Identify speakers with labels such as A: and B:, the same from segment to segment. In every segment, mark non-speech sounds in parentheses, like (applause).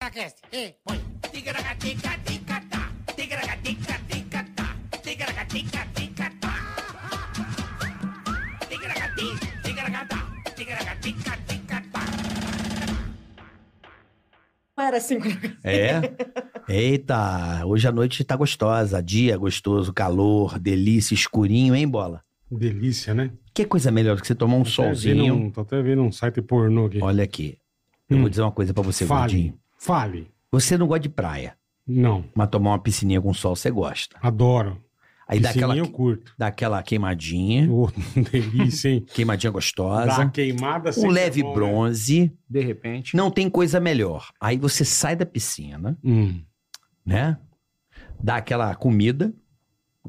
A: Cast. E põe.
B: Ticaracatica-ticatá, ticaracatica-ticatá, ticaracatica-ticatá. Ticaracati, ticaracatá, ticaracatica-ticatá.
C: Não era cinco.
D: É? Eita, hoje a noite tá gostosa. Dia gostoso, calor, delícia, escurinho, hein, bola?
E: Delícia, né?
D: Que coisa melhor do que você tomar um
E: Tô até
D: solzinho.
E: vendo um- Tô até vendo um site pornô aqui.
D: Olha aqui. Eu
E: Hum.
D: vou dizer uma coisa pra você,
E: Fale.
D: Gordinho.
E: Fale.
D: Você não gosta de praia,
E: Não,
D: mas tomar uma piscininha com sol você gosta.
E: adoro.
D: Aí dá aquela,
E: eu curto.
D: dá aquela queimadinha,
E: Ô, (laughs) delícia, hein?
D: queimadinha
E: Dá
D: gostosa,
E: uma queimada
D: um
E: sempre é
D: leve
E: bom, né?
D: bronze.
E: De repente.
D: Não tem coisa melhor. Aí você sai da piscina,
E: Hum,
D: né? Dá aquela comida,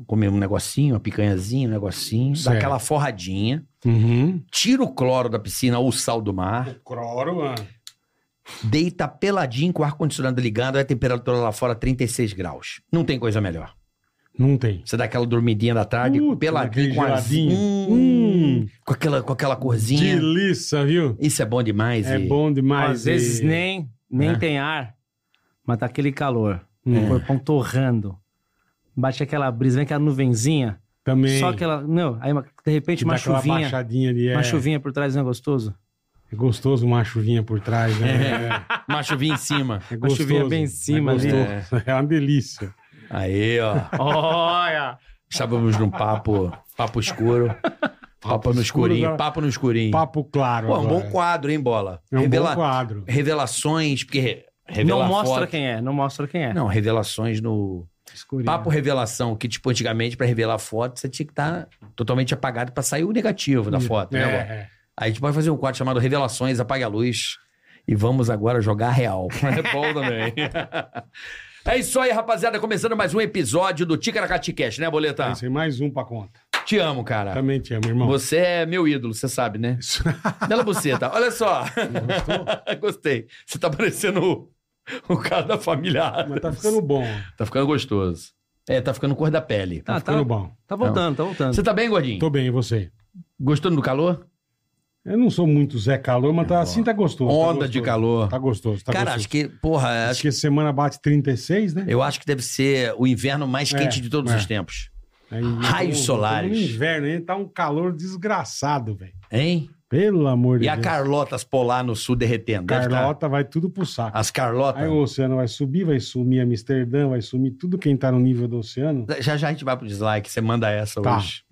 D: comer um negocinho, uma picanhazinha, um negocinho, dá
E: Certo.
D: aquela forradinha.
E: Uhum.
D: tira o cloro da piscina ou o sal do mar,
E: O Croro, ah,
D: deita peladinho com o ar-condicionado ligado, a temperatura lá fora 36 graus. Não tem coisa melhor.
E: não tem.
D: Você dá aquela dormidinha da tarde,
E: Puta,
D: peladinho
E: aquele
D: com arzinho,
E: geladinho.
D: hum,
E: Hum.
D: com, aquela, com aquela corzinha.
E: Delícia, viu?
D: Isso é bom demais.
E: É
D: e-
E: bom demais.
F: Às vezes
E: e-
F: nem, nem
E: né?
D: É.
F: tem ar, mas tá aquele calor.
E: Hum,
F: O corpão torrando. Bate aquela brisa, vem aquela nuvenzinha.
E: Também.
F: Só aquela. Não, aí uma- de repente
E: Dá
F: uma
E: aquela
F: chuvinha.
E: baixadinha ali. É,
F: Uma chuvinha por trás não é gostoso?
E: é gostoso uma chuvinha por trás, né?
D: Uma chuvinha em
E: (laughs)
D: cima.
E: É, é
F: Uma
E: gostoso.
F: chuvinha bem em cima
E: é
F: ali.
E: gostoso. É. uma delícia.
D: Aí, ó.
F: Olha!
D: Estávamos num papo, papo
E: (laughs)
D: escuro. Papo no
E: escuro, né?
D: escurinho,
E: agora-
D: papo no escurinho.
E: Papo claro.
D: Pô, é um
E: agora.
D: bom quadro, hein, Bola?
E: É um
D: Revela-
E: bom quadro.
D: Revelações, porque re- revela
F: Não mostra
D: foto.
F: quem é, não mostra quem é.
D: Não, revelações no,
F: Escurinho.
D: Papo revelação, que tipo, antigamente, pra revelar foto, você tinha que estar totalmente apagado pra sair o negativo da foto, né? agora?
E: É, é.
D: Aí a gente pode fazer um quadro chamado Revelações, Apague a Luz. E vamos agora jogar
E: (laughs)
D: real. É bom também. (laughs) É isso aí, rapaziada. Começando mais um episódio do Ticaracati Cash, né, Boleta?
E: Esse é Tá mais um pra conta.
D: Te amo, cara.
E: Também te amo, irmão.
D: Você é meu ídolo, você sabe, né?
E: (laughs) Isso.
D: Bela buceta. Olha só. (laughs) Gostei. Você tá parecendo o, o cara da família.
E: Mas
D: Adams.
E: tá ficando bom.
D: Tá ficando gostoso. É, tá ficando cor da pele.
F: Tá, tá,
E: Ficando bom.
F: tá voltando, tá voltando.
D: Você tá bem, gordinho?
E: Tô bem, e você?
D: Gostando do calor?
E: Eu não sou muito Zé Calor, mas tá, assim tá gostoso. tá
D: Onda
E: gostoso.
D: de calor.
E: Tá gostoso, tá
D: Cara, acho
E: gostoso.
D: que, porra,
E: Acho
D: acho,
E: que essa semana bate 36, né?
D: eu acho que deve ser o inverno mais
E: É,
D: quente de todos
E: é.
D: os tempos.
E: Aí,
D: Ah, Raios
E: então,
D: solares.
E: No inverno, hein? Tá um calor desgraçado, velho.
D: Hein?
E: Pelo amor de
D: E
E: Deus.
D: a Carlotas polar no sul derretendo. Deve tá-
E: Carlota vai tudo pro saco.
D: As Carlotas.
E: Aí o oceano vai subir, vai sumir Amsterdã, vai sumir tudo quem tá no nível do oceano.
D: Já já a gente vai pro dislike, você manda essa
E: Tá.
D: hoje.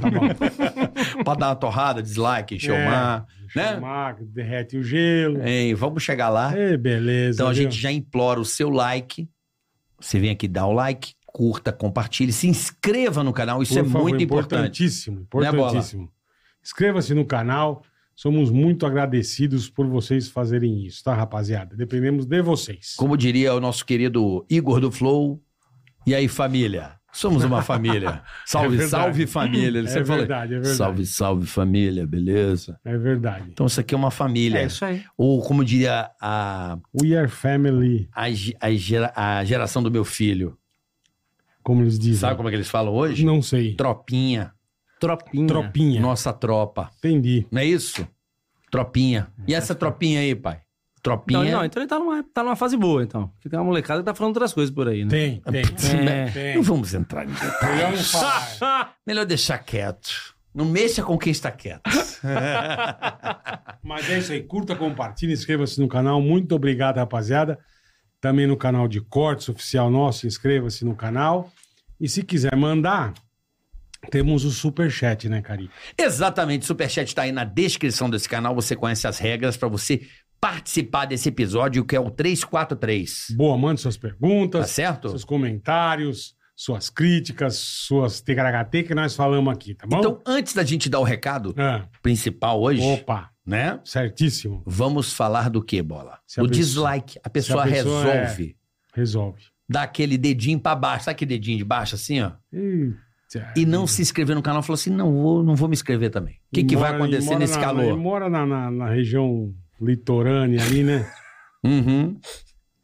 E: Tá bom.
D: pra dar uma torrada,
E: (laughs) É.
D: dislike, chamar, (laughs) né?
E: Chamar, derrete o gelo.
D: Hein, vamos chegar lá.
E: É, beleza.
D: Então a
E: viu?
D: gente já implora o seu like. Você vem aqui, dá o like, curta, compartilhe, se inscreva no canal, isso
E: Por
D: é
E: favor,
D: muito importante.
E: Importantíssimo,
D: Né, Bola?
E: importantíssimo. Inscreva-se no canal. Somos muito agradecidos por vocês fazerem isso, tá, rapaziada? Dependemos de vocês.
D: Como diria o nosso querido Igor do Flow. E aí, família? Somos uma
E: (laughs)
D: família. Salve,
E: É verdade.
D: salve, família. Ele
E: É
D: sempre fala,
E: verdade, é verdade.
D: Salve, salve, família, beleza?
E: É verdade.
D: Então, isso aqui é uma família.
F: É isso aí.
D: Ou, como diria a,
E: We are family,
D: a, ge- a gera- a geração do meu filho.
E: como eles dizem.
D: Sabe como é que eles falam hoje?
E: Não sei.
D: Tropinha.
F: Tropinha.
E: Tropinha.
D: Nossa tropa.
E: Entendi.
D: Não é isso? Tropinha. E essa tropinha aí, pai?
F: Então,
D: Tropinha.
F: não, então ele tá numa, tá numa fase boa, então. Porque tem uma molecada que tá falando outras coisas por aí, né?
E: Tem, tem.
F: É.
E: tem.
D: Não vamos entrar nisso.
E: Melhor não falar.
D: Melhor deixar quieto. Não mexa com quem está
E: (laughs)
D: quieto.
E: Mas é isso aí. Curta, compartilha, inscreva-se no canal. Muito obrigado, rapaziada. Também no canal de cortes oficial nosso, inscreva-se no canal. E se quiser mandar, temos o superchat, né, Cari?
D: Exatamente, o Superchat tá aí na descrição desse canal. Você conhece as regras para você participar desse episódio, que é o 343.
E: Boa, mande suas
D: Tá
E: perguntas,
D: certo?
E: seus comentários, suas críticas, suas TKHT que nós falamos aqui, tá bom?
D: Então, antes da gente dar o recado
E: Ah,
D: principal hoje,
E: opa,
D: né?
E: certíssimo.
D: Vamos falar do que, bola?
E: Se a
D: O
E: pessoa-
D: dislike. A pessoa,
E: a pessoa é-
D: resolve
E: Resolve.
D: dar aquele dedinho pra baixo. Sabe aquele dedinho de baixo assim, ó?
E: Eita.
D: E não se inscrever no canal. Falou assim: não vou, não vou me inscrever também. O que, que vai
E: Mora- e
D: acontecer
E: mora
D: nesse
E: na-
D: calor?
E: e Mora na, na- na região litorânea ali, né?
D: Uhum.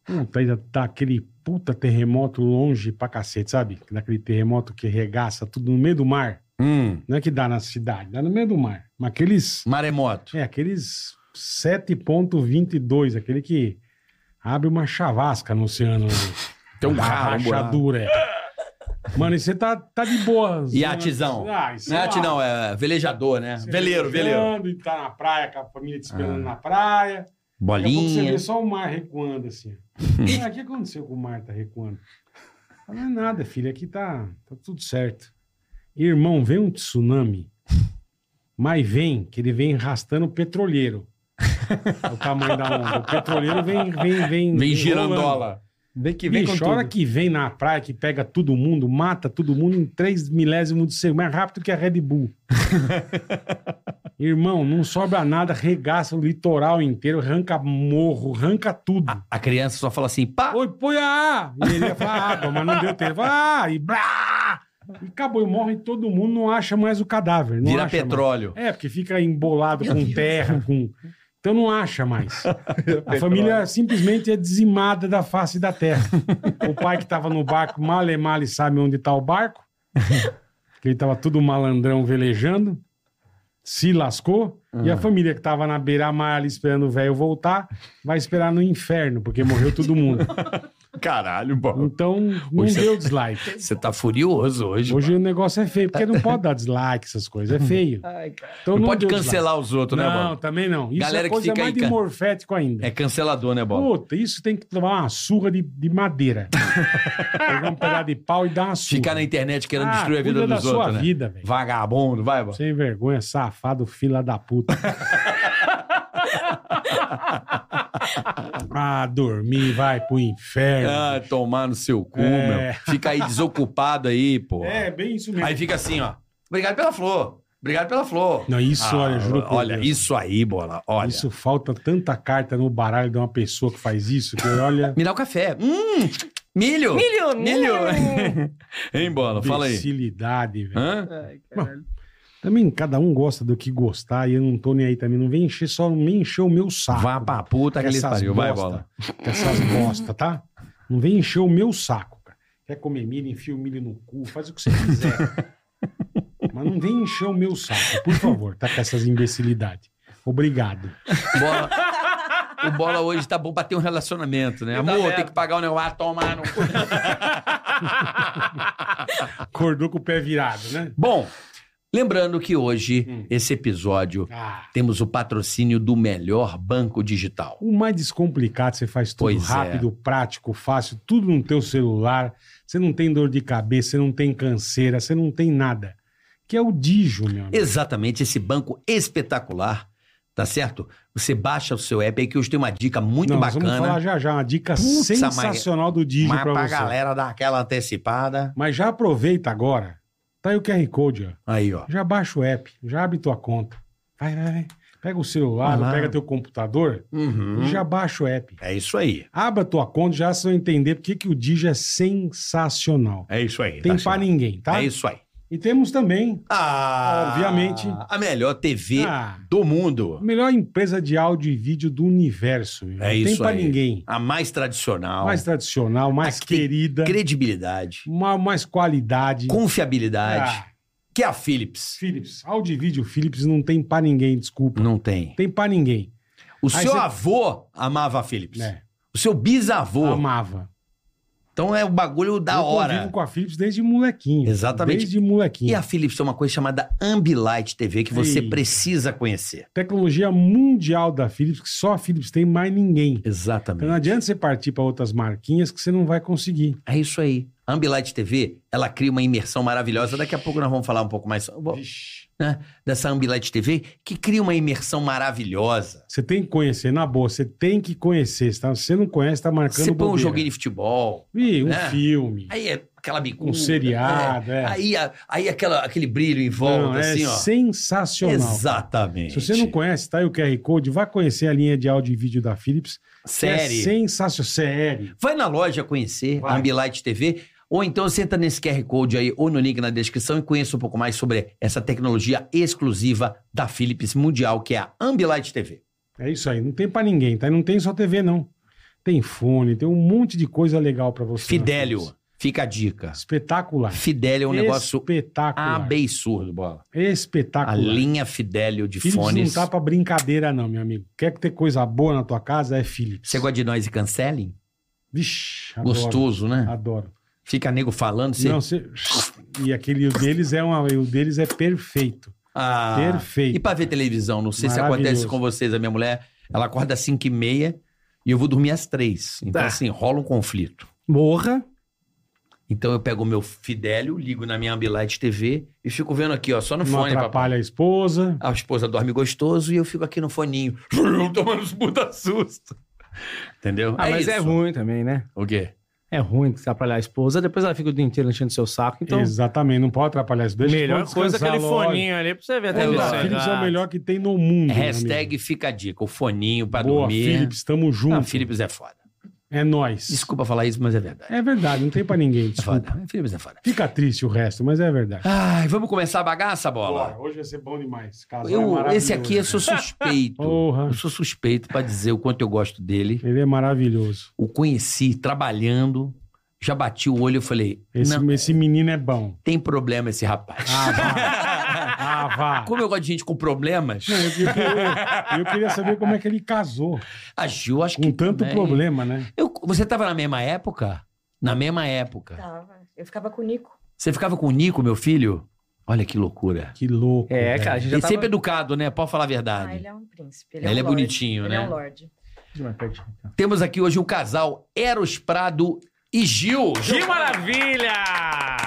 E: Puta, ainda tá aquele puta terremoto longe pra cacete, sabe? Daquele terremoto que regaça tudo no meio do mar.
D: Hum.
E: Não é que dá na cidade, dá no meio do mar. Mas aqueles.
D: Maremoto.
E: É, aqueles 7,22, aquele que Abre uma chavasca no oceano. né?
D: (laughs) Tem um
E: Uma
D: ralo, um buraco.
E: rachadura. é. Mano, e você tá, tá de boa.
D: E
E: zona-
D: atizão?
E: Ah, isso
D: Não é
E: lá.
D: arte, não, é velejador, né?
E: Você
D: Veleiro, veleiro. Ah.
E: viajando, E tá na praia, com a família te esperando na praia. Daqui a pouco você
D: Bolinha.
E: vê só o mar recuando assim.
D: (laughs)
E: ó. Ah, o que aconteceu com o mar tá recuando? Ah, Não é nada, filho. Aqui tá, tá tudo certo. Irmão, vem um tsunami. Mas vem, que ele vem arrastando o petroleiro. É o tamanho da onda. O petroleiro vem, vem, vem.
D: Vem
E: rolando.
D: girandola.
F: Vem que vem
E: Bicho,
F: com
E: a hora
F: tudo.
E: que vem na praia, que pega todo mundo, mata todo mundo em 3 milésimos de segundo, mais rápido que a
F: (laughs)
E: Red Bull. Irmão, não sobra nada, regaça o litoral inteiro, arranca morro, arranca tudo.
F: Ah.
D: A criança só fala assim, pá.
E: Oi, põe a A! E ele ia falar água, mas não deu tempo. Ah, e blá! E acabou, e morre todo mundo, não acha mais o cadáver. Não
D: Vira
E: acha mais.
D: petróleo.
E: É, porque fica embolado com terra, com. Então não acha mais. A família simplesmente é dizimada da face da terra. O pai que estava no barco, male male sabe onde está o barco. Que ele estava tudo malandrão velejando. Se lascou.
D: Ah.
E: E a família que estava na beira-mar ali esperando o velho voltar, vai esperar no inferno, porque morreu todo mundo.
D: Caralho, bom.
E: Então não
D: Hoje você-
E: deu dislike.
D: Você tá furioso hoje.
E: Hoje o negócio é feio, porque não pode dar dislike, essas coisas. É feio. Então,
D: Não pode
E: deu dislike.
D: cancelar os outros, né,
E: Não,
D: Bola?
E: também não. Isso
D: Galera
E: é
D: que
E: coisa
D: fica aí,
E: mais de
D: cara.
E: morfético ainda.
D: É cancelador, né, Bola?
E: Puta, isso tem que tomar uma surra de,
D: (laughs)
E: de madeira. Pegar um pedaço de pau e dar uma surra.
D: Ficar na internet querendo
E: Ah,
D: destruir a vida
E: cuida da
D: dos
E: sua
D: outros, né?
E: vida, velho.
D: Vagabundo, vai, Bola.
E: Sem vergonha, safado, fila
D: (laughs)
E: da puta. ah, dormir, vai pro inferno.
D: Ah, tomar no seu cu,
E: É.
D: meu. Fica aí desocupado aí, pô.
E: é, bem isso mesmo.
D: Aí fica assim, ó. Obrigado pela flor. Obrigado pela flor.
E: Não, isso,
D: Ah,
E: olha, juro por
D: Olha,
E: Deus.
D: isso aí, bola. Olha.
E: Isso falta tanta carta no baralho de uma pessoa que faz isso, que olha.
D: Me dá o café. Hum! Milho!
F: Milho!
D: Milho! (laughs) hein, bola? Fala aí.
E: Facilidade, velho.
D: Hã?
F: Ai, caralho.
E: Também cada um gosta do que gostar e eu não tô nem aí também. Não vem encher, só não vem encher o meu saco.
D: Vá pra puta
E: com
D: que ele
E: essas
D: pariu. Vai,
E: bosta,
D: bola.
E: com essas bosta, tá? Não vem encher o meu saco, cara. Quer comer milho, enfia o milho no cu, faz o que você quiser.
D: (laughs)
E: Mas não vem encher o meu saco, por favor, tá? Com essas imbecilidades. Obrigado.
D: Bola- O bola hoje tá bom pra ter um relacionamento, né?
F: Puta
D: Amor,
F: merda.
D: tem que pagar o negócio. Ah, tomar no cu. (laughs)
E: Acordou com o pé virado, né?
D: Bom, lembrando que hoje,
E: Hum.
D: esse episódio,
E: Ah,
D: temos o patrocínio do melhor banco digital.
E: o mais descomplicado, você faz tudo
D: Pois é.
E: rápido, prático, fácil, tudo no teu celular. Você não tem dor de cabeça, você não tem canseira, você não tem nada. Que é o Dijo, meu amigo.
D: Exatamente, esse banco espetacular, tá certo? Você baixa o seu app aí que hoje tem uma dica muito
E: Não, nós Vamos falar
D: bacana.
E: já já, uma dica
D: Putz,
E: sensacional do Dijo
D: Mas
E: pra
D: pra
E: você.
D: galera dar aquela antecipada.
E: Mas já aproveita agora. Tá aí o QR Code, ó.
D: Aí, ó.
E: Já baixa o app, já abre tua conta. Vai, vai, vai. Pega o celular,
D: Vai lá.
E: pega teu computador
D: Uhum.
E: e já baixa o app.
D: É isso aí.
E: Abra tua conta, já vocês vão entender porque que o Digi é sensacional.
D: É isso aí.
E: Tem
D: tá
E: pra
D: certo.
E: ninguém, tá?
D: É isso aí.
E: E temos também
D: Ah,
E: Obviamente. Ah.
D: A melhor TV
E: a
D: do mundo.
E: melhor empresa de áudio e vídeo do universo. meu.
D: É
E: Tem
D: isso
E: pra
D: aí.
E: ninguém.
D: A mais tradicional.
E: Mais tradicional, mais
D: Aqui tem
E: querida,
D: Credibilidade.
E: ma- mais qualidade.
D: Confiabilidade.
E: Ah,
D: Que é a Philips.
E: Philips, áudio e vídeo Philips não tem pra ninguém, desculpa.
D: Não tem.
E: Tem pra ninguém.
D: O
E: Aí
D: seu
E: você-
D: avô amava a Philips.
E: né?
D: O seu bisavô.
E: Amava.
D: Então é o bagulho da
E: Ah, eu
D: hora.
E: convivo com a Philips desde molequinho.
D: Exatamente.
E: Desde
D: E
E: molequinho.
D: a Philips tem uma coisa chamada Ambilight TV que você
E: Sim.
D: precisa conhecer.
E: Tecnologia mundial da Philips, que só a Philips tem, mais ninguém. Então não
D: Exatamente.
E: adianta você partir para outras marquinhas que você não vai conseguir.
D: É isso aí. A Ambilight TV, ela cria uma imersão maravilhosa. Daqui a pouco nós vamos falar um pouco mais sobre- né, dessa Ambilight TV, que cria uma imersão maravilhosa.
E: Você tem que conhecer, na boa, você tem que conhecer. Se tá- você não conhece, tá marcando
D: Você põe um
E: bobeira.
D: joguinho de futebol,
E: Ih, um
D: É.
E: filme,
D: aí é aquela bicuda.
E: um seriado.
D: é.
E: É.
D: Aí, a- aí aquela, aquele brilho em volta,
E: Não, é
D: assim, ó.
E: sensacional.
D: Exatamente.
E: Se você não conhece, tá aí o QR Code, vai conhecer a linha de áudio e vídeo da Philips. que
D: Série.
E: É sensacional. Série.
D: Vai na loja conhecer
E: Vai.
D: a Ambilight TV, ou então senta nesse QR Code aí ou no link na descrição e conheça um pouco mais sobre essa tecnologia exclusiva da Philips Mundial, que é a Ambilight TV.
E: É isso aí, não tem pra ninguém, tá? E Não tem só TV, não. Tem fone, tem um monte de coisa legal pra você. na
D: Fidelio,
E: Philips.
D: Fica a dica.
E: Espetacular.
D: Fidelio é um negócio
E: Espetacular.
D: absurdo, bola. A
E: Espetacular.
D: linha Fidelio de
E: Philips
D: fones.
E: não tá pra brincadeira, não, meu amigo. Quer ter coisa boa na tua casa? É Philips.
D: Você gosta de nós e cancelem?
E: Vixe, adoro.
D: Gostoso, né?
E: Adoro.
D: Fica nego falando. Você...
E: Não, você- E aquele o deles é uma... o deles é perfeito.
D: Ah,
E: Perfeito.
D: E pra ver televisão? Não sei se
E: Maravilhoso.
D: acontece com vocês. A minha mulher, ela acorda às 5 e meia e eu vou dormir às 3. Então,
G: Tá.
D: assim, rola um conflito.
G: Morra.
D: Então eu pego o meu Fidelio, ligo na minha Ambilight TV e fico vendo aqui, ó, só no
E: Não
D: fone,
E: atrapalha
D: papai.
E: a esposa.
D: A esposa dorme gostoso e eu fico aqui no foninho, (laughs) tomando uns puta susto. Entendeu?
G: Ah, mas é
D: isso.
G: ruim também, né?
D: O quê?
G: É ruim que você atrapalhar a esposa, depois ela fica o dia inteiro enchendo seu saco. Então,
E: Exatamente, não pode atrapalhar isso. Deixa
G: melhor
E: eu
G: coisa é
E: descansar,
G: aquele
E: lógico.
G: foninho ali pra você ver até
D: É,
E: Olha,
D: lá.
G: você.
E: Philips é o melhor que tem no mundo. meu amigo.
D: Hashtag fica a dica, o foninho pra
E: Boa,
D: dormir.
E: Philips, tamo junto.
D: Ah, Philips é foda.
E: É nóis.
D: Desculpa falar isso, mas é verdade.
E: É verdade, não tem pra
D: É
E: ninguém. Desculpa.
D: foda. Philips é foda.
E: Fica triste o resto, mas é verdade.
D: Ai, vamos começar a bagaça, bola?
E: Bora, hoje vai ser bom demais. Casal é
D: Eu,
E: maravilhoso,
D: esse aqui eu sou
E: cara.
D: suspeito.
E: (laughs) Porra,
D: Eu sou suspeito pra dizer o quanto eu gosto dele.
E: ele é maravilhoso.
D: o conheci trabalhando, já bati o olho e falei:
E: Esse,
D: não,
E: esse menino é bom.
D: tem problema esse rapaz.
E: Ah,
G: (laughs)
E: vá. Ah,
D: (laughs)
E: vá.
D: Como eu gosto de gente com problemas,
E: Não, eu, eu queria- eu queria saber como é que ele casou.
D: a Gil acho que.
E: Com tanto
D: né,
E: problema, né?
D: eu- você tava na mesma época? Na mesma época.
A: Tava. Eu ficava com o Nico.
D: Você ficava com o Nico, meu filho? Olha que loucura.
E: Que louco.
G: É,
E: velho.
G: cara, a gente
D: E
G: já tava...
D: sempre educado, né? Pode falar a verdade.
A: Ah, ele é um príncipe. Ele,
D: Ele, é,
A: um lorde.
D: bonitinho,
A: Ele
D: né?
A: é um lorde.
D: Temos aqui hoje o casal Eros Prado e Gil.
G: Que maravilha!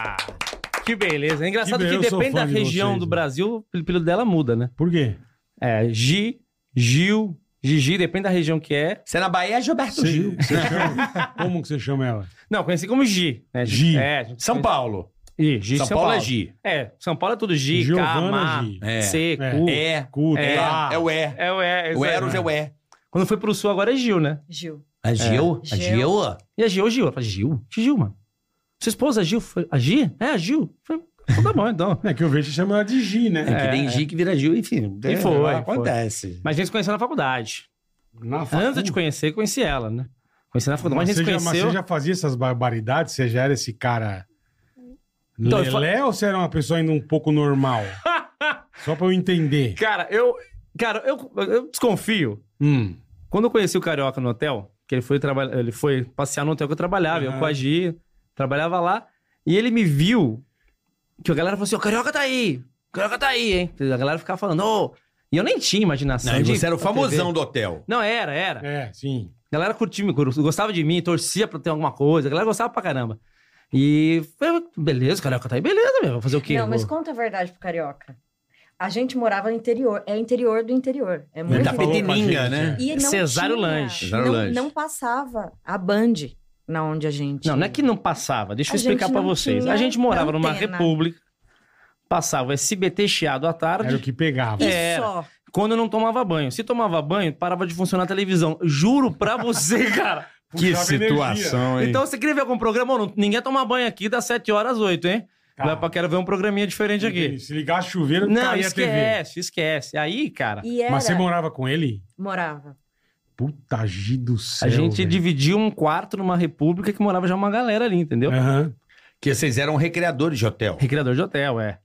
G: Que beleza. É engraçado
E: Que
G: que,
E: be- eu sou
G: depende
E: fã
G: da
E: de
G: região
E: vocês,
G: do
E: né?
G: Brasil, o apelido dela muda, né?
E: Por quê?
G: É Gi, Gil, Gigi, depende da região que é.
D: Você é na Bahia é Gilberto
E: Você-
D: Gil.
E: você chama- como que você chama ela?
G: Não, conheci como Gi. Né?
E: Gi.
G: É,
D: São Paulo.
G: Gi, Gi,
D: São, Paulo, é Gi.
G: É, São Paulo é tudo Gi,
E: Giovana
G: K,
E: Gi.
G: Ma,
D: É.
G: C,
E: É.
G: Cu.
D: É.
E: Cu,
D: É.
E: tá.
D: É o É.
G: É o E.
D: O
G: exato.
D: Eros é o É.
G: Quando foi pro Sul, agora é Gil, né?
A: Gil.
D: A Gil? A
A: Gil.
D: Gil?
G: E a Gil, ô Gil. Eu falei, Gil? Que Gil, mano? Sua esposa é Gil? Eu falei, A Gi? É, a Gil. Eu Falei, então tá bom, então.
E: É que eu vejo você chama ela de Gi, né?
D: É, que nem G que vira Gil, enfim. é,
G: E foi,
D: acontece.
G: Mas a gente se conheceu na faculdade.
E: Na
G: Antes de te conhecer, conheci ela, né? Conheci na faculdade, mas a gente se
E: você já, mas
G: conheceu...
E: você já fazia essas barbaridades? Você já era esse cara
G: Então, eu fa-
E: lelé ou você era uma pessoa ainda um pouco
G: (laughs)
E: normal? Só pra eu entender.
G: Cara, eu... Cara, eu, eu desconfio.
E: Hum.
G: Quando eu conheci o Carioca no hotel, que ele foi, trabalhar, ele foi passear no hotel que eu trabalhava,
E: Aham.
G: eu com a Gi, trabalhava lá, e ele me viu, que a galera falou assim, ô, Carioca tá aí, o Carioca tá aí, hein? A galera ficava falando, ô... E eu nem tinha imaginação
D: Não,
G: de...
D: você era o
G: pra
D: famosão
G: TV.
D: do hotel.
G: Não, era, era.
E: É, sim.
G: A galera curtia, me cur- gostava de mim, torcia pra ter alguma coisa. A galera gostava pra caramba. E eu, beleza, carioca tá aí, beleza, meu. Vou fazer o quê?
A: Não, mas
G: Vou-
A: conta a verdade pro Carioca. A gente morava no interior. É interior do interior. É muito
D: Da
E: falou pra
D: pequenininha,
E: gente,
D: né?
A: E não
G: Cesário
A: tinha-
G: Lange.
D: Cesário
A: não,
D: Lange.
A: não passava a Band na onde a gente...
G: Não, não é que não passava. Deixa eu
A: A
G: explicar
A: gente
G: pra
A: não
G: vocês.
A: tinha
G: A gente morava numa
A: antena.
G: república, passava SBT chiado à tarde,
E: Era o que pegava.
A: E
G: Era.
A: só.
G: quando eu não tomava banho. Se tomava banho, parava de funcionar a televisão. Juro pra você, (laughs) cara.
E: Puxava energia.
G: Então, você queria ver algum programa? Ô, não- ninguém toma banho aqui das 7 horas às 8, hein?
E: Tá.
G: Vai pra- Quero ver um programinha diferente aqui.
E: Se ligar a chuveiro,
G: Não, é,
E: caía a TV.
G: esquece, esquece. Aí, cara,
A: E era...
E: Mas você morava com ele?
A: Morava.
E: Puta Gi do
G: A
E: céu.
G: gente
E: velho.
G: dividia um quarto numa república que morava já uma galera ali, entendeu?
E: Aham.
D: Que vocês eram recreadores de hotel.
G: Recreador de hotel, é.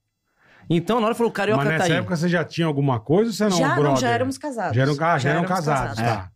G: Então, na hora falou, carioca
E: Mas
G: tá
E: nessa
G: aí.
E: época você já tinha alguma coisa ou você não,
A: já,
E: brother?
A: não, já éramos casados.
E: Já eram, ca- já
A: Já
E: eram
A: éramos
E: casados,
A: casados.
E: tá.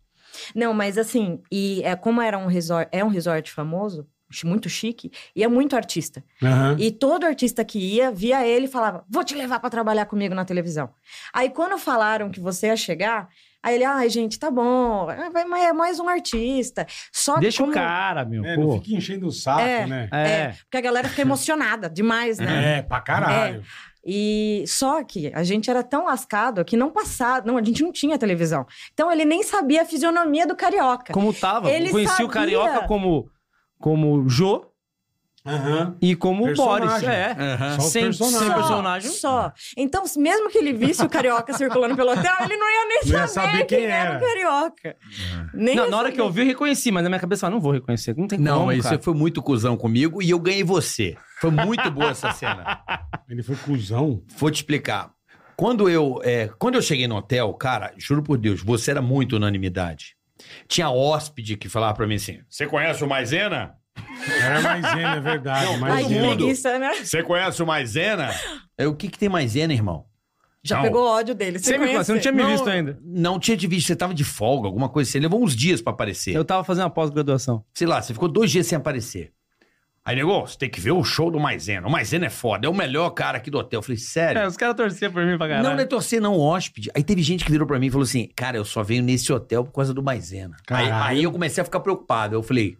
A: Não, mas assim, e é, como era um resort, é um resort famoso, chi- muito chique, e é muito artista.
E: tá. Aham.
A: E todo artista que ia, via ele e falava: Vou te levar pra trabalhar comigo na televisão. Aí quando falaram que você ia chegar, aí ele, ai, gente, tá bom, Ah, vai- mas é mais um artista. Só
G: Deixa
A: como...
G: o cara, meu,
E: É, não
G: pô.
E: fica enchendo o saco,
A: É.
E: né?
G: É.
A: Porque a galera fica emocionada demais,
E: (laughs)
A: né?
E: É, pra caralho.
A: E só que a gente era tão lascado que não passava, não, a gente não tinha televisão. Então ele nem sabia a fisionomia do carioca.
G: Como tava.
A: Ele
G: Eu Conheci o
A: sabia.
G: carioca como, como Jô
E: Aham.
G: e como
E: Personagem.
G: Boris. É.
D: Aham.
E: Só o
G: Sem, sem
A: Só,
E: personagem.
G: personagem.
A: Só. Então, mesmo que ele visse o carioca circulando pelo hotel, ele não ia nem
E: Não
A: saber,
E: ia saber quem
A: quem era
E: era.
A: o carioca. Nem
G: Não,
A: ia
G: na hora que
A: saber.
G: eu vi, eu reconheci, mas na minha cabeça, eu falei, não vou reconhecer. Não tem
D: Não,
G: como,
D: mas é
G: cara.
D: você foi muito cuzão comigo e eu ganhei você. Foi muito boa (laughs) essa cena.
E: Ele foi cuzão.
D: Vou te explicar. Quando eu, é, quando eu cheguei no hotel, cara, juro por Deus, você era muito unanimidade. Tinha hóspede que falava pra mim assim: Você conhece o Maisena?
E: Era maisena, é verdade.
H: Não,
A: Ai, que
H: todo mundo.
E: maisena.
A: preguiça, né?
H: Você conhece o Maisena?
D: É, o que, que tem maisena, irmão?
A: Já
H: Não.
A: pegou ódio dele. Você
G: Você, me-
A: conhece?
G: você não tinha me visto ainda.
D: Não tinha te visto, você tava de folga, alguma coisa. Você levou uns dias pra aparecer.
G: Eu tava fazendo uma pós-graduação.
D: Sei lá, você ficou dois dias sem aparecer.
H: Aí, negócio, você tem que ver o show do Maisena. O Maisena é foda, é o melhor cara aqui do hotel. Eu falei, sério?
G: É, né? os caras torciam por mim pra caralho.
D: Não, não é torcer, não, hóspede. Aí teve gente que virou pra mim e falou assim: Cara, eu só venho nesse hotel por causa do Maisena. Aí,
E: Caralho.
D: aí eu comecei a ficar preocupado. Eu falei: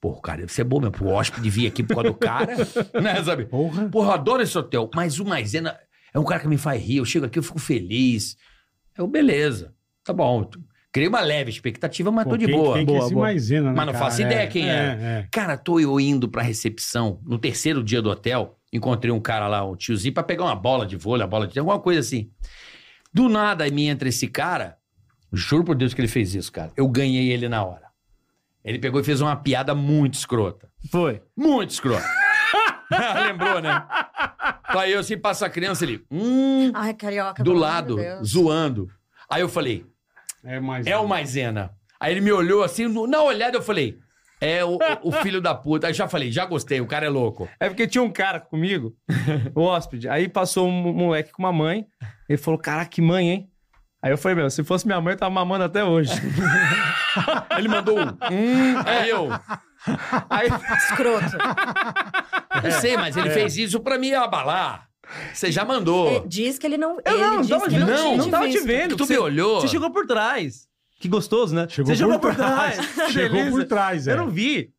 D: Pô, cara, deve ser bom mesmo pro hóspede vir aqui por causa do
G: (laughs)
D: cara. né, sabe?
E: Porra.
D: Porra, eu adoro esse hotel, mas o Maisena é um cara que me faz rir. Eu chego aqui, eu fico feliz. Eu, beleza, tá bom. Criei uma leve expectativa, mas tô Tá de
E: quem-
D: boa.
E: quem que é
D: boa,
E: esse
D: boa.
E: maisena, né,
D: Mas não
E: cara?
D: faço ideia quem
E: é. é.
D: Cara, tô eu indo pra recepção no terceiro dia do hotel. Encontrei um cara lá, um tiozinho, pra pegar uma bola de vôlei, uma bola de alguma coisa assim. Do nada, me entra esse cara. Juro por Deus que ele fez isso, cara. Eu ganhei ele na hora. Ele pegou e fez uma piada muito escrota.
G: Foi.
D: Muito escrota. (laughs) Lembrou, né? Aí eu assim, passa a criança ali, hum,
A: Ai, carioca.
D: do
A: pelo amor
D: lado,
A: de Deus.
D: zoando. Aí eu falei,
E: É maisena.
D: é o Maisena. Aí ele me olhou assim, no- na olhada eu falei, é o, o filho da puta. Aí já falei, já gostei, o cara é louco.
G: É porque tinha um cara comigo, o hóspede. Aí passou um moleque com uma mãe. Ele falou: Caraca, que mãe, hein? Aí eu falei: Meu, se fosse minha mãe, eu tava mamando até
A: (laughs)
G: hoje.
D: Ele mandou um, hum, aí eu,
G: Aí,
A: (laughs) Escroto.
D: não sei, mas ele fez isso pra me abalar. Você já mandou.
A: Ele diz que ele não.
G: eu
A: ele
G: não, não
A: diz
G: tava,
A: que
G: não,
A: não,
G: não,
A: tinha
G: tava te
A: visto.
G: vendo.
D: Tu
G: você,
D: me olhou.
G: você chegou por trás. Que gostoso, né?
E: Chegou
G: você chegou
E: por
G: por trás. Que
E: Chegou por
G: delícia.
E: trás, é.
G: Eu não vi.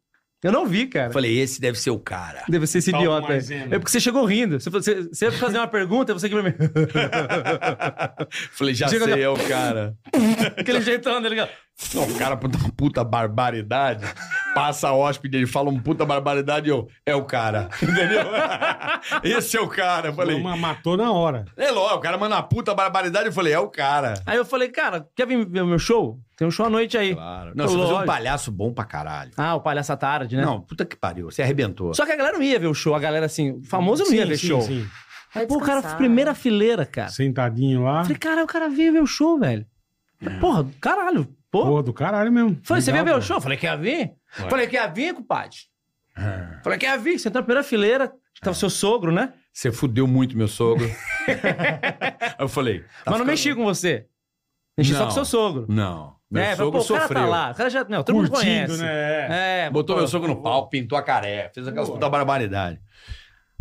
G: Eu não vi, cara.
D: Eu falei, esse deve ser o cara.
G: Deve ser esse
E: Tal
G: idiota. aí.
E: maisena.
G: É porque você chegou rindo. Você, você, você ia fazer uma pergunta, você que pra mim.
D: Falei, já
G: Chega
D: sei, é o cara.
G: (laughs) Aquele jeitão, tá ligado?
D: Não, o cara puta uma puta barbaridade. Passa a hóspede, ele fala uma puta barbaridade e eu, é o cara. (laughs) Entendeu? Esse é o cara. Eu falei,
E: Uma matou na hora.
D: é lógico, o cara manda uma puta barbaridade eu falei, é o cara.
G: Aí eu falei, cara, quer vir ver o meu show? Tem um show à noite aí.
D: Claro. Não, você
G: Lógico.
D: foi um palhaço bom pra caralho.
G: Ah, o palhaço à tarde, né?
D: Não, puta que pariu, você arrebentou.
G: Só que a galera não ia ver o show. A galera, assim, o famoso não ia ver show.
A: Vai
G: Pô, o cara,
A: descansar.
G: primeira fileira, cara.
E: Sentadinho
D: Ah.
E: lá.
G: Falei, cara, o cara veio ver o show, velho.
D: É.
G: Porra, caralho. Pô.
E: Porra do caralho mesmo.
G: Falei, você veio
E: Legal,
G: ver o
E: pô.
G: show? Falei, quer vir? Falei, quer vir, compadre?
D: Ah.
G: Falei, quer vir? Você entrou na primeira fileira. Tava
D: É.
G: seu sogro, né?
D: Você fudeu muito, meu
G: (laughs)
D: sogro. Aí eu falei. tá
G: Mas não
D: ficando-
G: mexi com você. Mexi só
D: Não.
G: com seu sogro.
D: Não. Meu
G: é, falei,
D: sogro
G: pô, o cara
D: sofreu.
G: tá lá. O cara já. Não, todo mundo
E: Curtindo,
G: conhece.
E: né? É.
G: É,
D: Botou meu sogro no pau, pintou a caré, fez aquelas puta barbaridade.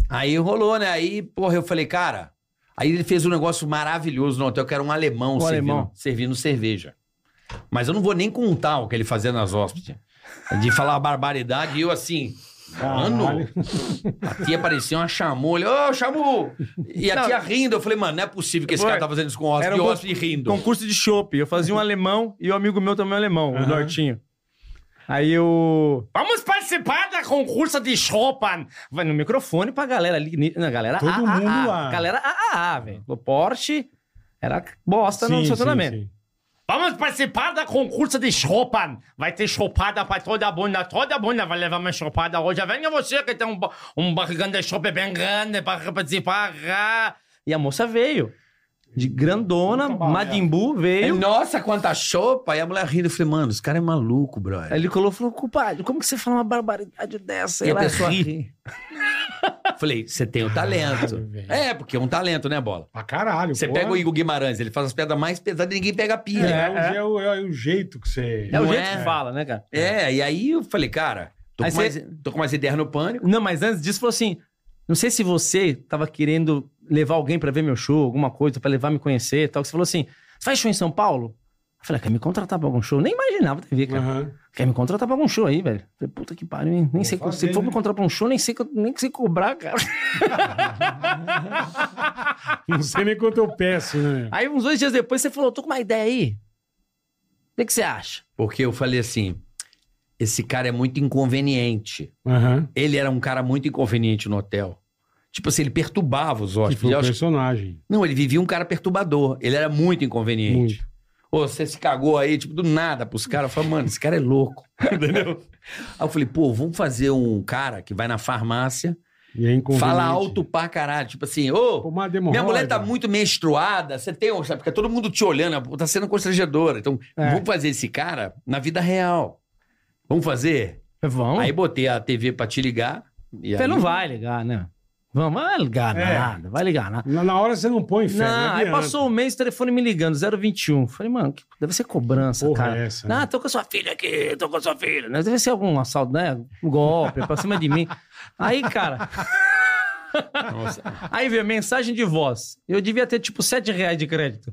D: Aí rolou, né? Aí, porra, eu falei, cara. Aí ele fez um negócio maravilhoso no hotel, que era um alemão,
G: Um
D: servindo,
G: alemão.
D: servindo cerveja. Mas eu não vou nem contar o que ele fazia nas hóspedes. De falar uma barbaridade e eu assim. Mano,
E: Caralho.
D: a tia parecia uma chamulha. Ô, chamu! E a
G: Não.
D: tia rindo. Eu falei, mano, não é possível que esse
G: Foi.
D: cara tá fazendo isso com o hóspede
G: Era
D: e o
G: um
D: hóspede rindo.
G: Concurso de chopp. Eu fazia um alemão e o amigo meu também um alemão, o
E: Aham.
G: Nortinho. Aí eu. Vamos participar da concurso de Chopin! Vai no microfone pra galera ali. ni- Na galera
E: Todo
G: ah,
E: mundo
G: ah, ah.
E: lá.
G: Galera AAA, velho. O Porsche era bosta Tá no estacionamento.
E: sim.
G: Vamos participar da concurso de Chopin. Vai ter chopada pra toda a bunda. Toda a bunda vai levar uma chopada hoje. Venha você que tem um, ba- um barrigão de chope bem grande para participar. E a moça veio. De grandona,
E: Puta bala.
G: Madimbu
D: Aí,
G: veio.
D: Nossa, quanta chopa! E a mulher rindo. Eu falei, mano, esse cara é maluco, brother.
G: Aí ele colou e falou, culpado, como que você fala uma barbaridade dessa?
D: E a
G: Ela é
D: pessoa
G: ri.
D: ri. (laughs) Falei, você tem o talento.
E: Caralho, velho.
D: é, porque é um talento, né, Bola?
E: Pra caralho.
D: Você
E: porra.
D: pega o Igor Guimarães, ele faz as pedras mais pesadas e ninguém pega a
E: É,
D: pilha.
E: é o, é o jeito que você.
G: É o
D: Não
G: jeito
D: é?
G: que fala, né, cara?
D: É, e aí eu falei, cara, tô,
G: Aí
D: com,
G: você-
D: mais, tô com mais ideia no pânico.
G: Não, mas antes disso, falou assim: não sei se você tava querendo levar alguém pra ver meu show, alguma coisa, pra levar me conhecer e tal. Que você falou assim: você faz show em São Paulo? Eu falei, ah, quer me contratar pra algum show? Nem imaginava TV, cara.
E: Aham.
G: Quer me contratar pra algum show aí, velho? Falei, puta que pariu, hein? Nem sei co-
E: fazer,
G: se for
E: né?
G: me contratar pra um show, nem sei, co- nem sei cobrar,
E: (laughs)
G: cara.
E: Não sei nem quanto eu peço, né?
G: Aí, uns dois dias depois, você falou: tô com uma ideia aí. O que, que você acha?
D: Porque eu falei assim, esse cara é muito inconveniente.
E: Aham.
D: Ele era um cara muito inconveniente no hotel. Tipo assim, ele perturbava os
E: Que foi
D: hóspedes.
E: o
D: Eu acho-
E: Tipo, personagem.
D: Não, ele vivia um cara perturbador. Ele era muito inconveniente.
E: Muito.
D: Ô, você se cagou aí, tipo, do nada pros caras. Eu falei, mano, esse cara é louco.
G: (laughs)
D: Entendeu? Aí eu falei, pô, vamos fazer um cara que vai na farmácia,
E: E é inconveniente.
D: fala alto pra caralho. Tipo assim, ô,
E: Uma
D: minha mulher tá muito menstruada, você tem. um- Sabe, fica todo mundo te olhando, pô, tá sendo constrangedora. Então,
G: É.
D: vamos fazer esse cara na vida real. Vamos fazer.
G: Vamos.
D: Aí botei a TV pra te ligar. E
G: Você
D: aí-
G: não vai ligar, né? Vamos, vai ligar
E: É.
G: nada, vai ligar nada.
E: Na, na hora você não põe fé.
G: Não, aí
E: adianta.
G: passou um mês, o telefone me ligando, 021. Falei, mano, que deve ser cobrança,
E: Porra,
G: cara.
E: é essa,
G: não,
E: né?
G: tô com a sua filha aqui, tô com a sua filha. né? Deve ser algum assalto, né? Um golpe, pra cima de mim. Aí, cara,
D: (laughs) Nossa.
G: aí veio mensagem de voz. Eu devia ter, tipo, 7 reais de crédito.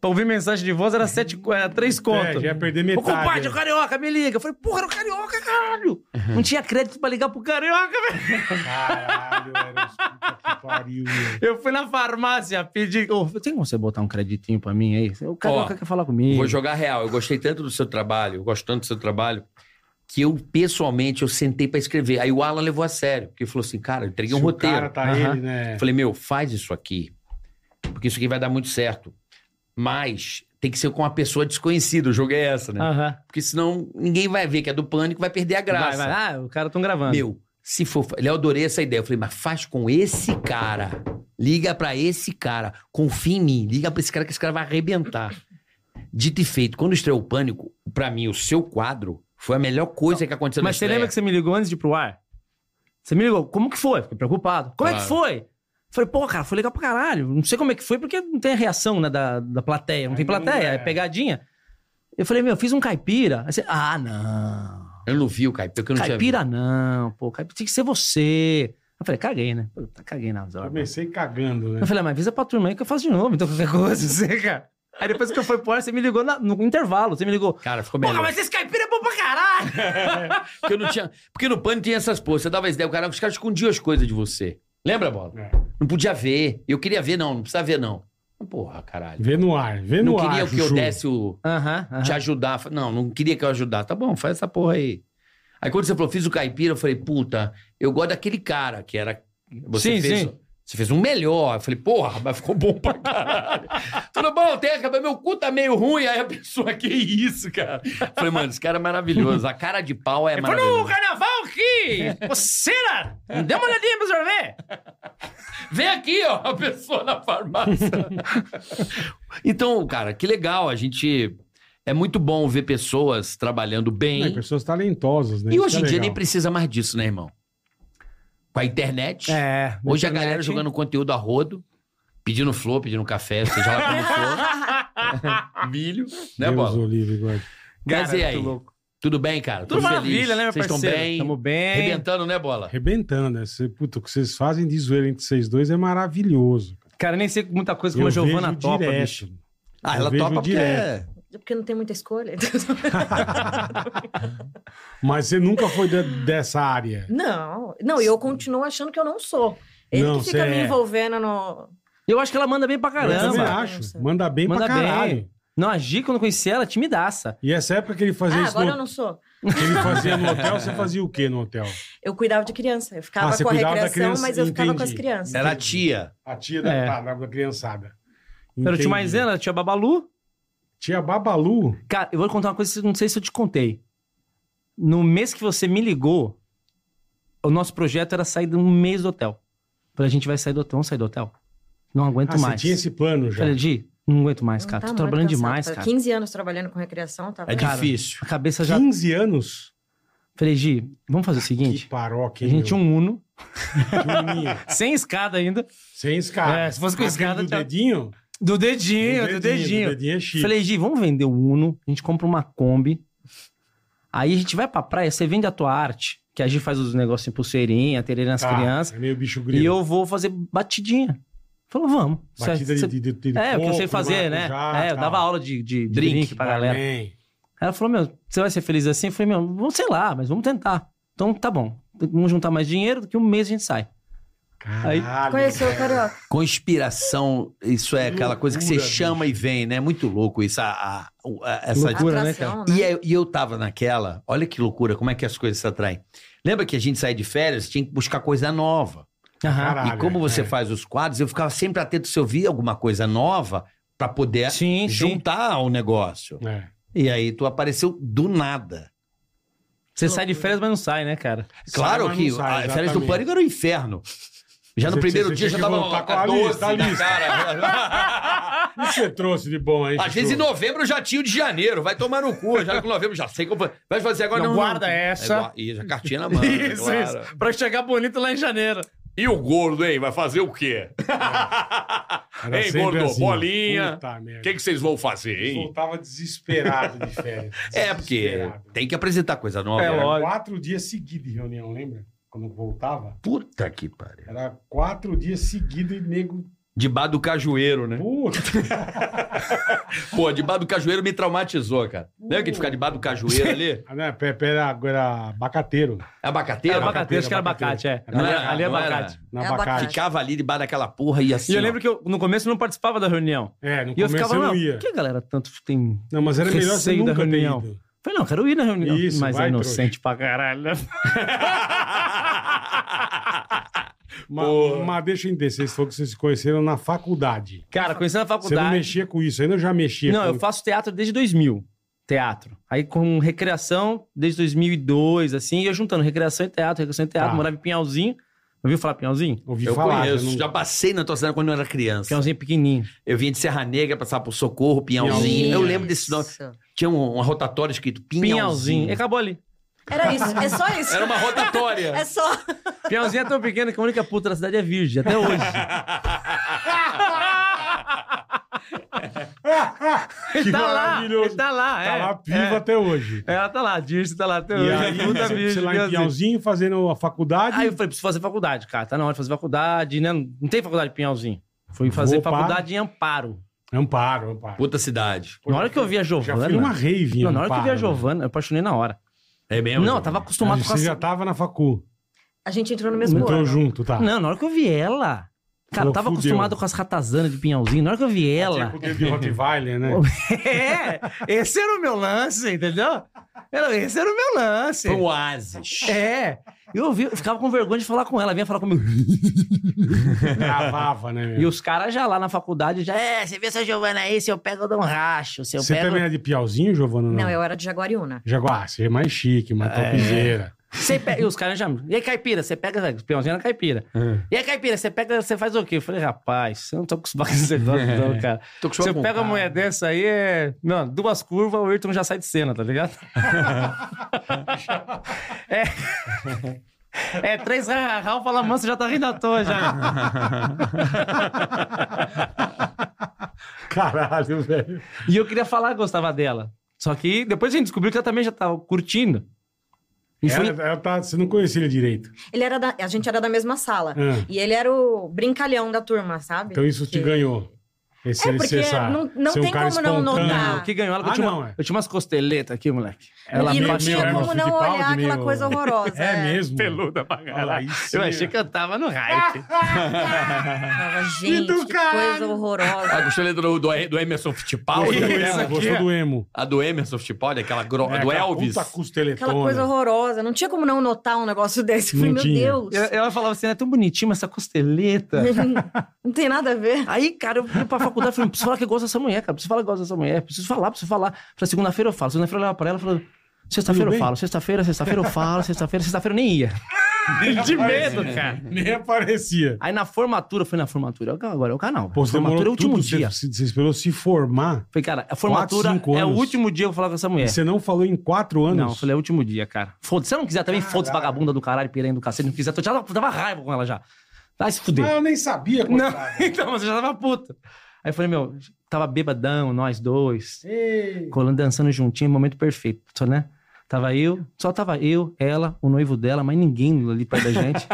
G: Pra ouvir mensagem de voz era, sete, era 3
E: É,
G: conto.
E: já ia perder
G: Ô,
E: metade. né?
G: compadre, o carioca, me liga. Eu falei, porra, era o carioca, caralho.
E: Uhum.
G: Não tinha crédito pra ligar pro carioca, velho.
E: Caralho, era os puta que pariu, meu.
G: Eu fui na farmácia pedir. Ô, tem como você botar um creditinho pra mim aí? O carioca
D: Ó,
G: quer falar comigo.
D: Vou jogar real. Eu gostei tanto do seu trabalho, eu gosto tanto do seu trabalho, que eu, pessoalmente, eu sentei pra escrever. Aí o Alan levou a sério, porque ele falou assim, cara, eu entreguei um
E: Se o
D: roteiro.
E: cara tá
G: Aham.
E: ele, né?
D: Eu Falei, meu, faz isso aqui, porque isso aqui vai dar muito certo. Mas tem que ser com uma pessoa desconhecida, o jogo é essa,
E: Ah.
D: né?
G: Aham.
D: Porque senão ninguém vai ver que é do pânico, vai perder a graça.
G: Vai, vai. Ah, o cara tão gravando.
D: Meu, se for. Eu adorei essa ideia. Eu falei, mas faz com esse cara. Liga pra esse cara. Confia em mim. Liga pra esse cara que esse cara vai arrebentar. Dito e feito, quando estreou o Pânico, pra mim, o seu quadro foi a melhor coisa que aconteceu
G: Mas
D: na
G: você
D: estreia.
G: lembra que você me ligou antes de ir pro ar? Você me ligou, como que foi? Fiquei preocupado. Como é que
D: Claro.
G: foi? Falei, pô, cara, foi legal pra caralho. Não sei como é que foi, porque não tem a reação né, da, da plateia. Não tem
E: Ainda não
G: plateia,
E: é.
G: é pegadinha. Eu falei, meu, fiz um caipira. Aí você, ah, não.
D: Eu não vi o Caipira, porque eu não tinha
G: Caipira não, pô. Caipira tem que ser você. Eu falei, caguei, né? Puta, caguei nas horas.
E: Comecei cagando, né?
G: Eu falei, ah, mas avisa pra turma aí que eu faço de novo, então qualquer coisa, (laughs) você, cara. Aí depois que eu fui pro ar, você me ligou na- no intervalo, você me ligou.
D: visto. Cara, ficou
G: Porra,
D: melhor.
G: mas esse caipira é bom pra caralho!
D: Porque, eu não tinha... porque no Pânico tinha essas porras. Você dava as ideias, o cara, os caras escondiam as coisas de você. Lembra, Bola?
E: É.
D: Não podia ver. Eu queria ver, não. Não precisava ver, não. Porra, caralho.
E: Vê no ar, vê
D: não
E: no ar.
D: queria que eu
E: Chuchu.
D: desse o...
G: Aham,
D: te
G: aham.
D: ajudar. Fa- Não, não queria que eu ajudasse. Tá bom, faz essa porra aí. Aí quando você falou, fiz o caipira, eu falei, puta, eu gosto daquele cara que era. Você
G: Sim,
D: fez.
G: sim.
D: Você fez um melhor. Eu falei, porra, mas ficou bom
G: (laughs)
D: pra caralho. Tudo bom, Teca, mas meu cu tá meio ruim. Aí a pessoa, que isso, cara? Eu falei, mano, esse cara é maravilhoso. A cara de pau é
G: Ele falou, no
D: maravilhosa.
G: carnaval aqui! Coceira! Me dê uma olhadinha pra você ver!
D: Vem aqui, ó, a pessoa na farmácia. (laughs) então, cara, que legal. A gente. É muito bom ver pessoas trabalhando bem.
E: Né, pessoas talentosas, né?
D: E
E: Isso
D: hoje
E: é
D: em dia
E: legal.
D: nem precisa mais disso, né, irmão? Com a internet.
G: É.
D: hoje a galera jogando conteúdo a rodo, pedindo flor, pedindo café, seja lá como for.
G: (laughs)
D: Milho. Né,
E: Deus
D: Bola?
E: o livre, guarda.
D: Mas e aí? Tudo bem, cara?
G: Tudo
D: Tô
G: maravilha, né, meu
D: Vocês
G: parceiro?
D: estão bem?
G: Tamo bem.
D: Arrebentando, né, Bola?
E: Arrebentando, né? Cê- Puta, o que vocês fazem de zoeira entre vocês dois é maravilhoso.
G: Cara, nem sei muita coisa como
E: Eu
G: a Giovana
E: vejo
G: topa,
E: direto.
G: bicho.
D: Ah,
E: Eu
D: ela
E: vejo
D: topa porque...
E: direto.
A: É Porque não tem muita escolha. então.
E: Mas você nunca foi de- dessa área.
A: não, não, e eu continuo achando que eu não sou. Ele
E: Não,
A: que fica
E: cê
A: me
E: é.
A: envolvendo no.
G: Eu acho que ela manda bem pra
E: Eu também
A: Nossa,
G: caramba.
E: acho.
A: nossa.
E: Manda bem
G: Manda
E: pra
G: bem.
E: caralho.
G: Não, a Gi, quando eu conheci ela, timidaça.
E: E essa época que ele fazia
A: Ah,
E: isso
A: agora eu
E: no...
A: não sou.
E: que
A: (laughs)
E: ele fazia no hotel, você fazia o quê no hotel?
A: Eu cuidava de criança. Eu ficava
E: Ah, você
A: com a
E: cuidava da
A: recreação,
E: criança,
A: mas eu ficava com as
E: entendi.
A: crianças.
D: Era a é tia.
E: A tia
G: É.
E: da, da, da criançada.
G: Era o
E: Entendi.
G: tio Maisena, tinha Babalu.
E: Tia Babalu.
G: Cara, eu vou contar uma coisa que eu não sei se eu te contei. No mês que você me ligou, o nosso projeto era sair de um mês do hotel. Falei, a gente vai sair do hotel, vamos sair do hotel. Não aguento
E: Ah, você
G: mais.
E: tinha esse plano já.
G: Falei, Di, não aguento mais,
A: Não,
G: cara.
A: tá
G: Tô
A: muito
G: trabalhando
A: cansado.
G: demais,
A: Tá
G: cara.
A: 15 anos trabalhando com recreação, tá
D: É
A: vendo?
D: difícil.
G: A cabeça já.
E: 15 anos?
G: Falei, Gi, vamos fazer o
E: Que
G: seguinte.
E: paróquia,
G: A gente tinha
E: meu.
G: um Uno,
E: Juninho.
G: sem escada ainda.
E: Sem escada.
G: É, se fosse com
E: Aquele
G: escada,
E: do
G: tchau.
E: dedinho?
G: Do dedinho, do dedinho.
E: Do dedinho é chique.
G: Falei, Gi, vamos vender o Uno, a gente compra uma Kombi. Aí a gente vai pra praia, você vende a tua arte, que a Gi faz os negócios em pulseirinha, tererê nas
E: Ah,
G: crianças.
E: É meio bicho grilo.
G: E eu vou fazer batidinha. Falou, vamos.
E: Batida
G: Cê- cê-
E: de, de, de, de
G: É, o que eu sei
E: coco,
G: fazer, né?
E: maracujá,
G: É, eu
E: tal.
G: dava aula de, de, de drink,
D: Drink,
G: pra galera.
E: Amém.
G: Aí Ela falou, meu, você vai ser feliz assim? Eu falei, meu, vamos, sei lá, mas vamos tentar. Então tá bom, vamos juntar mais dinheiro, daqui um mês a gente sai. Aí-
E: Caralho.
A: (laughs) Conheceu o
E: velho.
A: Carioca.
D: Conspiração, isso é aquela coisa que você
E: Loucura,
D: chama e vem, né? É muito louco isso, a- a- a-
E: É
D: essa
G: Loucura, né,
A: Atração,
D: E eu, e eu tava naquela, olha que loucura, como é que as coisas se atraem. Lembra que a gente saía de férias, tinha que buscar coisa nova.
G: Aham.
E: Caralho,
D: e como você
E: é.
D: faz os quadros, eu ficava sempre atento se eu via alguma coisa nova pra poder
G: Sim, sim.
D: juntar ao negócio.
E: É.
D: E aí tu apareceu do nada.
G: Você sai de férias, mas não sai, né, cara?
E: Sai,
D: Claro
E: mas
D: que
E: não sai,
D: a férias do
E: exatamente.
D: pânico era o inferno. Já no
E: Você-
D: primeiro
E: você
D: dia já
E: tinha que
D: tava
E: voltar com a
D: 12
E: lista, a
D: na
E: lista.
D: cara.
E: (laughs) O que você trouxe de bom aí?
D: Às
E: Chuchu?
D: vezes em novembro eu já tinha o de janeiro. Vai tomar no cu. Já com novembro já sei que eu vou- Vai fazer agora.
G: Não,
D: Não,
G: guarda
D: não.
G: essa.
D: É igual- Isso, a cartinha na
E: Tá (laughs)
D: mão. né?
G: Isso,
D: claro.
G: isso. Pra chegar bonito lá em janeiro.
D: E o gordo, hein? Vai fazer o quê? (laughs)
E: Era
D: hein,
E: sempre
D: gordo?
E: assim.
D: bolinha.
E: Puta merda.
D: O que, que vocês vão fazer,
E: Eu
D: hein?
E: Voltava desesperado de
G: (laughs)
E: férias.
D: É, porque
E: desesperado.
D: tem que apresentar coisa nova.
G: É,
D: né?
G: lógico.
E: Quatro dias seguidos de reunião, lembra? Quando eu voltava,
D: Puta que pariu.
E: era quatro dias seguidos e nego.
D: Debaixo do cajueiro, né?
E: Puta,
D: Pô, debaixo do cajueiro me traumatizou, cara. Lembra que de ficar debaixo do cajueiro
G: (laughs)
D: ali?
E: Ah, não, Pepe era, era abacateiro.
D: Abacateiro?
G: Era abacate, acho que era
E: abacate.
G: abacate, é.
E: Não
G: Ali,
D: era,
G: ali é
D: não era.
G: abacate.
E: Na
A: É
E: abacate.
A: abacate.
D: Ficava ali debaixo daquela porra e assim.
G: E eu
D: ó.
G: lembro que eu, no começo eu não participava da reunião.
E: É, no
G: E eu
E: começo
G: ficava,
E: eu
G: não,
E: não ia.
G: por que a galera é tanto tipo, tem...
E: Não, mas era melhor você
G: Receio da
E: nunca ter
G: reunião.
E: ido.
G: Falei, não, quero ir na reunião.
E: Isso,
G: Mas
E: vai,
G: é inocente pra caralho.
D: (laughs)
E: Mas, mas deixa eu entender, vocês falaram que vocês se conheceram na faculdade.
G: Cara, conheci na
E: Você não
G: faculdade.
E: mexia com isso, ainda eu já mexia.
G: Não,
E: com...
G: eu faço teatro desde 2000. Teatro. Aí com recreação desde 2002, assim, ia juntando recreação e teatro, recreação e teatro.
E: Tá.
G: Morava em Pinhalzinho. Ouviu falar Pinhalzinho?
E: ouvi
D: Eu
E: falar.
D: conheço,
E: eu não-
D: já
E: (laughs)
D: passei na tua cidade quando eu era criança.
G: Pinhalzinho é pequenininho.
D: Eu vinha de Serra Negra, passava por Socorro, Pinhalzinho.
E: Pinhalzinho.
D: Eu lembro desse nome.
A: Isso.
D: Tinha um- uma rotatória escrito Pinhalzinho.
G: Pinhalzinho. E acabou ali.
A: Era isso, é só isso.
D: Era uma rotatória.
A: (laughs) É só.
G: Pinhalzinho é tão pequeno que a única puta da cidade é virgem,
E: (laughs)
G: até hoje.
E: Que
G: Ele tá lá,
E: maravilhoso.
G: ele tá lá,
E: Tá
G: é.
E: lá viva
G: É.
E: até hoje.
G: Ela tá lá, a Dirce tá lá até
E: E
G: hoje.
E: aí,
G: a puta
E: você, você
G: virgem,
E: lá em
G: Pinhalzinho.
E: Pinhalzinho fazendo a faculdade.
G: Aí eu falei, preciso fazer faculdade, cara. Tá na hora de fazer faculdade, né? Não tem faculdade em Pinhalzinho. Fui fazer
E: Vou para-
G: faculdade em Amparo.
E: é um Amparo, amparo.
D: Puta cidade.
G: Na hora que eu vi a
E: Já
G: Giovana...
E: fui numa rave. em
G: Não, na hora que eu vi
E: Amparo,
G: a
E: né?
G: Giovana, eu apaixonei na hora.
D: É mesmo?
G: Não, eu
D: gente?
G: tava acostumado com
E: Você já
G: essa...
E: tava na facu.
A: A gente entrou no mesmo
E: Entrou
A: ano.
E: junto, tá?
G: Não, na hora que eu vi ela... Cara,
E: Falou,
G: eu tava
E: fudeu.
G: acostumado com as ratazanas de pinhãozinho. Na hora que eu vi ela... (laughs)
E: Tipo o David Rottweiler, né?
G: É, esse era o meu lance, entendeu? Era- Esse era o meu lance.
D: Foi um oásis.
G: É, eu, ouvi, eu ficava com vergonha de falar com ela, vinha falar comigo.
E: Gravava, né? meu?
G: E os caras já lá na faculdade já, é, você vê essa Giovana aí, se eu pego eu dou um racho, se eu
E: Você
G: pego...
E: também era de Piauzinho, Giovana? ou Não,
A: Não, eu era de Jaguariúna.
E: Jaguar, você é mais chique, mais
G: É.
E: topzeira.
G: um-" Você pe- E os caras já, e aí caipira, você pega, os peãozinhos na caipira. E aí caipira, você pega, você faz o quê? Eu falei, rapaz, eu não tô acostumado com esse negócio
E: (laughs)
G: não, cara.
D: Tô acostumado
G: Se eu
D: com
G: pego uma
D: cara.
G: mulher
E: né?
G: dessa aí, é... Não, duas curvas, o Ayrton já sai de cena,
E: (laughs)
G: tá ligado? é... É, três rarral, fala, mano, você já tá rindo à toa já.
E: (laughs) Caralho, velho.
G: E eu queria falar que gostava dela. Só que depois a gente descobriu que ela também já tava curtindo. E
E: Ela,
G: foi...
E: ela tá, você não conhecia ele direito.
A: Ele era da- A gente era da mesma sala.
E: Ah,
A: E ele era o brincalhão da turma, sabe?
E: então isso te
A: Que-
E: ganhou. Esse, um
A: É, porque não- não tem como não notar.
G: O que ganhou ela?
E: Ah,
G: que eu, tinha
E: não,
G: uma,
E: é.
G: eu tinha umas costeletas aqui, moleque.
E: Ela é
A: e não
E: meio-
A: tinha
E: meio
A: como
E: Emerson
A: não
E: Fittipaldi,
A: olhar aquela
E: meio-
A: coisa horrorosa.
E: (laughs) É mesmo?
G: pra
E: Olha lá, isso
G: Eu
E: é-
G: achei que eu tava no hype.
A: Falava, gente,
E: do
A: que
E: caralho.
A: coisa
D: A
E: (laughs)
A: horrorosa.
D: costeleta Ah, do, do, do Emerson
E: Gostou
D: Fittipaldi.
E: do
D: aquela-
E: emo, gostou do emo.
D: A do Emerson Fittipaldi, aquela gro...
E: É,
D: do
E: aquela
D: Elvis.
E: Puta
A: Aquela coisa
E: costeletosa.
A: horrorosa. Não tinha como não notar um negócio (laughs) desse. Eu falei,
E: Não
A: meu
E: tinha.
A: Deus.
G: E- Ela falava assim, é tão bonitinha mas essa costeleta.
A: (laughs) Não tem nada a ver.
G: Aí, cara, eu fui pra faculdade e falei, preciso falar que eu gosto dessa mulher, cara. Preciso falar que eu gosto dessa mulher. Preciso falar, preciso falar. Pra segunda-feira eu falo. Segunda-feira eu olhava pra ela e falava, sexta-feira
E: Tudo
G: eu
E: bem?
G: falo. Sexta-feira, sexta-feira eu falo. Sexta-feira, sexta-feira eu nem ia. (laughs) De medo,
E: né?
G: cara.
E: Nem aparecia.
G: Aí na formatura, eu fui na formatura. Agora é o canal.
E: Pô, você
G: formatura é o
E: demorou
G: último
E: tudo,
G: dia.
E: você, você esperou se formar.
G: Falei, cara, a formatura
E: cinco
G: é o
E: anos.
G: último dia que eu vou falar com essa
E: E
G: mulher.
E: você não falou em quatro anos.
G: É. Não, eu falei, é o último dia, cara. Foda-se. Se ela não quiser também, foda-se, vagabunda do caralho, piranha do cacete, não quiser. Eu já tava, tava raiva com ela já. Vai se fuder.
E: Ah, eu nem sabia,
G: Não,
E: coitada.
G: (laughs) então, mas eu já tava puta. Aí eu falei, meu, tava bebadão, nós dois,
E: Ei.
G: colando, dançando juntinho, momento perfeito, só, né? Tava eu, só tava eu, ela, o noivo dela, mas ninguém ali perto
E: (laughs)
G: da gente.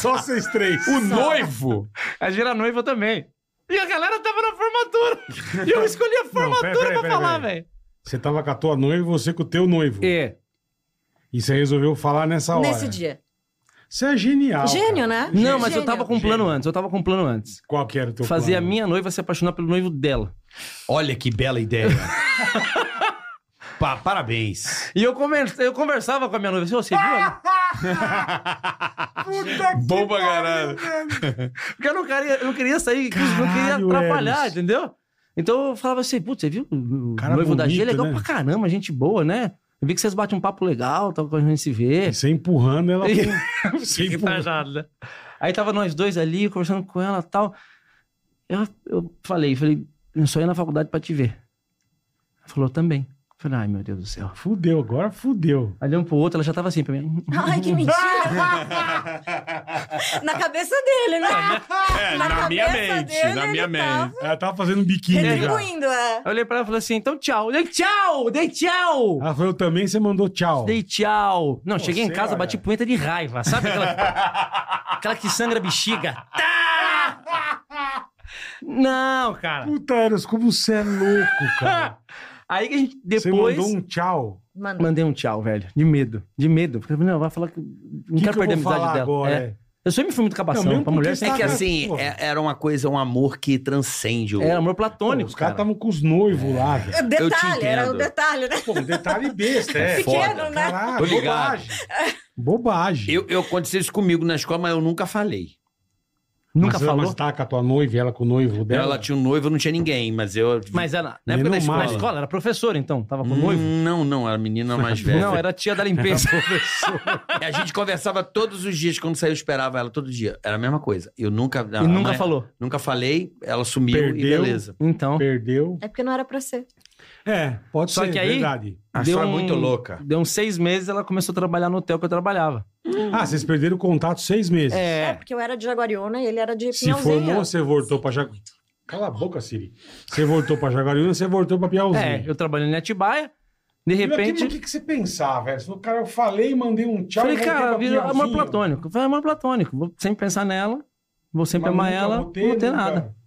E: Só vocês três.
D: O noivo.
G: a gente era noiva também. E a galera tava na formatura. E eu escolhi a formatura
E: pera aí, pera
G: pra
E: aí,
G: falar,
E: pera aí.
G: velho.
E: Você tava com a tua noiva e você com o teu noivo.
G: É.
E: E você resolveu falar nessa hora.
A: Nesse dia.
E: Você é genial.
A: Gênio, né?
E: cara.
G: Não, mas eu
A: Gênio.
G: tava com um plano antes, eu tava com um plano antes.
E: Qual que era o teu
G: fazer a
E: plano?
G: minha noiva se apaixonar pelo noivo dela.
D: Olha que bela ideia. Pa- parabéns.
G: E eu, comen- eu conversava com a minha noiva, assim, "Ô, você viu? ela?"
E: Puta que
D: Bom pra
E: pariu,
D: caralho.
E: velho.
G: Porque eu não queria, eu não queria sair, eu não queria
E: Caralho,
G: atrapalhar,
E: Elis.
G: entendeu? Então eu falava assim, putz, você viu? O
E: Cara
G: noivo da G é
E: bonito,
G: legal
E: né?
G: pra caramba, gente boa, né? Eu vi que vocês batem um papo legal, tal, quando a gente se vê.
E: Você empurrando ela.
G: E- (laughs) né?
E: Você empurra-
F: nada.
G: Aí tava nós dois ali, conversando com ela tal. Eu, eu falei, falei, eu só ia na faculdade pra te ver. Ela falou, também. Eu falei, ai meu Deus do céu.
E: Fudeu, agora fudeu.
G: Aí um pro outro, ela já tava assim pra mim.
A: Ai,
G: (laughs)
A: que mentira!
E: (laughs)
A: na cabeça dele, né?
D: É, na, minha
A: cabeça
D: mente,
A: dele,
D: na minha
A: ele
D: mente.
A: tava
E: Ela tava fazendo biquíni já.
A: Retribuindo, é.
G: Eu olhei pra ela e falei assim, então tchau. Eu Dei tchau, dei tchau.
E: Ela falou, eu também, você mandou tchau.
G: Dei tchau. Não,
E: Pô,
G: cheguei em
E: sei
G: casa,
E: lá,
G: bati
E: cara.
G: punheta de raiva. Sabe
E: (laughs)
G: aquela, aquela que sangra a bexiga? Tá! Não, cara.
E: Puta, Eros, como você é louco,
G: (laughs)
E: cara.
G: Aí que a gente
E: Você
G: depois...
E: mandou um tchau.
A: Mano,
G: Mandei um tchau, velho. De medo. De medo. Porque eu falei, não, vai falar que. Não
E: O que
G: quero
E: que eu
G: perder a
E: vou
G: amizade
E: falar
G: dela.
E: agora?
G: É. Eu sempre fui muito cabação.
E: Não, mesmo
G: pra
E: porque
G: mulher sempre.
E: tá-
C: É que assim,
E: Porra.
C: é- era uma coisa, um amor que transcende o.
G: Era
E: tá
G: amor
E: Pô,
G: platônico.
E: os caras tá
G: cara. É.
E: estavam com os noivos lá, velho.
A: detalhe, era o
C: entendo.
A: detalhe, né?
E: Pô, um detalhe besta, é.
C: Foda.
A: Pequeno, né?
E: Caralho,
C: Tô ligado.
E: bobagem. Bobagem.
D: Eu, eu aconteceu isso comigo na escola, mas eu nunca falei.
G: Nunca
E: mas,
G: falou.
E: Mas tá com a tua noiva e ela com o noivo dela.
D: Ela tinha um noivo, eu não tinha ninguém, mas eu.
G: Mas ela.
D: na época da
E: Menos
G: Na
E: mal.
D: escola.
G: escola, era professora, então. Tava com
D: Hum,
G: noivo.
D: Não, não, era a menina mais velha.
G: Não, é- era a tia da limpeza.
E: (laughs)
D: E A gente conversava todos os dias, quando saiu, eu esperava ela todo dia. Era a mesma coisa. Eu nunca.
G: e
E: né?
G: nunca falou.
D: Nunca falei, ela sumiu e
E: Perdeu.
D: beleza.
G: Então.
E: Perdeu.
A: É porque não era pra ser.
E: É, pode
G: Só
E: ser,
G: que aí-
E: verdade.
D: A
G: deu
D: história é
G: um-
D: muito louca.
G: Deu uns seis meses, ela começou a trabalhar no hotel que eu trabalhava.
E: Ah, vocês perderam o contato seis meses.
A: É,
G: É.
A: porque eu era de Jaguariúna e ele era de
E: Se
A: Pinhalzinho.
E: formou, você voltou pra Jaguariúna. Cala a boca, Siri. Você voltou pra Jaguariúna, você voltou pra Piauzinho.
G: É, eu trabalhei em Atibaia. De
E: Mas
G: repente.
E: O que, que você pensava, velho? Você falou, cara, eu falei, mandei um tchau.
G: falei,
E: e voltei
G: cara,
E: pra
G: virou amor
E: Piauzinho.
G: platônico. Eu Falei, amor platônico. Vou sempre pensar nela. Vou
E: Mas
G: sempre amar
E: nunca
G: ela.
E: voltei,
G: não tem
E: nunca.
G: nada.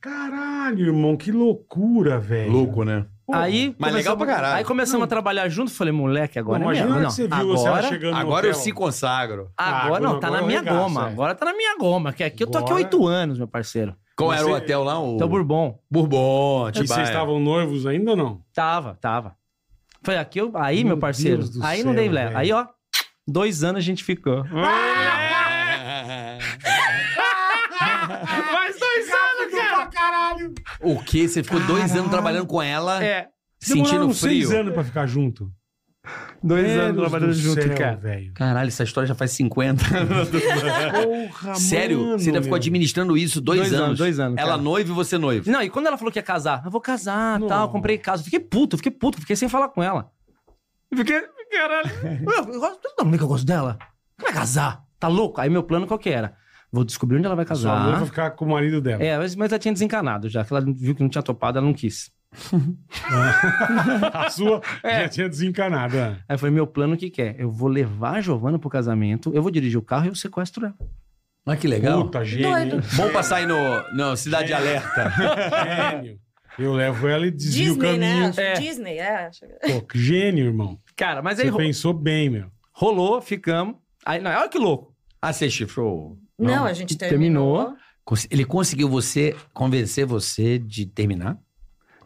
E: Caralho, irmão, que loucura, velho.
D: Louco, né?
E: Pô,
G: Aí,
D: Mas legal pra caralho.
G: Aí começamos a trabalhar junto, falei, moleque,
E: Hum. Pô,
G: agora é
E: imagina a
G: mesmo.
E: hora
G: Não,
E: que você viu você ela
G: agora,
E: chegando no
D: Agora eu
E: hotel.
D: se consagro.
G: agora
E: Ah,
G: não, tá
E: agora
G: na
E: eu
G: minha
E: arregaço,
G: goma.
E: é.
G: Agora tá na minha goma, que aqui eu tô aqui há
E: Agora-
G: oito anos, meu parceiro.
D: Qual era o
E: Você-
D: hotel lá? O
G: Então, Bourbon.
D: Bourbon,
E: E
D: Atibaia.
E: vocês estavam noivos ainda ou não?
G: Tava, tava. Falei, aqui eu... Aí, meu,
E: Meu
G: parceiro,
E: Deus do
G: aí
E: céu,
G: não dei lé.
E: velho.
G: Aí, ó, dois anos a gente ficou. Ah,
E: É,
F: Mais dois anos, cara.
D: (laughs) O quê? Você ficou dois
E: Caralho.
D: anos trabalhando com ela,
F: É.
D: sentindo
E: Demoraram seis
D: frio.
E: anos pra ficar junto.
G: Dois
E: Deus
G: anos
E: do
G: trabalhando junto,
E: céu,
G: cara.
E: velho.
D: Caralho, essa história já faz 50 anos.
E: Porra,
D: Sério?
E: Tá, mano,
D: você ainda ficou
E: meu.
D: administrando isso dois, anos.
G: Dois anos,
D: Ela
G: cara.
D: noiva e você noivo.
G: Não, e quando ela falou que ia casar, eu vou casar,
E: Não.
G: tal, comprei casa. Eu Fiquei puto, eu fiquei puto, fiquei sem falar com ela. Eu Fiquei, (laughs) caralho. Eu, eu gosto, todo mundo que eu gosto dela. Como é casar? Tá louco? Aí meu plano qual que era? Vou descobrir onde ela vai
E: Sua noiva
G: casar.
E: ficar com o marido dela.
G: É, mas, mas ela tinha desencanado já, que ela viu que não tinha topado, ela não quis.
E: A sua
G: É.
E: já tinha desencanado. né?
G: Aí eu falei, meu plano o que que é? Eu vou levar a Giovana pro casamento, eu vou dirigir o carro e eu sequestro ela.
D: Olha Ah, que legal.
E: Puta, gênio. hein?
D: Bom passar aí no, no
G: É.
D: Cidade Alerta.
E: Gênio. Eu levo ela e desvio o
A: Disney, né?
E: caminho.
A: Acho que
G: É.
A: Disney, é. acho que-
E: Pô, que gênio, irmão.
G: Cara, mas aí
E: Você
G: ro-
E: pensou bem, meu.
G: rolou, ficamos. Aí, não, olha que louco.
D: Ah, você chifrou.
A: Não,
G: Não,
A: a gente
G: terminou.
A: terminou.
D: Cons- Ele conseguiu você convencer você de terminar?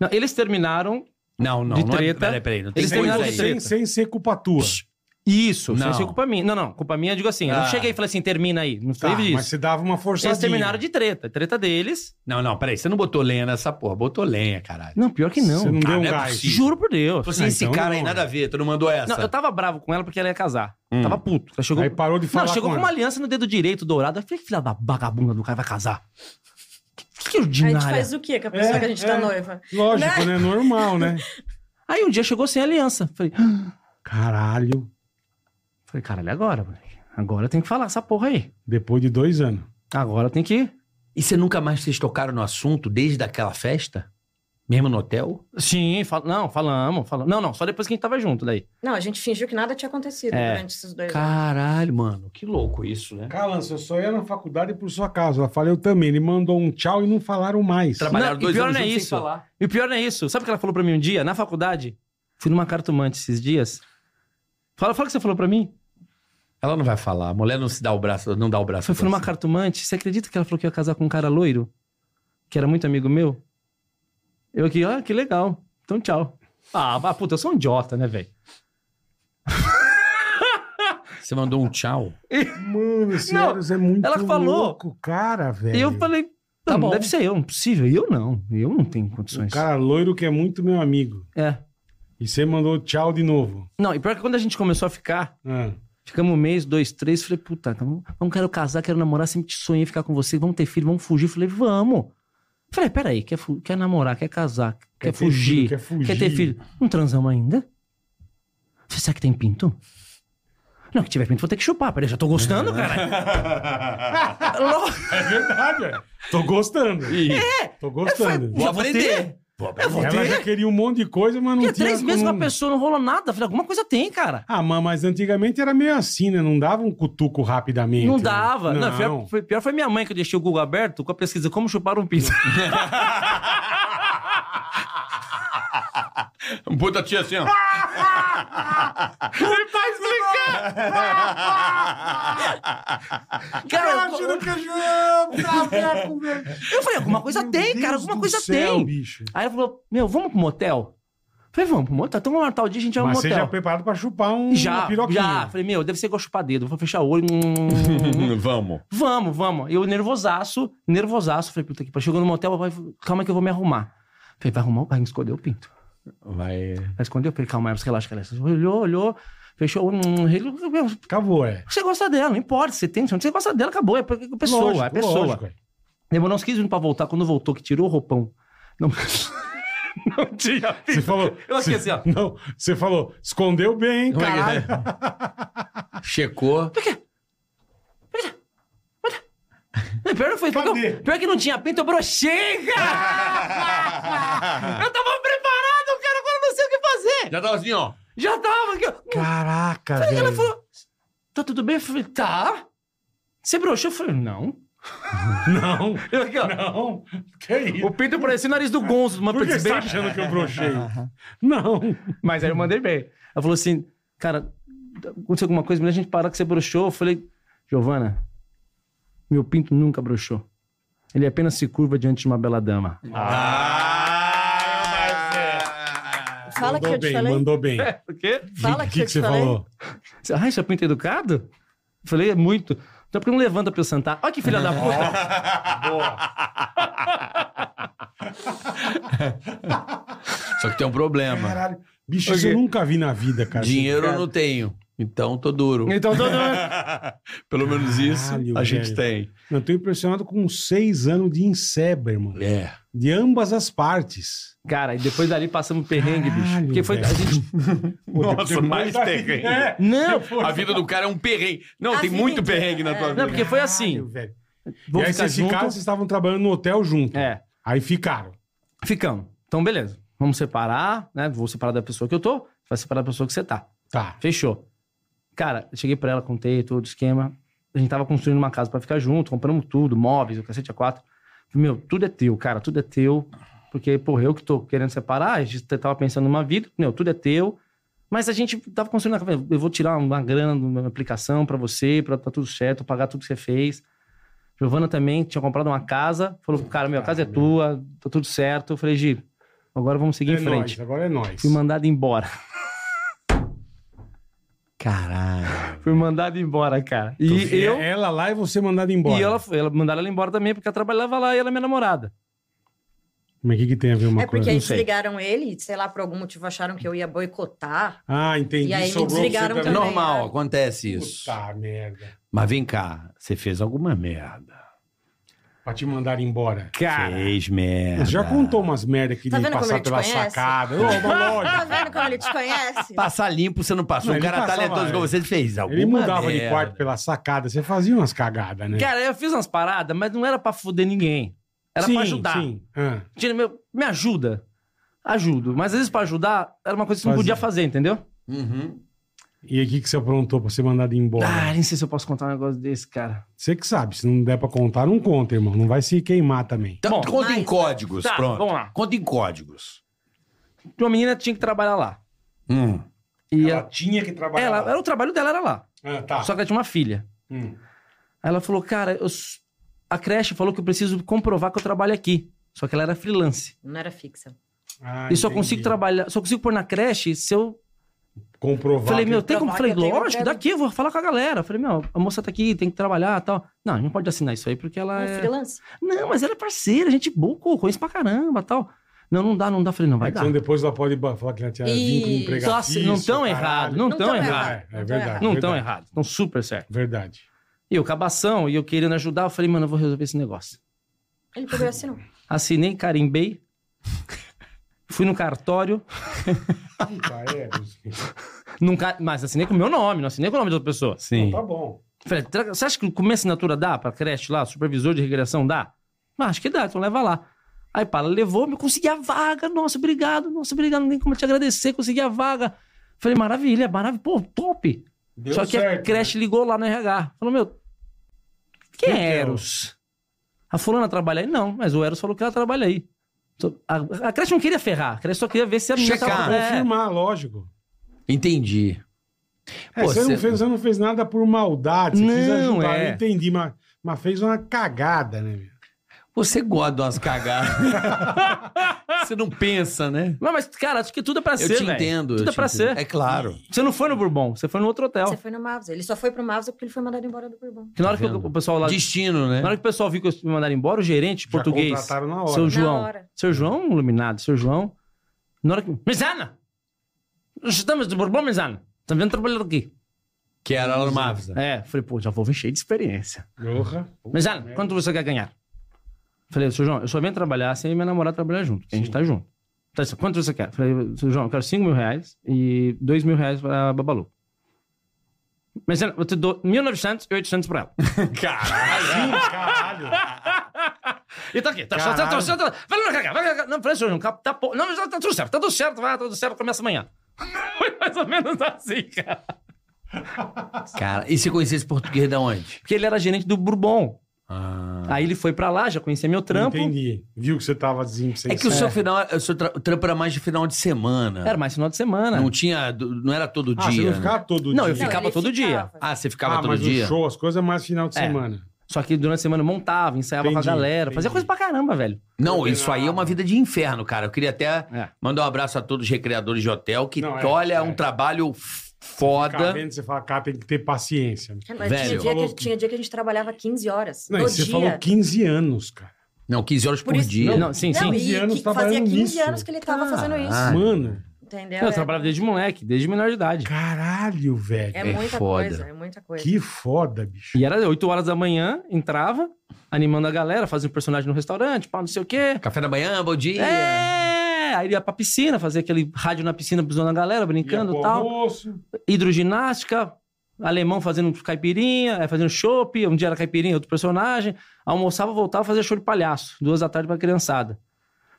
G: Não, eles terminaram
D: Não, não.
G: De
D: não
G: treta.
D: É, peraí, peraí. Não tem
G: Eles
E: sem,
D: coisa
G: terminaram
D: aí.
G: de treta.
E: sem, sem ser culpa tua.
G: Isso, sem
D: Não.
G: ser culpa minha. Não, não, culpa minha, eu digo assim, eu não
D: Ah.
G: cheguei e falei assim, termina aí. Não
E: Tá,
G: teve
E: mas
G: isso.
E: você dava uma forçadinha.
G: Eles terminaram de treta, treta deles.
D: Não, não, peraí. Você não botou lenha nessa porra. Botou lenha, caralho.
G: Não, pior que
E: Você não
G: não.
E: deu um
D: não é
E: gás.
D: possível.
G: Juro por Deus.
D: Falou assim,
E: Ah,
D: esse
E: então
D: cara
E: não,
D: aí
E: né?
D: nada a ver, tu não mandou essa.
G: Não, eu tava bravo com ela porque ela ia casar.
D: Hum.
G: Tava puto. Ela chegou,
E: Aí parou de falar
G: não, chegou
E: com
G: com, uma aliança no dedo direito dourado. Eu falei, filha da vagabunda do cara vai casar. Que, que
A: A gente
G: ordinária.
A: faz o quê com a pessoa
E: É,
A: que a gente
E: é.
A: tá noiva?
E: Lógico, né? Normal,
G: (laughs)
E: né?
G: Aí um dia chegou sem aliança. Falei, "Ah."
E: Caralho.
G: falei caralho, é agora, moleque. Agora tem que falar essa porra aí.
E: Depois de dois anos.
G: Agora tem que.
D: E você nunca mais vocês tocaram no assunto desde aquela festa? Mesmo no hotel?
G: Sim, fal... não, falamos, falamos. Não, não, só depois que a gente tava junto daí.
A: Não, a gente fingiu que nada tinha acontecido
G: É.
A: durante esses dois anos.
D: Caralho, mano, que louco isso, né?
E: Calança, eu só ia na faculdade por sua causa. Ela falou, eu também. Ele mandou um tchau e não falaram mais.
D: Trabalharam
G: Não, e
D: dois
G: pior
D: anos
G: não é
D: juntos
G: isso.
D: sem falar.
G: E o pior não é isso. Sabe o que ela falou pra mim um dia, na faculdade? Fui numa cartomante esses dias. Fala, fala o que você falou pra mim.
D: Ela não vai falar. A mulher não se dá o braço, não dá o braço.
G: Foi, fui numa
D: pra
G: cartomante. Você acredita que ela falou que ia casar com um cara loiro? Que era muito amigo meu? Eu aqui, ah, que legal. Então tchau. Ah, ah, puta, eu sou um idiota, né, velho?
D: cima. Você mandou um tchau.
E: Mano, esse
G: Não,
E: Eros é muito
G: ela falou.
E: louco, cara, velho.
G: E eu falei,
D: Tá
G: não,
D: bom.
G: deve ser eu, não é possível. Eu não, eu não tenho
E: Um
G: condições.
E: cara loiro que é muito meu amigo.
G: É.
E: E você mandou tchau de novo.
G: Não, e pior que quando a gente começou a ficar,
E: Ah,
G: ficamos um mês, dois, três, falei, puta, então, não quero casar, quero namorar, sempre sonhei em ficar com você, vamos ter filho, vamos fugir. Falei, vamos. Falei, peraí, quer, fu- quer namorar, quer casar,
E: ter
G: quer, fugir,
E: filho, quer fugir.
G: quer ter filho. Não transamos ainda? Falei, será que tem pinto? Não, que tiver pinto, vou ter que chupar. Peraí, já tô gostando, cara.
E: É verdade, é. Tô gostando. É, Tô gostando.
G: Já vou ter. Eu é, vou
E: Ela
G: ter.
E: já queria um monte de coisa, mas não
G: Tinha
E: tinha.
G: três meses com
E: como-
G: a pessoa, não rolou nada. Falei, alguma coisa tem, cara.
E: Ah, mas, mas antigamente era meio assim, né? Não dava um cutuco rapidamente.
G: Não
E: né?
G: dava. Não,
E: Não.
G: pior, foi, pior foi minha mãe que eu deixei o Google aberto com a pesquisa como chupar um
E: (laughs)
G: pinto.
D: Um puta tia assim, ó.
E: Ah!
G: cara, eu,
E: Tira o cachorro,
G: (laughs)
E: tá com
G: eu falei, alguma coisa tem, cara, alguma coisa tem.
E: bicho.
G: Aí ela falou, meu, vamos pro motel? Falei, vamos pro motel. Então vamos lá, tal dia, a gente vai pro
E: Mas você já é
G: motel.
E: preparado pra chupar um,
G: Já,
E: uma piroquinha.
G: já. Falei, meu, deve ser igual chupar dedo. Vou fechar o olho.
E: (laughs)
G: hum,
D: Vamos.
G: vamos, vamos. Eu nervosaço, nervosaço. Falei, puta que pariu. Chegou no motel, papai, calma que eu vou me arrumar. Falei, vai arrumar, vai esconder o pinto.
D: Vai.
G: Vai esconder o pinto. Calma, Eros, relaxa, relaxa. Olhou, olhou, fechou. Hum, ele- meu,
E: Acabou, é.
G: você gosta dela, não importa. Você tem, se você gosta dela, acabou. É pessoa, é
E: Lógico,
G: pessoa.
E: lógico, é.
G: Demorou uns 15 minutos pra voltar. Quando voltou, que tirou o roupão. Não, (laughs) não tinha pinto.
E: Você falou.
G: Eu aqui,
E: você-
G: assim, ó.
E: Não, você falou, escondeu bem, hein,
D: Como é que
E: caralho.
D: Checou.
G: Não, pior, não foi, pior, que
E: Cadê?
G: eu- pior que não tinha pinto, eu (laughs) brochei, cara! eu tava preparado, cara, agora eu não sei o que fazer!
D: Já tava assim, ó.
G: Já tava aqui, ó.
E: Caraca,
G: Aí ela
E: velho.
G: falou, tá tudo bem? Eu falei, tá. Você broxou? Eu falei, não. (laughs)
E: Não,
G: Eu aqui, ó.
E: não. Que isso?
G: O pinto parecia o nariz do Gonzo, do
E: Por que
G: Muppets
E: você tá
G: Baby.
E: achando que eu brochei? Não.
G: Mas aí eu mandei bem. Ela falou assim, cara, aconteceu alguma coisa, mas a gente parar que você broxou. Eu falei, Giovana, meu pinto nunca broxou. Ele é apenas se curva diante de uma bela dama. Ah,
A: Fala que
E: mandou
A: eu te
E: bem,
A: falei.
E: mandou bem.
G: É, O quê?
A: (laughs) Fala
E: O
A: que, eu te falei.
E: falou?
G: Você, Ai, seu pinto é educado? Eu Falei, é muito. Então por que não levanta pra eu sentar? Olha que filha da (laughs) puta.
D: Só que tem um problema.
E: Caralho. Bicho, isso eu nunca vi na vida, cara.
D: Dinheiro eu não tenho. Então tô duro.
G: Então todo
D: Pelo menos isso
E: Caralho,
D: a gente tem.
E: Eu tô impressionado com seis anos de inseba, irmão.
D: É.
E: De ambas as partes.
G: Cara, e depois dali passamos perrengue, bicho.
E: Caralho,
G: Porque foi. A
E: velho.
G: gente...
D: Nossa, mais
E: da-
D: perrengue.
E: É.
G: Não,
D: A vida do cara é um perrengue. Não,
A: A
D: tem
A: vida
D: muito
A: inteira,
D: perrengue na
A: é.
D: tua vida.
G: não, porque foi assim.
E: Caralho, velho.
G: Vou
E: e aí
G: ficar
E: vocês
G: junto.
E: ficaram, vocês estavam trabalhando no hotel junto.
G: É.
E: Aí ficaram.
G: Ficamos. Então, beleza. Vamos separar, né? Vou separar da pessoa que eu tô, você vai separar da pessoa que você tá.
E: Tá.
G: Fechou. Cara, eu cheguei pra ela, contei todo o esquema. A gente tava construindo uma casa pra ficar junto, compramos tudo, móveis, o cacete a quatro. Falei, Meu, tudo é teu, cara, tudo é teu. Porque, porra, eu que tô querendo separar, a gente tava pensando numa vida, meu, tudo é teu. Mas a gente tava construindo, uma casa, eu vou tirar uma grana de uma aplicação pra você, pra tá tudo certo, pagar tudo que você fez. Giovana também tinha comprado uma casa, falou, cara, meu, a casa é tua, tá tudo certo. Eu falei, Gi, agora vamos seguir
E: é
G: em frente.
E: nóis, agora é nós.
G: Fui mandado embora.
D: Caralho.
G: Fui mandado embora, cara. E eu.
E: Ela lá e você mandado é embora.
G: E ela, foi- ela mandaram ela embora também, porque ela trabalhava lá e ela é minha namorada.
E: Mas o que, que tem a ver uma
A: é porque
E: coisa?
A: aí
G: não sei.
A: desligaram ele, sei lá, por algum motivo acharam que eu ia boicotar.
E: Ah, entendi.
A: E aí me
E: Sobrou você
A: desligaram
E: também.
D: É normal,
A: é.
D: acontece isso.
E: Puta merda.
D: Mas vem cá, você fez alguma merda.
E: Pra te mandar embora.
D: Fez merda.
E: Você já contou umas merda que
A: Tá
E: de
A: vendo como
E: passar
A: ele te
E: pela
A: conhece?
E: sacada. Ô,
A: (laughs)
E: mas lógico.
A: Tá vendo como ele te conhece?
D: Passar limpo, você não passou.
E: Não,
D: o
E: ele
D: cara tá
E: passava,
D: talentoso
E: é.
D: como você fez alguma
E: Ele mudava de
D: merda.
E: quarto pela sacada. Você fazia umas cagadas, né?
G: Cara, eu fiz umas paradas, mas não era pra foder ninguém. Era pra ajudar.
E: Sim. Ah,
G: Tinha, meu, me ajuda. Ajudo. Mas às vezes pra ajudar era uma coisa que você não
E: Fazer.
G: podia fazer, entendeu?
D: Uhum.
E: E aí, o que, que você aprontou pra ser mandado embora?
G: Ah, nem sei se eu posso contar um negócio desse, cara.
E: Você que sabe. Se não der pra contar, não conta, irmão. Não vai se queimar também.
D: Então,
G: Bom,
D: conta em
A: mas-
D: códigos,
G: Tá,
D: pronto.
G: vamos lá.
D: Conta em códigos.
G: Uma menina tinha que trabalhar lá.
D: Hum.
G: E
E: Ela
G: ela,
E: tinha que trabalhar.
G: ela-
E: lá.
G: era o trabalho dela era lá.
E: Ah, tá.
G: Só que ela tinha uma filha.
E: Hum.
G: Aí ela falou, cara, eu s- a creche falou que eu preciso comprovar que eu trabalho aqui. Só que ela era freelance.
A: Não era fixa.
E: Ah,
G: e só
E: entendi.
G: consigo trabalhar, só consigo pôr na creche se eu
E: Comprovar.
G: Falei,
E: que- é
G: meu, tem como?
A: trabalho
G: Falei,
A: que eu tenho, eu
G: lógico,
A: quero.
G: daqui eu vou falar com a galera. Falei, meu, a moça tá aqui, tem que trabalhar e tal. Não, não pode assinar isso aí porque ela
A: Um
G: é...
A: freelance.
G: Não, mas ela é parceira, gente boa, co- conheço pra caramba e tal. Não, não dá, não dá. Eu Falei, não, vai dar.
E: Então depois ela pode ba- falar que ela tinha vindo como
A: Ih,
E: empregado.
G: Nossa, não tão errado, não
A: Não
G: tão
A: tão
E: É, é
G: errado.
E: verdade.
G: Não
E: verdade,
G: tão errado, tão super certo.
E: Verdade.
G: E o cabação, e eu querendo ajudar, eu falei, mano, eu vou resolver esse negócio.
A: Ele pegou e assinou.
G: Assinei, carimbei, (laughs) fui no cartório,
E: Puta, (laughs) é, Luzinho.
G: num ca- mas assinei com o meu nome, não assinei com o nome de outra pessoa.
E: Não,
D: Sim.
E: tá bom.
G: Falei, tra- você acha que com minha assinatura dá pra creche lá, supervisor de regressão dá? Ah, acho que dá, então leva lá. Aí, pá, ela levou, me consegui a vaga, nossa, obrigado, nossa, obrigado, não tem como te agradecer, consegui a vaga. Falei, maravilha, maravilha, pô, top.
E: Deu
G: Só que a
E: certo,
G: creche ligou lá no RH, falou, meu, quem
E: Meu
G: é
E: Deus.
G: Eros? A fulana trabalha aí? Não, mas o Eros falou que ela trabalha aí. Então, A, a creche não queria ferrar, a creche só queria ver se a menina
D: Checar.
G: tava...
E: né?
G: É.
E: Confirmar, lógico.
D: Entendi.
E: É,
D: Pô,
E: você,
D: você-
E: Não fez, você não fez nada por maldade, você quis
G: Não,
E: ajudar.
G: é.
E: Eu entendi, mas, mas fez uma cagada, né? meu?
D: Você gosta de umas
G: (laughs)
D: cagadas. você não pensa, né?
G: Não, mas, cara, acho que tudo é pra
D: Eu
G: ser,
D: te
G: velho.
D: entendo.
G: Tudo
D: eu
G: é
D: te
G: pra
D: entendo.
G: ser.
D: É claro.
G: Você não foi no Bourbon, você foi no outro hotel.
A: Você foi no Mavs. Ele só foi pro Mavs porque ele foi mandado embora do Bourbon.
G: Que na hora
D: Tá
G: que
D: vendo?
G: o pessoal lá.
D: Destino, né?
G: Na hora que o pessoal viu que eu me mandaram embora, o gerente
E: Já
G: português.
E: contrataram na hora.
G: Seu
A: Na
G: João.
A: hora.
G: Seu João, iluminado, seu João. Na hora que. Mizana! Nós Estamos do Bourbon, Mizana. Estamos vendo trabalhando aqui.
D: Que era né? lá no Mavis.
G: (laughs) É, falei, pô, já vou vir cheio de experiência.
E: Porra. É.
G: Mizana, quanto você quer ganhar? Falei, seu João, eu só venho trabalhar sem minha namorada trabalhar junto, que a gente tá junto. Tá, isso, quanto você quer? Falei, seu João, eu quero 5 mil reais e 2 mil reais pra Babalu. Mizana, eu te dou 1.900 e 800 pra ela.
E: Caralho.
G: E tá aqui, tá, tá, tá, tá, tá, tá, vai lá, vai lá, vai lá. Não, falei, senhor, tá, tá, po- não, mas tá, tá tudo certo, tá tudo certo, vai, tá tudo certo, começa (laughs) amanhã. Foi mais ou menos assim, cara.
D: Cara, e você conhecia esse português da onde?
G: Porque ele era gerente do Bourbon.
D: Ah.
G: Aí ele foi pra lá, já conhecia meu trampo.
E: Entendi. Viu que você tava dizendo
D: É que o seu final, o seu tra- o trampo era mais de final de semana.
G: Era mais final de semana.
D: Não tinha, não era todo
E: Ah,
D: dia.
E: você não
D: né?
E: ficava todo
G: Não,
E: dia.
G: eu ficava
A: ele
G: todo dia.
D: Ah, você ficava
E: Ah,
D: todo
E: mas
D: dia?
E: o show, as coisas é mais final de
G: É.
E: semana.
G: Só que durante a semana eu montava, ensaiava
E: Entendi,
G: com a galera, fazia
E: entendi.
G: coisa pra caramba, velho.
D: Não, isso aí é uma vida de inferno, cara. Eu queria até
G: É.
D: mandar um abraço a todos os recreadores de hotel, que
E: Não, é,
D: olha,
E: é.
D: um trabalho f-
E: Ficar
D: foda.
E: vendo, você fala, cara, tem que ter paciência.
A: Mas
D: Velho.
A: tinha, dia
E: Falou
A: que, tinha dia que a gente trabalhava 15 horas.
E: Não, e
A: no
E: você
A: dia.
E: falou 15 anos, cara.
D: Não, 15 horas por,
A: Por isso-
D: dia.
G: Não, sim, sim.
A: Não,
E: 15
A: e
E: anos
A: que fazia
E: trabalhando
A: 15
E: nisso.
A: anos que ele tava fazendo isso.
D: Caralho.
E: Mano,
A: Entendeu?
G: Eu
A: Ah, É-
G: trabalhava desde moleque, desde menor de idade.
E: caralho, velho.
A: É
D: É
A: muita
D: foda.
A: coisa, é muita coisa.
E: Que foda, bicho.
G: E era 8 horas da manhã, entrava, animando a galera, fazia um personagem no restaurante, pá, não sei o quê.
D: Café da manhã, bom dia.
G: É! Aí ia pra piscina, fazer aquele rádio na piscina, pisando a galera, brincando
E: Ia
G: e
E: pro
G: tal.
E: almoço,
G: Hidroginástica, alemão fazendo caipirinha, aí fazendo chopp, um dia era caipirinha, outro personagem. Almoçava, voltava, fazia show de palhaço, duas da tarde pra criançada.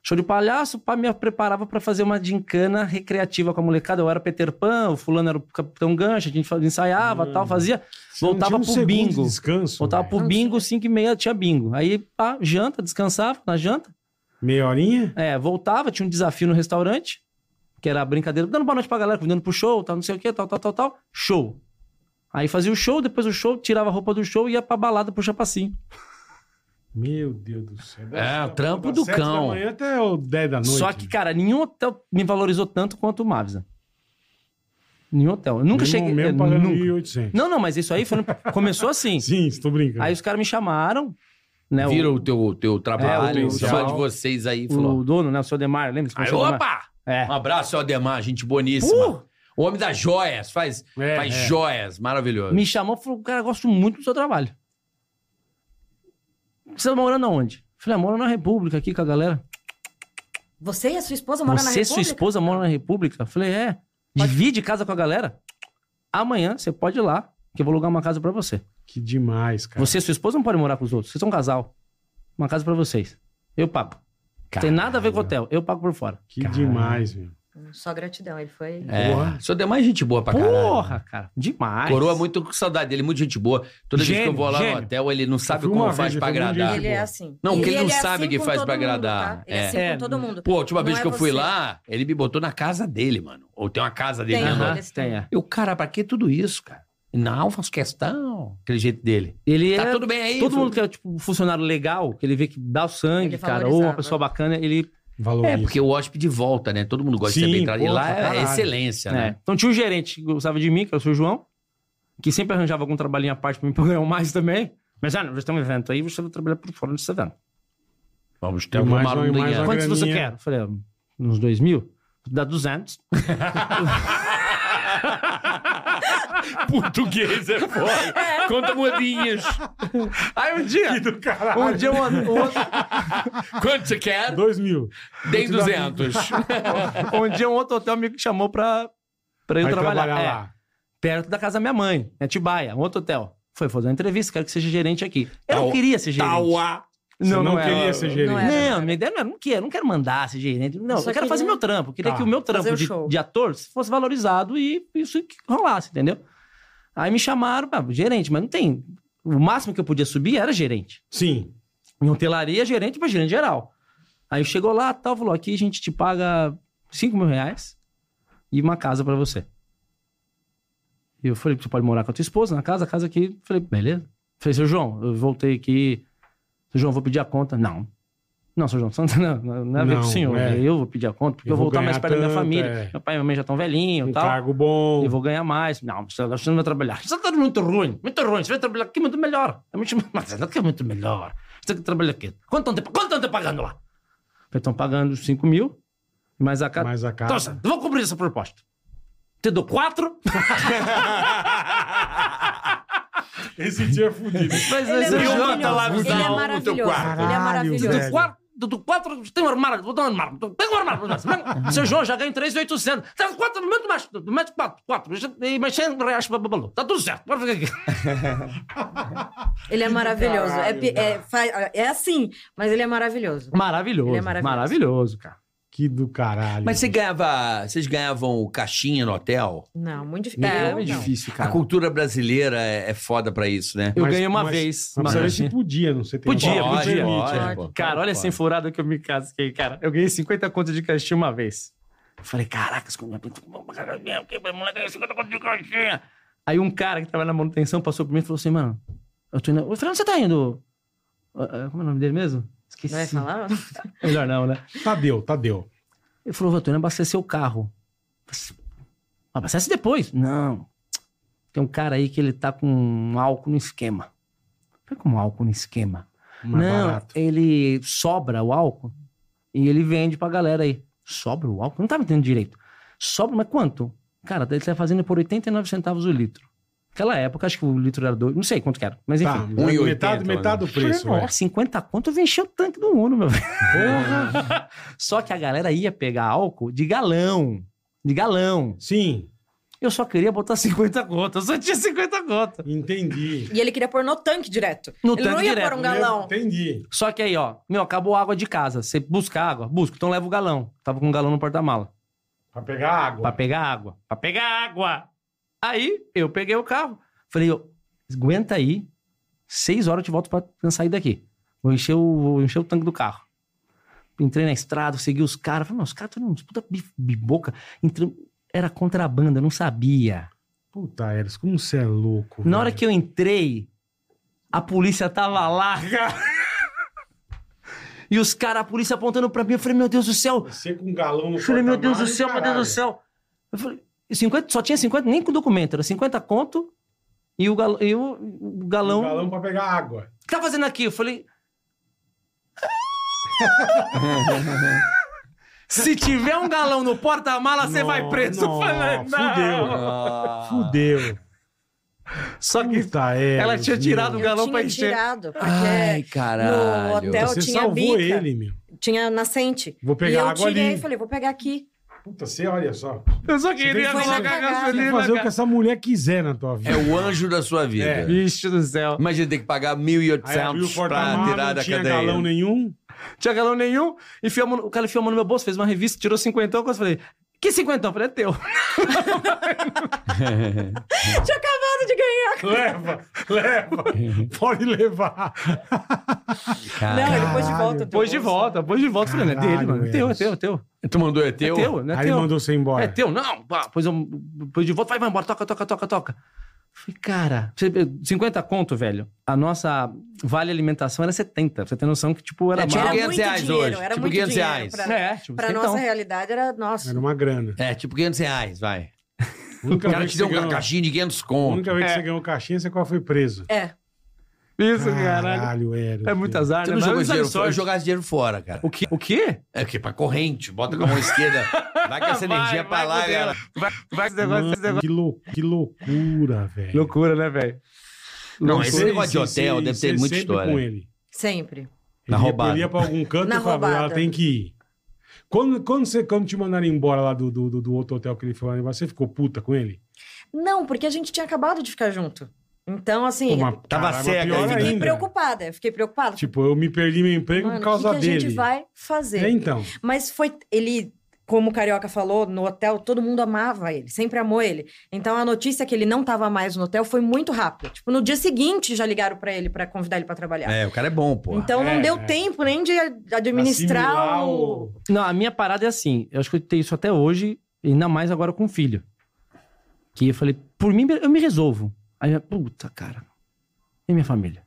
G: Show de palhaço, pá, me preparava pra fazer uma gincana recreativa com a molecada. Eu era Peter Pan, o fulano era o Capitão Gancho, a gente fa- ensaiava
E: Mano.
G: tal, fazia.
E: você não
G: Voltava
E: tinha um
G: pro
E: segundo de
G: bingo.
E: descanso.
G: Voltava
E: velho.
G: pro bingo, cinco e meia tinha bingo. Aí, pá, janta, descansava na janta.
E: Meia horinha?
G: É, voltava, tinha um desafio no restaurante, que era a brincadeira, dando boa noite pra galera, convidando pro show, tal, não sei o que, tal, tal, tal, tal. Show. Aí fazia o show, depois o show, tirava a roupa do show e ia pra balada pro chapacinho.
E: Meu Deus do céu.
D: É, o trampo
E: Das
D: do
E: sete
D: cão.
E: da manhã até o 10 da noite.
G: Só que, cara, nenhum hotel me valorizou tanto quanto o Mavisa. Nenhum hotel. Eu nunca
E: Mesmo-
G: cheguei.
E: Mesmo
G: eu
E: pagando
G: nunca.
E: 1.800.
G: Não, não, mas isso aí foi no- começou assim.
E: Sim, estou brincando.
G: Aí os caras me chamaram, né? o-
D: Vira o teu, teu trabalho,
G: É,
D: é,
G: o
D: o
G: teu-
D: trabalho de vocês aí,
G: o,
D: falou.
G: dono, né? O seu Demar, lembra? que você
D: Aí,
G: conheceu o Ademar?
D: opa!
G: É.
D: Um abraço ao Ademar, gente boníssima.
G: Pô,
D: O homem das joias, faz,
E: É,
D: faz
E: é.
D: joias, maravilhoso.
G: me chamou e falou: Cara, gosto muito do seu trabalho. Você tá morando aonde? Falei: ah, Moro na República aqui com a galera.
A: Você e a sua esposa moram Tá na
G: você e sua
A: República?
G: esposa moram na República? Falei: É. Divide casa com a galera. Amanhã você pode ir lá, que eu vou alugar uma casa pra você.
E: Que demais, cara.
G: Você e sua esposa não podem morar com os outros. Vocês são um casal. Uma casa pra vocês. Eu pago. Tem nada a ver com hotel. Eu pago por fora.
E: Que demais, meu.
A: Só gratidão, ele foi...
D: É.
E: Porra.
D: Só Ademar é gente boa pra caralho.
G: Porra, cara. Demais.
D: Coroa muito com saudade dele, muito gente boa. Toda vez
G: Gênio,
D: que eu vou lá
G: gênio.
D: no hotel, ele não sabe
E: Eu fui
D: como
E: uma
D: faz
E: vez,
D: pra
E: eu fui um
D: agradar.
E: dia
A: Ele é assim.
D: tá. Não,
A: E
D: porque ele não
A: é
D: sabe o que
A: com
D: faz
A: todo
D: pra
A: mundo,
D: agradar.
A: tá? Ele é,
D: É.
A: assim
G: É.
A: com todo mundo.
D: Pô, a última
A: Não
D: vez
A: é
D: que eu fui
A: você.
D: lá, ele me botou na casa dele, mano. Ou tem uma casa dele.
A: Tem, assim,
D: né?
G: Aham,
A: eles têm.
G: tem. é.
D: Eu, cara, pra que tudo isso, cara? Não, faço questão. Aquele jeito dele.
G: Ele
D: Tá
G: é
D: tudo bem aí?
G: Todo
D: filho?
G: mundo que é tipo um funcionário legal, que ele vê que dá o
A: Ele
G: sangue,
A: é né?
G: cara, ou
A: valorizava.
G: uma pessoa bacana, ele.
E: Valoriza.
D: É,
E: (laughs)
D: porque o hóspede volta, né? Todo mundo gosta de
E: Sim,
D: ser bem tratado. E
E: porra,
D: lá é
E: caralho.
D: excelência,
G: né?
A: É.
D: né?
G: Então tinha um gerente que gostava de mim, que era o seu João, que sempre arranjava algum trabalhinho um à parte pra mim pra eu ganhar mais também. Mas, ah, nós temos um evento aí, você vai trabalhar por fora desse evento.
D: Vamos ter
E: E
D: uma
E: mais um- e mais
D: marundinha.
E: uma
G: Quantos você
E: graninha.
G: quer? Eu falei, "Ah, uns dois mil? Dá 200.
D: (laughs) Português
A: (laughs)
D: é foda. Conta moedinhas. Aí um dia,
E: Do caralho.
G: (laughs) Um dia um, um outro,
D: quanto você quer?
E: Dois mil.
D: Dei
E: Vou te dar
D: 200. (laughs)
G: um dia um outro hotel me chamou pra, pra eu
E: Vai
G: trabalhar. É,
E: lá.
G: perto da casa da minha mãe, em Atibaia, um outro hotel. Foi fazer uma entrevista, quero que seja gerente aqui. Eu
D: Tau-
G: não queria ser
D: Tá,
G: gerente.
D: Tauá.
E: Você não,
G: era.
E: queria ser gerente.
A: não era.
G: é. Não, minha ideia não era, não quero, não quero mandar ser gerente. Não,
A: Só
G: eu quero
A: queria-
G: fazer meu trampo. Eu Queria
E: Tá.
G: que o meu trampo
A: Fazer o
G: de,
A: show.
G: de ator fosse valorizado e isso que rolasse, entendeu? Aí me chamaram, ah, gerente, mas não tem. O máximo que eu podia subir era gerente.
E: Sim.
G: Em hotelaria, é gerente pra gerente geral. Aí chegou lá, tal, falou: aqui a gente te paga 5 mil reais e uma casa pra você. E eu falei: você pode morar com a tua esposa na casa, a casa aqui. Falei: beleza. Falei: seu João, eu voltei aqui. Seu João, vou pedir a conta. Não. Não, seu João, (laughs) você não, não, não é a ver com
E: Não,
G: o senhor.
E: é.
G: Eu vou pedir a conta, porque
E: Eu
G: eu,
E: vou
G: vou voltar
E: ganhar
G: mais perto da minha
E: tanto,
G: família.
E: é.
G: Meu pai e minha mãe já estão velhinhos
E: Um
G: e tal.
E: cargo bom.
G: tá. Eu vou ganhar mais. Não, você você não vai trabalhar. Você está muito ruim, muito ruim. Você vai trabalhar aqui muito melhor. É muito, (laughs) mas você aqui é muito melhor. Você tem que trabalhar aqui. Quanto estão te- quanto estão te pagando lá? Estão pagando 5 mil, mais a casa.
E: Mais a casa.
G: Então, assim, vou cumprir essa proposta. Te
E: (laughs)
G: dou 4.
E: Esse dia é fudido.
G: Mas
A: Ele é
G: esse
A: maravilhoso.
G: jogo-
A: Ele é maravilhoso. Ele é
E: Caralho,
A: maravilhoso.
E: velho.
G: quatro, do, do quatro, tem um armário, vou dar um armário, tem um armário.
E: (laughs)
G: Mas, Seu João, já ganhei 3,800. Tá quatro, muito mais, mais quatro, quatro, e mais 100 reais pra babalu. Tá tudo certo, pode ficar aqui.
A: Ele é maravilhoso.
E: Caralho,
A: é, pi- é, fa- é assim, mas ele é maravilhoso.
G: Maravilhoso,
A: Ele é maravilhoso.
G: maravilhoso, cara.
E: Que do caralho.
D: Mas você ganhava, vocês ganhavam caixinha no hotel?
A: Não, muito difícil.
G: É,
A: Eu
G: é
A: não.
G: difícil,
D: A
G: cara.
D: cultura brasileira é, é foda pra isso, né?
G: Eu
E: Mas-
G: ganhei uma
E: mas-
G: vez.
E: Mas
G: uma
E: saber
G: caixinha.
E: se podia, não sei. Tem
G: Podia,
E: uma- não
G: podia.
E: permite,
D: pode,
E: né?
D: pô.
G: Cara, olha
D: Pode.
G: sem furada que eu me casquei, cara. Eu ganhei 50 contas de caixinha uma vez. Eu falei, caraca, isso como é que moleque ganhou 50 contas de caixinha. Aí um cara que tava na manutenção passou por mim e falou assim, mano, eu tô indo... Ô, Fernando, você tá indo... Ah, ah, Como é o nome dele mesmo? Esqueci.
A: Não é vai falar?
G: Melhor não, né?
E: Tadeu, Tadeu.
G: Ele falou, Vaturina, abastecer o carro. Eu falei, Abastece depois. Não. Tem um cara aí que ele tá com um álcool no esquema. Falei, como álcool no esquema?
E: Mais
G: não, é
E: barato.
G: ele sobra o álcool e ele vende pra galera aí. Sobra o álcool? Não tava entendendo direito. Sobra, mas quanto? Cara, ele tá fazendo por 89 centavos o litro. Naquela época, acho que o litro era dois, não sei quanto que era, mas
E: Tá,
G: enfim.
E: metade,
D: 1,80,
E: metade do preço,
G: Falei,
E: velho.
G: nossa, 50 conto eu enchi o tanque do Uno, meu velho. Só que a galera ia pegar álcool de galão. De galão.
E: Sim,
G: Eu só queria botar 50 conto. Eu só tinha 50 conto.
E: entendi.
A: E ele queria pôr no tanque direto.
G: No
A: ele não
G: tanque
A: ia
G: direto,
A: pôr um galão.
E: Entendi.
G: Só que aí, ó, meu, acabou a água de casa. Você busca água? Busca, então leva o galão. Tava com um galão no porta-mala.
E: Pra pegar água.
G: Pra pegar água. Pra pegar água. Aí eu peguei o carro. Falei, ó, aguenta aí. Seis horas eu te volto pra sair daqui. Vou encher o, vou encher o tanque do carro. Entrei na estrada, segui os caras. Falei, não, os caras estão uns puta bi- biboca. Entrei- era contrabando, eu não sabia.
E: Puta, Eros, como você é louco.
G: Na hora que eu entrei, a polícia tava lá. E os caras, a polícia apontando pra mim. Eu falei, meu Deus do céu.
E: (laughs) Você com um galão no
G: Eu falei, meu Deus do
E: porta-malas,
G: céu, meu Deus do
E: caralho.
G: céu. Eu falei, 50, só tinha 50, nem com documento, era 50 conto e o, gal, e o, o galão.
E: Um galão pra pegar água.
G: O que tá fazendo aqui? Eu falei. "Ah!" (laughs) Se tiver um galão no porta-mala, Ah, você
E: Não,
G: vai preso. Eu
E: não,
G: falei, não.
E: Fudeu.
D: Ah.
A: Ah.
E: Fudeu.
G: Só que
E: Puta, é, Eros.
G: ela tinha tirado o
A: Eu
G: galão
A: tinha
G: pra encher.
A: tirado, porque
D: Ai,
A: no
D: caralho.
E: meu.
A: hotel
E: Você
A: tinha
E: salvou
A: bica,
E: ele, meu.
A: tinha nascente.
E: Vou pegar
A: e eu
E: água
A: tirei
E: ali.
A: e falei, vou pegar aqui.
E: Puta, você olha só.
G: Eu só
E: queria
G: queria
A: Foi na
G: colocar
A: colocar cagada.
E: Você tem que
A: gasolina,
G: gasolina.
E: fazer o que essa mulher quiser na tua vida.
D: É o anjo da sua vida.
E: É.
G: Bicho do céu.
D: Imagina ter que pagar
E: Aí abriu o
D: 1.800 pra
E: porta-malas,
D: tirar
E: não
D: da
E: tinha
D: um cadeia.
E: galão nenhum.
G: Tinha galão nenhum, enfiou a mão no- o cara enfiou a mão no meu bolso, fez uma revista, tirou cinquentão, quando eu falei, que cinquentão? Eu falei, é teu.
D: (laughs)
A: Tinha acabado de ganhar.
E: Leva, leva. Pode levar.
D: Ah.
A: Não, ele
E: Caralho.
A: pôs de volta.
G: Pôs de volta, pôs de volta. Eu falei, não é
E: Caralho,
G: dele, mano. É teu, é teu, é teu.
D: Tu mandou é
G: É
D: teu?
G: teu, não é
E: Aí ele
G: teu.
E: mandou você
G: É
E: embora.
G: teu, não. Pá, pôs, eu- pôs de volta, vai, vai embora, toca, toca, toca, toca. Eu Falei, cara, você- 50 conto, velho. A nossa vale alimentação era 70. pra Você tem noção que, tipo, era
D: É,
G: mal.
D: tipo
A: Era
D: 500
A: muito
D: reais
A: dinheiro,
D: hoje,
A: era
D: tipo
A: muito
D: 500
A: dinheiro
D: reais.
A: pra-
G: É, tipo,
A: Pra nossa realidade era nossa.
E: Era uma grana.
D: É, tipo 500 reais, vai.
E: Única
D: O cara
E: vez
D: te
E: que
D: deu um
E: você
D: uma
E: ganhou-
D: caixinha de 500
E: a
D: conto.
E: única vez que você ganhou caixinha, você quase foi preso.
A: É.
G: Isso, caralho.
E: Caralho, Eros.
G: É muito
E: velho.
G: azar,
D: Você
G: né?
D: não
G: Mas
D: jogou
G: isso é
D: dinheiro fora, eu
G: sorte.
D: jogasse dinheiro fora, cara.
G: O quê? O quê?
D: É que pra corrente, bota com a mão esquerda, vai com
E: (laughs)
D: essa
G: Vai,
D: energia pra
G: vai
D: lá,
G: com
D: cara.
G: Vai, vai esse negócio, esse
E: Mano,
G: negócio.
E: que, lou, que loucura, velho.
G: Loucura, né, velho?
D: Não,
E: Loucura.
D: esse negócio de hotel deve ter
E: Você
D: muita
E: sempre
D: história.
E: com ele.
A: Sempre.
E: Ele
D: Na
E: ia-
D: roubada.
E: Ele ia pra algum canto
A: Na
E: e falava, ela
A: roubada.
E: tem que ir. Quando, quando, você, quando te mandaram embora lá do, do, do- do outro hotel que ele foi lá, você ficou puta com ele?
A: Não, porque a gente tinha acabado de ficar junto. Então, assim,
E: Uma-
D: Tava
E: caralho,
D: cega
E: pior
D: ainda.
A: fiquei
E: ainda.
A: preocupada. Fiquei preocupada.
E: Tipo, eu me perdi meu emprego
A: Mano,
E: né? por
A: o que,
E: causa
A: que a
E: dele.
A: gente vai fazer?
E: É, então.
A: Mas foi. Ele, como o Carioca falou, no hotel, todo mundo amava ele, sempre amou ele. Então a notícia que ele não tava mais no hotel foi muito rápida. Tipo, no dia seguinte já ligaram pra ele pra convidar ele pra trabalhar.
D: É, o cara é bom, pô.
A: então
E: é,
A: não deu
E: é.
A: tempo nem de administrar
E: Assimilar
A: o...
E: o-
G: Não, a minha parada é assim. Eu acho que eu tenho isso até hoje, ainda mais agora com o filho. Que eu falei, por mim, eu me resolvo. Aí, eu, puta, cara. E minha família?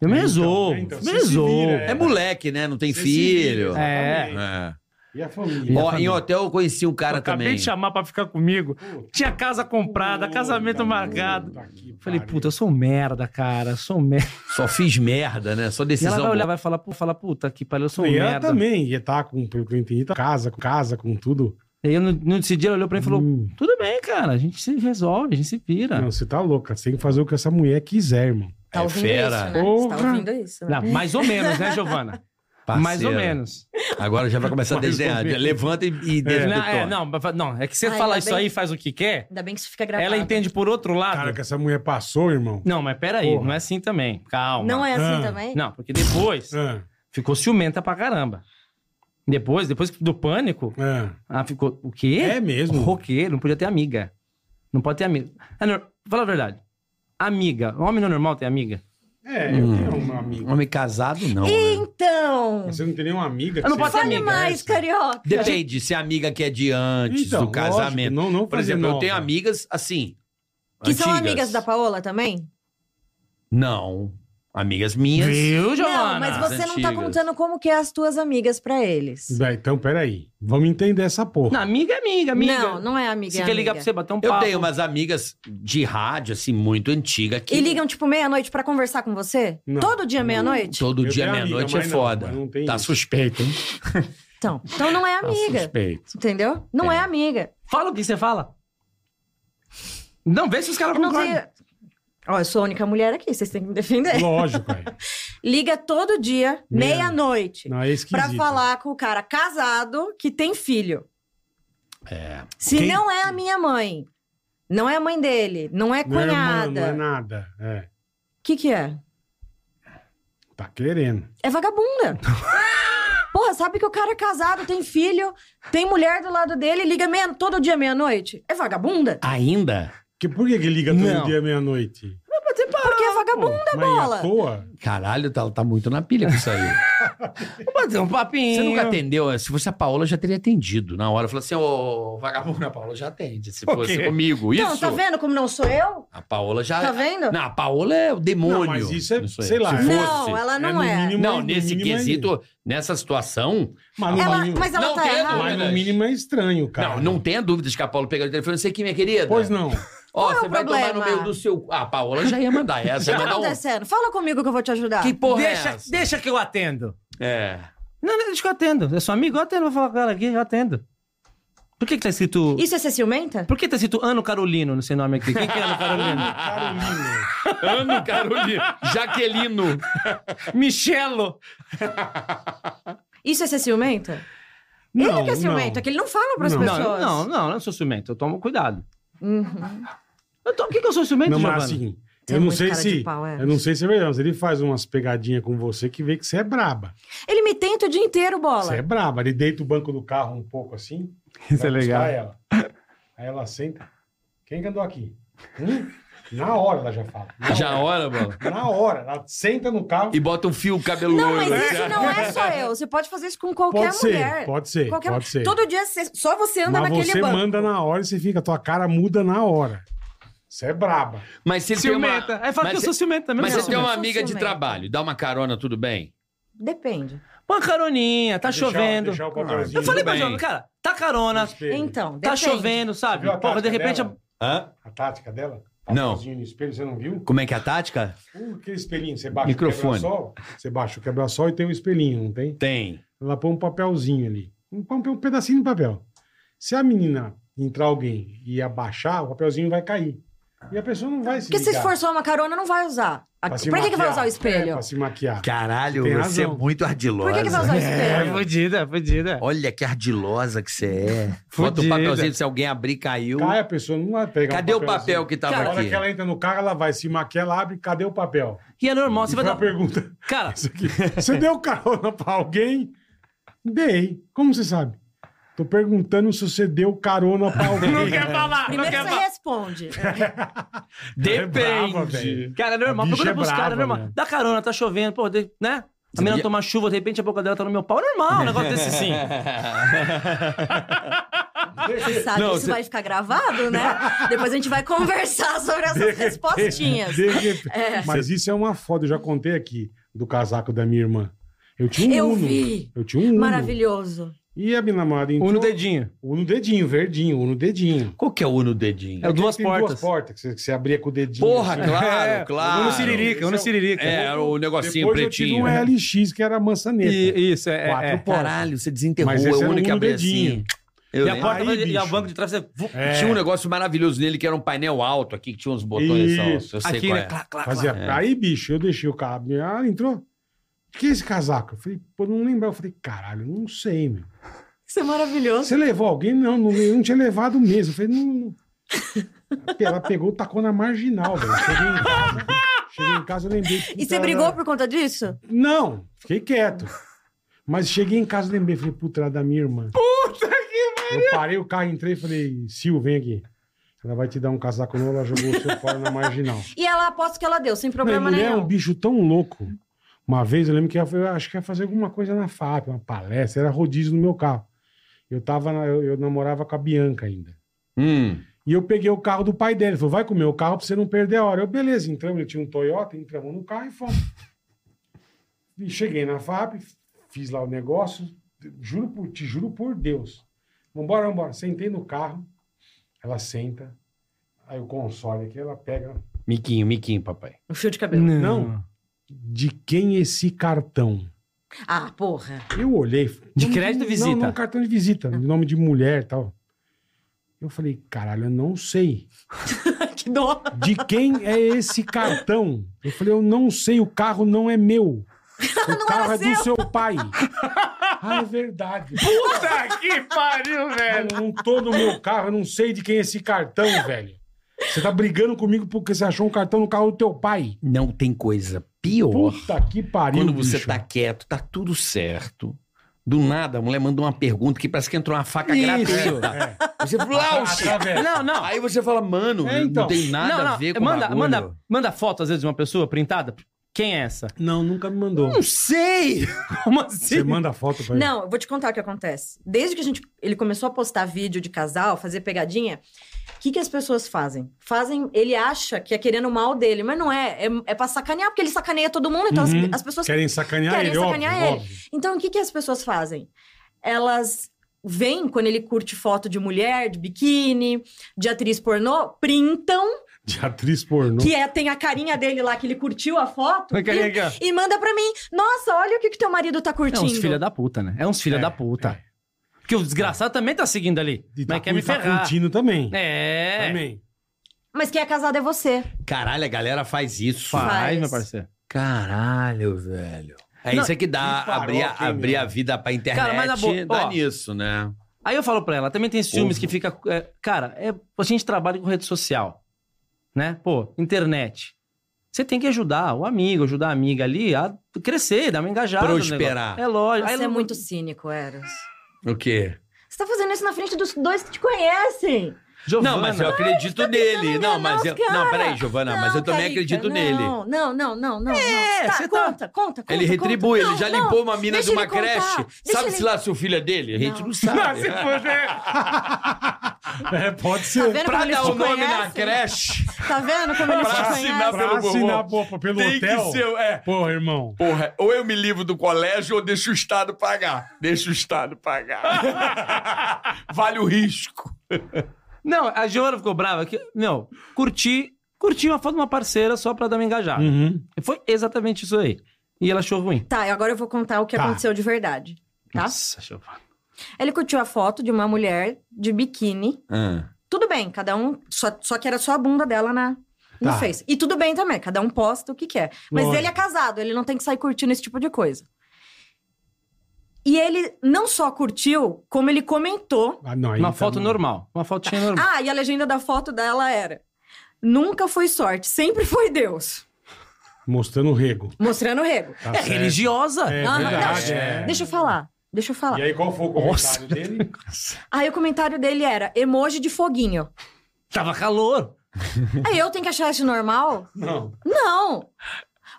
G: Eu me
E: Então,
G: resolvo.
E: é, então,
G: me
E: você se
G: resolvo.
E: vira,
D: É moleque, né? Não tem
E: Você se
D: filho.
E: vira,
G: É.
E: exatamente.
D: É.
E: E a
G: E
E: família?
G: a
D: Ó, em
G: família?
D: hotel eu conheci um cara
G: Eu acabei
D: também.
G: de chamar pra ficar comigo. Tinha
A: Tá
G: casa comprada, casamento marcado. Falei, puta, eu sou um merda, cara. Sou um merda.
D: Só fiz merda, né? Só
G: E ela
D: decisão.
G: vai olhar, vai falar, pô, falar, puta, que pariu, eu sou um
E: E ela
G: merda.
E: "Ah, também ia estar com, pelo que eu entendi, tá casa, com casa, com tudo.
G: E aí, no, no dia, ela olhou pra mim e falou, "Ah."
E: Hum.
G: tudo bem, cara, a gente se resolve, a gente se vira.
E: Não, você tá louca. Você tem que fazer o que essa mulher quiser, irmão.
A: Tá
D: É
A: ouvindo
D: fera.
A: isso, né? Você tá
E: Porra.
A: ouvindo isso, né?
G: Não, mais ou menos, né, Giovana?
D: Parceiro.
G: Mais ou menos.
D: Agora
E: (laughs)
D: já vai começar a
E: Mais ou
D: desenhar.
E: menos.
D: Levanta e, e
G: É,
D: desenha.
G: não, é,
D: Toma.
G: não, mas fa- não, é que você
A: Ai,
G: fala
A: ainda
G: isso
A: bem.
G: aí e faz o que quer,
A: Ainda bem que isso fica gravado.
G: ela entende por outro lado.
E: Cara, que essa mulher passou, irmão.
G: Não, mas peraí,
E: Porra.
G: não é assim também. Calma.
A: Não é assim
E: Ah.
A: também?
G: Não, porque depois
E: Ah,
G: ficou ciumenta pra caramba. Depois, depois do pânico,
E: ah.
G: ela ficou. O quê?
E: É mesmo.
G: Roqueiro, não podia ter amiga. Não pode ter amiga. É, nor- fala a verdade. Amiga. Homem não é normal ter amiga?
E: É, eu tenho uma amiga.
D: Homem casado, não. né?
A: Então,
E: Você não tem nenhuma amiga? é que
G: Eu não
E: você
G: posso ter
A: fale
G: amiga,
A: mais, Carioca.
D: Depende se a amiga que é de antes
E: Então,
D: do casamento.
E: lógico, não, não
D: Por
E: fazer
D: exemplo, eu
E: nova.
D: tenho amigas assim.
A: Que são
D: antigas.
A: amigas da Paola também?
D: Não. Amigas minhas.
G: Viu,
A: Não,
G: Giovana?
A: mas você não tá
D: antigas.
A: contando como que é as tuas amigas pra eles.
E: Vai, então, peraí. Vamos entender essa
G: Não,
E: porra.
G: amiga é amiga, amiga.
A: Não, não é amiga.
G: Se
A: é
G: quer
A: amiga.
G: ligar pra você, bater um papo.
D: Eu tenho umas amigas de rádio, assim, muito antiga. Que
A: E ligam tipo meia-noite pra conversar com você?
E: Não.
A: Todo dia meia-noite?
D: Todo
E: Eu
D: dia,
E: tenho amiga,
D: meia-noite é
E: mas não,
D: foda.
E: mas não tem
D: tá
E: isso.
D: suspeito, hein?
A: Então, então não é
D: Tá
A: amiga.
D: suspeito.
A: Entendeu? Não é, amiga.
G: Fala o que você fala. Não, vê se os caras
A: Eu não
G: concordam.
A: tenho. Ó, eu sou a única mulher aqui, vocês têm que me defender.
E: Lógico, cara.
A: Liga todo dia,
E: Meia-
A: meia-noite,
E: Não, é esquisito.
A: pra falar com o cara casado que tem filho.
D: É.
A: Se
E: Quem-
A: não é a minha mãe, não é a mãe dele, não é
E: Não é, irmã, não é
A: cunhada. O
E: nada. É.
A: que que é?
E: Tá querendo.
A: É vagabunda. Porra, sabe que o cara é casado, tem filho, tem mulher do lado dele, liga meia, todo dia meia-noite? É vagabunda?
D: Ah, Ainda?
E: Que, por que, que liga todo
G: Não.
E: dia meia-noite?
A: Porque é vagabunda.
E: Mas
A: bola.
E: à toa?
D: Caralho, tá, tá muito na pilha com isso aí.
G: Vamos bater um papinho.
D: Você nunca atendeu? eh, Se fosse a Paola, eu já teria atendido. Na hora, falou assim: ô, vagabundo, a Paola já atende. Se fosse
G: quê?
D: comigo, isso.
A: Então, tá vendo como não sou eu?
D: A Paola já.
A: Tá vendo?
D: Não, a Paola é o demônio.
E: Não, mas isso é-
D: nisso aí.
E: sei lá.
D: Se fosse.
A: Não, ela não
E: no
A: é.
E: mínimo-
D: Não,
E: no
D: nesse
E: mínimo é-
D: quesito, nessa situação.
E: Mas no,
A: Ela-
E: mínimo,
A: mas ela
D: Não,
A: tá
D: tem a
E: mas
A: errada.
D: dúvida.
E: no mínimo é estranho, cara.
D: Não, não tenha dúvidas que a Paola pegou o telefone. Você aqui, minha querida.
E: Pois não.
D: Ó,
A: é o
D: você vai tomar no
A: problema?
D: meio do seu. Ah, a Paola já ia
A: (laughs)
D: mandar essa.
A: O que tá
D: ia mandar um...
A: acontecendo? Fala comigo que eu vou te ajudar.
D: Que porra é
G: Deixa,
D: essa?
G: deixa que eu atendo.
D: É.
G: Não, não, deixa que eu atendo. É sua amiga, eu atendo. Vou falar com ela aqui, eu atendo. Por que que tá escrito...
A: Isso é ser ciumenta?
G: Por que tá escrito Ano Carolino no seu nome aqui? Quem que é
D: (laughs)
G: Ano Carolino?
E: Carolina.
D: Ano Carolina. Jaquelino.
G: Michelo.
A: Isso é ser ciumenta?
E: Não,
A: ele que é ciumento, é que ele não fala pras
E: Não.
G: Não, eu-
A: pessoas.
G: não, não, eu não sou ciumento. Eu tomo cuidado.
A: Uhum.
G: Eu tomo... Por que que eu sou ciumento,
E: Não,
G: Giovana?
E: mas assim,
A: Tem
E: eu não
A: muito
E: sei
A: cara
E: se.
A: de pau, é.
E: Eu não sei se é verdade, mas ele faz umas pegadinhas com você que vê que você é braba.
A: Ele me tenta o dia inteiro, bola.
E: Você é braba. Ele deita o banco do carro um pouco assim.
G: Isso
E: vai
G: é legal.
E: buscar Ela. Aí ela senta. Quem que andou aqui? Hum? Na hora ela já fala. Na
D: Já é
E: hora.
D: hora, mano.
E: Na hora. Ela senta no carro.
D: E bota um fio cabeludo. né?
A: Não, mas isso não é só eu. Você pode fazer isso com qualquer
E: Pode ser,
A: mulher.
E: pode ser,
A: Qualquer-
E: pode ser.
A: Todo dia você- só você anda
E: Mas
A: naquele
E: você
A: banco.
E: manda na hora e você fica, tua cara muda na hora. Você é braba.
D: Mas se ele tem uma...
G: Ciumenta. Aí fala
D: Mas
G: que eu
D: se-
G: sou ciumenta também.
D: Mas
G: eu
A: Não,
D: você
G: sou
D: tem
A: eu
D: uma
A: sou
D: amiga de
A: ciumenta.
D: trabalho, dá uma carona, tudo bem?
A: Depende.
G: Uma caroninha, tá
E: Deixar-
G: chovendo.
E: deixar o papelzinho.
G: eu falei pra
D: Tudo bem.
G: Giovana, cara, tá carona,
E: No espelho.
A: Então,
G: tá
A: depende.
G: chovendo, sabe?
E: Viu a
G: Porra, de
E: tática
G: repente...
E: dela?
D: Hã?
E: A tática dela?
D: Não.
E: Sozinho no espelho, você não viu?
D: Como é que é a tática?
E: Uh, aquele espelhinho, você baixa
D: Microfone.
E: o quebra-sol. Você baixa o quebra-sol e tem um espelhinho, não tem?
D: Tem.
E: Ela põe um papelzinho ali. Um, pa- um pedacinho de papel. Se a menina entrar alguém e abaixar, o papelzinho vai cair. E a pessoa não vai se
A: Porque se
E: ligar.
A: esforçou uma carona, não vai usar.
E: Pra se
A: Por que, que vai
E: maquiar.
A: usar o
E: É,
A: espelho?
E: pra se maquiar.
I: Caralho,
E: Tem
I: você é
E: razão.
I: muito ardilosa.
A: Por que, que vai usar o
G: É,
A: espelho?
G: fodida, fodida.
I: Olha que ardilosa que você
E: (laughs)
I: é.
D: Bota um
G: Fudida.
D: papelzinho, se alguém abrir, caiu.
E: Cai, a pessoa não vai pegar um
D: Cadê o
E: papelzinho.
D: papel que tava
E: Na hora
D: aqui?
E: que ela entra no carro, ela vai se maquiar, ela abre, cadê o papel?
G: E é normal,
E: Você
G: você vai dar...
E: pergunta. (laughs)
G: Cara,
E: Isso aqui. Você deu carona pra alguém? Dei. Como você sabe? Tô perguntando se você deu carona
D: (laughs)
E: pra
F: Não quer
E: alguém.
F: falar, não
A: Primeiro
F: quer
A: você
F: falar.
E: (laughs)
A: responde.
E: É brava, velho.
G: depende. Cara, é
E: A
G: normal.
E: bicha
G: Procura
E: é
G: buscar,
E: brava,
G: é normal.
E: né?
G: Dá carona, tá chovendo, pô, de- né? A menina toma chuva, de repente a boca dela tá no meu pau. É normal um negócio desse
E: (laughs)
G: sim.
A: Você sabe
D: Não,
A: que isso
D: você-
A: vai ficar gravado, né? Depois a gente vai conversar sobre essas respostinhas.
E: (laughs) De repente. Mas isso é uma foda, eu já contei aqui do casaco da minha irmã. Eu tinha um
A: Eu
E: Uno.
A: vi.
E: Eu tinha um Uno.
A: Maravilhoso.
E: E a minha namorada entrou...
G: Um no dedinho.
E: Uno dedinho, verdinho, Uno dedinho.
D: Qual que é o no dedinho?
G: É duas
E: Tem
G: portas.
E: duas portas que você, que você abria com o dedinho. (laughs)
D: Porra,
E: assim.
D: claro,
G: Um
D: claro.
G: no siririca, um no siririca.
D: É, o negocinho
E: Depois
D: pretinho.
E: eu tive um LX que era maçaneta.
G: Assim, né? E- isso, é.
E: Quatro
G: é.
E: portas.
D: Caralho, você desenterrou.
E: Mas esse
D: é
E: era
D: o único que
E: um no
D: abre
E: dedinho.
D: assim.
G: E
D: Eu
G: a
D: lembro.
G: porta
E: Aí,
G: e a
E: bicho.
G: banco de trás você.
E: É,
D: Tinha um negócio maravilhoso nele que era um painel alto aqui, que tinha uns botões. Só,
E: Isso.
D: eu sei
G: Aqui,
D: qual
G: né?
D: é.
G: Clá, clá,
E: Fazia.
G: clá.
E: Aí, bicho, eu deixei o carro. Ela entrou. Que é esse casaco? Eu falei, pô, não lembro. Eu falei, caralho, não sei, meu.
A: Isso é maravilhoso.
E: Você levou alguém? Não, não, eu não tinha levado mesmo. Eu falei, não.
A: (laughs)
E: não. Ela pegou, tacou na marginal, velho. Cheguei em casa. Cheguei em casa, eu lembrei.
A: E
E: puta,
A: você
E: ela-
A: brigou por conta disso?
E: Não, fiquei quieto. Mas cheguei em casa, lembrei, falei, puta, era da minha irmã. Puta que Eu parei o carro, entrei e falei, Sil, vem aqui. Ela vai te dar um casaco novo, ela jogou o seu fora na marginal.
A: E ela aposto que ela deu, sem
E: Não, e
A: problema
E: mulher é um
A: nenhum.
E: bicho tão louco. Uma vez eu lembro que ela foi, eu acho que ia fazer alguma coisa na FAP, uma palestra, era rodízio no meu carro. Eu tava, na- eu, eu namorava com a Bianca ainda.
D: Hum.
E: E eu peguei o carro do pai dele. Ele falou, vai com o meu carro pra você não perder a hora. Eu, beleza, entramos, ele tinha um Toyota, entramos no carro e fomos. E cheguei na FAP, fiz lá o negócio, juro por, te juro por Deus. Vambora, vambora. Sentei no carro, ela senta, aí o console aqui, ela pega.
D: Miquinho, miquinho, papai.
A: Um fio de cabelo.
G: Não.
E: Não. De quem esse cartão?
A: Ah,
E: (laughs)
A: porra.
E: Eu olhei.
G: De
E: Não,
G: crédito
E: não,
G: ou visita?
E: Não, não, cartão de visita, em nome de mulher e tal. Eu falei, caralho, eu não sei.
A: que dó.
E: De quem é esse cartão? Eu falei, eu não sei, o carro não é meu. O carro é do seu pai. ah, é verdade.
F: Puta que pariu, velho.
E: Eu não tô no meu carro, eu não sei de quem é esse cartão, velho. Você tá brigando comigo porque você achou um cartão no carro do teu pai.
D: Não tem coisa pior
E: Puta que pariu,
D: quando você
E: bicho.
D: tá quieto, tá tudo certo. Do nada, a mulher mandou uma pergunta que parece que entrou uma faca
E: É,
G: Isso.
D: gratuita. Você falou, "Ah, o shit."
G: Não, não.
D: Aí você fala, mano,
E: É, então.
D: não tem nada a ver com
G: manda,
D: bagulho.
G: manda, manda foto, às vezes, de uma pessoa printada. Quem é essa?
E: Não, nunca me mandou.
G: Não sei! Como assim?
E: Você manda foto pra mim?
A: Não, eu vou te contar o que acontece. Desde que a gente, ele começou a postar vídeo de casal, fazer pegadinha, o que, que as pessoas fazem? Fazem, ele acha que é querendo o mal dele, mas não é. É, é pra sacanear, porque ele sacaneia todo mundo, então as-
E: Uhum.
A: as, pessoas
E: Querem sacanear
A: Querem
E: ele,
A: sacanear
E: óbvio,
A: ele.
E: óbvio.
A: Então, o que, que as pessoas fazem? Elas veem quando ele curte foto de mulher, de biquíni, de atriz pornô, printam,
E: De atriz pornô.
A: que é, tem a carinha dele lá que ele curtiu a foto,
G: Olha
A: e,
G: aqui, ó.
A: e manda pra mim. Nossa, olha o que, que teu marido tá
G: É
A: curtindo.
G: uns filha da puta, né? É uns filha
E: É,
G: da puta. Porque o desgraçado também tá seguindo ali.
E: E tá,
G: mas quer me
E: e tá
G: ferrar.
E: curtindo Tá também.
G: É.
E: Também.
A: Mas quem é casado é você.
D: Caralho, a galera faz isso.
G: Faz,
A: Faz.
G: meu parceiro.
D: Caralho, velho. É
G: Não,
D: isso é que dá
E: que farofa,
D: abrir, a-
E: hein,
D: abrir
E: meu?
D: a vida pra internet.
G: Cara, mas na boa,
D: dá
G: ó.
D: nisso, né?
G: Aí eu falo pra ela, também tem esses filmes que fica. é, cara, é, a gente trabalha com rede social. Né? Pô, internet. Você tem que ajudar o amigo, ajudar a amiga ali a crescer, dar uma engajada. no negócio.
D: Prosperar.
G: É lógico.
A: Você
G: Aí
A: é
G: não-
A: muito cínico, Eros.
D: O quê?
A: Você tá fazendo isso na frente dos dois que te conhecem.
G: Giovana,
D: Não, tá mas eu acredito nele. Não, mas eu.
A: enganar os
D: Não,
A: cara.
D: peraí, Giovana, mas eu
A: Não,
D: também
A: Carica,
D: acredito
A: não,
D: nele.
A: Não, não, não, não. É,
G: você tá-
A: conta, conta, conta.
D: Ele retribui,
A: conta.
D: ele já
A: Não,
D: limpou uma mina
A: deixa
D: de uma
A: ele contar,
D: creche.
A: deixa
D: Sabe-se
A: ele-
D: lá se o filho é dele? A gente não,
A: Não.
D: sabe.
E: (laughs) É, pode
A: Tá
E: ser.
A: vendo
D: pra
A: como eles
D: dar
A: te
D: o nome na
A: conhecem?
D: creche,
A: Tá vendo como eles te
D: Pra assinar
G: Tá
A: conhecem?
D: pelo
E: Pra assinar pô, pelo
D: tem
E: hotel.
D: que ser. É,
E: Porra, irmão.
D: porra, ou eu me livro do colégio ou deixo o Estado pagar. Deixa o Estado (laughs) pagar. vale o risco.
G: Não, a Giovana ficou brava. Que, meu, curti curti uma foto de uma parceira só pra dar uma engajada.
E: Uhum.
G: E Foi exatamente isso aí. E ela achou ruim.
A: Tá, e agora eu vou contar o que
E: Tá.
A: aconteceu de verdade. Tá?
G: Nossa, achou
A: Ele curtiu a foto de uma mulher de biquíni.
D: Ah.
A: Tudo bem, cada um. Só, só que era só a bunda dela na, no
E: Tá.
A: Face. E tudo bem também, cada um posta o que quer. Mas
E: Lógico.
A: ele é casado, ele não tem que sair curtindo esse tipo de coisa. E ele não só curtiu, como ele comentou.
E: Ah, não, aí
G: Uma
E: tá
G: foto
E: bom.
G: normal. Uma
A: (laughs)
G: fotinha normal.
A: Ah, e a legenda da foto dela era: Nunca foi sorte, sempre foi Deus.
E: Mostrando o rego.
A: Mostrando o rego.
E: Tá
G: é
E: certo.
G: religiosa.
E: É
A: Ah, não,
E: verdade,
A: não,
E: é.
A: Deixa eu falar. Deixa eu falar.
E: E aí, qual foi o
G: Nossa.
E: comentário dele?
A: Aí o comentário dele era emoji de
E: (laughs)
A: foguinho.
G: Tava calor.
A: Aí eu tenho que achar isso normal?
E: Não.
A: Não!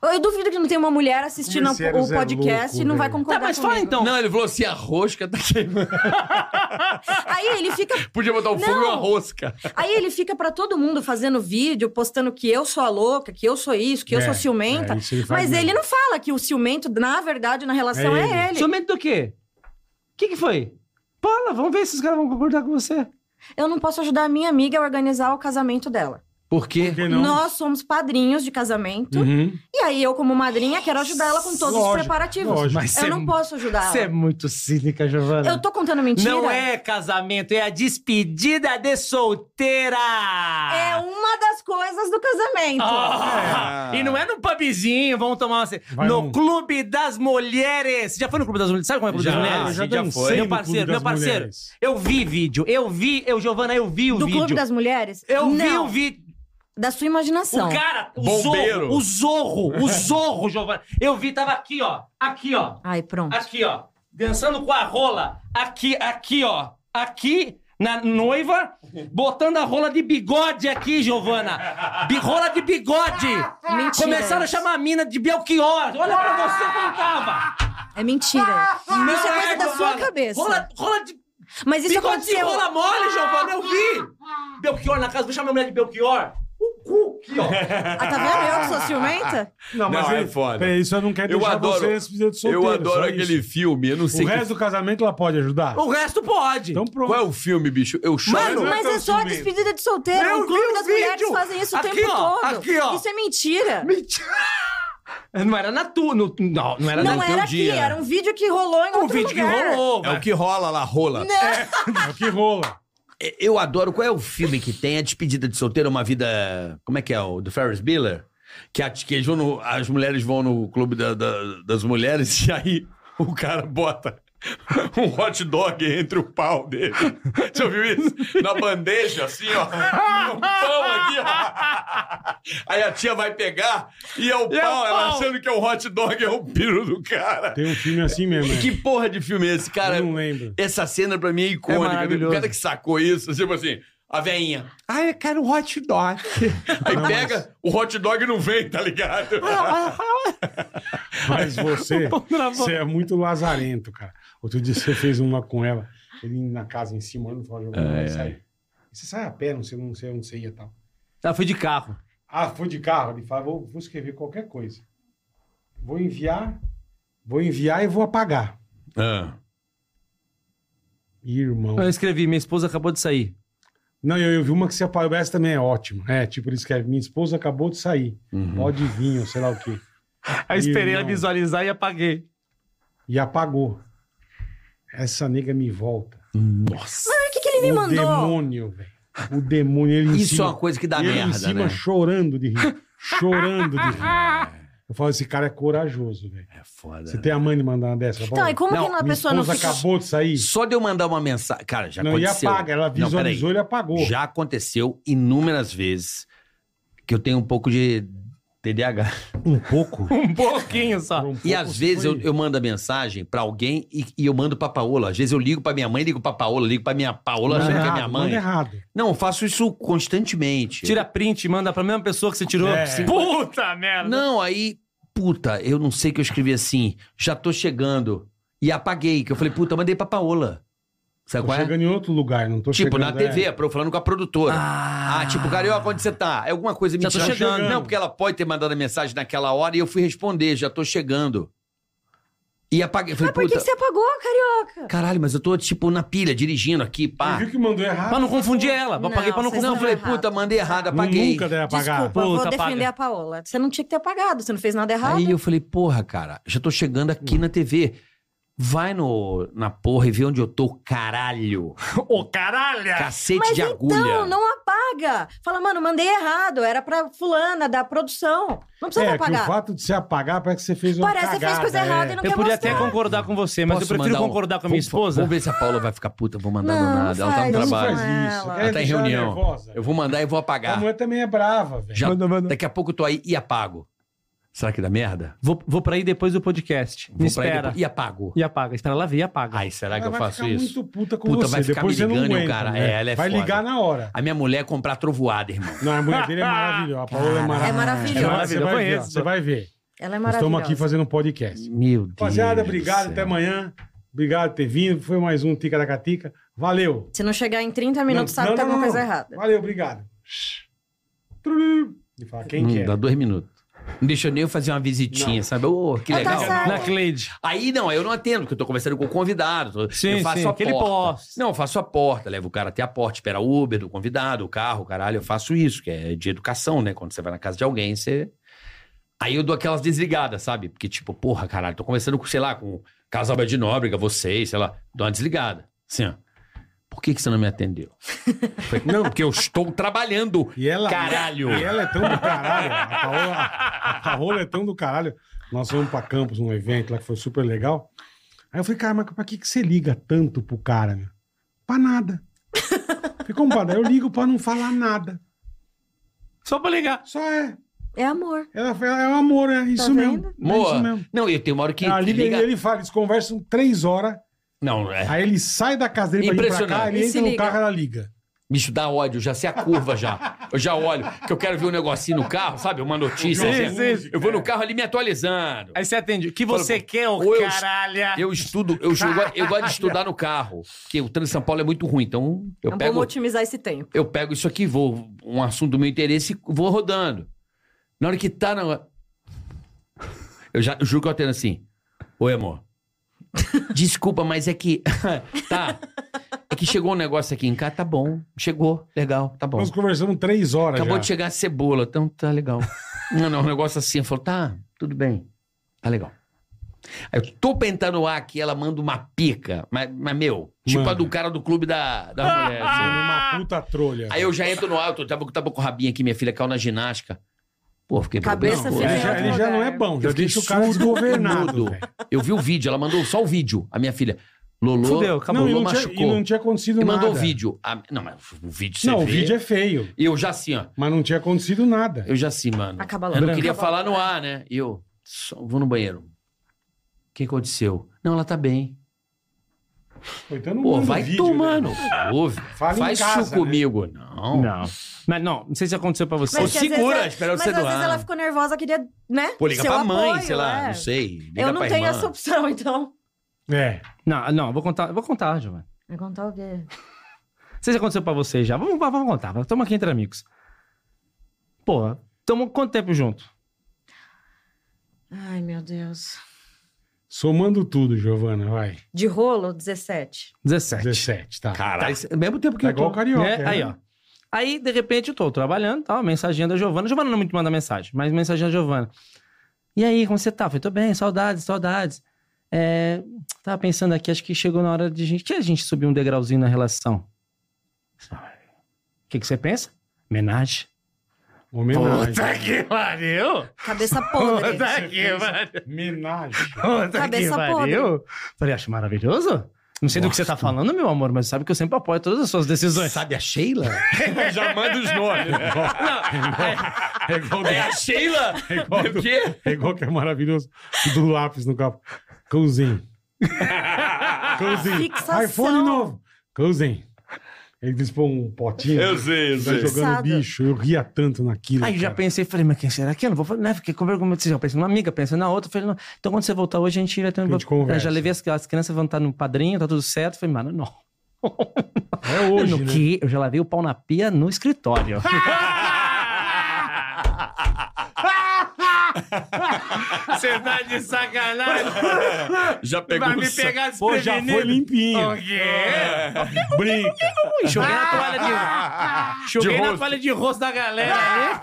A: Eu duvido que não tenha uma mulher assistindo
E: Esse era
A: o
E: o Zé
A: podcast
E: é Louco,
A: e não vai
E: velho.
A: concordar
G: tá, mas
A: comigo.
G: fala então.
D: Não, ele falou assim, a rosca tá queimando.
A: Aí ele fica,
D: Podia botar o fogo
A: Não.
D: e uma rosca.
A: aí ele fica para todo mundo fazendo vídeo, postando que eu sou a louca, que eu sou isso, que eu
E: É,
A: sou ciumenta.
E: é, isso ele faz
A: mas
E: mesmo.
A: ele não fala que o ciumento, na verdade, na relação
E: É
A: é
E: ele.
A: ele.
G: Ciumento do quê? O que, que foi? Fala, vamos ver se os caras vão concordar com você.
A: Eu não posso ajudar a minha amiga a organizar o casamento dela.
D: Por quê?
E: Por que não?
A: Nós somos padrinhos de casamento.
E: Uhum.
A: E aí eu, como madrinha, quero ajudar ela com todos os
E: Lógico,
A: preparativos.
E: lógico.
G: Mas
A: Eu não posso ajudar
G: Você é
A: ela.
G: muito cínica, Giovana.
A: Eu tô contando mentira?
G: Não é casamento, é a despedida de solteira!
A: É uma das coisas do casamento.
G: Ah,
D: É.
G: E não é no pubzinho, vamos tomar uma. ce-
E: Vai
G: no
E: um-
G: Clube das Mulheres! Você já foi no Clube das Mulheres? Sabe como é o Clube das
E: eu
G: Mulheres?
E: Ah, já,
D: já
E: dancei
D: foi.
E: no
G: Meu
E: Clube
G: parceiro,
E: das
G: meu parceiro.
E: Mulheres.
G: Eu vi vídeo, eu vi, eu, Giovana, eu vi o
A: Do
G: vídeo.
A: Clube das Mulheres?
G: Eu
A: não,
G: vi o vídeo.
A: Da sua imaginação.
G: O cara, o
D: Bombeiro.
G: zorro, o zorro, o zorro, Giovana. Eu vi, tava aqui, ó. Aqui, ó.
A: Ai, pronto.
G: Aqui, ó. Dançando com a rola. Aqui, aqui, ó. Aqui, na noiva, botando a rola de bigode aqui, Giovana. Bi- rola de bigode.
A: Mentira.
G: Começaram a chamar a mina de Belchior. Olha pra você como tava.
A: É mentira. isso é coisa da sua
G: Giovana.
A: cabeça.
G: Rola, rola de
A: Mas isso
G: bigode de
A: aconteceu.
G: rola mole, Giovana. Eu vi. Belchior na casa. Vou chamar a mulher de Belchior. O cu aqui, ó.
A: Ah, tá vendo? Eu que sou ciumenta?
E: Não, mas
D: Não, é
E: ele-
D: foda.
E: Peraí, isso eu não quero
D: Eu
E: deixar
D: adoro-
E: você nesse vídeo de solteiro.
D: Eu adoro
E: só
D: aquele
E: isso.
D: filme, eu não sei
E: O
D: que-
E: resto do casamento ela pode ajudar?
G: O resto pode.
E: Então pronto.
D: qual é o filme, bicho. Eu choro.
G: Mano,
E: Não é
A: Mas é
E: tão
A: só
E: ciumento.
A: despedida de solteiro.
G: Eu
A: o clube
G: vi o
A: das
G: vídeo.
A: mulheres fazem isso o
G: Aqui,
A: tempo
G: ó.
A: todo.
G: Aqui, ó.
A: Isso é mentira.
G: Mentira! Não era na tua. No, não, não é era
A: Não
G: na
A: era aqui,
D: dia.
A: era um vídeo que rolou em
G: o
A: outro
G: vídeo que
A: lugar.
G: rolou.
D: É
G: velho.
D: o que rola lá, rola.
E: É o que rola.
D: Eu adoro. Qual é o filme que tem? A despedida de solteiro, uma vida. Como é que é? O do Ferris Bueller? Que, a- que eles vão no- as mulheres vão no clube da- da- das mulheres (laughs) e aí o cara bota um hot dog entre o pau dele. (laughs) Você ouviu isso? Na bandeja, assim, ó. E um pão aqui, ó. Aí a tia vai pegar e é o
G: é o
D: pau, ela
G: pau.
D: achando que é um hot dog, é o piro do cara.
E: Tem um filme assim mesmo. né?
D: Que porra de filme é esse, cara?
E: Eu não lembro.
D: Essa cena pra mim é
G: É
D: icônica.
G: maravilhoso.
D: o cara que sacou isso, tipo assim, a veinha. Ah, eu quero um hot
E: (laughs)
D: dog. Aí
E: Não,
D: pega, o hot dog e não vem, tá ligado?
E: (laughs)
D: (laughs)
E: Mas você, você é muito lazarento, cara. Outro dia você fez uma com ela, ele na casa em cima, olhando e falou, Giovana, vai sair. Você sai a pé, não sei, não sei onde você ia e tal.
G: Ela foi de carro.
E: Ah, fui de carro. Ele fala, vou, vou escrever qualquer coisa. Vou enviar, vou enviar e vou apagar.
D: Ah.
E: Irmão.
A: É.
G: Eu escrevi, minha esposa acabou de sair.
E: Não, eu, eu vi uma que se apagou. Essa também é ótima. É, tipo, ele escreve, minha esposa acabou de sair.
D: Uhum.
E: Pode vir, ou sei lá o quê.
G: Aí esperei
E: Irmão.
G: ela visualizar e apaguei.
E: E apagou. Essa nega me volta.
D: Nossa.
A: Mas o que, que ele me
E: o
A: mandou?
E: demônio, velho. O demônio, ele em
D: Isso é
E: cima-
D: uma coisa que dá
E: ele em
D: merda,
E: cima
D: né?
E: chorando de rir.
A: (laughs)
E: Chorando de rir. Eu falo, esse cara é corajoso, velho.
D: É foda.
E: Você tem a mãe de mandar uma dessa?
A: Então, e como
D: Não,
A: que uma
E: Minha
A: pessoa não
E: esposa
A: fica...
E: acabou de sair.
D: Só de eu mandar uma mensagem. Cara, já
E: não, e
D: aconteceu.
E: apaga. Ela
D: Não, peraí.
E: visualizou e apagou.
D: Já aconteceu inúmeras vezes que eu tenho um pouco de TDAH.
E: Um pouco.
G: Um pouquinho só.
E: Por
D: (laughs)
E: um
D: E
E: pouco
D: às vezes
E: foi-
D: eu, eu mando a mensagem pra alguém e, e eu mando pra Paola. Às vezes eu ligo pra minha mãe, ligo pra Paola, ligo pra minha Paola,
E: Manda
D: achando que é
E: errado,
D: minha
E: manda
D: mãe.
E: errado.
D: Não, eu faço isso constantemente.
G: Tira print e manda pra mesma pessoa que você tirou.
E: É.
G: Puta merda!
D: Não, aí, puta, eu não sei o que eu escrevi assim, já tô chegando. E apaguei, que eu falei, puta, mandei pra Paola. Sabe
E: Tô
D: qual é?
E: chegando em outro lugar, não tô
D: Tipo,
E: chegando... é.
D: na TV, pro- falando com a produtora. Ah, tipo, Carioca, onde você tá? É Alguma coisa me
G: Já tô
D: diz-
G: chegando.
D: Não, porque ela pode ter mandado a mensagem naquela hora e eu fui responder, já tô chegando. E apaguei. Falei,
A: Mas por que,
D: puta,
A: que você apagou, carioca?
D: caralho, mas eu tô, tipo, na pilha, dirigindo aqui,
E: Ele
D: pá.
E: viu que mandou errado.
D: Pra não confundir ela. Não, paguei pra não
A: vocês
D: confundir. Não, eu falei,
A: estão errados.
D: puta, mandei errado, apaguei.
E: Nunca deve apagar.
A: Desculpa, vou
F: Puta,
A: defender
F: apaga.
A: a Paola. Você não tinha que ter apagado, você não fez nada errado.
D: Aí eu falei, porra, cara, já tô chegando aqui na TV. Vai no, na porra e vê onde eu tô, caralho.
F: Ô, caralho!
D: Cacete
A: Mas
D: de
A: então,
D: agulha.
A: não apaga. Fala, mano, mandei errado, era pra fulana da produção. Não
E: É,
A: precisa
E: que o
A: apagar.
E: fato de você apagar parece que você fez uma
A: Parece que
E: cagada.
A: fez coisa
D: é.
A: errada e não
F: Eu
A: quer
F: podia
A: mostrar.
F: até concordar com você, mas
D: Posso
F: eu prefiro
D: mandar um-
F: concordar com a minha
D: Vamos-
F: esposa.
D: Vamos ver se a Paula vai ficar puta. Vou mandar
A: Não,
D: do
A: não
D: nada. Ela tá
A: faz, não
D: no
E: Não
D: trabalho.
E: faz isso.
A: Ela
E: quer
D: tá em
E: deixar
D: reunião.
E: nervosa.
D: Eu vou mandar e vou
E: A
D: apagar.
E: mulher também é brava, velho.
D: Já-
G: Manda, manda.
D: Daqui a pouco eu tô aí e apago. Será que dá merda?
G: Vou, vou pra aí depois do podcast. Me
D: Vou pra aí
G: espera.
D: depois- E apago.
G: E apaga. Espera ela vir e apaga.
D: Ai, será que
E: Ela
D: eu
E: vai
D: faço
E: ficar
D: isso?
E: muito puta com
D: Puta,
E: você.
D: vai ficar
E: Depois
D: me
E: você não
D: ligando,
E: aguenta,
D: cara.
E: né?
D: É, ela é
E: Vai
D: foda.
E: ligar na hora.
D: A minha mulher é comprar trovoada, irmão.
E: Não, a mulher dele é maravilhosa. A Paola é
D: Ah,
E: maravilhosa.
A: É maravilhosa.
E: Você vai-
F: Maravilhosa,
E: Você vai
F: eu
E: ver, ó,
F: conheço.
E: você vai ver.
A: Ela é
E: Nós
A: maravilhosa.
E: estamos aqui fazendo um podcast.
D: Meu Deus.
E: Rapaziada,
D: do
E: obrigado.
D: céu.
E: Até amanhã. Obrigado por ter vindo. Foi mais um Tica da Catica. Valeu.
A: Se não chegar em 30 minutos, Um sabe que tem alguma coisa errada.
E: Valeu, obrigado. Trurum. E fala quem
D: Hum,
E: que é.
D: Dá dois minutos. Não deixa nem eu fazer uma visitinha, sabe? Ô, que
A: Ah, tá
D: legal.
A: certo.
G: Na Cleide.
D: Aí não, aí eu não atendo, porque eu tô conversando com o convidado. tô-
G: Sim,
D: eu faço
G: sim,
D: a
G: aquele
D: porta.
G: pós.
D: Não, eu faço a porta, levo o cara até a porta, espera o Uber do convidado, o carro, caralho. Eu faço isso, que é de educação, né? Quando você vai na casa de alguém, você. Aí eu dou aquelas desligadas, sabe? Porque, tipo, porra, caralho, tô conversando com, sei lá, com o Carlos Alberto de Nóbrega, vocês, sei lá, dou uma desligada. Assim, ó. Por que, que você não me atendeu? Falei, não, porque eu estou trabalhando.
E: E ela,
D: Caralho.
E: E ela é tão do caralho. A Paola, a Paola é tão do caralho. Nós fomos pra Campos num evento lá que foi super legal. Aí eu falei, cara, mas pra que, que você liga tanto pro cara, meu? Pra
A: (laughs)
E: nada. Falei, como pra nada? Eu ligo pra não falar nada.
G: Só pra ligar.
E: Só é.
A: É amor.
E: Ela fala, é o amor, é isso mesmo.
A: Tá vendo?
E: É isso
D: Moa.
E: mesmo.
D: Não, eu tenho uma hora que.
E: Ela
D: que
E: liga,
D: liga-
E: Ele, ele fala, eles conversam três horas,
D: Não, é.
E: aí ele sai da casa dele pra vir pra cá,
D: Impressionante.
E: ele
A: E se
E: entra no
A: liga.
E: carro e ela liga.
D: Bicho, dá ódio, já sei a curva já. Eu já olho, que eu quero ver um negocinho no carro, sabe? Uma notícia.
G: Sim,
D: assim.
G: sim.
D: Eu vou
E: é,
D: no carro ali me atualizando.
G: Aí você atende. O que você
D: Fala,
G: quer, ô
D: ou eu-
G: caralho?
D: Eu estudo, eu, estudo- eu gosto de estudar no carro, porque o trânsito de São Paulo é muito ruim, então
A: Então
D: eu
A: vamos
D: pego,
A: otimizar esse tempo.
D: eu pego isso aqui, vou um assunto do meu interesse e vou rodando. Na hora que tá na Eu já eu juro que eu atendo assim. Oi, amor. Desculpa, mas é que (laughs) tá. É que chegou um negócio aqui em casa, tá bom. Chegou, legal, tá bom.
E: Nós conversamos três horas
D: Acabou
E: já.
D: de chegar a cebola, então tá
E: (laughs)
D: legal. não, não, um negócio assim. Eu falo, tá, tudo bem. Tá legal. Aí eu tô pentando o ar aqui, ela manda uma pica, mas, mas meu, tipo
E: Manda.
D: a do cara do clube da, da
E: (laughs)
D: mulher. assim.
E: Uma puta trolha.
D: Aí eu já entro no alto, eu tava, tava com o rabinho aqui, minha filha caiu na ginástica. Pô, fiquei
A: Cabeça
D: bobo.
A: ferrada.
E: Ele já, ele já não é bom, já
D: Eu assim, né? fiquei
E: deixa o cara
D: surdo,
E: desgovernado.
D: mudo.
E: velho.
D: Eu vi o vídeo, ela mandou só o vídeo, a minha filha. Lolô,
G: Fudeu,
D: Lolô
E: Não, e, não tinha,
D: machucou.
E: e não tinha acontecido
D: E
E: nada.
D: mandou o vídeo. A- não, mas o vídeo você
E: Não, o
D: vê.
E: vídeo é feio,
D: E eu já assim, ó.
E: mas não tinha acontecido nada.
D: Eu já assim, mano.
A: Acaba
D: Eu
A: logo.
D: não queria
A: Acaba
D: falar
A: logo.
D: no ar, né? E eu só vou no banheiro. O que aconteceu? Não, ela tá bem.
E: Pô, então não
D: Pô,
E: manda
D: vai
E: o vídeo,
D: tomando.
E: né?
D: Ouve.
E: Fala em
D: Faz
E: casa,
D: isso
E: né?
D: comigo. Não.
G: Mas não, não sei se aconteceu pra você.
D: Ou
A: Mas que às vezes
D: segura,
A: ela-
D: espera
A: Mas
D: você
A: às vezes
D: doar.
A: ela ficou nervosa, queria, né?
D: Pô, liga
A: seu
D: pra mãe,
A: apoio,
D: sei lá,
A: é.
D: não sei. Liga
A: Eu não
D: pra
A: tenho
D: irmã.
A: essa opção, então.
E: É.
G: Não, não, eu vou contar, eu vou contar, Giovanni.
A: Vai contar o quê?
G: Não sei se aconteceu pra vocês já. Vamos, vamos contar. Tamo aqui entre amigos. Porra, tamo quanto tempo junto?
A: Ai, meu Deus.
E: Somando tudo, Giovana, vai.
A: De rolo, 17.
G: 17.
E: 17, tá.
D: Caralho.
G: Tá,
D: isso-
G: isso é mesmo tempo que
E: Tá
G: eu tô.
E: igual carioca,
G: É,
E: né?
G: Aí, ó. Aí, de repente, eu tô trabalhando, tal, mensaginha da Giovana. Giovana não me manda mensagem, mas mensagem da Giovana. E aí, como você tá? Eu Falei, tô bem, saudades, saudades. É, tava pensando aqui, acho que chegou na hora de gente... Que a gente subir um degrauzinho na relação. O que, que você pensa? Homenagem.
E: Homenagem.
F: Puta que pariu!
D: (laughs)
A: Cabeça podre.
F: Puta que pariu!
E: Homenagem.
F: Puta
A: Cabeça
F: que pariu!
G: Falei, acho maravilhoso. Não sei do que você tá falando, meu amor, mas sabe que eu sempre apoio todas as suas decisões.
D: Sabe a Sheila?
E: (laughs)
F: Já manda os nomes.
E: É igual,
D: É a Sheila?
E: é igual do-
D: O quê?
E: é igual que é maravilhoso. Do lápis no capo. Cãozinho. Cãozinho.
A: Fixação.
E: iPhone novo. Cãozinho. Ele disse pô, um potinho. Eu sei, eu (laughs) sei. jogando
A: Fixado.
E: bicho. Eu ria tanto naquilo.
G: Aí já
E: cara.
G: pensei, falei, mas quem será que eu não vou falar? Né? Fiquei com vergonha. Você já pensa numa amiga, pensa na outra. Falei, não. Então quando você voltar hoje, a gente vai ter um.
E: A gente conversa.
G: Eu já levei as, as crianças, vão estar no padrinho, tá tudo certo. Falei, mano, não.
E: É hoje,
G: no
E: né? Ah,
G: que? Eu já lavei o pau na pia no
E: (laughs)
G: escritório.
F: Você Você tá de sacanagem.
J: Já pegou
F: Vai
J: o
F: me
J: sa-
F: pegar
E: Pô, já foi
F: desprevenido.
E: limpinho.
F: O
E: É.
F: quê?
E: Brinca.
G: Joguei na toalha (laughs) de. Joguei na
J: rosto.
G: toalha de rosto da galera. (laughs) né?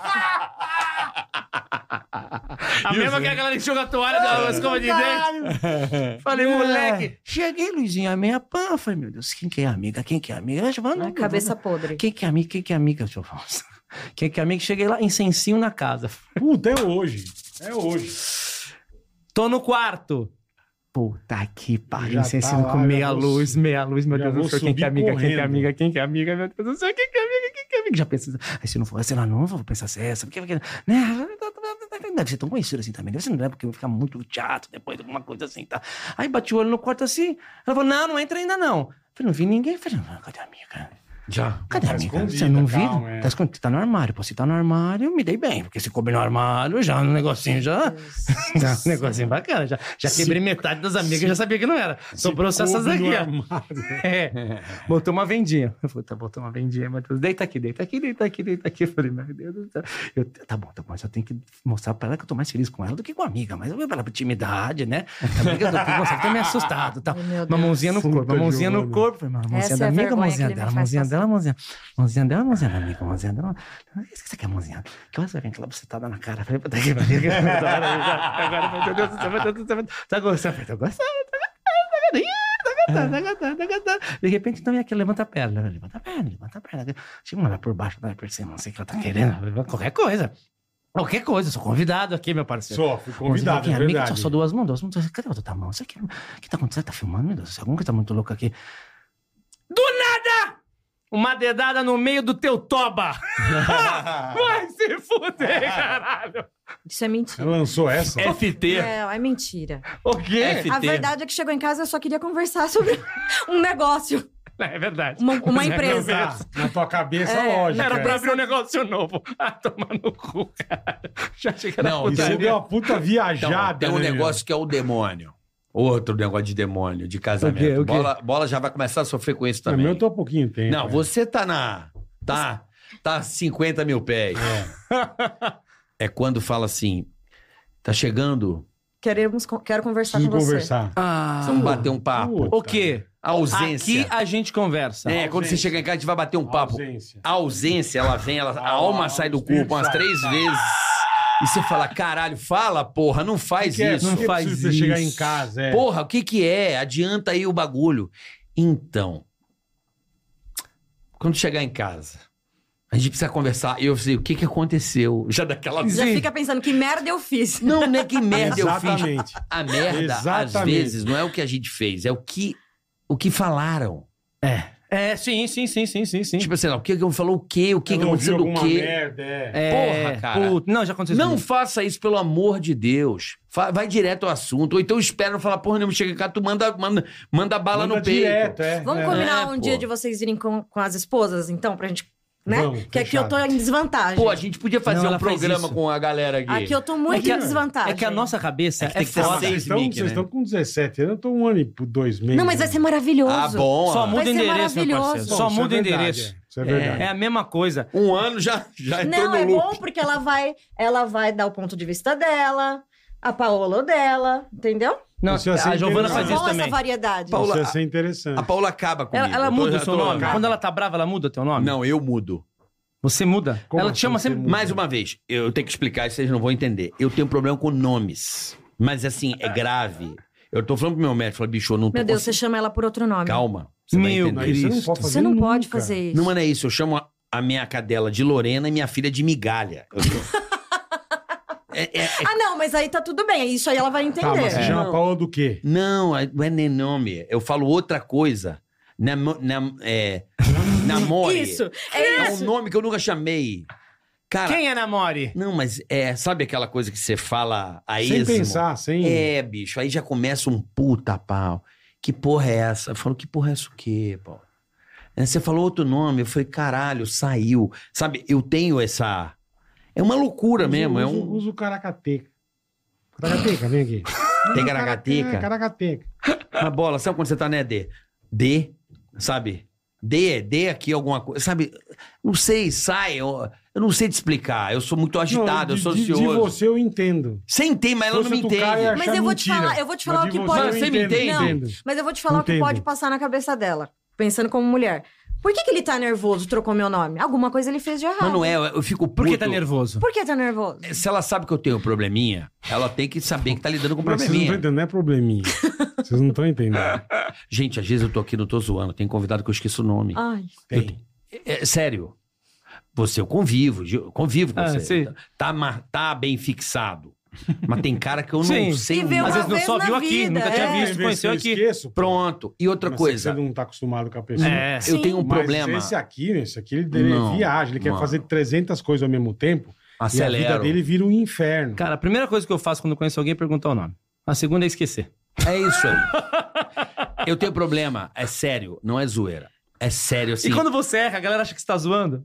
F: A mesma que a galera que joga a toalha da escova de dente.
G: Falei,
E: é.
G: moleque. Cheguei, Luizinho, a minha pan. Falei, meu Deus, quem que é amiga? Quem que é amiga? Eu falei, não,
A: Ai,
G: não,
A: Né, cabeça
G: não.
A: podre.
G: Quem que é amiga? Quem que é amiga? Seu Afonso? (laughs) Quem que é amiga? Cheguei lá, incensinho na casa.
E: Puta, é hoje. É hoje.
G: Tô no quarto. Puta que pariu,
E: Já
G: incensinho
E: tá lá,
G: com
E: já
G: meia
E: vou
G: luz,
E: su-
G: meia luz, meu
E: já
G: Deus do
E: vou
G: céu, quem que é
E: subir
G: amiga, quem que é
E: correndo.
G: amiga, quem que é amiga, meu Deus do céu, quem que é amiga, quem que é amiga, já pensa, aí se não for essa, ela não, eu vou pensar se é essa, porque, porque, né, deve ser tão conhecido assim também, deve ser, não é, porque eu vou ficar muito chato depois, alguma coisa assim, tá, aí bati o olho no quarto assim, ela falou, não, não entra ainda não, falei, não vi ninguém, falei, não, cadê a amiga?
D: Já.
G: Cadê
E: Tá
G: a amiga?
E: escondida,
G: Você não viu?
E: calma, é.
G: Tá escondido, tá no armário, pô, se tá no armário, eu me dei bem, porque se coube no armário, já, no negocinho, (laughs) já... Tá, um negocinho bacana. Já, já quebrei metade das amigas, já sabia que não era. Sobrou só essas
E: Coube
G: aqui,
E: no
G: ó.
E: armário.
G: (laughs) É. Botou uma vendinha. Eu falei, tá, botou uma vendinha, Matheus. Deita aqui, deita aqui, deita aqui, deita aqui. Eu falei, meu Deus do céu. Eu, tá bom, tá bom, mas eu tenho que mostrar pra ela que eu tô mais feliz com ela do que com a amiga. Mas eu vou pela intimidade, né? A amiga do nossa, tá me assustado e tal.
A: Ai, meu
G: Uma
A: Deus.
G: mãozinha no
E: Puta,
G: corpo, uma mãozinha no
E: Giovana.
G: corpo. Falei, mas a
A: Essa
G: mãozinha
A: é
G: da
A: a
G: amiga,
A: vergonha que
G: mãozinha
A: ele me
G: dela,
A: faz
G: mãozinha
A: passar.
G: dela, mãozinha. Mãozinha dela, mãozinha da amiga, mãozinha dela. Esquece que essa mãozinha. Que horas vai vir aquela bucetada na cara? Falei, puta que pariu. Agora, meu Deus do céu, meu Deus do céu. meu Deus do céu. Tá gostando? Falei, Tô gostando, tá gostando. Ih, tá gostando, tá gostando, tá gostando. De repente, então, é aquele levanta a perna, levanta a perna, levanta a perna. Chega uma lá por baixo, lá por cima, não sei o que ela tá querendo. Qualquer coisa. Qualquer coisa, eu sou convidado aqui, meu parceiro.
E: Só, fui
G: Convidado,
E: convidado, é verdade.
G: Só, só duas mãos, duas mãos. duas- Cadê a outra mão? Isso aqui, o que tá acontecendo? Tá filmando, meu Deus? do céu, Alguma coisa tá muito louca aqui. Do nada! Uma dedada no meio do teu toba!
E: (laughs)
G: Vai se fuder, caralho!
A: Isso é mentira.
E: Ela lançou essa?
J: FT.
A: É, é mentira.
G: O quê?
A: A
J: FT.
A: verdade é que chegou em casa eu só queria conversar sobre (laughs) um negócio,
G: É verdade.
A: uma, uma
G: Não,
A: empresa.
E: Ah, na tua cabeça,
A: É,
E: lógica.
G: Era
E: é.
G: pra abrir um negócio novo. Ah, tomar no cu, cara. Já cheguei na
D: Não,
E: Isso
G: putaria.
E: deu uma puta
D: Então,
E: viajada.
D: tem um
E: né, meu?
D: negócio que é o demônio. Outro negócio de demônio, de casamento.
G: O quê? O quê?
D: Bola, bola já vai começar a sofrer com isso
E: Não,
D: também.
E: meu, eu tô há pouquinho tempo.
D: Não,
E: é.
D: você tá na. Tá. Tá 50 mil pés. (laughs) É. quando fala assim. Tá chegando.
A: Queremos, con- quero conversar
E: Preciso
A: com você.
E: conversar.
G: Ah,
D: Vamos bater um papo.
E: Puta.
G: o quê?
D: A ausência.
G: Aqui a gente conversa.
D: É, quando você
E: ausência.
D: chegar em casa, a gente vai bater um papo.
E: Ausência.
D: A ausência, ela vem, ela, a
E: Ah,
D: alma sai do
E: espírito
D: corpo umas
E: sai.
D: três vezes. E você fala, caralho, fala, porra, não faz
E: Que é,
D: isso.
E: por que
G: Não faz
E: precisa
G: isso.
E: chegar em casa, é.
D: Porra, o que que é? Adianta aí o bagulho. Então, quando chegar em casa, a gente precisa conversar. Eu sei, o que que aconteceu? Já daquela...
A: Já
D: Sim.
A: fica pensando que merda eu fiz.
D: Não, né? Que merda eu fiz.
E: Exatamente.
D: A merda, às
E: Exatamente.
D: vezes, não é o que a gente fez, é o que, o que falaram.
G: É, sim, sim, sim, sim, sim, sim.
D: Tipo assim, não, o que que falou o quê? O que que
E: Ela ouviu
D: aconteceu do
E: alguma
D: quê?
E: merda, é.
G: É,
D: Porra, cara.
G: puta, não, já aconteceu
D: Não
G: isso
D: faça isso, pelo amor de Deus. Fa- Vai direto ao assunto. Ou então espera não falar, porra, não chega cá, tu manda, manda, manda bala
E: Manda
D: no peito.
E: direto, é.
A: Vamos
E: é.
A: combinar
D: É,
A: um
D: pô.
A: dia de vocês irem com, com as esposas, então, pra gente. Né?
E: Vamos,
A: que aqui eu tô
E: fechado.
A: em desvantagem.
D: Pô, a gente podia fazer
G: Não,
D: um
G: ela faz
D: programa
G: isso.
D: com a galera aqui. Ah,
A: aqui eu tô
G: É
A: muito
G: que
A: em
G: a-
A: desvantagem.
G: É que a nossa cabeça é,
D: que tem que ter
G: foda.
D: seis
E: Vocês estão,
D: Mickey,
E: vocês
D: né?
E: estão com 17 anos, eu tô um ano e p- dois meses.
A: Não, mas é vai ser maravilhoso.
D: Ah, bom.
G: Só
D: ó.
G: muda o
A: ser
G: endereço, meu parceiro.
A: maravilhoso.
G: Só
E: Isso é
G: muda o
E: verdade,
G: endereço.
E: é. Isso é
G: É,
E: verdade.
G: a mesma coisa.
D: Um ano já, já entrou
A: Não,
D: no
A: é
D: loop.
A: bom porque ela vai, ela vai dar o ponto de vista dela, a Paola o dela, entendeu?
G: Não,
E: Isso é assim,
G: a Giovana
E: entendeu?
G: faz
A: é
G: isso
A: bom essa
G: também.
A: variedade.
D: Paola-
E: Isso ia ser interessante.
D: A Paula acaba comigo.
G: Ela, ela
D: Eu tô-
G: muda
D: eu
G: o seu
D: tô-
G: nome? Quando ela tá brava, ela muda o teu nome?
D: Não, eu mudo.
G: Você muda?
E: Como
G: ela te
E: assim
G: chama
E: você
G: sempre...
E: muda?
D: Mais uma vez, eu tenho que explicar, vocês não vão entender. Eu tenho um problema com nomes. Mas assim, é grave. Eu tô falando pro meu médico, falei, bicho, eu não tô
A: Meu Deus, você
D: conseguindo-
A: chama ela por outro nome.
D: Calma. Você vai
G: Meu
D: entender.
E: Não, isso você não
G: Cristo.
E: pode fazer
A: Você não
E: nunca.
A: pode fazer isso.
D: Não, mas não é isso. Eu chamo a, a minha cadela de Lorena e minha filha de migalha. Eu tô- É- é- é-
A: Ah, não, mas aí tá tudo bem. Isso aí ela vai entender.
E: Tá, mas você
D: É.
E: chama
D: Não.
E: a Paula do quê?
D: não, é- não é nem nome. Eu falo outra coisa. Nam, nam, é, namore.
A: Isso,
D: É
A: é
D: um
A: isso.
D: nome que eu nunca chamei. Cara,
G: Quem é Namore?
D: não, mas é, sabe aquela coisa que você fala a
E: Sem
D: esmo?
E: pensar, sem...
D: É, bicho, aí já começa um puta pau. Que porra é essa? Eu falo, que porra é isso o quê, pau? Aí Você falou outro nome, eu falei, caralho, saiu. Sabe, eu tenho essa. É uma loucura
E: Usa-
D: mesmo. É
E: usa-
D: um.
E: Usa o caracateca. Caracateca, vem aqui.
D: Tem caracateca.
E: Caracateca.
D: Na bola, sabe quando você tá, né, D? é D, sabe? D, D aqui alguma coisa. Sabe? Não sei, sai. ó, Eu não sei te explicar. Eu sou muito agitado,
E: Não,
D: eu
E: de-
D: sou
E: de-
D: ansioso.
E: De você eu entendo.
D: Você entende, mas ela não
E: Força
D: me
E: do
D: entende.
E: cara é
A: Mas
E: achar
A: eu vou te
E: mentira.
A: falar- eu vou te falar
E: Mas
A: o
E: de
A: que
E: você
A: pode-
E: eu
D: Mas você me
E: entendo,
D: entende?
E: eu
A: Não.
E: entendo.
A: Mas eu vou te falar o que
E: Entendo.
A: pode passar na cabeça dela, pensando como mulher. Por que, que ele tá nervoso, trocou meu nome? Alguma coisa ele fez de errado.
D: Mas não é, eu fico
G: Por que
D: puto.
G: tá nervoso?
A: Por que tá nervoso?
D: Se ela sabe que eu tenho um probleminha, ela tem que saber que tá lidando com
E: Mas Vocês não
D: probleminha.
E: estão entendendo, não é probleminha. Vocês não estão
D: Ah,
E: entendendo.
D: Gente, às vezes eu tô aqui, não tô zoando. Tem convidado que eu esqueço o nome.
A: Ai.
E: Tem.
D: É, sério. Você, eu convivo, eu convivo com
K: Ah,
D: você.
K: sim.
D: Tá, mar- tá bem fixado. Mas tem cara que eu não
G: Sim.
D: sei
A: E
D: o
A: vê
D: nome.
A: uma
G: Às vezes não
A: vez
G: só
A: na
G: viu aqui,
A: vida,
G: nunca tinha
A: é.
G: visto, conheceu
E: eu
G: aqui.
E: esqueço, pô.
D: Pronto. E outra
E: Mas
D: coisa,
E: Você não tá acostumado com a pessoa.
G: É.
D: eu tenho um
E: Mas
D: problema.
E: Esse é aqui, esse aqui, ele, ele
D: Não,
E: viaja, ele quer
D: mano.
E: fazer 300 coisas ao mesmo tempo. E a vida
D: Acelero.
E: dele vira um inferno.
G: É. Cara, a primeira coisa que eu faço quando eu conheço alguém é perguntar o nome. A segunda é esquecer.
D: É isso aí. eu tenho problema. É sério, não é zoeira. É sério, assim.
G: E quando você erra, a galera acha que você tá zoando.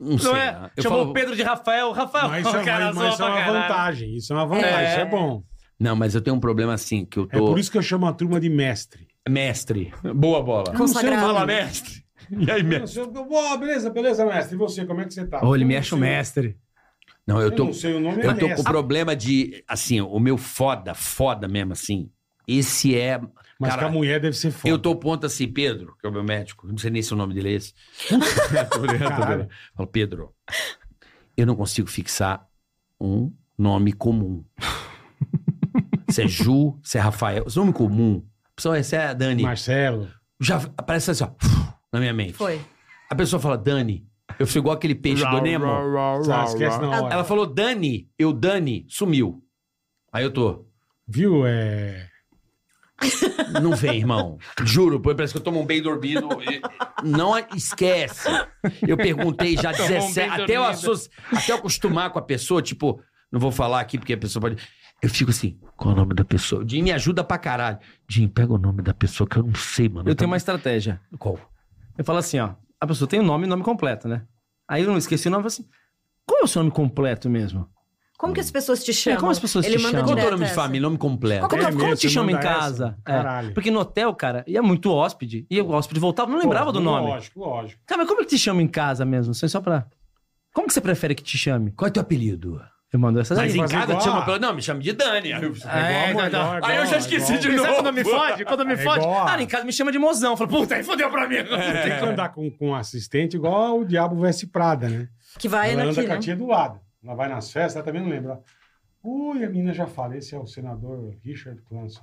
D: Não sei.
G: Não é?
D: né? Eu
G: Chamou
D: falo-
G: o Pedro de Rafael. Rafael,
E: Mas isso, é-
G: o cara
E: mas- mas
G: zoa
E: isso é
G: pra
E: uma
G: caralho.
E: vantagem. Isso é uma vantagem,
A: É.
E: isso é bom.
D: Não, mas eu tenho um problema assim, que eu
E: É
D: tô.
E: por isso que eu chamo a turma de mestre.
D: Mestre. Boa bola.
A: Consagrado.
G: Fala, mestre. E aí, mestre?
E: Boa, beleza, beleza, mestre. E você, como é que você tá?
G: Ô, ele me
E: Eu
G: acha o
E: não sei-
G: mestre.
D: Não, eu
E: Eu
D: tô.
E: não sei o nome, é
D: Eu tô com
E: mestre.
G: Ah.
D: problema de. Assim, o meu foda, foda mesmo, assim. Esse é.
E: Mas
D: cara,
E: com a mulher deve ser foda.
D: Eu tô ponto assim, Pedro, que é o meu médico. Não sei nem se o nome dele é esse. Tô brincando, tô
E: Caralho.
D: brincando. Falo, Pedro, eu não consigo fixar um nome
G: (laughs)
D: comum. Se é Ju, se é Rafael. Esse nome comum. A pessoa, se é a Dani.
E: Marcelo.
D: Já aparece assim, ó, (laughs) na minha mente.
A: Foi.
D: A pessoa fala, Dani. Eu sou igual aquele peixe do Nemo.
E: Ah, esquece na hora.
D: Ela falou, Dani, eu Dani, sumiu. Aí eu tô.
E: Viu? É...
D: Não vem, irmão. Juro, pô, parece que eu tomo um bem dormido. E- Não esquece. Eu perguntei já
L: Tomou um bem
D: 17. até, eu
L: dormido.
D: associ... até eu acostumar com a pessoa, tipo, não vou falar aqui porque a pessoa pode. Eu fico assim, qual é o nome da pessoa? Jim, me ajuda pra caralho. Jim, pega o nome da pessoa que eu não sei, mano.
G: Eu tenho uma
D: mais
G: estratégia.
D: Qual?
G: Eu falo assim, ó. A pessoa tem o nome e nome completo, né? Aí eu não esqueci o nome e falo assim: qual é o seu nome completo mesmo?
A: Como que as pessoas te chamam?
G: como as pessoas
A: Ele
G: te
A: manda
G: chamam?
D: Qual é o
A: direto
D: nome de
A: essa.
D: família, nome completo?
A: Qual que
G: Como,
A: é
G: como
E: mesmo,
G: te
E: você
G: chama em
E: manda essa?
G: casa? É.
E: Caralho.
G: Porque no hotel, cara, ia muito hóspede. E o hóspede voltava, não lembrava
E: Pô,
G: do nome.
E: Lógico, lógico.
G: Cara, mas como ele te chama em casa mesmo? Assim, Só pra. Como que você prefere que te chame?
D: Qual é o teu apelido?
G: Eu mando essa
D: Mas
G: daí.
D: em
E: fazer
D: casa
E: igual
D: te chama
E: a-
D: pelo. Não, me chama de Dani. Aí eu-
E: É, igual a mulher,
G: tá, tá.
E: igual,
D: Aí eu já
E: é
D: esqueci
E: igual.
D: de
G: E
D: novo.
G: sabe quando me fode? Quando me
E: É
G: fode?
E: igual. É.
G: Cara, em casa me chama de mozão. Eu Falo, puta, aí fodeu pra mim.
E: Tem que andar com, com um assistente igual o Diabo Veste Prada, né?
A: Que vai
E: ela anda
A: aqui,
E: com a
A: né?
E: tia do lado. Ela vai nas festas, ela também não lembra. Ui, a menina já fala, esse é o senador Richard Clanson.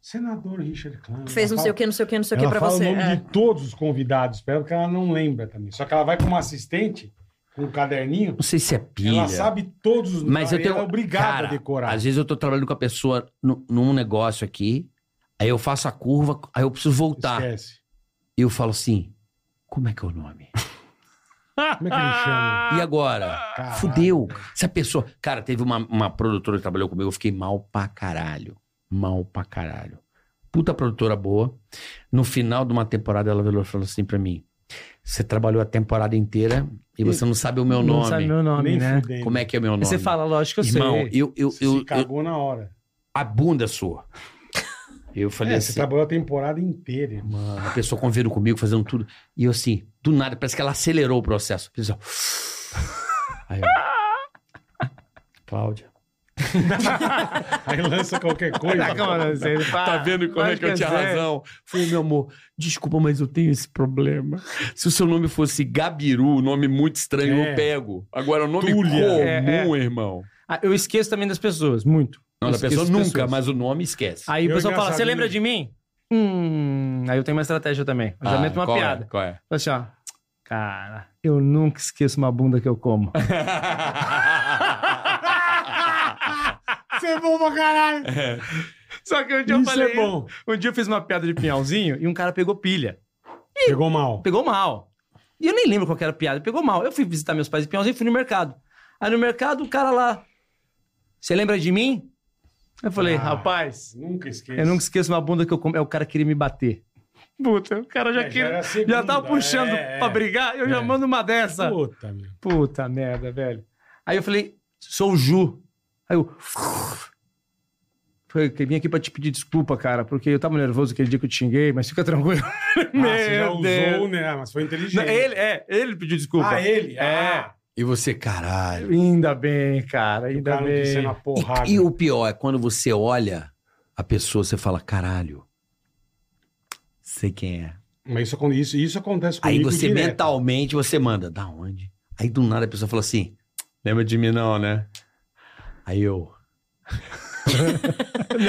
E: Senador Richard Clanson.
A: Fez não sei o que, não sei o que, não sei o que
E: ela
A: pra
E: fala
A: você.
E: o nome
A: É.
E: de todos os convidados, pra ela, porque ela não lembra também. Só que ela vai com uma assistente, com um caderninho,
D: Não sei se é pilha.
E: ela sabe todos os
D: Mas eu
E: aí
D: tenho.
E: ela é obrigada
D: Cara,
E: a decorar.
D: Às vezes eu tô trabalhando com a pessoa nu- num negócio aqui, aí eu faço a curva, aí eu preciso
G: tá
D: voltar.
E: Esquece.
D: E eu falo assim: como é que é o nome?
E: Como é que ele
G: (laughs)
E: chama?
G: Ah.
D: E agora?
E: Caralho.
D: Fudeu. Se a pessoa. Cara, teve uma, uma produtora que trabalhou comigo, eu fiquei mal pra caralho. Mal pra caralho. Puta produtora boa. No final de uma temporada, ela virou e falou assim pra mim: Você trabalhou a temporada inteira e você não sabe o meu
G: Não
D: nome.
G: sabe meu nome,
E: Nem
G: né?
E: fudendo.
D: Como é que é o meu
G: Aí
D: nome?
G: Você fala, lógico que eu
D: Irmão,
G: sei.
D: eu, eu,
E: Você
D: eu,
E: se cagou na hora.
D: a bunda sua. Eu falei
E: É,
D: assim,
E: você trabalhou a temporada inteira,
G: (laughs)
E: irmão.
D: mano, a pessoa convivendo comigo, fazendo tudo. E eu assim, do nada, parece que ela acelerou o processo. Fiz, assim, ó. Aí eu... Cláudia.
E: Aí lança
G: (laughs)
E: qualquer coisa.
G: Tá
D: é Falei, meu amor, desculpa, mas eu tenho esse problema. Se o seu nome fosse Gabiru, um nome muito estranho,
E: É.
D: eu pego. Agora, o nome
E: Túlia.
D: comum, irmão.
G: Ah, eu esqueço também das pessoas, muito.
D: Não,
G: Eu
D: da pessoa
G: esqueço
D: nunca,
G: as pessoas.
D: mas o nome esquece.
G: Aí
E: Eu
G: o pessoal fala,
E: engraçado,
G: você lembra
E: né?
G: de mim? Hum, aí eu tenho uma estratégia também. Eu já
D: Ah,
G: meto uma
D: qual é?
G: piada.
D: Qual
G: (laughs)
D: é?
G: Fala assim, ó. Cara, eu nunca esqueço uma bunda que eu como.
E: Você é bom pra caralho.
G: (laughs) Só que um dia (laughs) eu
E: Isso
G: falei.
E: é bom.
G: Um dia eu fiz uma piada de pinhãozinho e um cara pegou pilha.
E: Pegou mal.
G: Pegou mal. E eu nem lembro qual que era a piada. Pegou mal. Eu fui visitar meus pais em Pinhalzinho e fui no mercado. Aí no mercado, o cara lá. Você lembra de mim? Eu falei,
E: Ah.
G: rapaz,
E: Nunca esqueço.
G: eu nunca esqueço uma bunda que eu como. É o cara queria me bater. Puta, o cara já
E: É, já
G: queria.
E: era a
G: Já,
E: segunda,
G: tava puxando
E: é,
G: pra
E: é.
G: brigar, eu já
E: É.
G: mando uma dessa.
E: Puta, meu.
G: Puta merda, velho. Aí eu falei, sou o Ju. Aí eu. Falei, que vim aqui pra te pedir desculpa, cara, porque eu tava nervoso aquele dia que eu te xinguei, mas fica tranquilo.
E: (laughs) Ah, você já
G: Meu Deus.
E: usou, né? Ah, Mas foi inteligente.
G: Não, ele, é, ele pediu desculpa.
E: Ah, ele?
G: É.
E: Ah,
D: E você, caralho.
G: Ainda bem, cara,
E: O
G: ainda
E: cara não quis ser
G: bem.
E: na
D: E-
E: porrada.
D: E, o pior é quando você olha a pessoa, você fala, caralho. Sei quem é.
E: Mas isso, acon- isso, isso acontece
D: Aí
E: comigo
D: você
E: direto.
D: mentalmente, você manda, da onde? Aí do nada a pessoa fala assim, lembra de mim não, né? Aí eu,
G: Me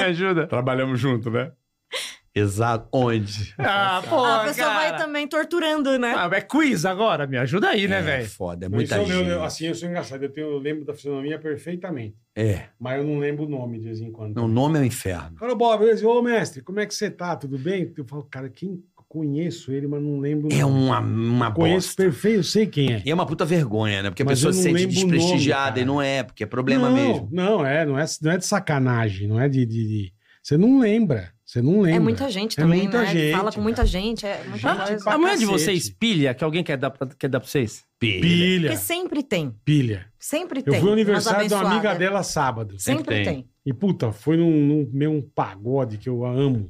E: (laughs)
G: ajuda.
E: Tá.
D: trabalhamos junto, né? Exato, onde?
G: Ah, pô,
A: a pessoa
G: cara.
A: vai também torturando, né?
G: Ah, é quiz agora, me ajuda aí, né,
D: é
G: velho?
D: foda, é
E: Não, isso
D: muita
E: eu lembro,
D: gente.
E: eu- assim, eu sou engraçado. Eu, tenho, eu lembro da fisionomia perfeitamente.
D: É,
E: Mas eu não lembro o nome de vez em quando.
D: o nome é o inferno.
E: Cara, Bob, eu disse, ô mestre, como é que você tá? Tudo bem? Eu falo, cara, quem conheço ele, mas não lembro. o
D: É
E: nome.
D: uma, uma
E: Conheço
D: bosta.
E: perfeito, eu sei quem é.
D: E é uma puta vergonha, né? Porque a
E: Mas
D: pessoa
E: eu
D: se
E: não
D: sente
E: lembro o nome,
D: desprestigiada e
E: cara.
D: não é, porque é problema
E: não,
D: mesmo.
E: Não, é, não é, não é de sacanagem, não é de. de- de- Você não lembra. Você não lembra.
A: É muita gente
E: É
A: também,
E: muita
A: né?
E: gente,
A: Fala com muita gente, é muita
E: Gente
A: coisa.
E: pra
G: A mulher de
E: cacete.
G: vocês pilha que alguém quer dar pra, quer dar pra vocês?
D: Pilha.
E: Pilha.
A: Porque sempre tem,
E: Pilha.
A: sempre
E: Eu
A: tem.
E: fui ao
A: umas
E: aniversário de uma amiga
A: abençoadas.
E: dela sábado.
A: Sempre
D: Sempre
A: tem.
D: tem.
E: E puta, foi num, num meio um pagode que eu amo.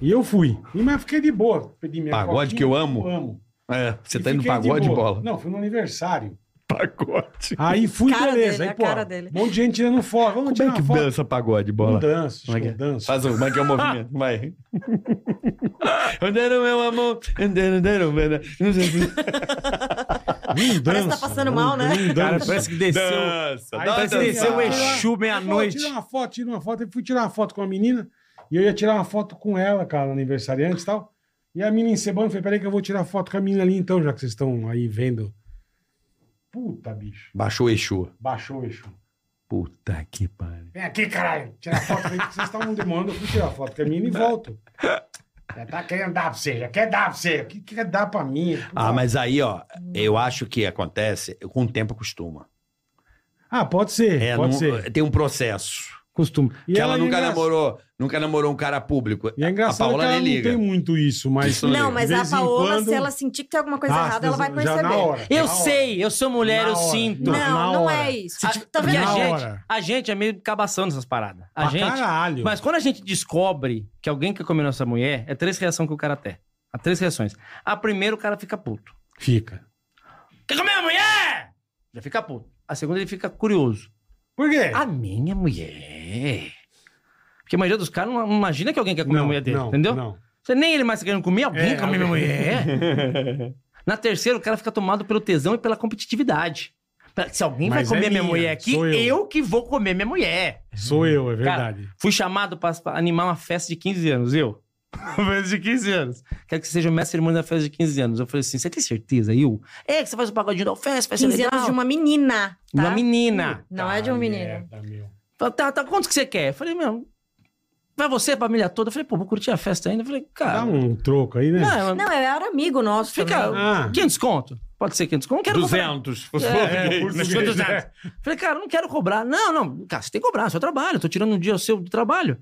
E: E eu fui. E, mas fiquei de boa. Pedi minha
D: Pagode
E: coquinha,
D: que eu amo?
E: amo.
D: É, você
E: E
D: tá indo no
E: fiquei
D: pagode
E: boa.
D: bola.
E: Não, fui no aniversário.
D: Pagode.
E: Aí fui,
A: Cara
E: beleza.
A: dele,
E: aí,
A: a
E: pô,
A: cara dele.
E: um monte de gente tirando foto. Vamos
D: Como é
E: tirar
D: que
E: foto.
D: dança pagode
E: Não
D: bola?
E: danço,
D: Como é que
E: não
D: é?
E: danço.
D: Faz um, como é que é o movimento? Vai. (laughs) Andaram, meu amor. Andaram, andaram, andaram.
E: Não danço.
A: Parece que tá passando mal, né?
E: Não
G: Cara,
E: danço.
G: parece que desceu.
D: Dança, tá
E: Aí
D: dá
E: vai
D: uma
G: Parece que
E: dançar.
G: desceu o
D: dançada.
G: Exu meia-noite.
E: Tira uma foto, tira uma foto. Eu fui tirar uma foto com a menina e eu ia tirar uma foto com ela, cara, aniversariante e tal. E a menina encebando, eu falei, peraí que eu vou tirar foto com a menina ali então, já que vocês estão aí vendo. Puta, bicho.
D: Baixou o Exu.
E: Baixou o eixo.
D: Puta que pariu.
E: Vem aqui, caralho. Tirar foto. Falei, vocês estavam demorando, eu fui tirar foto com a menina e volto. Já tá querendo dar pra você, já quer dar pra você. O que que quer dar pra mim?
D: Ah, mas aí, ó, eu acho que acontece, com o tempo acostuma.
E: Ah, pode ser,
D: É,
E: pode
D: não-
E: ser.
D: Tem um processo.
G: Costume.
E: E
D: que ela,
E: é
D: nunca
E: engra-
D: namorou, nunca namorou um cara público.
E: E é engraçado
D: a Paola
E: que
D: nem
E: ela não
D: liga.
E: tem muito isso, mas...
D: Isso
A: Não, mas
E: de
A: a
E: vez em
A: Paola,
E: quando-
A: se ela sentir que tem alguma coisa
E: Ah,
A: errada, ela vai
E: já
A: perceber.
E: na hora,
G: Eu
E: na hora.
G: sei, eu sou mulher,
E: Na
G: eu
E: hora.
G: sinto.
A: Não,
E: Na
A: não
E: hora.
A: é isso.
G: Se ti-
A: tá
G: Porque
A: vendo?
E: Ah,
G: a
E: Na
G: gente,
E: hora.
G: a gente é meio cabação nessas paradas. A
E: Pra
G: gente.
E: caralho.
G: Mas quando a gente descobre que alguém que comeu nossa mulher, é três reações que o cara tem. Há três reações. A primeira, o cara fica puto.
E: Fica.
G: Quer comer a mulher? Já fica puto. A segunda, ele fica curioso.
E: Por quê?
G: É A minha mulher. Porque a maioria dos caras não não imagina que alguém quer comer a mulher dele,
E: não,
G: entendeu?
E: Não.
G: Você nem ele mais tá querendo comer, alguém
E: É,
G: come
E: (laughs)
G: minha mulher. Na terceira, o cara fica tomado pelo tesão e pela competitividade. Pra- Se alguém
E: Mas
G: vai
E: é
G: comer minha,
E: minha,
G: mulher aqui,
E: sou
G: eu.
E: eu.
G: que vou comer minha mulher.
E: Sou eu, é verdade.
G: Fui chamado pra pra animar uma festa de 15 anos, eu. (laughs) Uma festa de 15 anos. Quero que você seja o mestre cerimônia da festa de 15 anos. Eu falei assim: você tem certeza, eu? É, que você faz o pagodinho da festa, vai ser
A: 15
G: legal.
A: anos de uma menina, tá?
G: Uma menina.
A: Não é de um menino.
E: Merda, meu.
G: Falei, tá, tá, quanto que você quer? Eu falei, meu, vai você, a família toda? Eu falei, pô, vou curtir a festa ainda. Eu falei, cara.
E: Dá um troco aí, né?
G: Não,
A: Não, eu era amigo nosso
G: Fica
A: também.
E: Ah.
G: 500 conto. Pode ser 500 conto? Não Quero cobrar.
D: 200.
G: É,
E: é, português, né?
G: Falei, cara, não quero cobrar. Não, não, cara, você tem que cobrar, é seu trabalho. Eu tô tirando um dia seu do trabalho.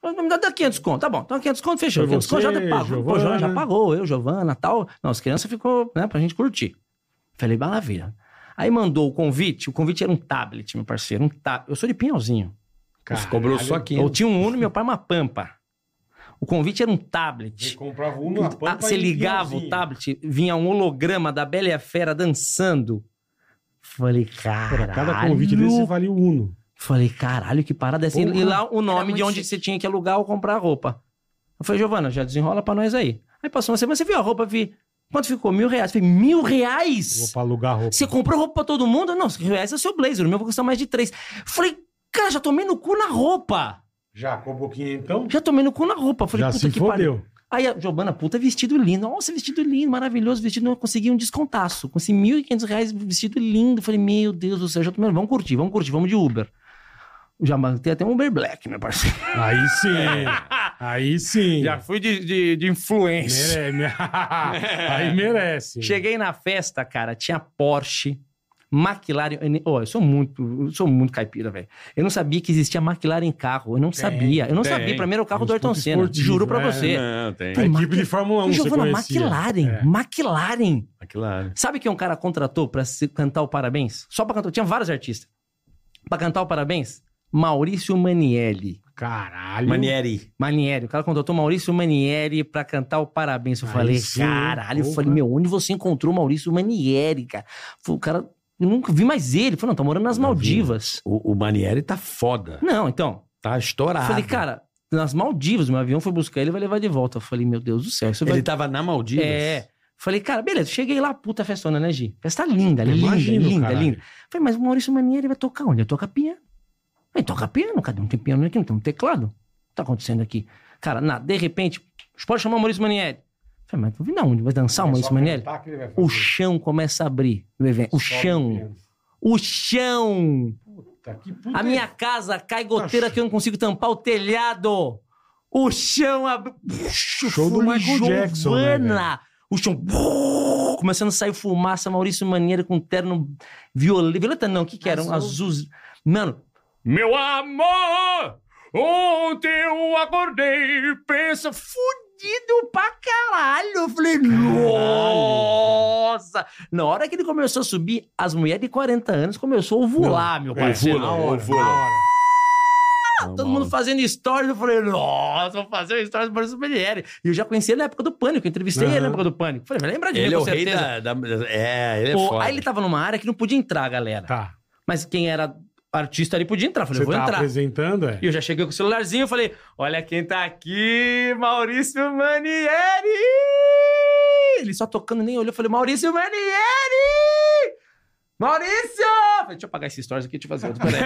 G: Falei, Me dá, dá 500 conto. Tá bom, então 500 conto, fechou.
E: Foi
G: 500 conto já
E: você,
G: te pago. Pô, já,
E: Giovana.
G: já pagou, eu, Giovana, tal. Não, as crianças ficou, né, pra gente curtir. Falei, maravilha. Aí mandou o convite, o convite era um tablet, meu parceiro, um tablet. Eu sou de Pinhalzinho.
E: Caralho,
D: Cobrou só 500.
G: Eu tinha um Uno e meu pai uma Pampa. O convite era um tablet.
E: Ele comprava uma
G: Ah, você ligava o tablet, vinha um holograma da Bela e a Fera dançando. Falei, cara.
E: Cada convite desse valia o Uno.
G: Falei, caralho, que parada é essa?
E: Porra.
G: E lá o nome
A: muito
G: de onde
A: chique.
G: você tinha que alugar ou comprar roupa. Eu falei, Giovana, já desenrola pra nós aí. Aí passou uma semana, você viu a roupa? Eu Vi. Quanto ficou? Mil reais. Eu Falei, mil
E: Vou
G: reais?
E: pra alugar roupa.
G: Você comprou roupa pra todo mundo? Não, mil reais é o seu blazer, o meu vai custar mais de três. Eu Falei, cara, já tomei no cu na roupa.
E: Já cobrou 500 então?
G: Já tomei no cu na roupa. Eu Falei,
E: Já
G: puta
E: se
G: que pariu.
E: fodeu.
G: Aí a Giovana, puta, vestido lindo. Nossa, vestido lindo, maravilhoso. Vestido, eu consegui um descontaço. Consegui 1.500 reais, vestido lindo. Falei, meu Deus do céu, já tô... vamos curtir, vamos curtir, vamos de Uber. Já tem até um Uber Black, meu parceiro.
E: Aí sim. (laughs) Aí sim.
F: Já fui de, de, de influência.
E: Mere- me- (laughs) Aí merece.
G: É. Cheguei na festa, cara, tinha Porsche, McLaren. Ó, eu sou muito, eu sou muito caipira, velho. Eu não sabia que existia McLaren em carro. Eu não sabia. Eu não
D: tem.
G: sabia. Primeiro o carro
E: Um
G: do Ayrton
E: esporte
G: Senna.
E: esportivo,
G: Juro pra
E: é,
G: você.
D: Não, tem.
E: A equipe de Fórmula 1 você
G: Giovana,
E: conhecia.
G: McLaren,
E: É.
G: McLaren.
D: Claro.
G: Sabe quem um cara contratou pra se- cantar o parabéns? Só pra cantar. Tinha vários artistas. Pra cantar o parabéns? Maurício Manieri.
E: Caralho.
D: Manieri.
G: Manieri. O cara contratou Maurício Manieri pra cantar o parabéns. Eu
E: Aí
G: falei,
E: sim,
G: caralho. Eu
E: porra.
G: falei, meu, onde você encontrou Maurício Manieri, cara? Falei, O cara Eu nunca vi mais ele. Falei, não, tá morando nas Maldivas.
D: O, o Manieri tá foda.
G: Não, então.
D: Tá estourado.
G: Eu falei, cara, nas Maldivas, meu avião foi buscar ele e vai levar de volta. Eu falei, meu Deus do céu, isso vai.
D: Ele tava na Maldivas.
G: É. Falei, cara, beleza, cheguei lá, puta festona, né, Gi? Festa linda, linda,
E: Imagino,
G: linda,
E: caralho.
G: linda. Falei, mas o Maurício Manieri vai tocar onde? Ele toca piano. Falei, toca piano? Cadê? Não tem piano aqui, não tem um teclado. O que tá acontecendo aqui? Cara, na, de repente, pode chamar o Maurício Manieri. Falei, mas vou da onde? Vai
E: É
G: dançar o Maurício Manieri? O chão começa a abrir no evento. O chão. O chão.
E: Tá, é
G: A minha casa cai goteira que eu não consigo tampar o telhado. O chão abriu.
E: Show do Michael Jackson, né, velho?
G: o chão. Começando a sair fumaça, Maurício Maneiro com terno violeta. Violeta não, o que, que era? Um azul. Mano,
F: Meu amor, ontem eu acordei e pensa,
G: fudido pra caralho. Eu falei, nossa! Na hora que ele começou a subir, as mulheres de 40 anos começou a voar,
E: é,
G: meu parceiro.
E: na
G: Na
E: hora,
G: hora.
E: na hora.
G: Todo mundo fazendo stories. Eu falei, nossa, vou fazer um stories do Maurício Manieri. E eu já conheci ele na época do Pânico. eu Entrevistei
E: Aham.
G: ele na época do Pânico. Falei, mas lembra de mim,
D: Ele é
G: com
D: o rei
G: certeza.
D: da, da- da- É, ele é
G: Pô,
D: foda.
G: aí ele tava numa área que não podia entrar, galera.
E: Tá.
G: Mas quem era artista ali podia entrar. Eu Falei,
E: Você
G: eu vou
E: tá
G: entrar.
E: apresentando, é? (laughs)
G: E eu já cheguei com o celularzinho e falei: Olha quem tá aqui, Maurício Manieri! Ele só tocando, nem olhou. Eu falei: Maurício Manieri! Maurício! Eu Falei, deixa eu apagar esse stories aqui, deixa eu fazer outro. Peraí.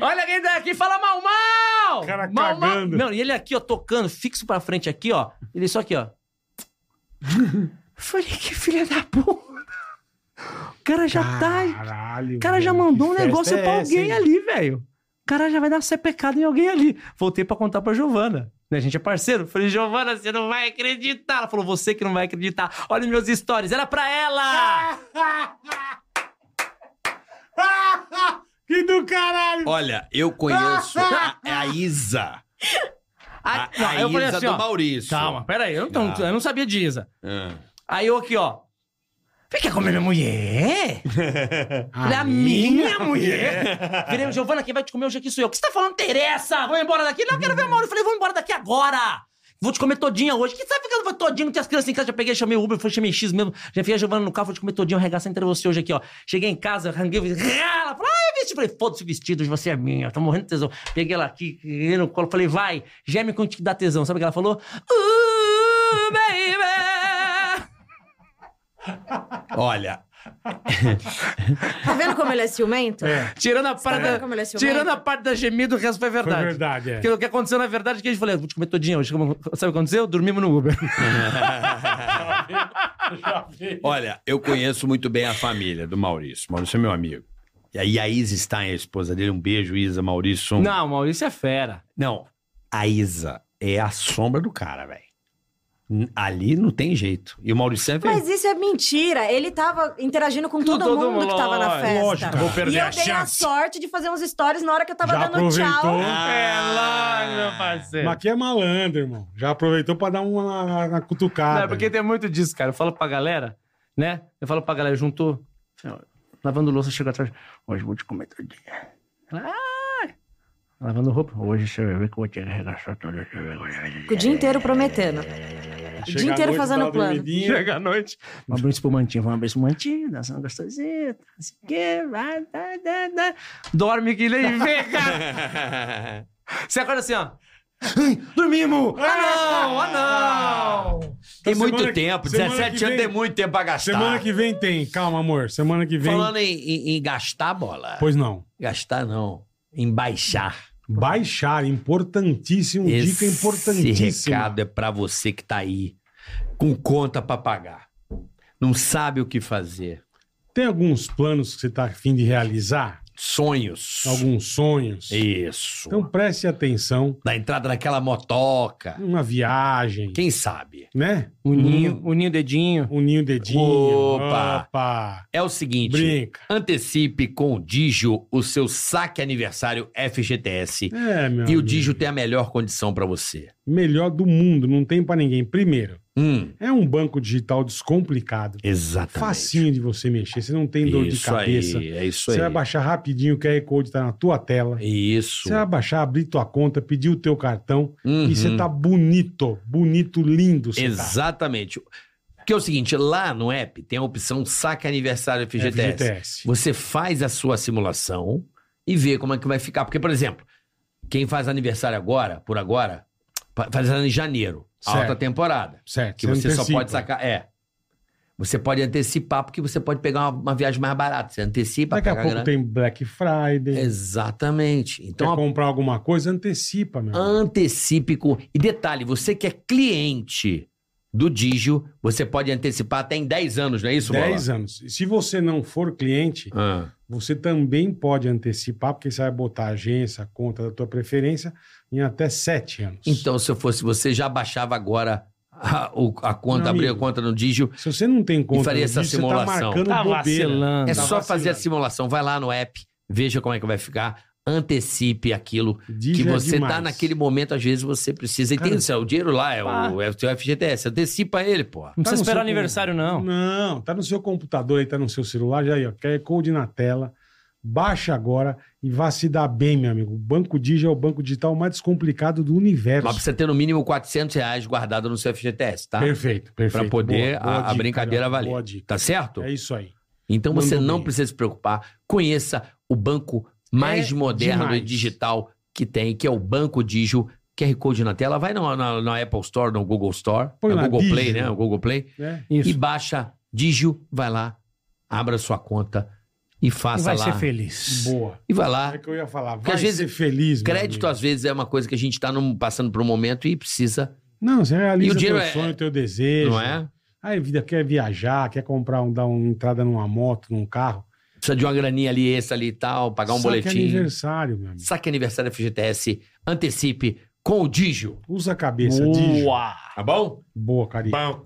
G: Olha quem tá aqui, fala mal, mal!
E: Cara
G: mal, mal.
E: cagando.
G: Não, e ele aqui, ó, tocando, fixo pra frente aqui, ó. Ele só aqui, ó. Falei, que filha da puta! O cara já tá.
E: Caralho.
G: O cara já
E: velho,
G: mandou um
E: que festa
G: negócio
E: é
G: pra
E: essa,
G: alguém
E: hein?
G: ali, velho. O cara já vai dar pecado em alguém ali. Voltei pra contar pra Giovana. né? A gente é parceiro. Falei, Giovana, você não vai acreditar. Ela falou, você que não vai acreditar. Olha os meus stories. Era pra ela!
E: Que do
G: tá-
E: caralho.
D: Olha, eu conheço a, é a Isa.
G: Aí,
D: A, a
G: eu falei
D: Isa
G: assim,
D: do
G: ó,
D: Maurício.
G: Calma, peraí. Eu não, tô-
E: Tá.
D: Ah.
G: eu não sabia de Isa.
D: Ah.
G: Aí eu aqui, ó. Fica com a minha (laughs) mulher? Pra minha mulher? Virei, Giovana, quem vai te comer hoje aqui sou eu. O que você tá falando, Teresa? Vou embora daqui? Não, eu quero ver a Mauro. Eu falei, vou embora daqui agora. Vou te comer todinha hoje. Que você tá ficando todinha? Não tinha as crianças em casa. Já peguei, chamei o Uber, foi, chamei X mesmo. Já fiquei a Giovana no carro, vou te comer todinha, arregaçar entre você hoje aqui, ó. Cheguei em casa, ranguei o vestido. Rá! Ela falou, ai, vestido. Falei, foda-se o vestido, hoje você é minha. Tá morrendo de tesão. Peguei ela aqui, peguei no colo. Falei, vai, geme quando te dá tesão. Sabe o que ela falou? Uh, baby!
D: Olha, (laughs)
A: Tá vendo como ele é ciumento?
E: É,
G: Tirando a
A: Tá
G: parte
A: vendo
G: da,
A: como ele é ciumento?
G: tirando a parte da gemida, o resto foi
E: foi
G: verdade.
E: verdade, é.
G: Porque o que aconteceu na verdade é que a gente falou, vou te comer todinha hoje. Como- Sabe o que aconteceu? Dormimos no Uber.
E: (laughs)
D: olha, eu conheço muito bem a família do Maurício. Maurício é meu amigo. E aí a Isa Stein, a esposa dele, um beijo, Isa, Maurício. um-
G: Não, Maurício é fera.
D: Não, a Isa é a sombra do cara, velho. N- Ali não tem jeito. E o Maurício sempre...
A: Mas isso é mentira. Ele tava interagindo com todo,
F: todo
A: mundo,
F: mundo,
A: que tava na
F: lógico.
A: festa.
E: Lógico.
F: vou
A: E
F: perder
A: eu
F: a
A: dei a
F: chance.
A: sorte de fazer uns stories na hora que eu tava
E: Já
A: dando
E: aproveitou.
A: tchau.
F: É lá, meu parceiro.
E: Mas aqui é malandro, irmão. Já aproveitou pra dar uma, na- na cutucada.
G: Não, é porque tem muito disso, cara. Eu falo pra galera, né? Eu falo pra galera, juntou. assim, ó, Lavando louça, chega atrás. Hoje eu vou te comer todinha. Ela, "Ai." Lavando roupa. Hoje você vai ver que eu vou te arregaçar toda.
A: O dia inteiro prometendo. O
E: Chega
A: dia
E: à
A: inteiro
E: noite, dá
A: fazendo
E: uma
A: plano.
E: dormidinha.
G: Chega à noite. Vamos abrir um espumantinho, vamos abrir um espumantinho, dançando gostosinho, tá, não sei o quê. vai, tá, tá, tá. Dorme que nem vê, cara. Você acorda assim, ó. Ai, Dormimos! Ah, não! Ah, não!
D: Tem
E: Então,
D: muito
E: semana que-
D: tempo,
E: semana
D: 17
E: que
D: anos
E: vem-
D: tem muito tempo pra gastar.
E: Semana que vem tem. Calma, amor. Semana que vem.
D: Falando em, em- em gastar bola.
E: Pois não.
D: Gastar não. Em baixar.
E: Baixar, importantíssimo. dica
D: Esse
E: importantíssima.
D: recado é pra você que tá aí com conta pra pagar. Não sabe o que fazer.
E: Tem alguns planos que você tá afim de realizar?
D: Sonhos.
E: Alguns sonhos?
D: Isso.
E: Então preste atenção.
D: Da entrada naquela motoca.
E: Uma viagem,
D: Quem sabe?
E: né?
G: Uninho, uninho, dedinho.
E: Unir o dedinho.
D: Opa!
E: Opa!
D: É o seguinte.
E: Brinca.
D: Antecipe com o Digio o seu saque aniversário FGTS.
E: É, meu
D: E o
E: amigo.
D: Digio tem a melhor condição pra você.
E: Melhor do mundo, não tem pra ninguém. Primeiro,
D: Hum,
E: é um banco digital descomplicado.
D: exatamente.
E: Facinho de você mexer, você não tem dor de
D: Isso
E: cabeça.
D: Aí, é isso
E: Você
D: aí.
E: vai baixar rapidinho, o QR Code tá na tua tela.
D: Isso.
E: Você vai baixar, abrir tua conta, pedir o teu cartão
D: Uhum.
E: e você tá bonito, bonito, lindo. você tá.
D: Exatamente. Porque é o seguinte, lá no app tem a opção Saca Aniversário
E: É
D: FGTS.
E: FGTS.
D: Você faz a sua simulação e vê como é que vai ficar. Porque, por exemplo, quem faz aniversário agora, por agora, fa- faz aniversário em janeiro,
E: Certo.
D: alta temporada.
E: Certo.
D: Que você só
E: antecipa.
D: pode sacar. É. Você pode antecipar, porque você pode pegar uma, uma viagem mais barata. Você antecipa,
E: Daqui a
D: pega
E: pouco tem Black Friday.
D: Exatamente. Então,
E: Quer
D: a- Ah,
E: comprar alguma coisa, antecipa, meu. irmão.
D: antecipe com. E detalhe, você que é cliente do Digio, você pode antecipar até em 10 anos, não é isso, Bola?
E: 10 anos. E Se você não for cliente,
D: Ah,
E: você também pode antecipar, porque você vai botar a agência, a conta da tua preferência, em até 7 anos.
D: Então, se eu fosse você, já baixava agora a, o- a
E: Meu
D: conta, abria a
E: amigo.
D: conta no Digio.
E: Se você não tem conta,
D: faria
E: no
D: essa
E: vídeo, você
D: simulação.
E: Tá marcando
G: Tá
E: bobeira.
G: vacilando.
D: É
E: Tá
D: só fazer a
E: vacilando.
D: simulação. Vai lá no app, veja como é que vai ficar, antecipe aquilo.
E: Diz
D: Que
E: é
D: você
E: demais.
D: tá naquele momento, às vezes você precisa. E
E: Cara,
D: tem o seu- o dinheiro lá, é o, é o teu FGTS. Antecipa ele, pô.
G: Não
E: Tá
G: precisa
E: no
G: esperar
E: seu-
G: aniversário, não.
E: Não, tá no seu computador aí, tá no seu celular, já aí, ó, QR Code na tela. Baixa agora e vá se dar bem, meu amigo. O Banco Digi é o banco digital mais descomplicado do universo.
D: Mas precisa ter no mínimo 400 reais guardado no seu FGTS, tá?
E: Perfeito, perfeito.
D: Pra poder a- a
E: dica,
D: brincadeira
E: Adão,
D: valer.
E: Boa dica.
D: Tá certo?
E: É isso aí.
D: Então você
E: Mandou
D: não
E: bem.
D: precisa se preocupar. Conheça o banco mais
E: É
D: moderno e
E: demais.
D: digital que tem, que é o Banco Digio. QR Code na tela, vai na, na- na Apple Store, no Google Store,
E: Põe
D: no
E: lá,
D: Google Play,
E: Digio.
D: né? O Google Play.
E: né?
G: Isso.
D: E baixa Digio, vai lá, abra sua conta e faça
M: vai
D: lá.
M: ser feliz.
E: Boa.
D: E vai lá.
E: É que eu ia falar.
D: Porque
E: Vai
D: às vezes
E: ser feliz, meu
D: Crédito,
E: amigo.
D: às vezes, é uma coisa que a gente está passando por um momento e precisa,
E: Não, você
D: E o
E: realiza o teu
D: dinheiro é-
E: sonho, teu desejo.
D: não é?
E: Aí vida quer viajar, quer comprar, um, dar uma entrada numa moto, num carro.
D: Precisa de uma graninha ali, esse ali e tal, pagar um
E: Só que é
D: boletim.
E: aniversário, meu amigo.
D: Saque aniversário FGTS, antecipe com o Digio.
E: Usa a cabeça, Digio.
D: Tá bom?
E: Boa, carinho.
G: Tá
M: Banco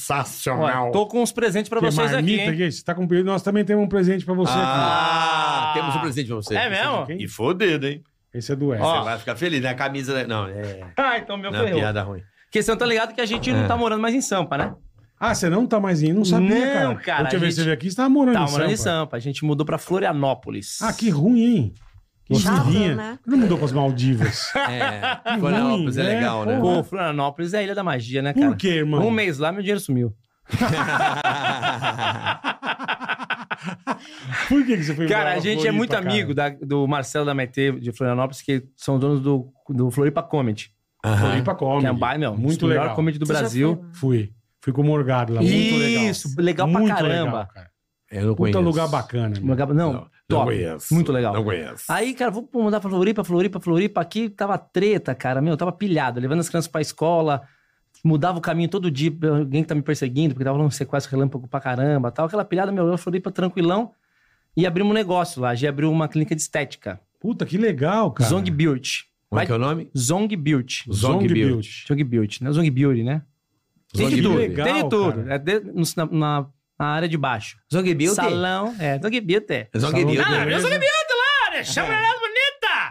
M: sensacional.
G: Olha, tô com uns presentes pra
E: Tem
G: vocês aqui,
E: marmita
G: hein?
E: aqui? Você tá com perigo? Nós também temos um presente pra você
D: Ah,
M: Ah.
D: temos um presente pra você.
M: É mesmo?
E: aqui.
D: E fodendo, hein?
E: Esse é do S.
D: Você vai ficar feliz, né? A camisa... né? Não, é...
G: Ah, então meu
D: Não, é
G: ferrou.
D: piada ruim.
G: Porque você não tá ligado que a gente não tá morando mais em Sampa, né?
E: Ah, você não tá mais indo? Não sabia,
G: Não,
E: cara.
G: cara,
E: A última
G: a
E: vez que
G: gente-
E: você veio aqui, você tava morando
G: tá
E: em
G: morando em
E: Sampa.
G: Sampa. A gente mudou pra Florianópolis.
E: Ah, que ruim, hein? Que
A: Chato,
E: ruim.
A: né?
E: Não mudou pras Maldivas.
D: É, Florianópolis é
E: né?
D: legal, né? (laughs)
G: Pô, Florianópolis (laughs) é a Ilha da Magia, né, cara?
E: Por quê, irmão?
G: Um mês lá, meu dinheiro sumiu.
E: Por que, que você foi
G: Cara,
E: embora
G: a gente é
E: Floripa,
G: muito
E: cara?
G: amigo da- do Marcelo da Maitê de Florianópolis, que são donos do, do Floripa Comedy.
E: Floripa come.
G: Que é um bairro, meu,
E: Muito
G: o melhor
E: legal.
G: comedy do
A: Você já
G: Brasil.
A: foi lá?
E: Fui. Fui com o Morgado lá. Muito legal.
G: Isso, legal pra
E: muito
G: caramba.
E: Legal, cara.
D: Eu não
E: Puta lugar bacana. irmão.
G: Não, top. muito legal.
D: conheço.
G: Aí, cara, vou mudar pra Floripa, Floripa, Floripa. Aqui tava treta, cara. Meu, eu tava pilhado, levando as crianças pra escola, mudava o caminho todo dia. Alguém que tá me perseguindo, porque tava rolando um sequestro relâmpago pra caramba tal. Aquela pilhada, meu, eu Floripa tranquilão. E abrimos um negócio lá. A gente abriu uma clínica de estética.
E: Puta, que legal, cara.
G: Zong Beauty.
D: Como
G: Vai-
D: é que é o nome?
G: Zong Beauty.
E: Zong
D: Zong Build.
E: Build.
G: Zong Beauty, né? Zong Beauty, né? Tem
D: Zong
G: de tudo.
D: Beauty.
G: tem
E: Legal,
G: de tudo.
E: cara.
G: É de- no- na, na- na área de baixo.
D: Zong Beauty?
G: Salão. É, Zong Beauty.
D: Zong Beauty.
M: Ah, eu
D: né?
M: sou gabiota lá, né? Chama a mulherada bonita.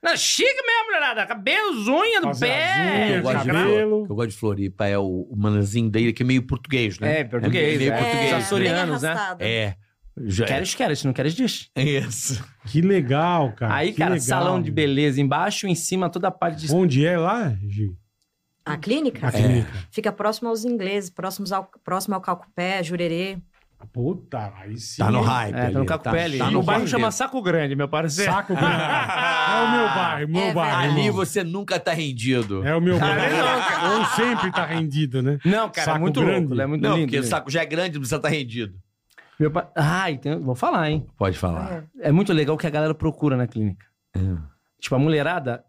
M: Não, chique mesmo, mulherada. Cabelos, unha do
E: Fazer as
M: pé.
E: unhas,
D: Eu gosto de
M: Cabelo.
E: cabelo.
D: Flor- eu gosto de Floripa, é o, o mananzinho dele que é meio português, né?
G: É, português,
D: meio
G: é.
D: português.
G: É, açorianos, né?
A: É.
D: É. Já,
G: Queres, queres. Se não queres, diz.
D: é isso.
E: Que legal, cara.
G: Aí,
E: Ah, que
G: cara,
E: legal,
G: salão de
E: meu.
G: beleza embaixo, em cima toda a parte de...
E: Onde é lá, Gi? né,
A: A
G: É.
A: clínica
E: A clínica.
A: fica próximo aos ingleses, próximos ao, próximo ao Calcupé, Jurerê.
E: Puta, aí sim.
D: Tá no hype.
G: É, tá no
D: ali,
G: Caco
D: tá-
G: Pele.
D: tá
G: e
D: no
G: o bairro
D: hype
G: chama
D: dele.
G: Saco Grande, meu parceiro.
E: Saco grande. é o meu bairro, meu
A: É
E: bairro.
A: verdade.
D: Ali
E: irmão.
D: você nunca tá rendido.
E: É o meu bairro.
G: não,
E: Ou sempre tá rendido, né?
G: Não, cara,
E: Saco
G: é muito
E: Grande.
G: louco. né? É muito
D: Não,
G: lindo.
D: porque o
G: lindo.
D: saco já é grande, precisa estar rendido.
G: Meu pa... Ai, tem- vou falar, hein.
D: Pode falar. Hum,
A: É.
G: É muito legal o que a galera procura na clínica. Tipo, a mulherada...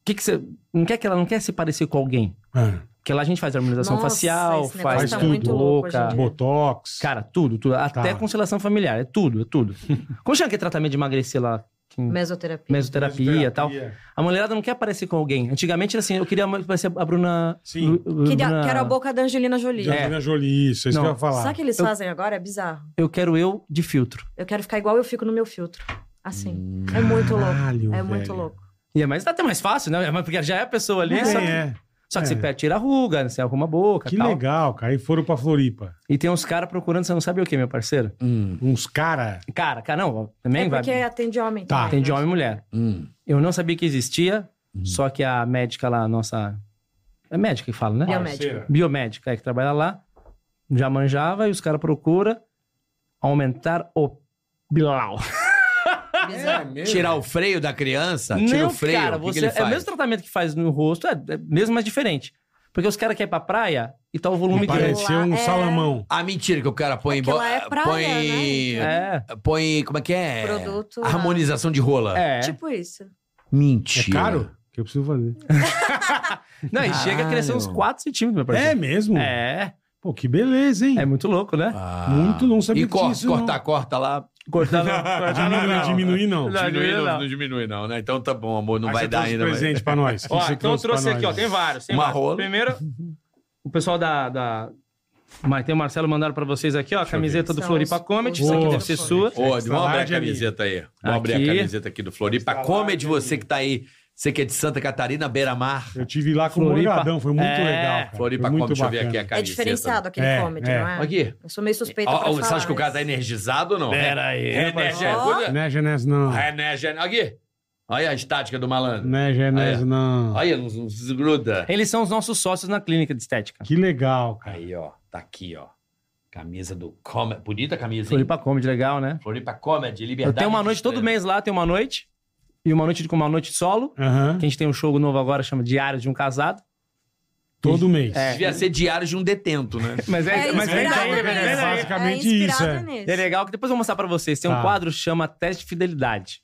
G: O que que você... Não quer que ela não quer se parecer com alguém.
E: Ah,
G: Porque lá a gente faz harmonização
A: Nossa,
G: facial,
A: esse negócio
G: faz
E: tá
G: tudo,
E: muito
A: louco hoje em
G: boca.
A: dia.
E: Botox.
G: Cara, tudo, tudo. Até
E: Tá.
G: conciliação familiar, é tudo, é tudo.
E: (laughs)
G: Como chama aquele tratamento de emagrecer lá? Que-
A: Mesoterapia.
G: Mesoterapia e tal. A mulherada não quer parecer com alguém. Antigamente era assim, eu queria parecer a Bruna...
E: Sim.
G: Lu- Lu-
A: Queria-
G: Bruna-
A: Quero a boca da Angelina Jolie.
E: Angelina Jolie, isso, é isso
G: Não.
E: que eu ia falar.
A: Sabe o que eles
G: Eu-
A: fazem agora? É bizarro.
G: Eu quero eu de filtro.
A: Eu quero ficar igual eu fico no meu filtro. Assim. é muito louco.
E: Caralho,
A: É muito
E: velho.
A: louco.
G: E é mais, até mais fácil, né? É mais- Porque já é a pessoa ali,
E: É,
G: só que,
E: é.
G: só que
E: é.
G: você pega- tira a ruga, né? você arruma a boca
E: Que
G: tal.
E: legal, cara. Aí foram pra Floripa.
G: E tem uns caras procurando, você não sabe o que, meu parceiro?
D: hum,
E: Uns cara.
G: Cara, cara, não, também
A: é porque
G: vai...
A: atende homem.
E: Tá. Uhum.
A: também,
G: Tem de
A: né?
G: homem e mulher.
D: hum.
G: Eu não sabia que existia, só que a médica lá, nossa... É médica que fala, né?
A: Biomédica.
G: biomédica é, que trabalha lá, Já manjava e os caras procuram aumentar o bilau.
A: Bizarro.
D: Tirar o freio da criança? Tá, Tira
G: Não,
D: o freio.
G: cara,
D: o que que
G: você,
D: ele
G: é
D: faz?
G: o mesmo tratamento que faz no rosto, é, é mesmo, mas diferente. Porque os caras querem ir pra praia e tá o volume grande.
E: Parecia um
A: É.
E: salamão.
D: Ah, mentira que o cara põe...
A: É que lá
D: bo-
A: é praia,
D: põe...
G: É,
D: Põe... Como é que é?
A: Produto né? lá.
D: Harmonização de rola.
G: é.
A: Tipo isso.
D: Mentira.
E: É caro? É Que eu preciso fazer.
G: Não, e chega a crescer uns 4 centímetros, meu
E: É
G: parceiro.
E: mesmo?
G: É,
E: Pô, que beleza, hein?
G: é muito louco, né?
D: Ah.
E: Muito, não sabia
D: E cor-
E: disso, não.
D: cortar, corta lá.
G: Cortar no- cortar no-
E: Diminuir, não, diminuir, não.
G: Não,
D: Ah, Diminui,
G: não, não.
D: diminui, não, né? Então tá bom, amor, não
E: Aí
D: vai
E: você
D: dar
E: trouxe
D: ainda. mas-
E: presente pra nós. O que
N: Ó,
E: você
N: então eu trouxe
E: pra
N: aqui, ó.
E: nós?
N: Tem vários. Tem
D: Uma
N: vários.
D: rola.
N: Primeiro,
G: O pessoal da, da... Maitê e o Marcelo mandaram pra vocês aqui, ó, a camiseta do
A: São
G: Floripa
A: os-
G: Comedy.
A: os-
G: Isso aqui
E: Boa.
G: deve ser sua.
D: Ô, Adriano, vamos abrir a
E: Salário de
D: camiseta aí. Vamos abrir
G: Aqui.
D: a camiseta aqui do Floripa. Comedy, você que tá aí. Você que é de Santa Catarina, Beira Mar.
E: Eu tive lá com
G: Floripa.
E: o Morgadão, foi muito
G: É.
E: legal. Cara.
D: Floripa
E: foi muito
D: Comedy, deixa eu ver
E: bacana.
D: aqui a
A: É
D: camiseta.
A: diferenciado aquele
E: É,
A: comedy,
E: é.
A: não é?
D: Aqui.
A: Eu sou meio suspeita
D: Ó,
A: pra
D: ó,
A: falar.
D: você acha que o cara tá
A: mas-
D: energizado ou não?
G: Pera aí.
D: É energizado.
A: Ó.
D: Coisa-
E: Né, Genésio, não.
D: É energizado. Aqui. Olha a estática do malandro.
E: Né, Genésio, não.
D: Olha, não, não se gruda.
G: Eles são os nossos sócios na clínica de estética.
E: Que legal, cara.
D: Aí, ó. Tá aqui, ó. Camisa do Comedy. Bonita a camisa, hein?
G: Floripa Comedy, legal, né?
D: Floripa Comedy,
G: Eu
D: Liberdade.
G: tenho uma noite
D: de extremo.
G: todo mês lá, tem uma noite. E uma noite de uma noite solo.
E: Aham.
G: Que a gente tem um show novo agora, chama Diário de um Casado.
E: Todo mês.
D: Devia ser diário de um detento, né?
G: Mas
A: É
G: mas
E: vem
A: inspirado
E: daí,
A: nisso.
E: vem daí,
A: É
E: basicamente
A: inspirado
E: isso, é.
A: nisso.
G: é legal que depois eu vou mostrar pra vocês. Tem um
E: Tá.
G: quadro que chama Teste de Fidelidade.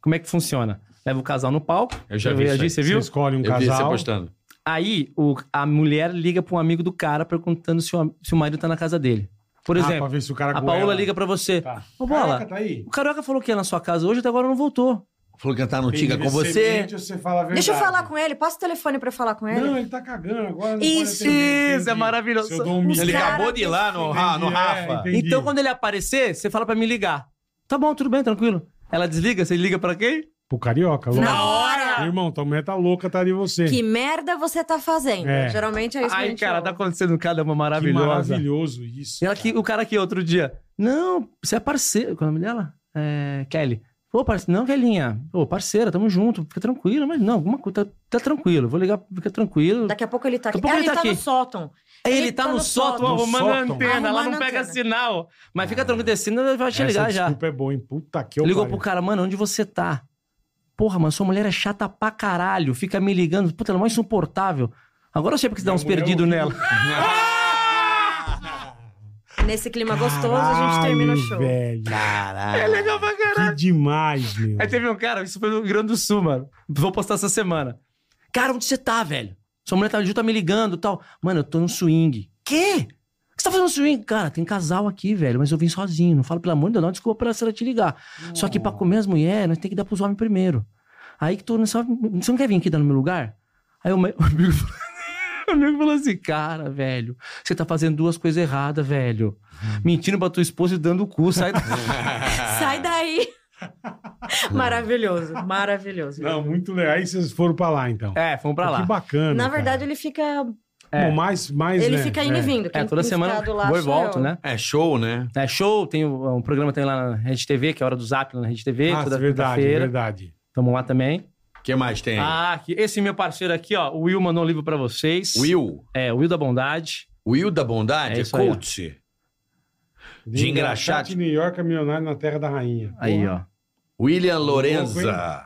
G: Como é que funciona? Leva o casal no palco.
D: Eu já
G: você
D: vi isso
G: vai agir,
D: aí.
G: Você
E: Você
G: viu?
E: escolhe um
D: Eu vi você
E: casal.
D: postando.
G: Aí o- a mulher liga pra um amigo do cara perguntando se o, se o marido tá na casa dele. Por
E: Ah,
G: exemplo,
E: pra ver se o cara
G: a
E: goela.
G: Paola liga pra você.
E: Tá.
G: Ô, Bola,
E: Caraca, tá aí.
G: o Carioca falou que ia na sua casa hoje até agora não voltou.
D: Falou que tá no Tiga
G: é
E: Ele
D: com você.
E: semente, você fala a verdade.
A: Deixa eu falar com ele. Passa o telefone pra eu falar com ele.
E: Não, ele tá cagando agora. não
A: Isso,
E: pode atender,
G: isso, é
E: entendi.
G: maravilhoso.
E: Se eu dou um migué-
A: Ele acabou de ir
D: lá no,
E: Entendi, é,
D: (laughs)
E: entendi.
G: Então, quando ele aparecer, você fala pra me ligar. Tá bom, tudo bem, tranquilo. Ela desliga, você liga pra quem?
E: Pro carioca,
A: Na
E: lógico.
A: hora!
E: Irmão, tua mulher tá louca, tá de você.
A: Que merda você tá fazendo?
E: É.
A: Geralmente é isso que a
G: Ai,
A: gente
G: cara,
A: ouve.
G: tá acontecendo cada uma
E: Que
G: maravilhosa.
E: maravilhoso isso.
G: E ela que, o cara aqui outro dia. Não, você é parceiro. Qual é o nome dela? É, Kelly. Pô, parce... não, Kellinha. Pô, parceira, tamo junto. Fica tranquilo. Mas não, alguma coisa. Tá, tá tranquilo. Vou ligar, fica tranquilo.
A: Daqui a pouco ele tá aqui.
G: Daqui a pouco
A: Ah,
G: ele
A: ele
G: tá
A: tá no
G: aqui.
A: sótão.
G: Ele, tá, no sótão arrumando
E: No
G: a
E: sótão.
G: antena. Ela
A: Tá Arrumando
G: não
A: a
G: pega
A: antena.
G: sinal. Mas fica tranquilo, descendo, ela vai te
E: Essa
G: ligar já.
E: Desculpa é boa, hein? Puta que eu
G: Ligou
E: pariu.
G: pro cara, mano, onde você tá? Porra, mano, sua mulher é chata pra caralho. Fica me ligando. Puta, ela é mais insuportável. Agora eu sei porque você dá uns
E: Minha mulher
G: perdidos
E: é
G: nela.
A: Nesse clima gostoso, a gente termina o show.
E: Velho.
D: Caralho.
E: Que demais, meu.
G: Aí teve um cara, isso foi no Rio Grande do Sul, mano. Vou postar essa semana. Cara, onde você tá, velho? Sua mulher tá junto, tá me ligando e tal. Mano, eu tô no swing. Quê? O que Você tá fazendo swing? Cara, tem casal aqui, velho, mas eu vim sozinho. Não falo, pelo amor de Deus, não, desculpa pra ela te ligar. Só que pra comer as mulheres, nós tem que dar pros homens primeiro. Aí que tô nessa. Você não quer vir aqui dar no meu lugar? Aí o, me- (laughs) o amigo falou. O amigo falou assim, cara, velho, você tá fazendo duas coisas erradas, velho. Mentindo pra tua esposa e dando o cu, sai da... (laughs)
A: Sai daí! maravilhoso, maravilhoso.
E: Não, muito legal. Aí vocês foram pra lá, então.
G: É, fomos pra lá.
E: Que bacana.
A: Na
E: cara.
A: verdade, ele fica.
E: Bom, mais, mais,
A: ele
E: né?
A: fica indo
E: É.
A: e vindo.
G: É,
A: Quem
G: toda
A: tem
G: semana
A: ficado lá
G: vou e
A: sou
G: volto,
A: eu.
G: né?
D: É show, né?
G: É show, tem um, um programa tem lá na Rede TV, que é a hora do Zap, lá na Rede TV,
E: Ah,
G: toda
E: verdade,
G: quinta-feira.
E: verdade.
G: Tamo lá também.
D: O que mais tem? aí?
G: Ah, aqui, esse meu parceiro aqui, ó, o Will mandou um livro pra vocês.
D: Will.
G: É, Will da Bondade.
D: Will da Bondade
G: É
D: é,
G: isso aí, ó.
D: coach. De engraxate.
E: de New York é milionário na terra da rainha.
G: Aí, ó.
D: William
E: Louco,
D: Lorenza.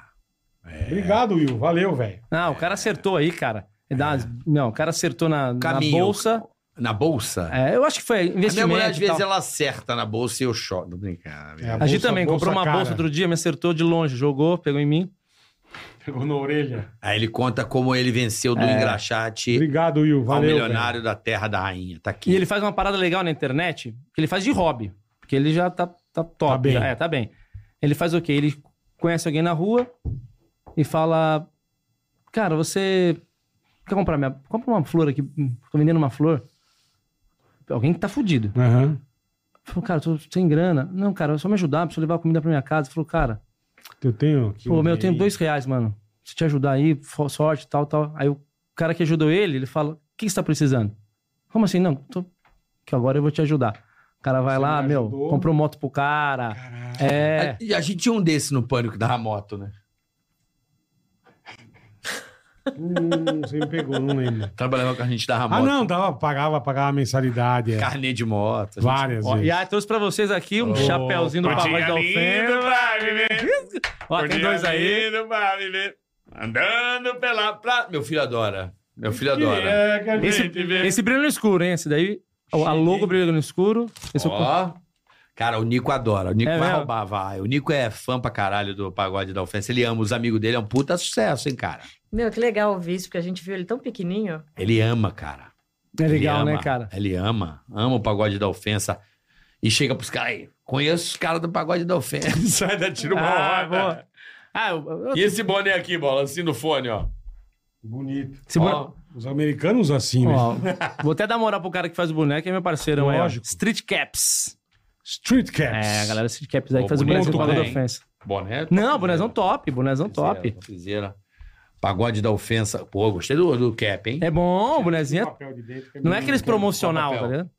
E: Obrigado, Will. Valeu, velho.
G: Ah, o cara acertou aí, cara. Ele dá umas- Não, o cara acertou na, na
D: Caminho.
G: bolsa.
D: Na bolsa?
G: É, eu acho que foi
D: a minha
G: investimento.
D: mulher, às
G: e
D: vezes,
G: tal.
D: ela acerta na bolsa e eu choro. Não brincar.
E: É,
G: A gente
E: bolsa-
G: também
E: bolsa
G: comprou uma
E: cara.
G: bolsa outro dia, me acertou de longe, jogou, pegou em mim.
E: Pegou na orelha.
D: Aí ele conta como ele venceu do
G: É.
D: engraxate
E: Obrigado, Will.
D: ao
E: Valeu.
D: milionário da terra da rainha. Tá aqui.
G: E ele faz uma parada legal na internet, que ele faz de hobby. Porque ele já tá, tá top.
E: Tá bem.
G: já é, tá bem. Ele faz o quê? Ele conhece alguém na rua e fala: Cara, você. Quer comprar minha. Compra uma flor aqui. hum, Tô vendendo uma flor. Alguém que tá fudido.
E: velho. Aham.
G: Falou, cara, tô sem grana. Não, cara, é só me ajudar, preciso levar comida pra minha casa. Falou, cara,
E: Eu tenho. aqui
G: Pô,
E: um
G: meu, eu tenho
E: dinheirinho.
G: dois reais, mano. Se te ajudar aí, fo- sorte, tal, tal. Aí o cara que ajudou ele, ele fala, o que você tá precisando? Como assim? Não, tô... que agora eu vou te ajudar. O cara vai
E: Você
G: lá,
E: me
G: meu,
E: ajudou.
G: comprou moto pro cara.
E: Caralho.
G: É,
D: A, a gente tinha um desse no pânico da moto, né?
E: Hum, você me pegou, não lembro.
D: Trabalhava com a gente dava
E: Ah,
D: moto.
E: não, dava, pagava, pagava a mensalidade. é.
D: Carnê de moto. a gente-
E: Várias
G: Ó,
E: vezes.
G: e aí, trouxe pra vocês aqui um chapéuzinho do Pavão da Ofenda. Ó, tem dois aí.
D: Andando pela praia. Meu filho adora. Meu filho adora.
E: É,
G: Esse, esse brilha no escuro, hein? Esse daí. o- A logo brilha no escuro. Esse eu-
D: Ó. Cara, o Nico adora. O Nico
G: É
D: vai
G: mesmo?
D: roubar, vai. O Nico é fã pra caralho do pagode da ofensa. Ele ama os amigos dele. É um puta sucesso, hein, cara.
A: Meu, que legal ouvir isso, porque a gente viu ele tão pequenininho.
D: Ele ama, cara.
G: É legal,
D: Ele ama,
G: né, cara?
D: Ele ama, ama o pagode da ofensa. E chega pros caras aí. Conheço os caras do pagode da
G: (laughs)
D: ofensa. Ainda tira uma
G: Ah,
D: hora.
G: boa. Ah, eu- eu-
D: E esse boné aqui, bola, assim no fone, ó.
E: Bonito.
G: esse boneco-
D: Ó,
E: Os americanos assim, né?
G: Ó, vou até dar moral pro cara que faz o boneco, é meu parceirão aí. ó.
E: Lógico.
G: Street Caps.
E: Street Caps.
G: É, a galera Street Caps aí
D: Pô,
G: que faz o boneco do
D: bonito,
G: Pago da
D: hein? é
G: Ofensa.
D: boné.
G: Não, bonezão top, bonezão top.
D: Fizeira. Pagode da ofensa. Pô, gostei do, do cap, hein?
G: É bom, o bonezinho. é-
E: Papel de dentro que né?
G: Não é aqueles promocional,
D: Hum, papel.
G: tá ligado?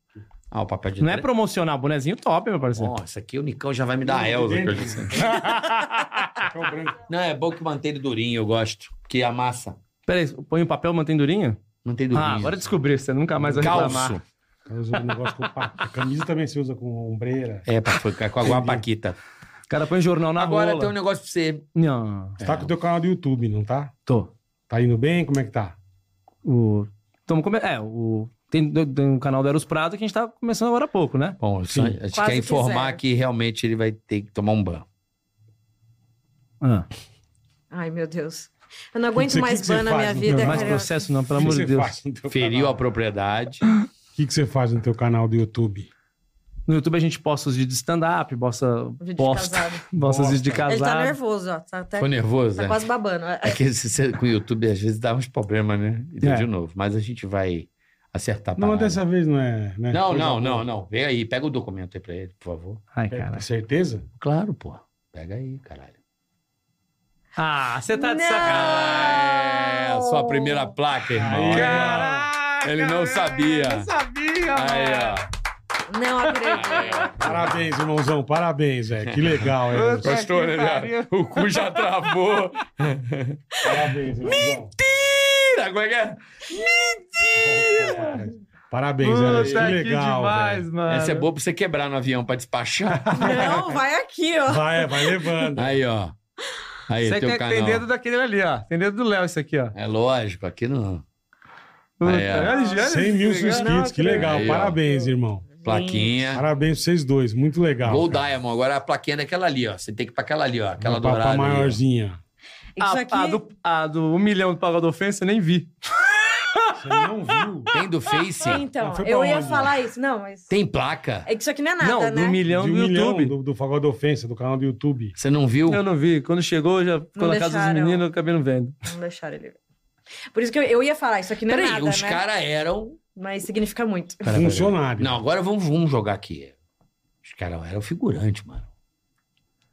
D: Ah, o papel de
G: Não é
D: trás.
G: promocional, bonezinho top, meu parceiro.
D: Nossa, aqui o Nicão já vai me dar a Elza. que eu disse.
E: (laughs) papel branco.
D: Não, é bom que mantém ele durinho, eu gosto. Que amassa.
G: Pera aí, põe o papel, mantém durinho?
D: Mantém durinho.
G: Ah, agora descobri, você nunca mais vai reclamar.
D: Calço.
E: Ela usa um negócio com pa- A camisa também se usa com ombreira.
D: É, pra ficar com a guapaquita.
G: O cara põe jornal na
D: Agora
G: rola.
D: tem um negócio pra você.
G: Não,
D: É.
E: Você tá com o teu canal do YouTube, não tá?
G: tô.
E: Tá indo bem? Como é que tá?
G: O... Tamo come... É, o... Tem, tem um canal do Eros Prado que a gente tá começando agora há pouco, né?
D: Bom, só- a gente
A: Quase
D: quer
A: que
D: informar
A: zero.
D: que realmente ele vai ter que tomar um ban.
G: Ah,
A: Ai, meu Deus. Eu não
E: Que
A: aguento
E: que
A: mais
E: você
A: ban na
E: faz,
A: minha
E: meu
A: vida,
E: Deus?
G: mais
A: cara.
G: processo não, pelo
E: O que
G: amor
E: você
G: de Deus.
E: faz no teu
D: Feriu a
E: canal?
D: propriedade.
E: O que, que você faz no teu canal do YouTube?
G: No YouTube a gente posta os vídeos de stand-up, posta,
A: Vídeo de
G: posta,
A: casado.
G: posta os vídeos de
A: Ele tá
G: casado.
A: nervoso, ó. Tá, até,
D: Foi nervoso,
A: tá
D: né?
A: quase babando.
D: É que esse- esse- com o YouTube às vezes dá uns problemas, né? E deu
G: É.
D: de novo. Mas a gente vai acertar a
E: Não, mas
D: parada.
E: dessa vez não é. né?
D: Não,
E: Coisa
D: não,
E: boa.
D: não, não. Vem aí, pega o documento aí pra ele, por favor.
G: Ai,
E: É,
G: cara.
E: certeza?
D: Claro, pô. Pega aí, caralho.
G: Ah, você tá de
A: Não!
D: É, sua primeira placa, irmão.
G: Caraca,
D: Ele não
G: velho,
D: sabia.
G: Não sabia,
D: Aí,
G: mano.
D: ó.
A: Não
G: (laughs)
A: acredito.
E: Parabéns, irmãozão. Parabéns, velho. Que legal, é.
D: Gostou, né?
G: pariu.
D: viado? O cu já travou.
E: Parabéns, irmãozão.
D: Tira! Como é que é?
E: É, Parabéns, velho. Que
G: Puta, que
E: legal.
G: demais,
E: velho.
G: mano.
D: Essa é boa pra você quebrar no avião pra despachar.
A: Não, vai aqui, ó.
E: Vai, vai levando.
D: Aí, ó. Aí,
G: Você
D: teu
G: quer
D: canal.
G: tem dedo daquele ali, ó. Tem dedo do Léo, isso aqui, ó.
D: É lógico, aqui não.
G: Puta,
D: Aí, ó.
G: olha, olha,
E: 100 mil inscritos, que legal.
D: Aí, ó.
E: Parabéns, irmão.
D: Plaquinha.
E: Parabéns pra vocês dois, muito legal.
D: Gold
E: cara.
D: Diamond. Agora a plaquinha é daquela ali, ó. Você tem que ir pra aquela ali, ó. Aquela
E: Pra- pra
D: dourada. ali, ó.
E: maiorzinha.
A: Isso
G: a-
A: aqui...
G: a, do, a do um milhão do Pagode Ofensa, eu nem vi.
E: Você não viu?
D: Tem do Face?
A: Então,
E: Mas foi pra
A: eu ia
E: onde?
A: falar isso. Não, mas...
D: Tem placa?
A: É que isso aqui não é nada,
G: não, do
A: né?
G: milhão
E: De
G: do
E: um milhão
G: YouTube.
E: do, do Fagó da Ofensa, do canal do YouTube.
D: Você não viu?
G: Eu não vi. Quando chegou, já ficou na casa dos
A: deixaram.
G: meninos, eu acabei não vendo.
A: Não deixaram ele ver. Por isso que eu, eu ia falar, isso aqui não é
D: Peraí,
A: nada,
D: os
A: né?
D: caras eram.
A: Mas significa muito.
E: Funcionário.
D: Não, agora vamos, vamos jogar aqui. Os caras eram figurante, mano.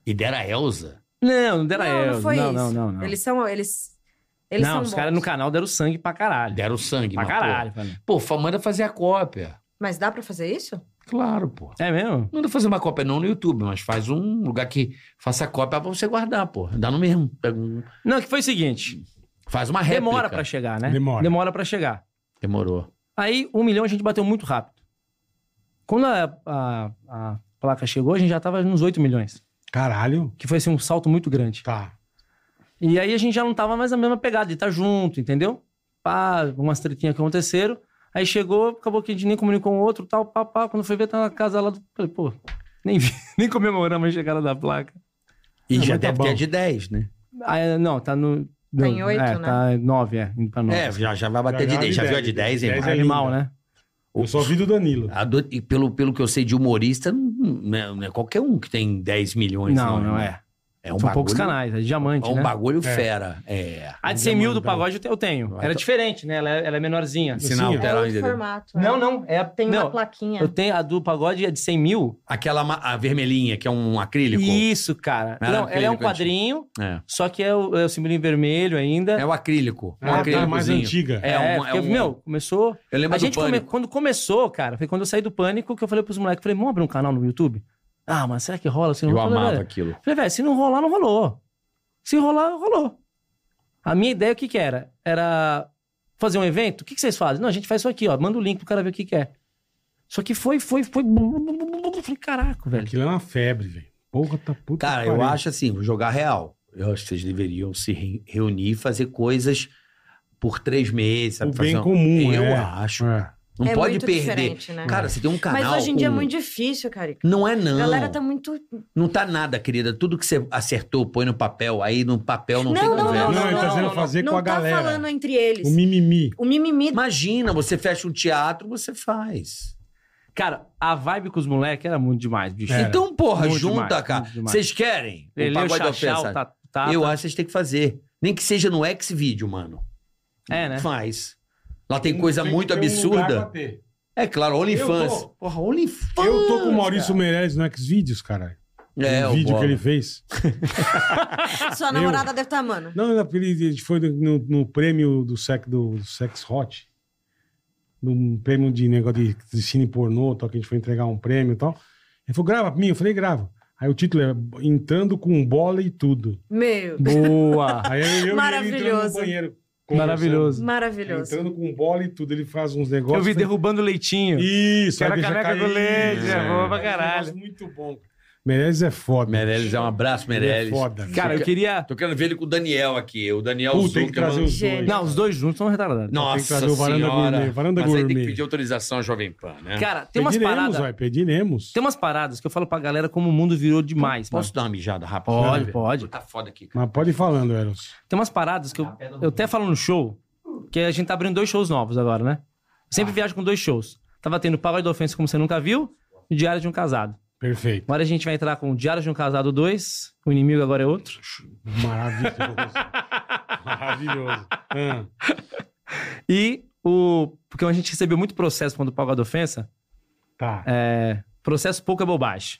D: E deram a Elza.
G: Não, não deram a
A: não,
G: ela.
A: não foi
G: não,
A: isso.
G: não, não, não.
A: Eles são... Eles, eles
G: não,
A: são
G: os
A: bons.
G: caras no canal deram sangue pra caralho.
D: Deram o sangue,
G: pra
D: mas,
G: caralho. mano.
D: Pô, pô, manda fazer a cópia.
A: Mas dá pra fazer isso?
D: Claro, pô.
G: É mesmo?
D: Manda fazer uma cópia não no YouTube, mas faz um lugar que faça cópia pra você guardar, pô. Dá no mesmo. Pega um-
G: Não, que foi o seguinte.
D: Faz uma réplica.
G: Demora pra chegar, né?
E: Demora.
G: Demora pra chegar.
D: Demorou.
G: Aí, um milhão a gente bateu muito rápido. Quando a, a- a placa chegou, a gente já tava nos 8 milhões.
E: Caralho.
G: Que foi, assim, um salto muito grande.
E: Tá.
G: E aí a gente já não tava mais na mesma pegada de estar junto, entendeu? Pá, umas tretinhas que aconteceram. Aí chegou, acabou que a gente nem comunicou um outro, tal, pá, pá. Quando foi ver, tá na casa lá do... Falei, pô, nem vi, (laughs) nem comemoramos a chegada da placa.
D: E já
E: Ah, mas tá
D: deve
E: bom.
D: ter a de 10, né?
G: Aí, não, tá no...
A: Tá em
G: no-
A: oito,
G: é,
A: né?
G: Tá em nove, é, indo pra nove.
D: É, já, já vai bater
E: Já
D: de
E: já
D: 10. Já
E: de
D: viu a
E: 10,
D: de 10, hein?
E: mas
G: é
E: é
G: animal,
E: linda.
G: né?
E: Eu só vi do Danilo.
D: A do- E pelo, pelo que eu sei de humorista, não não é, não é qualquer um que tem 10 milhões.
G: Não, não
D: irmão.
G: é.
D: É um
G: São
D: bagulho,
G: poucos canais, é diamante,
D: É um
G: né?
D: bagulho
E: É.
D: fera. É.
G: A de 100 mil do
E: Diamantão.
G: pagode eu te- eu tenho. Ela é diferente, né? Ela é, ela é menorzinha.
E: Sinal.
A: É
D: Lateral,
A: outro
D: entendeu?
A: formato. é.
G: Não, não. É,
A: Tem
G: não,
A: uma plaquinha.
G: Eu tenho a do pagode é de 100 mil.
D: Aquela ma- a vermelhinha, que é um acrílico.
G: Isso, cara.
D: Era
G: não, ela é um
D: acrílico
G: quadrinho,
D: É.
G: só que é o, é o símbolo em vermelho ainda.
D: É o acrílico. Um
E: Ah, tá,
D: acrílicozinho.
E: mais antiga.
D: É, um-
G: porque,
D: é um-
G: meu, começou.
D: Eu lembro
G: A
D: do
G: gente come-
D: pânico.
G: quando começou, cara, foi quando eu saí do pânico que eu falei pros moleques, falei, vamos abrir um canal no YouTube? Ah, mas será que rola? Se não
D: Eu
G: rola,
D: amava
G: velho?"
D: aquilo.
G: Falei, velho, se não rolar, não rolou. Se rolar, rolou. A minha ideia, o que que era? Era fazer um evento? O que que vocês fazem? Não, a gente faz isso aqui, ó. Manda o link pro cara ver o que que é. Só que foi, foi, foi... Eu falei, caraca, velho.
E: Aquilo é uma febre, velho. Porra, tá puta.
D: Cara,
E: que
D: eu
E: pariu.
D: acho assim, vou jogar real. Eu acho que vocês deveriam se re- reunir e fazer coisas por três meses. Sabe?
E: O
D: Fazer
E: bem
D: um-
E: comum,
D: Eu
E: é.
D: acho.
E: É.
D: Não
A: É
D: pode
A: muito
D: perder.
A: diferente, né?
D: Cara, você tem um canal.
A: Mas hoje em dia é
D: um-
A: muito difícil, Carica.
D: Não é,
A: A
D: não.
A: galera tá muito...
D: Não tá nada, querida. Tudo que você acertou, põe no papel. Aí no papel não, tem
A: Não, não, não,
D: conversa.
A: não,
E: Não, ele tá
A: não,
E: dizendo
A: não,
E: fazer
A: não
E: com a
A: tá
E: galera.
A: falando entre eles.
E: O mimimi.
A: O mimimi
D: Imagina, você fecha um teatro, você faz.
G: Cara, a vibe com os moleques era muito demais, bicho.
E: Era.
D: Então, porra,
G: Muito
D: junta,
G: demais,
D: cara.
G: muito demais.
D: Vocês querem? é
G: Lele, o Chachau,
D: Ofensa?
G: tá, tá,
D: Eu acho que vocês têm que fazer. Nem que seja no X-Vídeo, mano.
G: É, né?
D: Faz. Lá tem coisa
E: que
D: muito
E: ter um lugar pra
D: absurda.
E: ter.
D: É claro, OnlyFans.
E: Eu tô.
D: Porra, OnlyFans.
E: Eu tô com o Maurício Meirelles no Xvideos, caralho.
D: É,
E: o
D: o
E: vídeo
D: Bola.
E: que ele fez.
A: Sua namorada deve estar tá amando.
E: Não, ele- ele ele foi no, no prêmio do Sex, do, do sex Hot. Num prêmio de negócio de, de cine pornô, tal, que a gente foi entregar um prêmio e tal. Ele falou, grava pra mim. Eu falei, grava. Aí o título é Entrando com Bola e Tudo.
A: Meu,
G: (laughs) Boa!
E: Aí eu, eu e ele entrando
A: Maravilhoso.
E: no banheiro. conversando.
G: Maravilhoso.
A: maravilhoso.
E: Entrando com bola e tudo. Ele faz uns negócios.
G: Eu vi derrubando leitinho.
E: Isso,
G: Que era
E: aí deixa
G: caneca
E: cair.
G: do leite,
E: Isso,
G: é boa pra
E: um
G: caralho.
E: negócio Muito bom. Meirelles é foda.
D: Meirelles, é um abraço,
E: Ele
D: Meirelles.
E: É foda. bicho.
G: Cara, eu queria.
D: Tô querendo ver ele com o Daniel aqui. O Daniel
E: Puta, tem que
D: Zuckerman.
E: trazer os dois.
A: Gênio.
G: Não, os dois juntos são retardados.
E: tem que
D: Nossa
E: trazer o Varanda
D: senhora.
E: Gourmet, Varanda
D: Mas aí tem
E: Gourmet.
D: que pedir autorização à Jovem Pan, né?
G: Cara, tem umas
E: pediremos,
G: paradas.
E: vai, pediremos.
G: Tem umas paradas que eu falo pra galera como o mundo virou demais.
D: Posso dar uma mijada rápido?
G: mano.
E: Pode,
G: Pode, pode.
D: Tá foda aqui, cara.
E: Mas pode ir falando, Eros.
G: Tem umas paradas que eu, eu até falo no show, que a gente tá abrindo dois shows novos agora, né? Sempre viajo com dois shows. Tava tendo Power da Ofensa, como você nunca viu, e Diário de um Casado.
E: Perfeito.
G: Agora a gente vai entrar com o Diário de um Casado 2, o inimigo agora é outro.
E: Maravilhoso. Maravilhoso. Ah,
G: E o. Porque a gente recebeu muito processo quando o Power da Ofensa.
E: tá.
G: É, processo pouco é bobagem.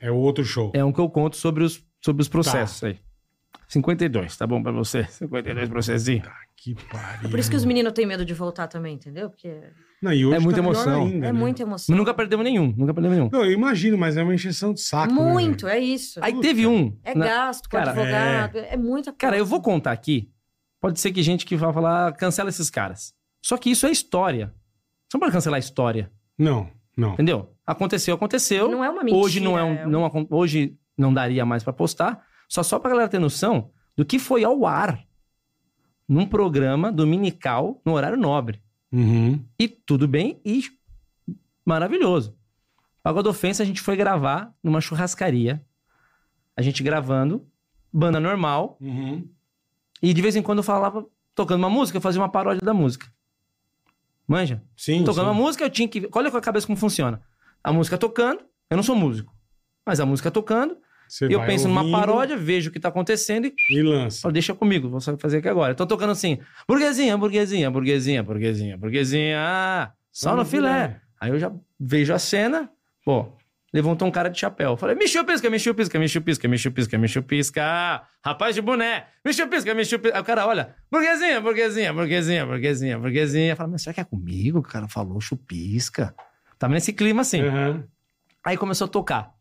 E: É o outro show.
G: É um que eu conto sobre os, sobre os processos aí. 52, tá bom pra você? 52 processinho.
E: Que
G: É
E: pariu.
A: Por isso que os meninos têm medo de voltar também, entendeu? Porque é
E: Não, e hoje
G: É muita
E: tá pior
G: emoção.
E: ainda, né?
A: muita
G: Mas
A: emoção.
G: nunca perdemos nenhum, nunca perdemos nenhum.
E: Não, eu imagino, mas é uma encheção de saco. né,
A: Muito, é isso.
G: Aí teve um.
A: É
G: né?
A: gasto com
G: Cara,
A: advogado, é... muita coisa.
G: Cara, eu vou contar aqui. Pode ser que gente que vai falar, cancela esses caras. Só que isso é história. Você não pode cancelar a história,
E: velho? Não, não.
G: entendeu? Aconteceu, aconteceu.
A: Não é uma mentira.
G: hoje não é um, (laughs) não acon- hoje não daria mais pra postar. Só só pra galera ter noção do que foi ao ar num programa dominical no horário nobre.
E: Uhum.
G: E tudo bem e maravilhoso. Pagode Ofensa, a gente foi gravar numa churrascaria. A gente gravando, banda normal.
E: Uhum.
G: E de vez em quando eu falava, tocando uma música, eu fazia uma paródia da música. Manja?
E: Sim,
G: tocando
E: sim.
G: uma música, eu tinha que. Olha com a cabeça como funciona. A música tocando, eu não sou músico. Mas a música tocando,
E: Você
G: eu
E: vai
G: penso numa
E: ouvindo
G: paródia, vejo o que tá acontecendo e
E: E lança.
G: falo, deixa comigo, vou só fazer aqui agora. Eu tô tocando assim, burguesinha, burguesinha, burguesinha, burguesinha, burguesinha, ah, só no filé.
E: É.
G: Aí eu já vejo a cena, pô, levantou um cara de chapéu. Eu Falei, me chupisca, me chupisca, me chupisca, me chupisca, me chupisca. Rapaz de boné, me chupisca, me chupisca. Aí o cara olha, burguesinha, burguesinha, burguesinha, burguesinha, burguesinha. Fala, mas será que é comigo que o cara falou chupisca? Tá nesse clima assim.
E: Aham.
G: Aí começou a tocar.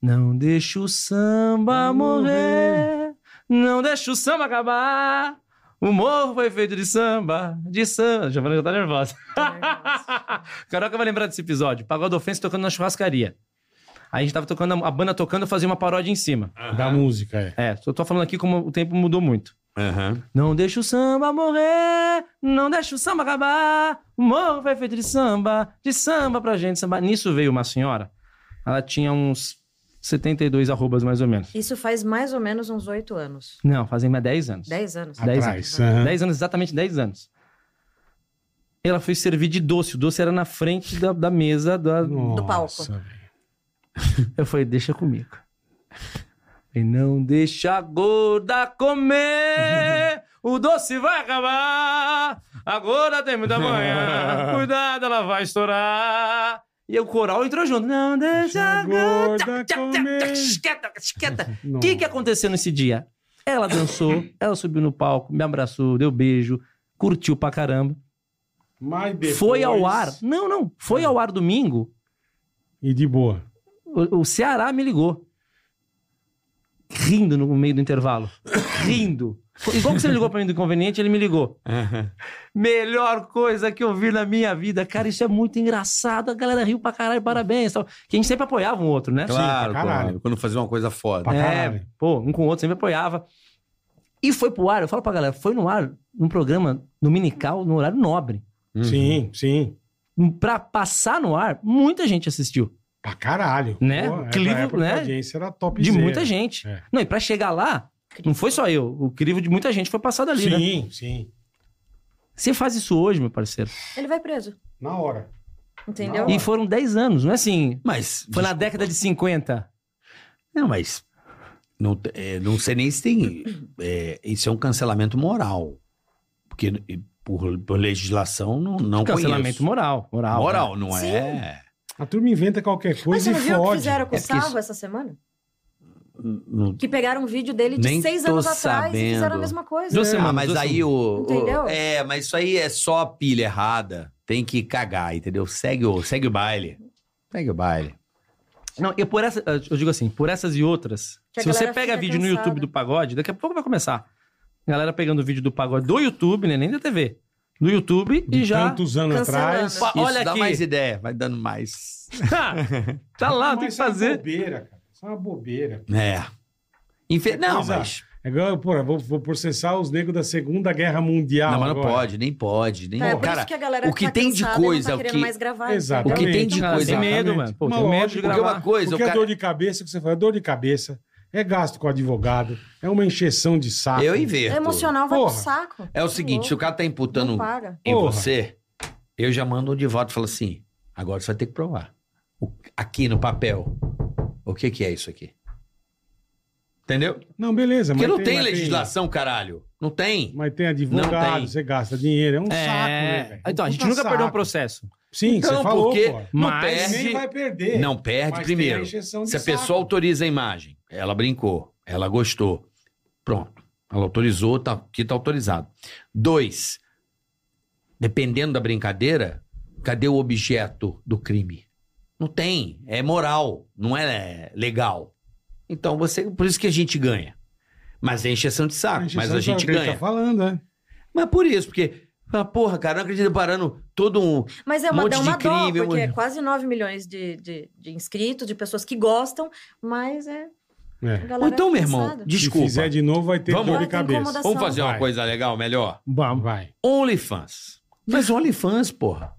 G: Não deixa o samba morrer, não deixa o samba acabar. O morro foi feito de samba, de samba. Giovana já tá nervosa. Caroca vai lembrar desse episódio. Pagode Ofensa tocando na churrascaria. Aí a gente tava tocando, a banda tocando, eu fazia uma paródia em cima.
E: Da música, é.
G: É, eu tô falando aqui como o tempo mudou muito. Não deixa o samba morrer, não deixa o samba acabar. O morro foi feito de samba, de samba pra gente samba. Nisso veio uma senhora, ela tinha uns 72 arrobas mais ou menos.
A: Isso faz mais ou menos uns oito anos.
G: Não, fazem mais 10 anos. 10,
A: Dez anos.
G: Dez
E: Atrás. né? aham.
G: anos, exatamente 10 anos. Ela foi servir de doce, o doce era na frente da, da mesa. Da...
E: Nossa,
A: palco.
E: velho.
G: Eu falei, deixa comigo. E não deixa a gorda comer, o doce vai acabar. Agora tem
E: (laughs)
G: muita manhã, cuidado, ela vai estourar. E o coral entrou junto. Não deixa a gorda.
E: Gorda comer.
G: Esquenta, esquenta. O
E: Nossa.
G: que, é? que aconteceu nesse dia? Ela dançou, ela subiu no palco, me abraçou, deu beijo, curtiu pra caramba.
E: Mas depois-
G: Foi ao ar. Não, não. Foi ao ar domingo.
E: E de boa.
G: O, o Ceará me ligou. rindo no meio do intervalo. rindo. Igual que você ligou pra mim do inconveniente, ele me ligou. Melhor coisa que eu vi na minha vida. Cara, isso é muito engraçado. A galera riu pra caralho, parabéns. Tal. Que a gente sempre apoiava um outro, né?
D: Claro,
E: pra caralho.
D: claro. Quando fazia uma coisa foda.
E: Então, Pra
G: É,
E: caralho.
G: pô, um com o outro sempre apoiava. E foi pro ar, eu falo pra galera, foi no ar num programa dominical, no horário nobre.
D: Uhum.
E: Sim, sim.
G: Pra passar no ar, muita gente assistiu.
E: Pra caralho.
G: Né?
E: Pô,
G: Clivo,
E: nessa época
G: né?
E: A audiência era top
G: De muita gente.
E: É.
G: Não, e pra chegar lá, não foi só eu. O crivo de muita gente foi passado ali, né?
E: Sim, sim.
G: Você faz isso hoje, meu parceiro.
A: Ele vai preso,
E: Na hora.
A: entendeu?
G: E foram 10 anos, não é assim.
O: Mas.
G: Foi na década de 50.
O: Não, mas. Não, te- é, não sei nem se tem. é, isso é um cancelamento moral. Porque e, por, por legislação não, não
G: Cancelamento
O: conheço.
G: moral, moral. né?
O: Moral, não
A: Sim.
O: é?
E: A turma inventa qualquer
A: Mas
E: coisa
A: você
E: e
A: não viu o que
E: fode.
A: fizeram com o
O: É porque isso-
A: Sarro essa semana?
O: Não-
A: Que pegaram um vídeo dele de
O: Nem
A: seis
O: tô
A: anos atrás e fizeram a
O: sabendo.
A: mesma coisa.
E: É.
G: Duas
D: Ah,
G: semanas,
D: mas
G: duas
D: aí o,
A: Entendeu?
D: o- É, mas isso aí é só pilha errada. Tem que cagar, entendeu? Segue o, segue o baile. Segue o baile.
G: Não, eu por essa, eu digo assim, por essas e outras.
A: Que a
G: se você
A: galera
G: pega
A: fica
G: vídeo no
A: cansada.
G: YouTube do pagode, daqui a pouco vai começar. A galera pegando vídeo do pagode do YouTube, né? Nem da TV. Do YouTube e
E: De
G: já.
E: tantos anos
A: Cancelando.
E: atrás.
G: Pá,
D: Isso
G: olha
D: dá
G: aqui.
D: mais ideia, vai dando mais.
G: (laughs) tá lá,
E: Mas
G: tem que
E: isso é uma
G: fazer.
E: bobeira, cara. Isso é uma bobeira.
D: É. Infe- Não,
E: Coisa-
D: mas.
E: É igual, porra, vou, vou processar os negros da Segunda Guerra Mundial.
D: não, mas não
E: agora.
D: pode, nem pode. Nem...
A: É, por
D: cara,
A: isso que a galera
D: o que
A: tá
D: tem de
A: cansada e não
D: coisa,
A: tá
D: o
A: querendo
D: que-
A: mais gravar. Então,
E: Exatamente.
D: o que tem de
G: Cara,
D: coisa-
G: tem medo,
E: Exatamente.
G: mano. Pô,
E: Mas
G: tem medo de
E: lógico,
D: porque é
G: gravar.
D: uma coisa,
E: Porque
D: o
E: a dor
D: cara.
E: de cabeça que você fala, dor de cabeça, é gasto com advogado, é uma encheção de saco.
D: Eu
A: É
D: inverto.
A: emocional, vai
E: Porra.
A: pro saco.
D: É o seguinte, se o cara tá imputando
A: Não paga.
D: em
E: Porra.
D: você, eu já mando um de volta e falo assim: agora você vai ter que provar. O- aqui no papel, o que, que é isso aqui? Entendeu?
E: Não, beleza,
D: Porque
E: mas.
D: não tem,
E: mas
D: legislação, caralho. Não tem.
E: mas tem advogado,
D: Não tem.
E: você gasta dinheiro, é um saco, né,
G: É.
E: velho?
G: então, a
E: Um
G: gente
E: puta
G: nunca perdeu um
E: saco.
G: processo.
E: Sim,
D: Então,
E: você falou,
D: porque
E: porra.
D: não
G: Mas-
E: Nem
D: perde.
E: vai perder.
D: Não perde
E: mas
D: primeiro.
E: tem a encheção de
D: Se a
E: saco.
D: pessoa autoriza a imagem, ela brincou, ela gostou, pronto. Ela autorizou, tá, aqui tá autorizado. Dois, dependendo da brincadeira, cadê o objeto do crime? Não tem, é moral, não é legal. Então você, por isso que a gente ganha. Mas é encheção de
E: A
D: saco,
E: encheção
D: mas a
E: de saco
D: gente
E: que Tá
D: ganha.
E: falando, né?
D: Mas por isso, porque, ah, porra, cara, não acredito parando todo um.
A: Mas é uma,
D: monte
A: dá uma
D: de
A: dó,
D: crime,
A: porque
D: um-
A: é quase 9 milhões de, de, de inscritos, de pessoas que gostam, mas é a
E: É.
A: galera
D: Ou então, meu
A: cansada.
D: irmão,
E: Se
D: desculpa.
E: fizer de novo, vai ter
D: Vamos-
E: dor
A: Vai
E: de
A: ter
E: cabeça.
A: incomodação.
D: Vamos fazer uma
E: Vai.
D: coisa legal, melhor?
E: Vamos, vai.
D: OnlyFans. Mas OnlyFans, porra.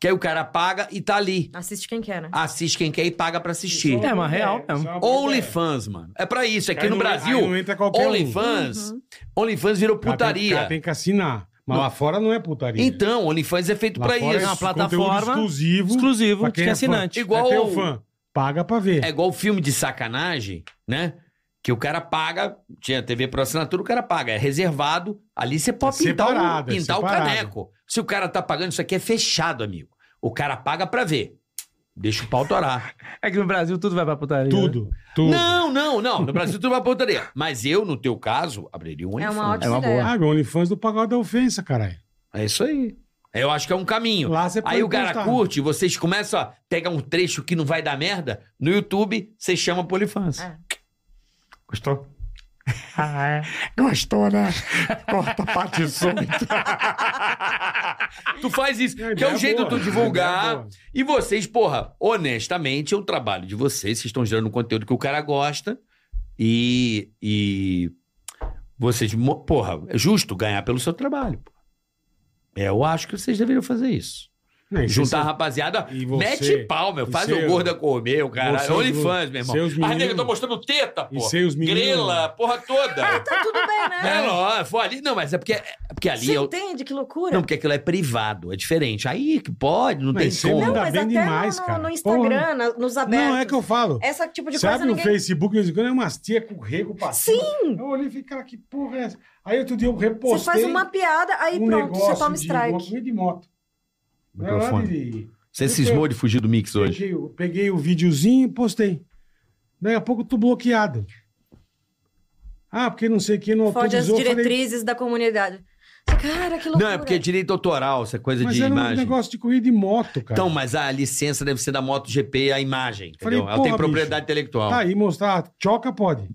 D: Que aí o cara paga e tá ali.
A: Assiste quem quer, né?
D: Assiste quem quer e paga pra assistir.
G: É, mas real mesmo.
E: Isso é uma bobeira.
D: OnlyFans, mano. É pra isso. Aqui
E: Aí
D: no
E: não-
D: Brasil,
E: aí não entra qualquer um.
D: OnlyFans.
A: Uhum.
D: OnlyFans virou
E: Cara, tem-
D: putaria.
E: cara, Tem que assinar. Mas
D: Não.
E: lá fora não é putaria.
D: Então, OnlyFans é feito
E: Lá
D: pra
E: fora
D: isso.
G: é uma
E: conteúdo
G: plataforma
E: exclusivo.
G: Exclusivo,
E: pra
G: de
E: quem
G: quem é
E: é
G: assinante.
D: Igual-
E: É teu fã. Paga pra ver.
D: É igual filme de sacanagem, né? Que o cara paga, tinha TV por assinatura, o cara paga. É reservado. Ali você pode
E: É
D: pintar,
E: separado,
D: o,
E: é
D: pintar o
E: separado.
D: caneco. Se o cara tá pagando, isso aqui é fechado, amigo. O cara paga pra ver. Deixa o pau torar.
G: É que no Brasil tudo vai pra putaria.
E: Tudo. Tudo.
D: Não, não, não. No Brasil tudo vai pra putaria. Mas eu, no teu caso, abriria um
A: É
D: OnlyFans.
A: uma ótima
G: É uma boa.
A: ideia.
E: Ah, meu OnlyFans do pagode da ofensa, caralho.
D: É isso aí. Eu acho que é um caminho.
E: Lá você pode
D: Aí o cara
E: postar.
D: curte, vocês começam a pegar um trecho que não vai dar merda, no YouTube você chama pro OnlyFans.
A: É. Ah,
D: Gostou?
P: Gostou, né? Corta parte solta.
D: (laughs) Tu faz isso,
E: É,
D: que é
E: ideia
D: o jeito
E: boa,
D: de tu
E: ideia
D: divulgar.
E: boa.
D: E vocês, porra, honestamente, é o trabalho de vocês. Vocês estão gerando um conteúdo que o cara gosta. E. E. Vocês, mo- porra, é justo ganhar pelo seu trabalho. porra. Eu acho que vocês deveriam fazer isso.
E: Não, e
D: Juntar a
E: você-
D: rapaziada,
E: e você-
D: mete pau, meu.
E: e
D: Faz
E: seu-
D: o gorda comer, o
E: você-
D: caralho. OnlyFans, meu irmão.
E: seus
D: Ah, nega,
E: meninos-
D: eu tô mostrando teta,
E: E
D: porra.
E: sem os meninos.
D: Grela, a porra
E: (laughs)
D: toda.
A: Tá tudo bem, né?
D: (laughs) é, não, foi ali. Não, mas é porque, é porque ali
A: Você
D: é o-
A: entende que loucura?
D: Não, porque aquilo é privado, é diferente. Aí que pode, não
E: Mas é
D: tem
E: sem
D: como.
E: Não, dá
A: mas
E: bem
A: até
E: demais,
A: no, no-
E: cara.
A: no Instagram, na- nos abertos.
E: Não, é que eu falo.
A: Essa tipo de
E: Você
A: coisa
E: abre o
A: ninguém...
E: Facebook, de vez em quando é umas tia com rego passando. Sim! Eu olhei e falei, cara, que porra é essa? Aí outro dia eu repostei.
A: Você faz uma piada, aí
E: um
A: pronto, você
E: negócio
A: toma
E: de
A: strike.
E: uma- de moto. Não é nada de-
O: Você cismou de fugir do mix hoje.
E: Peguei, o- peguei o videozinho e postei. Daqui a pouco eu tô bloqueado. Ah, porque não sei quem não
A: Fode as
E: autorizou. eu falei,
A: diretrizes da comunidade. Cara, que loucura.
D: Não, é porque é direito autoral, essa coisa
E: mas
D: de
E: era um
D: imagem.
E: negócio de corrida de moto, cara.
D: Então, mas a licença deve ser da MotoGP, a imagem,
E: Falei,
D: entendeu? Ela tem
E: porra,
D: propriedade intelectual.
E: Tá aí mostrar, choca pode.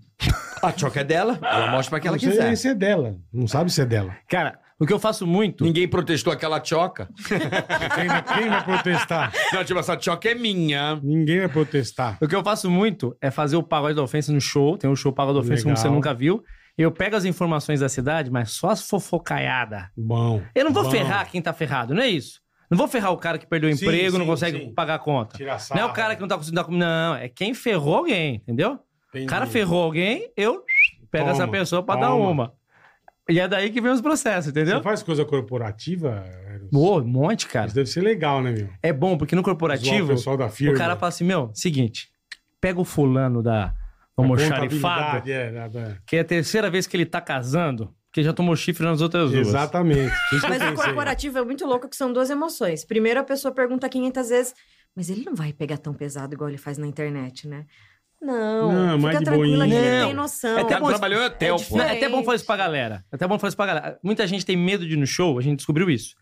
I: A choca é dela, ela mostra pra quem ela
E: não sei
I: quiser.
E: nem se é dela. Não sabe se é dela.
G: Cara, o que eu faço muito.
I: Ninguém protestou aquela choca.
E: Quem, quem vai protestar?
I: Não, tipo, essa choca é minha.
E: Ninguém vai protestar.
G: O que eu faço muito é fazer o Pagode da Ofensa no show. Tem um show Pagode da Ofensa como
E: Legal.
G: você nunca viu. Eu pego as informações da cidade, mas só as fofocaiadas.
E: Bom.
G: Eu não vou
E: bom.
G: ferrar quem tá ferrado, não é isso? Não vou ferrar o cara que perdeu o
E: Sim,
G: emprego, não
E: sim,
G: consegue
E: sim.
G: pagar a conta.
E: Tira
G: Não é o cara que não tá conseguindo dar comida. Não, é quem ferrou alguém, entendeu? O cara ferrou alguém, eu pego
E: Toma,
G: essa pessoa pra dar
E: toma.
G: uma. E é daí que vem os processos, entendeu?
E: Você faz coisa corporativa? Eros?
G: Pô, um monte, cara.
E: Isso deve ser legal, né, meu?
G: É bom, porque no
E: Zoar O
G: corporativo,
E: pessoal da firma.
G: o cara fala assim, meu, seguinte, pega o fulano da
E: A
G: almoxarifada,
E: É contabilidade, É, da- da-
G: que é a terceira vez que ele tá casando, porque já tomou chifre nas outras duas.
E: Exatamente. Isso que
A: Mas
E: eu
A: o
E: pensei.
A: corporativo é muito louco que são duas emoções. Primeiro, a pessoa pergunta 500 vezes, mas ele não vai pegar tão pesado igual ele faz na internet, né? Não,
E: Não, mais
A: fica
E: de
A: tranquila que
E: boinha.
A: ele
G: Não.
A: tem noção.
G: É até bom-
I: Trabalhou em hotel, pô.
G: Não, é até bom falar isso pra galera. É até bom falar isso pra galera. Muita gente tem medo de ir no show, a gente descobriu isso.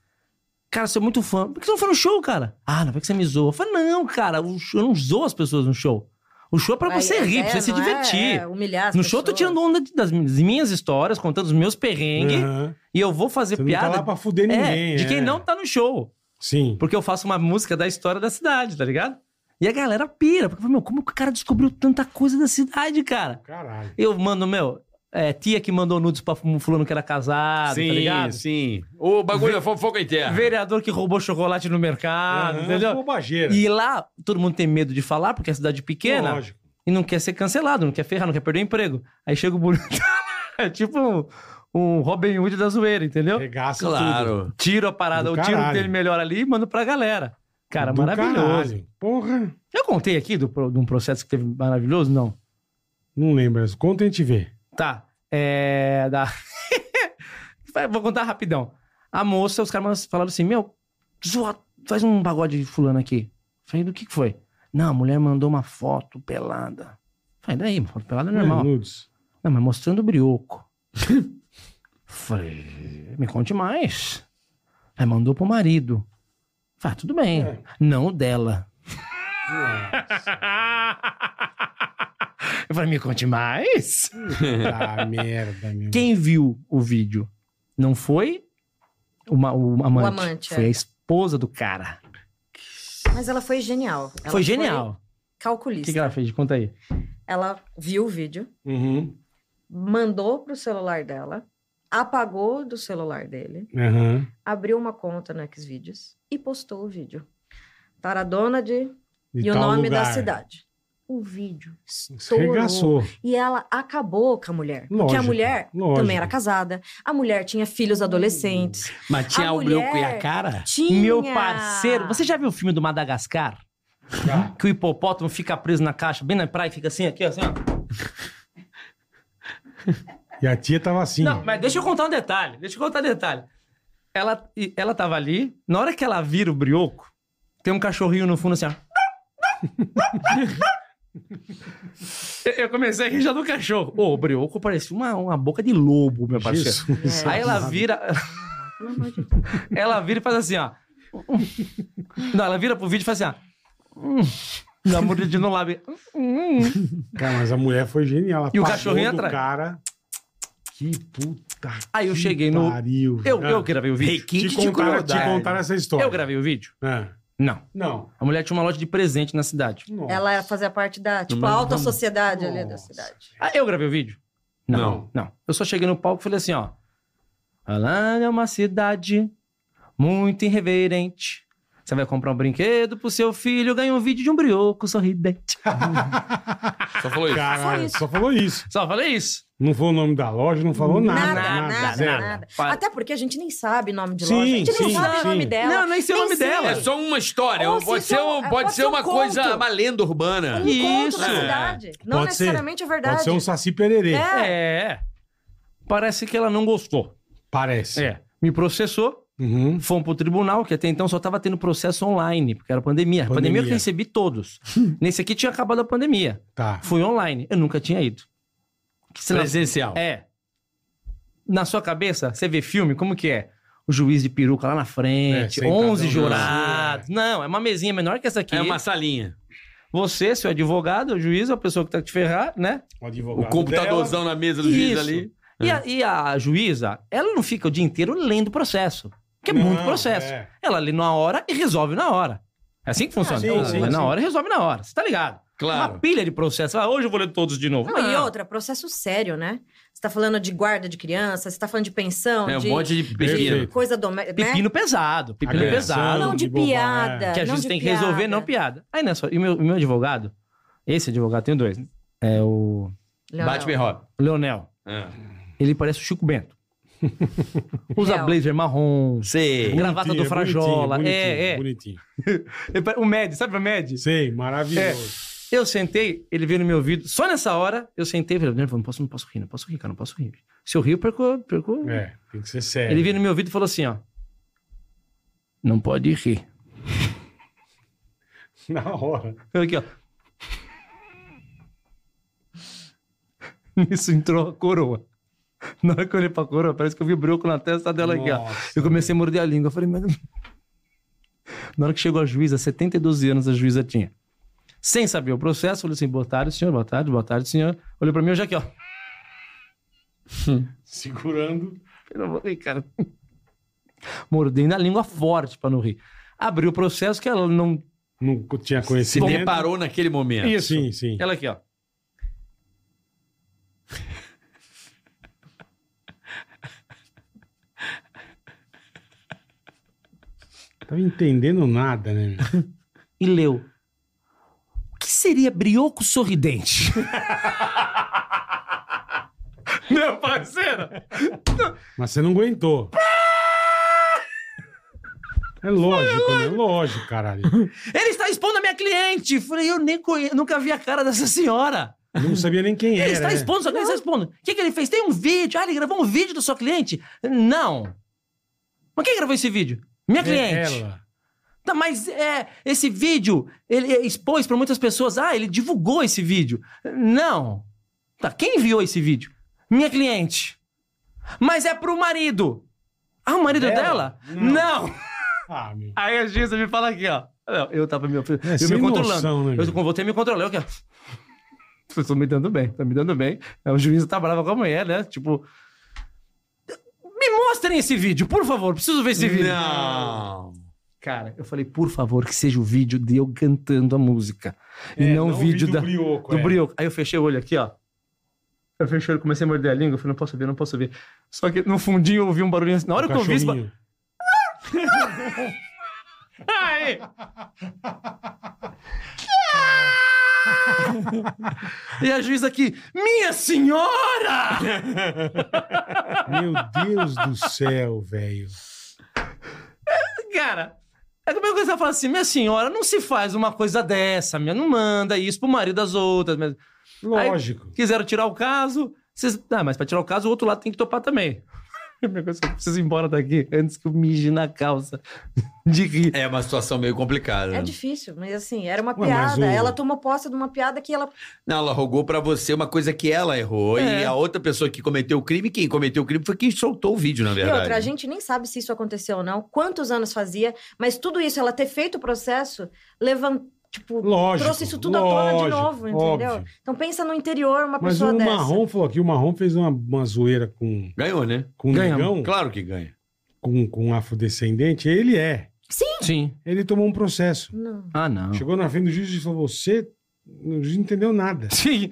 G: Cara, você é muito fã. Por que você não foi no show, cara? Ah, não, por que você me zoa? Eu falo, não, cara, o show- eu não zoo as pessoas no show. O show é pra
A: Vai-
G: você rir,
A: é,
G: pra você se
A: não é-
G: divertir.
A: é, humilhar as
G: No show eu tô
A: pessoas.
G: tirando onda de- das minhas histórias, contando os meus perrengues,
E: Aham.
G: e eu vou fazer
E: Você não tá
G: piada
E: lá pra fuder
G: é,
E: ninguém.
G: de quem
E: é.
G: não tá no show.
E: Sim.
G: Porque eu faço uma música da história da cidade, tá ligado? E a galera pira, porque fala, meu, como que o cara descobriu tanta coisa da cidade, cara?
E: Caralho.
G: Eu mando, meu, é, tia que mandou nudes pra um fulano que era casado, tá ligado?
I: sim. O bagulho é fofoca interna.
G: Vereador que roubou chocolate no mercado,
E: Aham,
G: Ah, entendeu?
E: Bobageira.
G: E lá todo mundo tem medo de falar, porque é cidade pequena
E: Lógico.
G: e não quer ser cancelado, não quer ferrar, não quer perder o emprego. Aí chega o bonito. (laughs) é tipo um, um Robin Hood da zoeira, entendeu?
E: Regaça tudo.
I: Claro.
G: Tiro a parada,
E: Do
G: o tiro
E: caralho.
G: dele melhor ali e mando pra galera. Cara,
E: Do
G: maravilhoso.
E: caralho. Porra.
G: Eu contei aqui do, pro- de um processo que teve maravilhoso? Não.
E: Não lembro. Conta a gente vê.
G: Tá. É. Da... (laughs) Vai, Vou contar rapidão. A moça, os caras falaram assim: Meu, zoa, faz um pagode de fulano aqui. Falei, do que que foi? Não, a mulher mandou uma foto pelada. Falei, daí, uma foto pelada é normal.
E: Nudes.
G: Não, mas mostrando o brioco. (laughs) Falei, me conte mais. Aí mandou pro marido. Falei, "Ah, tudo bem.
A: É.
G: Não o dela. (laughs) Eu falei, me conte mais.
E: (laughs) Ah, merda, meu.
G: Quem viu o vídeo não foi uma, o amante.
A: amante,
G: foi
A: é.
G: a esposa do cara.
A: Mas ela foi genial. Ela
G: foi genial. O
A: Calculista.
G: que, que ela fez? Conta aí.
A: Ela viu o vídeo,
E: Uhum.
A: mandou pro celular dela, apagou do celular dele,
E: Aham.
A: abriu uma conta no Xvideos e postou o vídeo. Taradona de...
E: De
A: e o
E: tal
A: nome da
E: lugar.
A: cidade. O vídeo estourou.
E: Regaçou.
A: E ela acabou com a mulher. porque a
E: Lógico,
A: mulher
E: lógico.
A: também era casada. A mulher tinha filhos adolescentes.
D: Mas
A: tinha A o mulher- Brioco e a
D: cara?
A: Tinha...
G: Meu parceiro, você já viu o filme do Madagascar?
E: Já.
G: Que o hipopótamo fica preso na caixa, bem na praia, e fica assim, aqui, assim, ó.
E: E a tia tava assim.
G: Não, mas deixa eu contar um detalhe. Deixa eu contar um detalhe. Ela, e- ela tava ali, na hora que ela vira o brioco, tem um cachorrinho no fundo assim, ó. Eu- Eu comecei a rir já do cachorro. Ô, o brioco parecia uma, uma boca de lobo, meu parceiro.
E: Jesus.
G: Aí ela vira. ela vira e faz assim, ó. Não, ela vira pro vídeo e faz assim, ó. Hum. Dá uma mordidinha no lábio.
A: É.
E: Cara, mas a mulher foi genial. Ela
G: E o
E: pagou
G: cachorrinho
E: do
G: atrás.
E: cara. Que puta.
G: Aí eu
E: que
G: cheguei no.
E: Pariu,
G: Eu,
E: velho.
G: eu gravei o vídeo.
E: te, contaram, te contaram essa história.
G: Eu gravei o vídeo?
E: É.
G: Não.
E: Não.
G: A mulher tinha uma loja de presente na cidade.
E: Nossa.
A: Ela fazia parte da, tipo, a alta sociedade ali da
E: Nossa.
A: cidade.
G: Ah, eu gravei o vídeo? Não. Não. Eu só cheguei no palco e falei assim, ó. Alana é uma cidade muito irreverente. Você vai comprar um brinquedo pro seu filho, ganha um vídeo de um brioco sorridente.
I: Só falou isso.
E: Caralho,
A: isso.
E: só falou isso.
G: Só falei isso.
E: Não falou o nome da loja, não falou nada.
A: Nada,
E: Nada,
A: nada, nada.
E: zero.
G: Pa-
A: Até porque a gente nem sabe nome de
E: Sim,
A: loja. A gente
E: sim,
A: nem sabe
E: sim.
A: o nome dela.
G: Não, nem sei o nome
A: sei.
G: dela.
I: É só uma história.
A: Ou
I: pode
A: se
I: ser,
A: são-
I: um- pode ser uma
A: um
I: coisa,
A: conto.
I: uma lenda urbana.
A: Um conto da
G: Isso, é.
A: cidade. Não
E: Pode ser.
A: necessariamente é verdade.
E: Pode ser um Saci Pererê.
A: É.
G: É. Parece que ela não gostou.
E: Parece.
G: É. Me processou,
E: Uhum.
G: fomos pro tribunal, que até então só tava tendo processo online, porque era pandemia. Pandemia,
E: Pandemia.
G: eu que recebi todos. Nesse aqui tinha acabado a pandemia.
E: Tá.
G: Fui online. Eu nunca tinha ido. Que se na-
I: Presencial.
G: É. Na sua cabeça, você vê filme, como que é? O juiz de peruca lá na
E: É,
G: frente,
E: sentadão
G: 11
E: na
G: jurados. Não, é uma mesinha menor que essa aqui.
I: É uma salinha.
G: Você, seu advogado, o juiz, a pessoa que tá te ferrar, né?
E: O,
D: O
E: advogado dela.
D: computadorzão na mesa do juiz
G: Isso.
D: ali.
G: E
E: É.
G: a, e a juíza, ela não fica o dia inteiro lendo o processo. Porque é
E: Não,
G: muito processo.
E: é.
G: Ela lê na hora e resolve na hora. É
A: Ah,
G: assim que funciona.
E: sim,
G: Ela
E: sim,
G: lê na
E: sim.
G: hora e resolve na hora. Você tá ligado?
D: Claro.
G: Uma pilha de processo. Ah, hoje eu vou ler todos de novo. Ah,
A: Não, e outra, processo sério, né? Você tá falando de guarda de criança, você tá falando de pensão,
D: É um
A: de
D: monte de pequeno.
E: Perfeito.
A: coisa doméstica, né?
G: Pepino pesado. Pepino
E: Agressão.
G: pesado.
A: Não de
E: de bobagem.
A: piada.
G: Que a
A: não
G: gente
A: de
G: tem que
A: piada.
G: resolver, não piada. Aí, né, só, e o meu, o meu advogado, esse advogado, tem dois. É o
A: Leonel.
D: Batman e Robin.
G: Leonel.
E: É.
G: Ele parece o
A: (laughs)
G: Chico Bento. Usa
A: Real.
G: blazer marrom,
D: Sei.
G: gravata do
E: Bonitinho,
G: Frajola.
E: bonitinho,
G: é, é.
E: Bonitinho.
G: Ele pare- O Med, sabe o Med?
E: Sei, maravilhoso.
G: Eu sentei, ele veio no meu ouvido. Só nessa hora, eu sentei e falei, Leonel, não posso, não posso rir, não posso rir, cara, não posso rir. Se eu rir, eu perco... perco...
E: É. tem que ser sério.
G: Ele veio no meu ouvido e falou assim, ó. Não pode rir.
E: (laughs) Na hora.
G: Eu aqui, ó. (laughs) Nisso entrou a coroa. Na hora que eu olhei pra coroa, parece que eu vi o broco na testa dela aqui, ó.
E: Nossa.
G: Tá Eu comecei a morder a língua. Eu falei, meu Deus. (laughs) Na hora que chegou a juíza, 72 anos a juíza tinha. Sem saber o processo, falou assim: boa tarde, senhor, boa tarde, boa tarde, senhor. Olhou pra mim, eu já aqui, ó. (laughs)
E: Segurando.
G: Eu não vou rir, cara. (laughs) Mordendo a língua forte pra não rir. Abriu o processo que ela não.
E: Não tinha
D: Se
E: conhecimento.
D: deparou naquele momento.
E: Sim, sim.
G: Ela aqui, ó.
E: Tava entendendo nada, né? meu?
G: e leu. O que seria brioco sorridente? (laughs) Meu parceiro!
E: Mas você não aguentou.
G: (laughs)
E: É lógico, né? Lógico, caralho.
G: Ele está expondo a minha cliente! Falei, eu nem conhe... nunca vi a cara dessa senhora!
E: Eu Não sabia nem quem
G: Ele
E: era.
G: está
E: né?
G: expondo, sua cliente está expondo. O que, que ele fez? Tem um vídeo. Ah, ele gravou um vídeo do seu cliente? Não. Mas quem gravou esse vídeo? Minha cliente.
E: É Ela.
G: Tá, mas é, esse vídeo, ele é, expôs para muitas pessoas. Ah, ele divulgou esse vídeo. Não. Tá, quem enviou esse vídeo? Minha cliente. Mas é pro marido. Ah, o marido
E: Dela?
G: dela?
E: Não.
G: Não.
E: Ah, meu.
G: Aí a juíza me fala aqui, ó. Não, Eu tava me, eu
E: É, sem
G: me controlando.
E: noção, né,
G: eu
E: meu?
G: voltei a me controlar. Eu aqui, ó. Uhum. (laughs) Vocês estão me dando bem, tá me dando bem. Aí O juiz tá bravo com a mulher, né? Tipo... Me mostrem esse vídeo, por favor. Preciso ver esse vídeo.
D: Não.
G: Cara, eu falei, por favor, que seja o vídeo de eu cantando a música.
E: É,
G: e não o vídeo da,
E: do brioco.
G: do
E: é.
G: brioco. Aí eu fechei o olho aqui, ó. Eu fechei o olho, comecei a morder a língua. Eu falei, não posso ver, não posso ver. Só que no fundinho eu ouvi um barulhinho assim. Na hora que eu vi esse barulho.
E: Cachorrinho.
G: Ai! Ah! e a juíza aqui, minha senhora!
E: Meu Deus do céu, velho.
G: Cara, é como eu começar a falar assim, minha senhora, não se faz uma coisa dessa, minha, não manda isso pro marido das outras. Mas...
E: Lógico.
G: Quiseram tirar o caso. Vocês... Ah, mas pra tirar o caso, o outro lado tem que topar também. (laughs) Meu Deus, eu preciso ir embora daqui antes que eu mije na calça de rir.
D: É uma situação meio complicada.
A: É
D: né?
A: difícil, mas assim, era uma
E: Ué, mas
A: piada.
E: o-
A: Ela tomou posse de uma piada que ela.
D: Não, ela rogou pra você uma coisa que ela errou.
G: É.
D: E a outra pessoa que cometeu o crime, quem cometeu o crime foi quem soltou o vídeo, na
A: E
D: verdade.
A: outra, a gente nem sabe se isso aconteceu ou não, quantos anos fazia, mas tudo isso, ela ter feito o processo, levantou. Tipo,
E: Lógico,
A: trouxe isso tudo à tona de
E: lógico,
A: novo, entendeu?
E: óbvio.
A: Então pensa no interior, uma
E: Mas
A: pessoa
E: o
A: dessa.
E: Marrom falou aqui, o Marrom fez uma, uma zoeira com,
D: Ganhou, né?
E: com o
G: Ganhamos.
E: negão,
D: Claro que ganha.
E: com, com um afrodescendente. Ele é.
G: Sim.
E: Ele tomou um processo.
A: Não.
G: Ah, não.
E: Chegou na frente do juiz e falou, você... O juiz não entendeu nada.
G: Sim.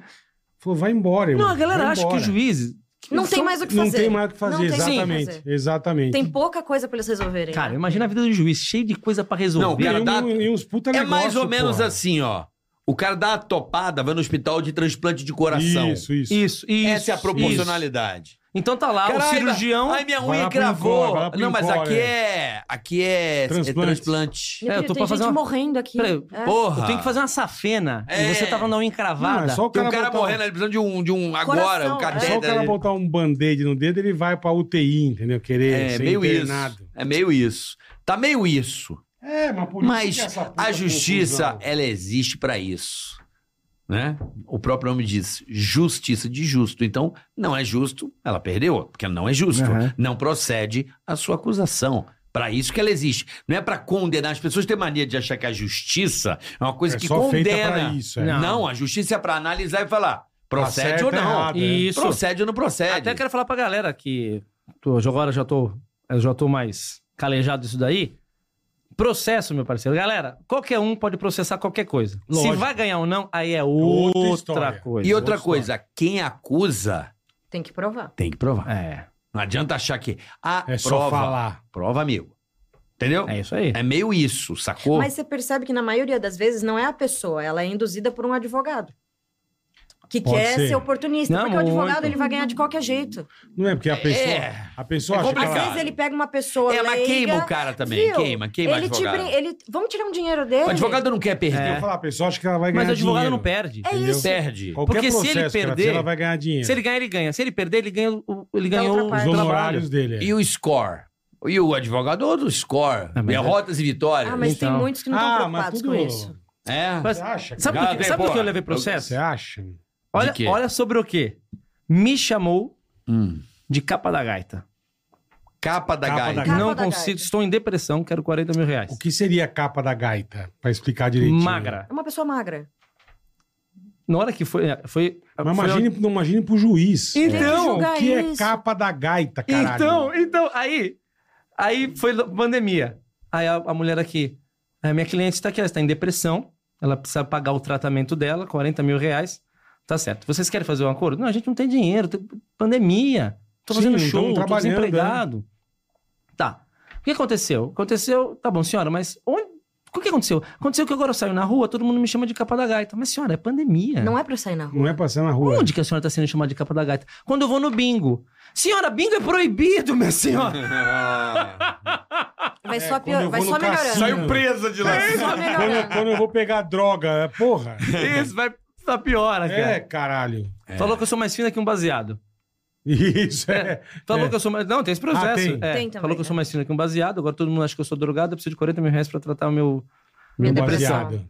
E: Falou, vai embora, irmão.
G: Não, a galera
E: vai
G: acha
E: embora.
G: que o juiz.
A: Não tem mais o que fazer.
E: Não tem mais o que fazer,
A: Não tem mais o que
E: exatamente.
A: fazer.
E: Exatamente.
A: Tem pouca coisa pra eles resolverem.
G: Cara,
A: né?
G: imagina a vida do juiz, cheio de coisa pra resolver.
D: Não, o
E: E,
D: cara
E: um-
D: dá-
E: e uns puta
D: É
E: negócio,
D: mais ou menos
E: porra.
D: assim, ó. O cara dá a topada, vai no hospital de transplante de coração.
E: Isso, isso.
G: Isso, isso.
D: Essa é a proporcionalidade.
G: isso. Então tá lá, o
D: Caralho,
G: cirurgião.
D: Ai, minha
E: Vai
D: unha
E: lá pro Incor, vai lá
D: cravou.
E: pro
D: Não, mas
E: Incor,
D: aqui
E: é.
D: é. Aqui é é
E: Transplante.
D: transplante.
A: Meu
G: É, eu
A: Deus,
G: tô
A: tem
G: pra fazer
A: gente
G: uma-
A: morrendo aqui.
G: Peraí,
A: É.
D: Porra.
G: Eu tenho que fazer uma safena.
D: É.
G: E você tava na unha
E: Não,
G: encravada.
E: é só o
D: Tem
E: cara,
D: um cara
E: botar
D: morrendo, ele precisa de um, de um agora,
A: Coração,
D: um
E: um, é só o
D: catéter.
E: cara botar um band-aid no dedo, ele vai pra UTI, entendeu? Querer
D: É
E: ser
D: meio
E: internado.
D: isso. É meio isso. Tá meio isso.
E: É, mas por
D: Mas
E: que essa puta
D: A justiça, é
E: confusão.
D: ela existe pra isso. Né? O próprio nome diz justiça de justo. Então, não é justo, ela perdeu, porque não é justo.
G: Aham.
D: Não procede a sua acusação. Pra isso que ela existe. Não é pra condenar. As pessoas têm mania de achar que a justiça é uma coisa
E: É
D: que
E: só feita
D: condena.
E: pra isso, é.
D: não. a justiça é pra analisar e falar: procede
E: Acerta
D: ou não.
E: errado, é.
G: Isso.
D: Procede ou não procede.
G: Até quero falar pra galera que tô, já agora já tô, eu já tô mais calejado disso daí. Processo, meu parceiro. Galera, qualquer um pode processar qualquer coisa.
E: Lógico.
G: Se vai ganhar ou não, aí é
E: Outra
G: outra,
E: história.
G: coisa.
D: E outra coisa, quem acusa
A: Tem que provar.
D: tem que provar.
G: É,
D: Não adianta achar que. Ah,
E: É só
D: prova.
E: falar.
D: Prova, amigo. Entendeu?
G: é isso aí.
D: É meio isso, sacou?
A: Mas você percebe que na maioria das vezes não é a pessoa, ela é induzida por um advogado. Que
E: Pode
A: quer
E: ser.
A: ser, oportunista.
G: Não,
A: porque o advogado
G: muito.
A: ele vai ganhar de qualquer jeito.
E: Não é porque a pessoa.
D: É.
E: A pessoa
D: É
E: acha que
A: Às
E: ela.
A: vezes ele pega uma pessoa.
D: É, mas
A: leiga,
D: queima o cara também.
A: viu?
D: Queima, queima
A: ele
D: o
A: te
D: advogado.
A: brin- ele Vamos tirar um dinheiro dele.
D: O advogado não quer perder.
E: Eu falo, a pessoa acha que ela vai ganhar
G: Mas o advogado
E: dinheiro.
G: não perde.
A: É
E: Entendeu?
A: isso.
D: Perde.
E: Qualquer
G: Porque se
E: processo
G: ele
E: que ela,
G: perder-
E: fizer, ela vai ganhar dinheiro.
G: Se ele ganhar, ele ganha. Se ele perder, ele ganha o- ele ganhou
A: outra
G: o
E: Os
A: ganhar
G: trabalho.
E: honorários dele. é.
D: E o score? E o advogado outro score.
G: Ah, mas
D: Derrotas e vitórias.
A: Ah, mas tem
G: Então.
A: muitos que não estão
E: Ah, mas
A: preocupados
E: tudo-
A: com isso.
D: É.
G: Mas
E: Você acha?
G: sabe
E: cara?
D: Gado,
G: por que,
D: hein,
G: sabe por que
D: porra?
G: eu levei processo?
E: Você acha?
G: Olha,
D: quê?
G: olha sobre o quê? Me chamou
D: Hum.
G: de capa da gaita.
D: Capa da
E: Capa da
D: gaita.
E: gaita.
G: não
A: da
G: consigo,
A: gaita.
G: estou em depressão, quero 40 mil reais.
E: O que seria a capa da gaita? Pra explicar direitinho.
G: Magra.
A: É uma pessoa magra.
G: Na hora que foi. foi
E: Mas
G: foi-
E: imagine, não imagine pro juiz.
A: Tem que
G: Então,
E: O
A: julgar
E: que é
A: isso.
E: capa da gaita, caralho?
G: então, então, aí. Aí foi lo- pandemia. Aí a, a mulher aqui. "É, minha cliente está aqui, ela está em depressão. Ela precisa pagar o tratamento dela, 40 mil reais. Tá certo. Vocês querem fazer um acordo? Não, a gente não tem dinheiro, tem pandemia. Tô
E: Sim,
G: fazendo
E: então
G: show, tô
E: trabalhando,
G: desempregado. Tá. O que aconteceu? Aconteceu, tá bom, senhora, mas onde. O que aconteceu? Aconteceu que agora eu saio na rua, todo mundo me chama de capa da gaita. Mas, senhora, é pandemia.
A: Não é pra sair na rua.
E: Não é passar na rua.
G: Onde que a senhora está sendo chamada de capa da gaita? Quando eu vou no bingo. Senhora, bingo é proibido, minha senhora.
D: (laughs)
A: Vai
E: É,
A: só,
E: quando
A: pior-
E: eu
A: vai
E: vou
A: só
E: no
A: melhorando.
E: cassino. Saiu
Q: presa de lá.
E: É
A: Vai só
E: Quando, eu-
A: melhorando.
E: quando eu vou pegar droga, (laughs) é, É. porra.
G: Isso, vai tá pior,
E: É,
G: cara.
E: caralho.
G: Falou que eu sou mais fina que um baseado.
E: Isso é.
G: Falou
E: É.
G: que eu sou mais... Não, tem esse processo.
E: Ah, tem.
G: É,
A: Tem também,
G: Falou que eu
A: né?
G: sou mais fina que um baseado, agora todo mundo acha que eu sou drogado, eu preciso de 40 mil reais pra tratar o meu...
E: Meu
A: Minha depressão.
E: baseado.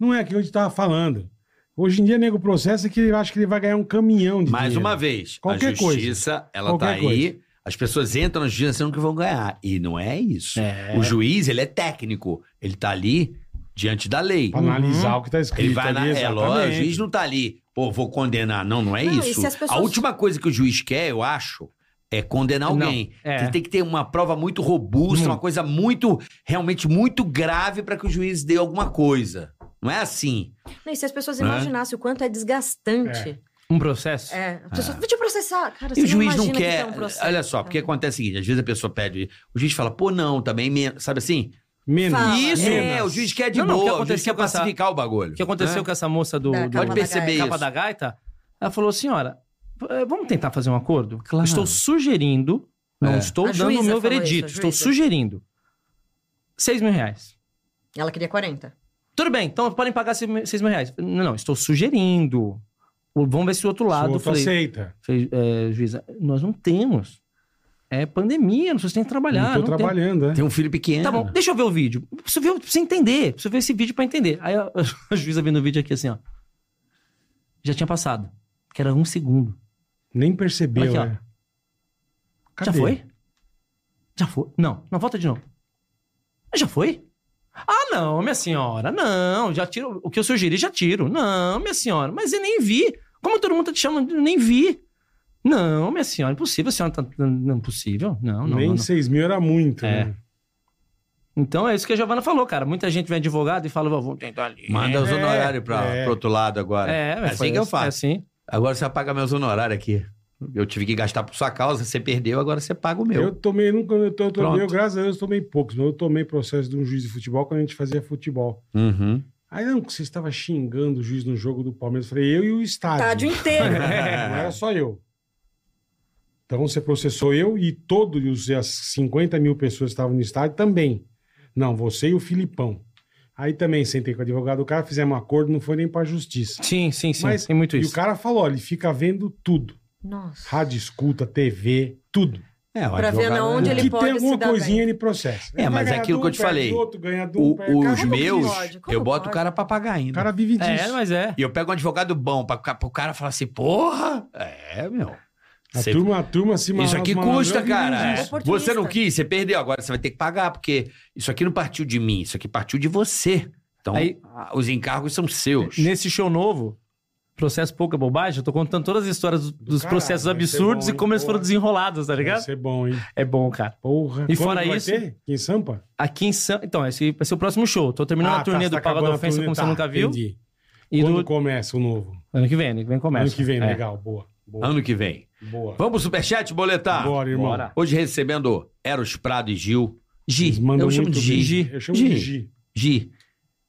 E: Não é aquilo que a gente tava falando. Hoje em dia, nego, o processo é que ele acha que ele vai ganhar um caminhão de
D: Mais
E: dinheiro.
D: uma vez,
E: Qualquer
D: a justiça, ela
E: Qualquer
D: tá aí. As pessoas entram na justiça achando que vão ganhar. E não é isso.
G: É.
D: O juiz, ele é técnico. Ele tá ali diante da lei.
E: Pra analisar o que tá escrito.
D: Ele vai na.
E: ali,
D: É lógico, o
E: exatamente.
D: juiz não tá ali, pô, vou condenar. Não, não é
A: Não, e
D: isso.
A: se as pessoas-
D: A última coisa que o juiz quer, eu acho, é condenar
G: Não,
D: alguém.
G: é.
D: Ele tem que ter uma prova muito robusta, uma coisa muito, realmente muito grave pra que o juiz dê alguma coisa. Não é assim.
A: Não, e se as pessoas
D: Né?
A: imaginassem o quanto é desgastante.
G: Um processo?
A: É. A pessoa, vou te processar. Cara,
D: E
A: você
D: o juiz não
A: imagina que
D: quer.
A: tem um processo.
D: olha só, porque acontece o seguinte: às vezes a pessoa pede, o juiz fala, pô, não, também, men- sabe assim?
E: Menos.
A: Fala.
D: Isso, é,
E: Menos.
D: o juiz quer de
G: Não, não, o que
D: boa, o juiz
G: aconteceu
D: quer
G: com essa-
D: pacificar o bagulho.
G: O que aconteceu
E: É.
D: né?
G: com essa moça do...
A: Da
G: do-
A: capa
D: Pode
A: da
D: perceber
A: gaita.
G: capa
D: isso.
G: da gaita, ela falou, senhora, eh, vamos tentar fazer um acordo? Estou sugerindo, não
D: É.
G: estou
A: A
G: dando o
A: juíza falou
G: meu
A: isso,
G: veredito,
A: a
G: estou
A: juíza.
G: sugerindo. 6 mil reais.
A: Ela queria 40.
G: Tudo bem, então podem pagar 6 mil reais. Não, não, estou sugerindo. O- Vamos ver se o outro lado.
E: Outro
G: falei,
E: aceita.
G: falei, eh, juíza, nós não temos. É pandemia, não sei se tem que trabalhar.
E: não
G: Não
E: tô
G: tem-
E: trabalhando, né?
D: Tem um filho pequeno.
G: Tá bom, deixa eu ver o vídeo. Preciso, ver, preciso entender, preciso ver esse vídeo pra entender. Aí a, (laughs) a juíza vendo o vídeo aqui assim, ó. Já tinha passado, que era um segundo.
E: Nem percebeu,
G: Aqui, ó.
E: né?
G: Já
E: Cadê?
G: foi? Já foi? Não, não, volta de novo. Já foi? Ah, não, minha senhora, não, já tiro. O que eu sugeri, já tiro. Não, minha senhora, mas eu nem vi. Como todo mundo tá te chamando, eu nem vi. Não, minha senhora, impossível, a senhora tá. Não, impossível. Não, não,
E: Nem
G: não, não.
E: 6 mil era muito,
G: É.
E: né?
G: Então é isso que a Giovana falou, cara. Muita gente vem advogado e fala, "Vou- vou tentar ali.
D: Manda os
E: É,
D: honorários pra,
E: é.
D: pro outro lado agora.
G: É,
D: assim
G: foi
D: que eu
G: isso,
D: faço.
G: É assim.
D: Agora você paga meus honorários aqui. Eu tive que gastar por sua causa, você perdeu, agora você paga o meu.
E: Eu tomei, nunca, eu, to- eu tomei,
D: Pronto.
E: eu, graças a Deus, tomei poucos, mas eu tomei processo de um juiz de futebol quando a gente fazia futebol.
D: Uhum.
E: Aí não, que você estava xingando o juiz no jogo do Palmeiras. Eu falei, eu e o estádio. É,
A: Estádio inteiro.
G: É,
D: (laughs) É.
E: Não era só eu. Então você processou eu e todos os as 50 mil pessoas que estavam no estádio também. Não, você e o Filipão. Aí também sentei com o advogado do cara, fizemos um acordo, não foi nem pra justiça.
G: Sim, sim, sim.
E: Mas-
G: tem muito
E: E
G: isso.
E: o cara falou: olha, ele fica vendo tudo.
A: Nossa.
E: Rádio escuta, TV, tudo.
D: É, o
A: Pra ver
D: advogado-
A: na onde
E: O
A: ele
E: que
A: pode
E: tem
A: se
E: alguma
A: dar
E: coisinha, ele processa.
D: É,
E: Ele
D: mas
E: vai
D: é
E: ganhar
D: aquilo
E: de
D: que eu
E: um,
D: te
E: perde
D: falei.
E: de outro, ganha de um,
D: O-
E: perde- Cara,
D: os
E: como que
D: meus,
E: isso?
A: pode? Como
D: eu boto
A: pode?
D: o cara pra pagar
E: O
D: ainda.
E: cara vive disso.
G: É, mas é.
D: E eu pego um advogado bom pra, pro cara falar assim, porra, é, meu.
E: A
D: Você-
E: turma, a turma se
D: Isso
E: ma-
D: aqui
E: malandro
D: custa,
E: não
D: cara.
E: diz
D: É.
E: isso.
D: Você não quis, você perdeu. Agora você vai ter que pagar, porque isso aqui não partiu de mim, isso aqui partiu de você. Então,
G: Aí-
D: a- os encargos são seus.
G: Nesse show novo, Processo Pouca Bobagem, eu tô contando todas as histórias do- dos
E: caralho,
G: processos
E: vai ser
G: absurdos
E: bom,
G: e como
E: hein?
G: eles foram
E: Porra.
G: desenrolados, tá
E: Vai
G: ligado?
E: ser bom, hein?
G: É bom, cara.
E: Porra.
G: E
E: Quando
G: fora
E: que vai
G: isso-
E: ter? Aqui em Sampa? Ah, tá,
G: Aqui em São... Então, esse vai ser o próximo show. Tô terminando a turnê do Pava da Ofensa, como você nunca viu. E
E: E Tá, Quando
G: do...
E: começa o novo?
G: Ano que vem, ano que vem começa.
E: Ano que vem, né,
G: É.
E: legal. Boa. Boa.
D: Ano que vem.
E: Boa.
D: Vamos pro superchat, boletar?
E: Bora, irmão.
G: Bora.
D: Hoje recebendo Eros Prado e Gil.
E: Eles
D: Gi,
E: mandam
D: eu chamo de
E: muito
D: Gi.
E: bem.
D: Gi.
E: Eu chamo de
D: Gi.
E: Gi.
D: Gi.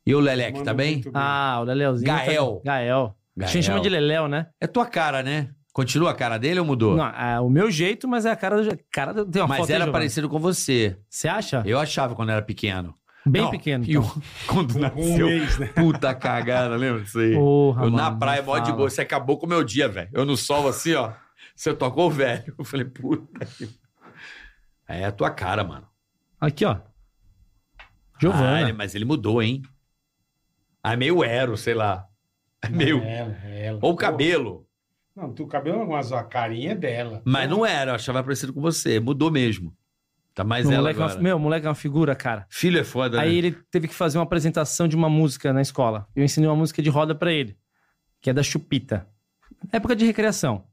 D: E o
G: É,
D: Lelec,
E: Mandam
D: tá bem?
E: muito bem.
G: Ah, o Leleuzinho.
D: Gael.
G: tá- Gael. A
D: Gael.
G: gente chama de Leléu, né?
D: É tua cara, né? Continua a cara dele ou mudou?
G: Não, é o meu jeito, mas é a cara do... Cara do... Tem uma
D: Mas
E: é
G: foto aí,
D: era
G: Giovanni?
D: parecido com você.
G: Você acha?
D: Eu achava quando era pequeno.
G: Bem
D: Não,
G: pequeno. então.
D: E o... (laughs) quando
E: Um
D: nasceu,
E: mês, né?
D: puta cagada, lembra disso aí?
G: Porra,
D: Eu na
G: mano,
D: praia,
G: não
D: mó de
G: fala.
D: boa. Você acabou com o meu dia, velho. Eu no sol assim, ó. Você tocou o velho. Eu falei, puta que. É a tua cara, mano.
G: Aqui, ó.
D: Ah,
G: Giovanna.
D: ele- mas ele mudou, hein? Ah, é meio ero, sei lá. É meio.
E: É ela, é ela.
D: Ou o cabelo.
E: Não, tu- o cabelo, mas a carinha é dela.
D: Mas não era, eu achava parecido com você. Mudou mesmo. Tá mais
G: Meu
D: ela
G: moleque é uma-
D: agora.
G: meu, o moleque é uma figura, cara.
D: Filho é foda,
G: Aí
D: né?
G: ele teve que fazer uma apresentação de uma música na escola. Eu ensinei uma música de roda pra ele, que é da Chupita. Época de recreação.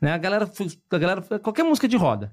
G: Né? A galera, fu- a galera, qualquer música de roda.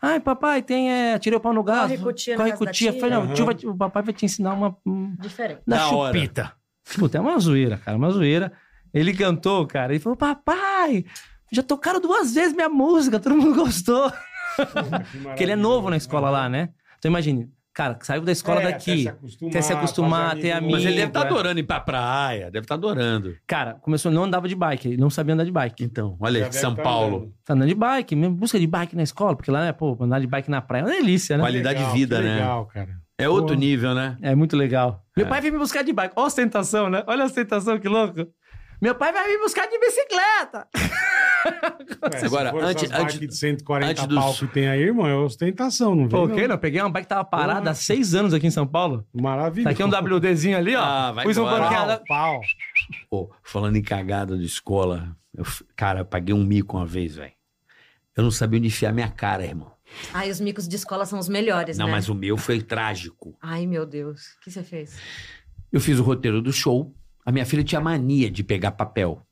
G: Ai, papai, tem, é, tirei o pau no gato.
A: Corre com o tio na
G: Corre
A: casa
G: com o
A: da
G: tio. Eu
A: tia.
G: Falei, não, o,
E: Aham.
G: tio vai te- o papai vai te ensinar uma hum,
A: Diferente.
G: da
D: Da hora.
G: Chupita. Puta, é uma zoeira, cara, uma zoeira. Ele cantou, cara, ele falou, papai, já tocaram duas vezes minha música, todo mundo gostou. (laughs) Porque ele é novo na escola lá, né? Então imagine, cara, saiu
A: É,
G: da escola
E: É,
G: daqui. até se acostumar, ter amigo.
D: Mas ele deve estar
G: Amigo, é.
D: adorando ir pra praia. Deve estar adorando.
G: Cara, começou, não andava de bike, ele não sabia andar de bike.
D: Então, olha
E: tá
D: aí, São Paulo.
G: Tá andando de bike, mesmo busca de bike na escola, porque lá, né, pô, andar de bike na praia é uma delícia, né?
D: Qualidade de vida, né?
E: Legal, cara.
D: É outro
E: Porra.
D: nível, né?
G: É muito legal. Meu pai veio me buscar de bike. Olha a ostentação, né? Olha a ostentação, que louco. Meu pai vai me buscar de bicicleta.
E: É,
D: Agora,
E: se for
D: antes-
E: essas bikes
D: antes-
E: de 140
D: antes dos-
E: pau que tem aí, irmão, é ostentação, não vem?
G: Pô, ok, não. Peguei uma bike que tava parada
E: Porra.
G: há seis anos aqui em São Paulo.
E: não. Maravilhoso.
G: Tá aqui um WDzinho ali, ó.
D: Ah, vai
G: Pus um
D: embora.
G: banqueado.
E: Pau.
D: Pô, falando em cagada de escola, eu f- cara, eu paguei um mico uma vez, velho. Eu não sabia onde enfiar minha cara, irmão.
A: Ai, os micos de escola são os melhores,
D: não,
A: né?
D: mas o meu foi trágico.
A: Ai, meu Deus. O que você fez?
D: Eu fiz o roteiro do show. A minha filha tinha mania de pegar papel.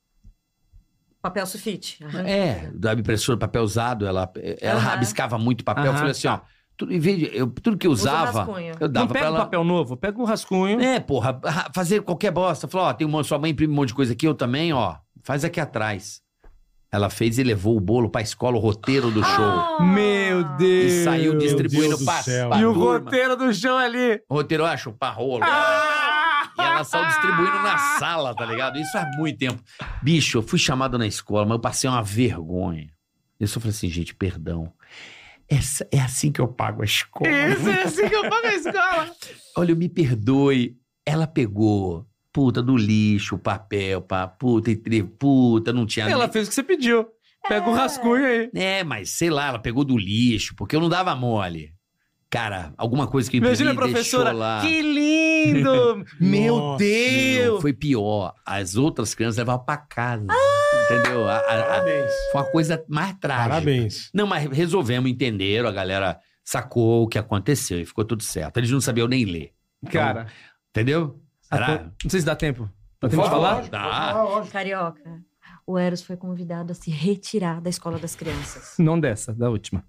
A: Papel sulfite. Aham.
D: É, da impressora, papel usado. Ela, ela
A: Aham.
D: rabiscava muito papel. Eu
G: Aham.
D: falei assim, ó. Tudo, em vez de- eu- tudo que eu
A: Usa o
D: usava,
A: rascunho.
D: eu
G: Não
D: dava pra
G: pega um
D: ela.
G: papel novo, pega um rascunho.
D: É, porra, ra- fazer qualquer bosta. Falou, ó, tem um monte, sua mãe imprime um monte de coisa aqui, eu também, ó. Faz aqui atrás. Ela fez e levou o bolo pra escola, o roteiro do show.
A: Ah!
G: Meu Deus.
D: E saiu
E: Deus
D: distribuindo
E: do
D: pra,
E: céu.
D: pra
G: E o
D: turma.
G: roteiro do show ali.
D: O roteiro, ah, chupar rolo. E ela saiu distribuindo na sala, tá ligado? Isso faz muito tempo. Bicho, eu fui chamado na escola, mas eu passei uma vergonha. Eu só falei assim, gente, perdão. Essa, é assim que eu pago a escola.
J: Isso é assim que eu pago a escola.
D: Olha, me perdoe. Ela pegou, puta, do lixo, papel, pá, puta, entre, puta, não tinha...
G: Ela fez o que você pediu. Pega um rascunho aí.
D: É, mas sei lá, ela pegou do lixo, porque eu não dava mole. Cara, alguma coisa que eu
G: Imagina a
D: imprimi, deixou
G: professora.
D: lá.
G: Que lindo! (laughs) Meu
E: Nossa,
G: Deus!
D: Foi pior. As outras crianças levavam pra casa. Entendeu? A- a- a-
E: Parabéns.
D: foi uma coisa mais trágica.
E: Parabéns.
D: Não, mas resolvemos, entenderam, a galera sacou o que aconteceu e ficou tudo certo. Eles não sabiam nem ler. Então,
G: Cara,
D: Entendeu? Será?
G: não sei se dá tempo. Dá
D: Pode
G: tempo de falar?
D: lógico, pode
E: Ah,
D: falar,
E: lógico.
A: Carioca. O Eros foi convidado a se retirar da escola das crianças.
G: (laughs) Não dessa, da última.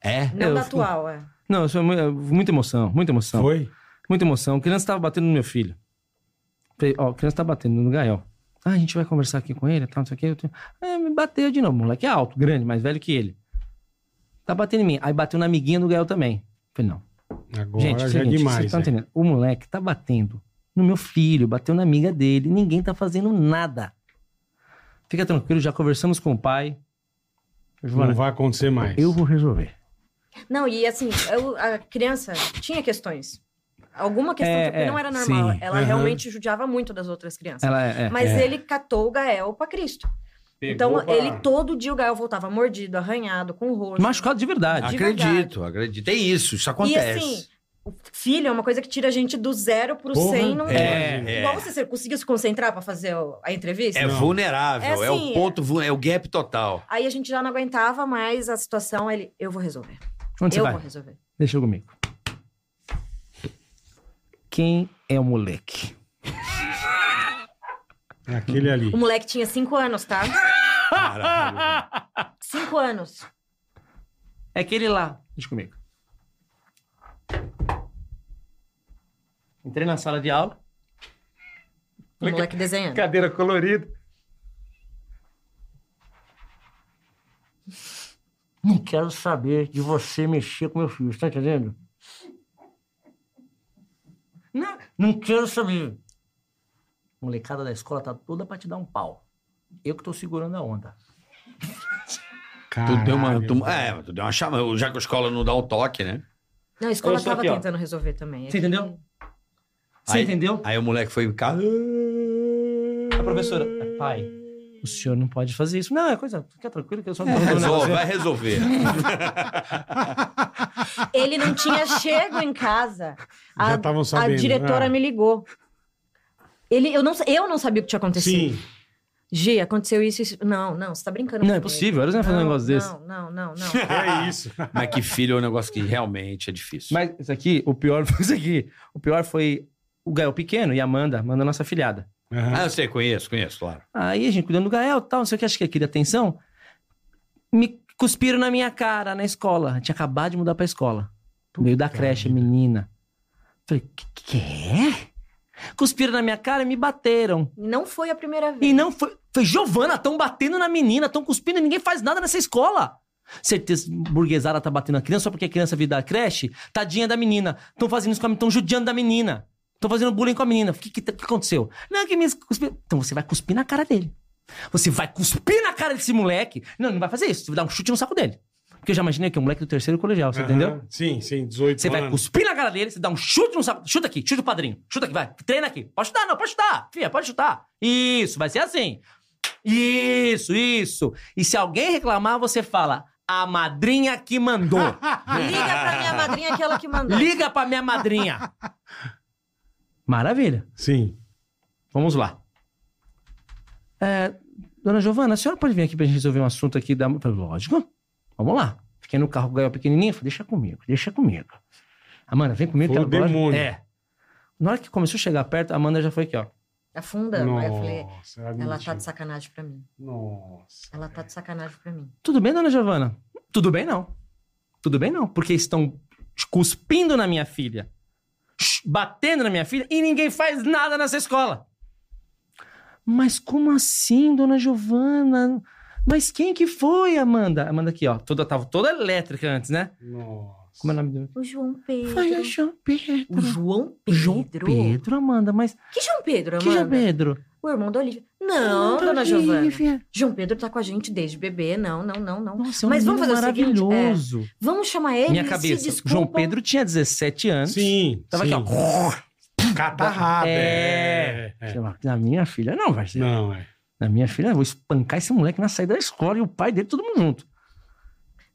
D: É?
A: Não
G: Eu
A: da
G: fico-
A: atual, é.
G: Não, isso é mu- é muita emoção, muita
D: Então.
G: emoção.
E: Foi?
G: Muita emoção. criança tava batendo no meu filho. Falei, ó, a criança tá batendo no Gael. Ah, a gente vai conversar aqui com ele, tá, não sei o quê. Eu tenho- Ah, me bateu de novo. O moleque é alto, grande, mais velho que ele. Tá batendo em mim. Aí bateu na amiguinha do Gael também. Falei, não.
E: Agora
G: Gente, é o
E: já é
G: seguinte,
E: demais.
G: vocês tão
E: né?
G: entendendo. O moleque tá batendo no meu filho, bateu na amiga dele, ninguém tá fazendo nada. Fica tranquilo, já conversamos com o pai.
E: Não
G: Giovana,
E: vai acontecer mais.
G: eu vou resolver.
A: Não, e assim, eu- a criança tinha questões. Alguma questão
G: É,
A: que não
G: é,
A: era normal.
G: sim.
A: Ela
E: Aham.
A: realmente judiava muito das outras crianças.
G: Ela é. é.
A: Mas
E: É.
A: ele catou o Gael pra Cristo.
E: Pegou
A: então,
E: pra-
A: ele todo dia o Gael voltava mordido, arranhado, com o rosto.
G: Machucado de verdade.
A: De
D: acredito, acredito. Tem isso, isso
A: E
D: acontece.
A: assim, filho é uma coisa que tira a gente do zero pro
E: Porra,
A: 100 num
E: é,
A: dia. Igual você, você conseguiu se concentrar pra fazer o- a entrevista?
D: É
E: Não.
D: vulnerável,
A: É
D: é
A: assim,
D: o
A: é.
D: ponto, vu- é o
A: (laughs)
D: gap total.
A: Aí a gente já não aguentava mais a situação. Ele, eu vou resolver.
G: Onde você
A: eu
G: vai?
A: vou resolver.
G: Deixa comigo. Quem é o moleque?
E: É aquele ali.
A: O moleque tinha cinco anos, tá? Cinco anos.
J: É aquele lá.
G: Deixa comigo.
J: Entrei na sala de aula.
A: O moleque desenhando.
J: (laughs) Cadeira colorida. Não quero saber de você mexer com meu filho, está entendendo? Não, não quero saber. Molecada da escola tá toda pra te dar um pau. Eu que tô segurando a onda.
E: Caralho,
D: Tu deu uma. Tu, é, tu deu uma chama. Já que a escola não dá o toque, né?
A: Não, a escola
J: Eu sou
A: tava
J: aqui, ó.
A: tentando resolver também.
J: Você entendeu? Você
D: Aí-
J: entendeu?
D: Aí o moleque foi em casa.
J: A professora. Pai, o senhor não pode fazer isso. Não, é coisa. Fica tranquilo que eu só não tô falando nada.
D: Resolve, vai resolver. (laughs)
A: Ele não tinha chego em
G: (laughs)
A: casa. A,
E: Já estavam
A: a
E: sabendo.
A: diretora
G: né?
E: ah.
A: me ligou. Ele, eu, não, eu não sabia o que tinha acontecido.
E: Sim.
A: Gi, aconteceu isso, isso. Não, não, você tá brincando.
G: Não, é
A: comigo.
G: possível, eles não iam fazer um
A: Não,
G: negócio desse.
A: Não, não, não, não.
E: É
G: (laughs)
E: isso.
G: Ah,
D: Mas que filho é um negócio que realmente é difícil.
G: Mas isso aqui, o pior (laughs) foi isso aqui. O pior foi o Gael pequeno e a Amanda, Amanda nossa filhada.
E: Aham.
D: Ah, eu sei, conheço, conheço, claro.
G: Aí a gente cuidando do Gael tal, não sei o que, acho que ele queria atenção. Me cuspiram na minha cara na escola. Eu tinha acabado de mudar pra escola. Veio da creche, menina. Falei, que que é? Cuspiram na minha cara e me bateram.
A: E Não foi a primeira vez.
G: E não foi. Foi Giovana, tão batendo na menina, tão cuspindo, ninguém faz nada nessa escola. Certeza, burguesada tá batendo na criança só porque a criança veio da creche? Tadinha da menina. Tão fazendo isso com a menina, tão judiando da menina. Tão fazendo bullying com a menina. O que, que, que aconteceu? Não, que me cuspiu. Então você vai cuspir na cara dele. Você vai cuspir na cara desse moleque. Não, não vai fazer isso. Você vai dar um chute no saco dele. Porque eu já imaginei que é um moleque do terceiro colegial, você
E: Aham.
G: entendeu?
E: Sim, sim, 18
G: Você vai
E: anos.
G: cuspir na cara dele, você dá um chute no saco. Chuta aqui, chuta o padrinho. Chuta aqui, vai. Treina aqui. Pode chutar, não, pode chutar. Fia, pode chutar. Isso, vai ser assim. Isso, isso. E se alguém reclamar, você fala: a madrinha que mandou. Ah,
A: Liga pra minha madrinha, aquela que mandou.
G: Liga pra minha madrinha. Maravilha.
E: Sim.
G: Vamos lá. É, dona Giovana, a senhora pode vir aqui pra gente resolver um assunto aqui da. Eu Falei, lógico. Vamos lá. Fiquei no carro com o Gael pequenininho. Falei, deixa comigo, deixa comigo. Amanda, vem comigo.
E: Foi
G: que
E: o
G: agora-
E: demônio.
G: É. Na hora que começou a chegar perto, a Amanda já foi aqui, ó.
A: (laughs) Afunda. Aí eu falei,
E: Nossa, era
A: ela tá
E: mentira.
A: de sacanagem pra mim.
E: Nossa.
A: Ela tá de sacanagem pra mim.
G: Tudo bem, dona Giovana? Tudo bem, não. Tudo bem, não. Porque estão cuspindo na minha filha, sh- batendo na minha filha e ninguém faz nada nessa escola. Mas como assim, dona Giovana? Mas quem que foi, Amanda? Amanda aqui, ó. Toda, tava toda elétrica antes, né?
E: Nossa.
G: Como é o nome dele?
A: O João Pedro.
G: Foi o João Pedro.
A: O João Pedro.
G: João Pedro, Amanda. Mas
A: Que João Pedro,
G: que João
A: Amanda?
G: Pedro?
A: O irmão da Olivia. Não,
G: Amanda
A: dona Giovana.
G: Olivia.
A: João Pedro tá com a gente desde bebê. Não, não, não, não.
G: Nossa, é um
A: Mas
G: Mas
A: vamos fazer o seguinte,
G: maravilhoso.
A: Vamos chamar ele.
G: Minha
A: se
G: cabeça.
A: desculpam.
G: João Pedro tinha 17 anos.
E: Sim.
G: Tava
E: sim.
G: aqui, ó.
E: Catarrada.
G: É.
E: é, é.
G: Sei lá, Na minha filha, não, vai ser.
E: Não, é.
G: Na minha filha, eu vou espancar esse moleque na saída da escola e o pai dele, todo mundo junto.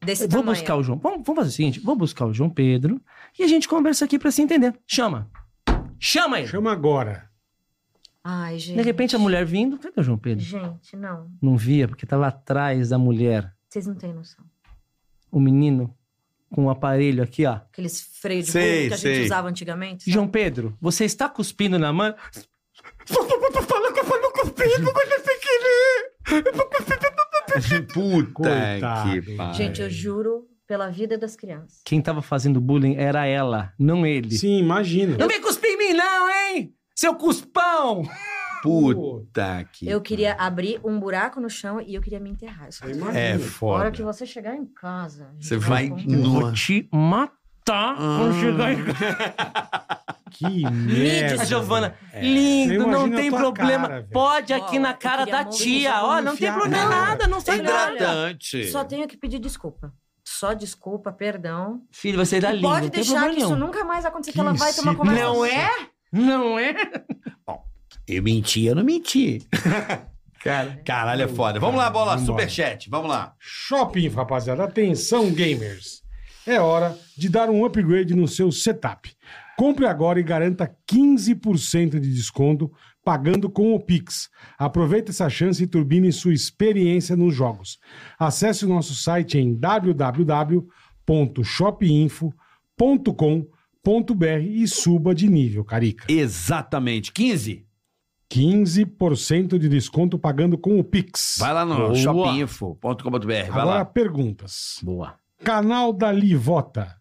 A: Desse
G: Eu vou
A: tamanho.
G: buscar o João. Vamos, vamos fazer o seguinte: vou buscar o João Pedro e a gente conversa aqui pra se entender. Chama. Chama ele.
E: Chama agora.
A: Ai, gente.
G: De repente a mulher vindo. Cadê o João Pedro?
A: Gente, não.
G: Não via, porque tava atrás da mulher.
A: Vocês não têm noção.
G: O menino com o aparelho aqui, ó.
A: Aqueles freios de burro
D: Sei,
A: que a gente
D: sei.
A: usava antigamente. sabe?
G: João Pedro, você está cuspindo na mão. Fala que eu falo cuspindo, mas não sei é.
D: (laughs) Puta
E: Coitado.
D: que pariu.
A: Gente, eu juro pela vida das crianças.
G: Quem tava fazendo bullying era ela, não ele.
E: Sim, imagina.
G: Não vem cuspir em mim, não, hein? Seu cuspão!
D: Puta que.
A: Eu queria abrir um buraco no chão e eu queria me enterrar. Eu só-
E: Eu imagino.
D: É
A: A hora
D: foda.
A: que você chegar em casa. a gente
D: Você vai.
A: contar.
G: Eu
D: Nossa.
G: vou te matar
E: Ah.
G: quando chegar em casa. (laughs)
E: Que
G: A
E: merda.
G: Giovana,
E: É, Eu
G: lindo,
E: imagino
G: não
E: a
G: tem
E: tua
G: problema.
E: cara, velho.
G: Pode aqui
A: Ó,
G: na
A: eu
G: cara
A: queria
G: da
A: morrer.
G: tia. Ó, não tem
E: Enfiar
G: problema
E: na
G: nada, não
D: É
G: sai nada.
D: hidratante.
A: Só tenho que pedir desculpa. Só desculpa, perdão.
G: Filho,
A: E
G: você era lindo.
A: pode
G: não tem
A: deixar que
G: problema
A: isso
G: nenhum.
A: nunca mais aconteça, que,
E: Que
A: ela vai ter uma
E: insípido.
A: conversa.
E: Não
A: é?
G: Não é?
D: Eu menti, eu não menti. Cara. Caralho, é foda. Vamos lá, bola,
E: Vambora.
D: superchat. Vamos lá.
E: Shopping, rapaziada. Atenção, gamers. É hora de dar um upgrade no seu setup. Compre agora e garanta 15% de desconto pagando com o Pix. Aproveite essa chance e turbine sua experiência nos jogos. Acesse o nosso site em www.shopinfo.com.br e suba de nível, Carica.
D: Exatamente. 15.
E: 15% de desconto pagando com o Pix.
D: Vai lá no
E: Boa.
D: shopinfo.com.br. Vai
E: Agora,
D: lá.
E: perguntas.
D: Boa.
E: Canal da Livota.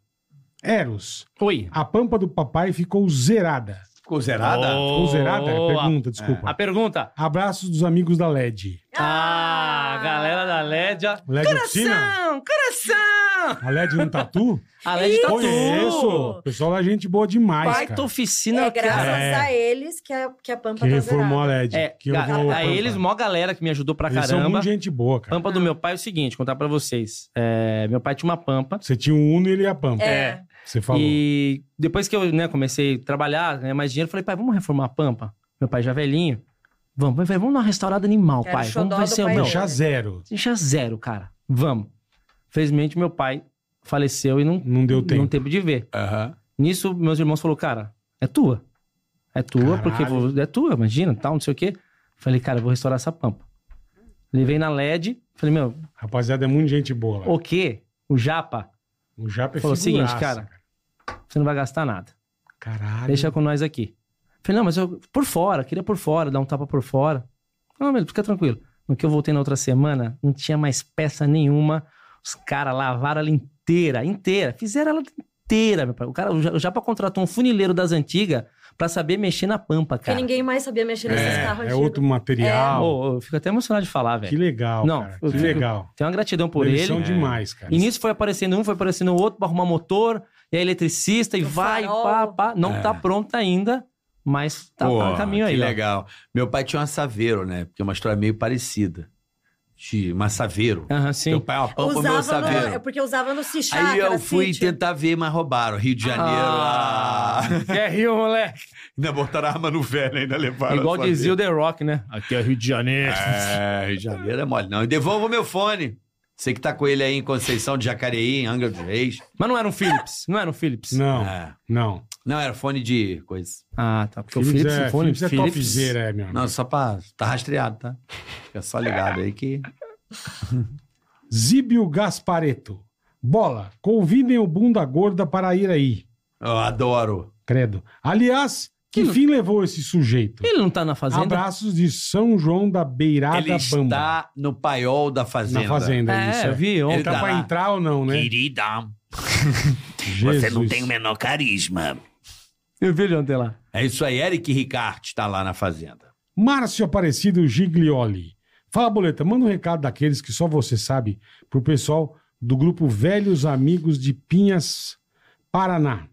E: Eros,
R: Oi.
E: a pampa do papai ficou zerada.
D: Ficou zerada?
E: Ficou zerada? É
R: Boa.
E: Pergunta, desculpa.
G: É.
R: A pergunta.
E: Abraços dos amigos da LED.
R: Ah, galera da Lédia.
E: LED Oficina?
G: Coração, coração!
E: é A LED no é um Tatu?
G: A tá LED (laughs) Tatu.
E: Conheço. O pessoal da gente boa demais,
G: Baita
E: cara.
G: oficina,
A: é graças
G: cara.
E: É.
A: a eles que a, que a Pampa
E: Que
A: tá
E: reformou a
A: zerada.
E: LED.
G: É,
E: que eu
G: cara,
E: vou
G: a
E: apampar.
G: eles, mó galera que me ajudou pra
E: Eles são
G: caramba.
E: muito gente boa, cara.
G: Pampa do meu pai é o seguinte, contar pra vocês. É, meu pai tinha uma pampa.
E: Você tinha o Uno e ele a pampa.
A: É.
E: Você falou.
G: E depois que eu né, comecei a trabalhar, ganhar mais dinheiro, eu falei, pai, vamos reformar a pampa? Meu pai já velhinho. Vamos, vai, vai, vamos dar uma restaurada animal,
A: Era o
G: pai. Vamos
A: xodó
G: vai
A: do
G: ser
A: pai
G: não,
A: dele.
E: Deixar zero.
G: Deixa zero, cara. Vamos. Felizmente, meu pai faleceu e não,
E: Não deu
G: não
E: tempo.
G: tempo de ver.
D: Aham.
G: Nisso, meus irmãos falaram, cara, é tua. É tua,
E: Caralho.
G: porque vo- é tua, imagina, tal, não sei o quê. Falei, cara, eu vou restaurar essa pampa. Levei na LED, falei, meu,
E: Rapaziada, é muito gente boa lá.
G: o quê? O Japa,
E: O Japa é
G: Falou o seguinte,
E: figuraça,
G: cara. você não vai gastar nada.
E: Caralho.
G: Deixa com nós aqui. Falei, não, mas eu, por fora, queria por fora, dar um tapa por fora. Não, meu, fica tranquilo. No que eu voltei na outra semana, não tinha mais peça nenhuma. Os caras lavaram ela inteira, inteira. Fizeram ela inteira, meu pai. O, cara, o Ja- o Japa contratou um funileiro das antigas pra saber mexer na pampa,
A: Porque
G: cara.
A: ninguém mais sabia mexer nesses carros
E: É
A: antigos.
E: outro material.
G: É, Ô, eu fico até emocionado de falar, velho.
E: Que um legal,
G: É. Não,
E: cara.
G: eu
E: Que
G: fico-
E: legal.
G: Tenho uma gratidão por
E: Eles
G: ele. é.
E: são demais, cara.
G: E nisso foi aparecendo um, foi aparecendo o outro pra arrumar motor, e aí eletricista, e
A: O
G: vai,
A: farol.
G: pá, pá. Não
E: É.
G: tá pronto ainda, mas tá, tá
D: Pô,
G: no caminho aí.
D: Que
G: ó.
D: legal. Meu pai tinha uma Saveiro, né? Porque é uma história meio parecida. De uma Saveiro.
G: Aham, Ah, sim.
D: Meu pai é uma pampa,
A: Usava
D: meu
A: no, é
D: Saveiro.
A: porque usava no Cichá,
D: Aí eu
A: era
D: fui
A: sítio.
D: tentar ver, mas roubaram. Rio de Janeiro. Ah.
G: Ah.
D: (laughs)
R: Que é Rio, moleque.
D: Ainda botaram a arma no velho, ainda levaram.
G: Igual
D: a Saveiro.
G: dizia o The Rock, né?
R: Aqui é Rio de Janeiro.
D: É, Rio de Janeiro é mole. Não, E devolva o meu fone. Você que tá com ele aí em Conceição de Jacareí, em Angra dos Reis.
G: Mas não era um Philips, não era um Philips.
E: Não,
D: É.
E: não.
D: Não, era fone de coisa.
G: Ah, tá. Porque
E: Philips
G: o Philips,
E: é,
G: o fone
E: Philips é topzera, é, meu.
D: Não, só pra... Tá rastreado, tá? Fica só ligado aí que...
E: Zíbio Gaspareto. Bola, convidem o bunda gorda para ir aí.
D: Eu adoro.
E: Credo. Aliás, que fim levou esse sujeito?
G: Ele não tá na fazenda.
E: Abraços de São João da Beirada
D: ele
E: Bamba.
D: está no paiol da fazenda.
E: na fazenda,
G: É,
E: isso.
G: eu
E: É.
G: vi ontem.
D: Ele
E: Tá
D: tá
E: pra
D: lá.
E: entrar ou não, né?
S: Querida,
E: Jesus.
S: menor carisma.
G: Eu vi ele ontem lá.
D: É isso aí, Eric Ricard está lá na fazenda.
E: Márcio Aparecido Giglioli. Fala, Boleta, manda um recado daqueles que só você sabe pro pessoal do grupo Velhos Amigos de Pinhas, Paraná.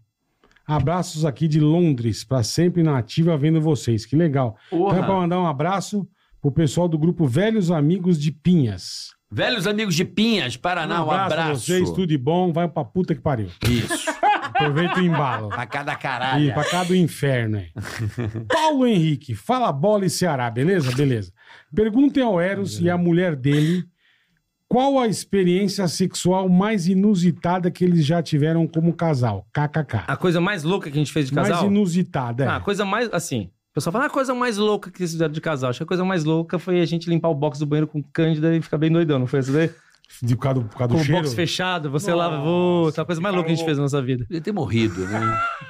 E: Abraços aqui de Londres, pra sempre na ativa vendo vocês. Que legal.
D: Tá
E: Então é pra mandar um abraço pro pessoal do grupo Velhos Amigos de Pinhas.
D: Velhos amigos de Pinhas, Paraná, um abraço.
E: a vocês, tudo de bom. Vai pra puta que pariu.
D: Isso.
E: Aproveita o embalo.
D: Pra cada
E: E
D: caralho.
E: pra cá do inferno, hein? Paulo Henrique, fala bola e Ceará, beleza? Beleza. Perguntem ao Eros e à mulher dele qual a experiência sexual mais inusitada que eles já tiveram como casal. KKK.
G: A coisa mais louca que a gente fez de
E: Mais
G: casal.
E: inusitada, é.
G: Ah, a coisa mais. Assim. O pessoal fala, ah, a coisa mais louca que vocês fizeram de casal. Acho que a coisa mais louca foi a gente limpar o box do banheiro com cândida e ficar bem doidão, não foi isso daí?
E: De, por causa do, por causa do
G: com o
E: cheiro?
G: box fechado, você lavou. Tá a coisa mais louca que a gente fez na nossa vida.
D: Podia ter morrido, né?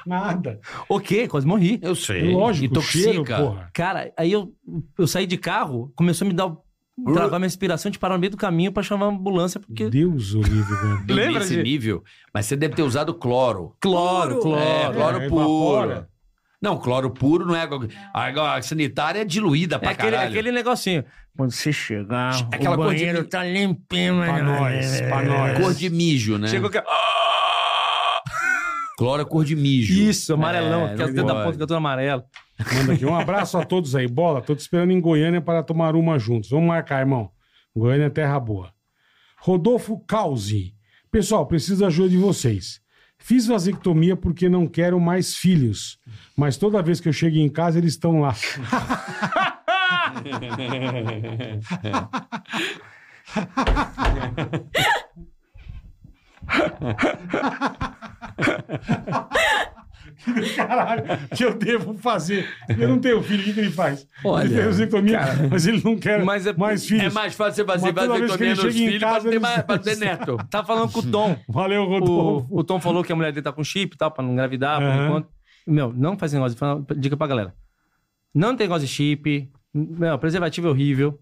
E: Nada.
G: O quê? Quase morri.
D: Eu sei.
E: Lógico,
D: Intoxica.
E: cheiro, porra.
G: Cara, aí eu, eu saí de carro, começou a me dar. Travar minha respiração, de parar no meio do caminho pra chamar a ambulância, porque.
E: Deus o livre, velho.
D: Dormir
G: Lembra
D: esse
G: de-
D: nível. Mas você deve ter usado cloro.
G: Cloro,
A: Puro.
D: É,
G: cloro.
D: cloro
E: É,
D: puro.
E: evapora.
D: Não, cloro puro não é água. A água sanitária é diluída
G: É
D: pra
G: aquele,
D: caralho.
G: aquele Ah, negocinho.
R: Quando você chegar,
D: É Aquela
R: o
D: cor de-
R: banheiro tá limpinho,
E: Pra
R: mano.
E: nós,
G: É.
E: pra nós.
D: Cor de mijo, né?
G: Chegou que.
D: Cloro é cor de mijo.
G: Isso, amarelão,
D: É,
G: porque as
D: não
G: dedos da
D: pode.
G: ponta que eu tô amarelo.
E: Manda aqui. Um abraço a todos aí. Bola, tô te esperando em Goiânia para tomar uma juntos. Vamos marcar, irmão. Goiânia é terra boa. Rodolfo Causi. Pessoal, preciso da ajuda de vocês. Fiz vasectomia porque não quero mais filhos. Mas toda vez que eu chego em casa, eles estão lá. Caralho, que eu devo fazer. Eu não tenho filho, o que, que ele faz? ele tem vasectomia, mas ele não quer
G: mas é-
E: mais
T: É
E: filhos.
T: mais fácil você fazer
E: Mas toda vez que
T: vasectomia
E: ele
T: nos
E: chega em
T: filhos pra
E: casa,
T: ter,
E: ele (laughs)
T: mais,
E: sai.
T: pra ter neto.
G: Tava Tá falando com o Tom.
E: Valeu,
G: O,
E: Rodolfo.
G: o Tom falou que a mulher dele tá com chip e tal, pra não engravidar, por
E: Aham.
G: enquanto. Meu, não faz negócio. fala- Dica pra galera. Não tem negócio de chip. Meu, preservativo é horrível.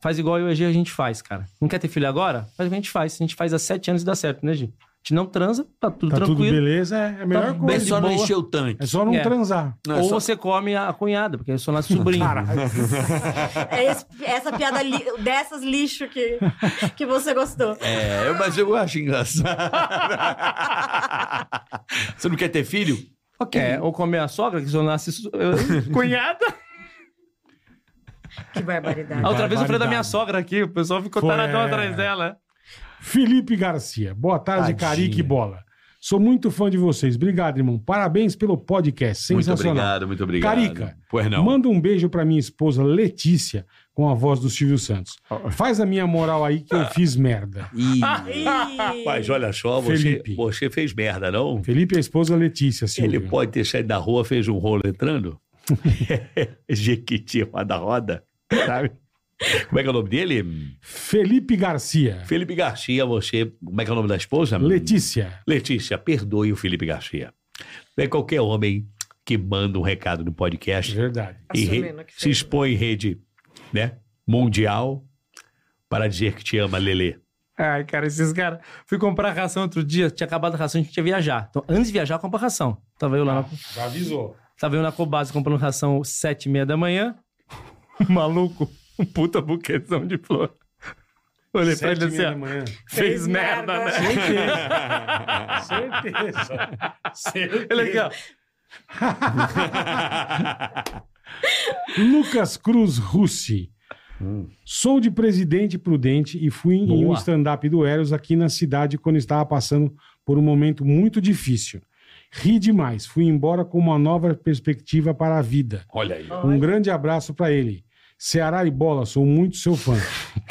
G: Faz igual eu e a G a gente faz, cara. Não quer ter filho agora? Faz o que a gente faz. A gente faz há sete anos e dá certo, né, Gi? A gente não transa, tá tudo
E: Tá tudo
G: tranquilo.
E: beleza, é a melhor
G: Tá
E: coisa.
D: É só não
G: boa.
D: encher o tanque.
E: É só não
G: É.
E: transar.
G: Ou você come a cunhada, porque eu sou nosso sobrinho. (laughs)
A: É esse- essa piada li- dessas lixo que, que você gostou.
D: É, eu- mas eu acho
E: (laughs)
D: engraçado. você não quer ter filho?
G: É, ou comer a sogra, que se eu nasce. (laughs)
U: Cunhada?
A: Que barbaridade.
G: A outra vez eu falei da minha
E: Barbaridade.
G: sogra aqui, o pessoal ficou
E: Foi,
G: taradão
E: é.
G: atrás dela.
E: Felipe Garcia. Boa tarde,
D: Tadinho.
E: Carique e Bola. Sou muito fã de vocês. Obrigado, irmão. Parabéns pelo podcast.
D: Muito
E: Sensacional.
D: obrigado, muito obrigado.
E: Carica,
D: Pois não.
E: Manda um beijo pra minha esposa Letícia, com a voz do Silvio Santos. Faz a minha moral aí que eu fiz merda.
D: Ih,
A: Ih,
T: Mas olha só, você,
E: Ah, Felipe.
T: você fez merda, não?
E: Felipe é a esposa Letícia, Silvio.
T: Ele pode ter saído da rua, fez um rolo
E: (laughs)
T: entrando. Jequiti, roda roda. Sabe? Como é que é o nome dele?
E: Felipe Garcia.
T: Felipe Garcia, você. Como é que é o nome da esposa?
E: Letícia.
T: Letícia, perdoe o Felipe Garcia. É qualquer homem que manda um recado no podcast
E: É Verdade.
T: e re-
A: assumindo que
T: se
A: fez.
T: expõe em rede né, mundial para dizer que te ama, Lelê.
G: Ai, cara, esses caras. Fui comprar ração outro dia, tinha acabado a ração, a gente ia viajar. Então, antes de viajar, compra ração. Tava eu lá na,
E: Já avisou.
G: tava eu na Cobase comprando ração sete e meia da manhã. (laughs) Maluco, um puta buquetão de flor. Olhei pra ele assim, ó,
E: manhã.
G: fez merda, né?
E: Certeza.
D: (laughs)
E: Certeza.
G: Ele aqui, ó.
E: Lucas Cruz Russi. Sou de Presidente Prudente e fui em um stand-up do Eros aqui na cidade quando estava passando por um momento muito difícil. Ri demais, fui embora com uma nova perspectiva para a vida.
T: Olha aí.
E: Um grande abraço para ele. Ceará e Bola, sou muito seu fã.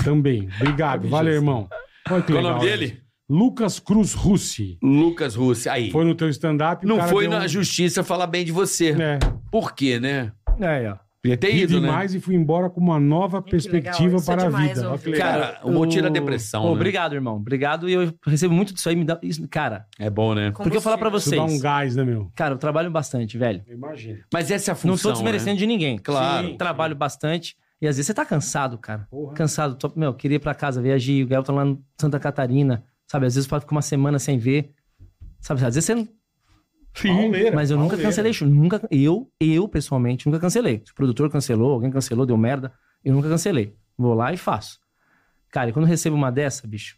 E: Também. Obrigado. Valeu, irmão. Olha que
D: Qual o
E: legal,
D: nome
E: né?
D: dele?
E: Lucas Cruz Russi.
D: Lucas Russo. Aí.
E: Foi no teu stand-up. o
D: não
E: cara
D: foi
E: deu
D: na justiça falar bem de você.
E: um... é,
D: Por quê, né?
G: Aí, ó.
D: Podia ter
E: ri
D: ido, né?
E: demais e fui embora com uma nova
A: que
E: perspectiva
A: legal, isso é
E: para a
A: demais,
E: vida. Olha que
A: ouvir.
E: legal.
D: Cara, o motivo da depressão.
G: Ô,
D: né?
G: Obrigado, irmão. Obrigado. E eu recebo muito disso aí. Me dá... isso- Cara,
D: É bom, né?
G: porque eu falar pra
E: Isso dá
G: vocês.
E: um gás, né, meu?
G: Cara, eu trabalho bastante, velho.
E: Imagina.
D: Mas essa é a função.
G: não tô desmerecendo de ninguém.
D: Claro.
G: Sim, trabalho bastante. E às vezes você tá cansado, cara.
E: Porra.
G: Cansado. Tô, meu, queria ir pra casa ver a Gi. O Gael tá lá em Santa Catarina. Sabe, às vezes pode ficar uma semana sem ver. Sabe, às vezes você não...
E: Pauleira,
G: Mas eu nunca
E: pauleira.
G: cancelei show. Nunca, eu, eu, pessoalmente, nunca cancelei. Se o produtor cancelou, alguém cancelou, deu merda. Eu nunca cancelei. Vou lá e faço. Cara, e quando eu recebo uma dessa, bicho...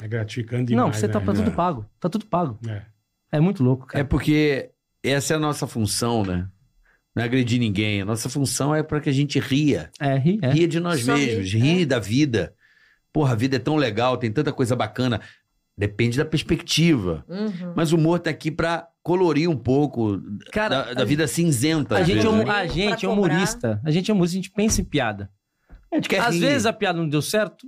E: É gratificante demais.
G: não, você tá,
E: né?
G: tá tudo pago. Tá tudo pago.
E: É.
G: É muito louco,
D: É
G: cara.
D: porque essa é a nossa função, né? Não é agredir ninguém. A nossa função é para que a gente ria.
G: É, ri, é.
D: Ria de nós
A: Só ri,
D: mesmos,
A: é.
D: ria da vida. Porra, a vida é tão legal, tem tanta coisa bacana. Depende da perspectiva.
A: Uhum.
D: Mas o humor tá aqui pra colorir um pouco
G: Cara,
D: da, da vida cinzenta.
G: A
D: às
G: gente, é
D: vezes,
G: um,
D: né?
G: a gente é
A: Pra
G: humorista. A gente é humorista, a gente pensa em piada.
D: A gente quer
G: Às
D: rir.
G: vezes a piada não deu certo.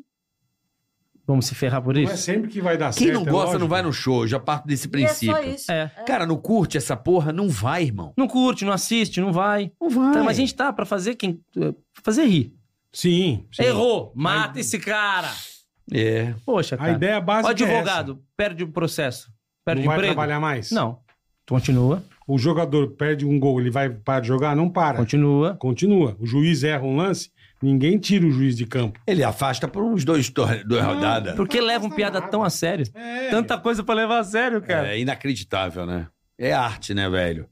G: Vamos se ferrar por
E: Não é
G: isso?
E: sempre que vai dar
D: Quem
E: certo.
D: não
E: é
D: gosta
E: lógico.
D: não vai no show, eu já parto desse
A: E é
D: princípio.
A: só isso.
G: É.
D: Cara, não curte essa porra, não vai, irmão.
G: Não curte, não assiste, não vai.
D: Não vai.
G: Tá, mas a gente tá pra fazer quem. eh, fazer rir.
E: Sim. sim.
G: Errou! Mata esse cara!
D: É.
G: Poxa,
E: A
G: cara.
E: ideia
G: O
E: básica
G: advogado
E: é
G: perde o processo.
E: essa.
G: Perde
E: Não
G: o
E: vai
G: emprego.
E: trabalhar mais?
G: Não. Continua,
E: O jogador perde um gol, ele vai parar de jogar? Não para.
G: continua.
E: Continua. O juiz erra um lance, ninguém tira o juiz de campo.
D: Ele afasta por uns dois, tor- duas rodadas.
G: Porque levam piada tão a sério.
E: É.
G: Tanta coisa pra levar a sério, cara.
D: É inacreditável, né? É arte, né, velho?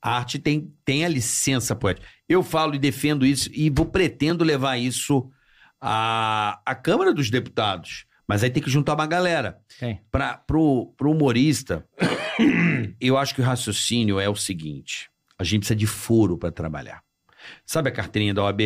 D: A arte tem, tem a licença poética. Eu falo e defendo isso e vou pretendo levar isso à, à Câmara dos Deputados. Mas aí tem que juntar uma galera.
G: Tem.
D: Pra, pro, pro humorista, (coughs) eu acho que o raciocínio é o seguinte: a gente precisa de furo pra trabalhar. Sabe a carteirinha da OAB?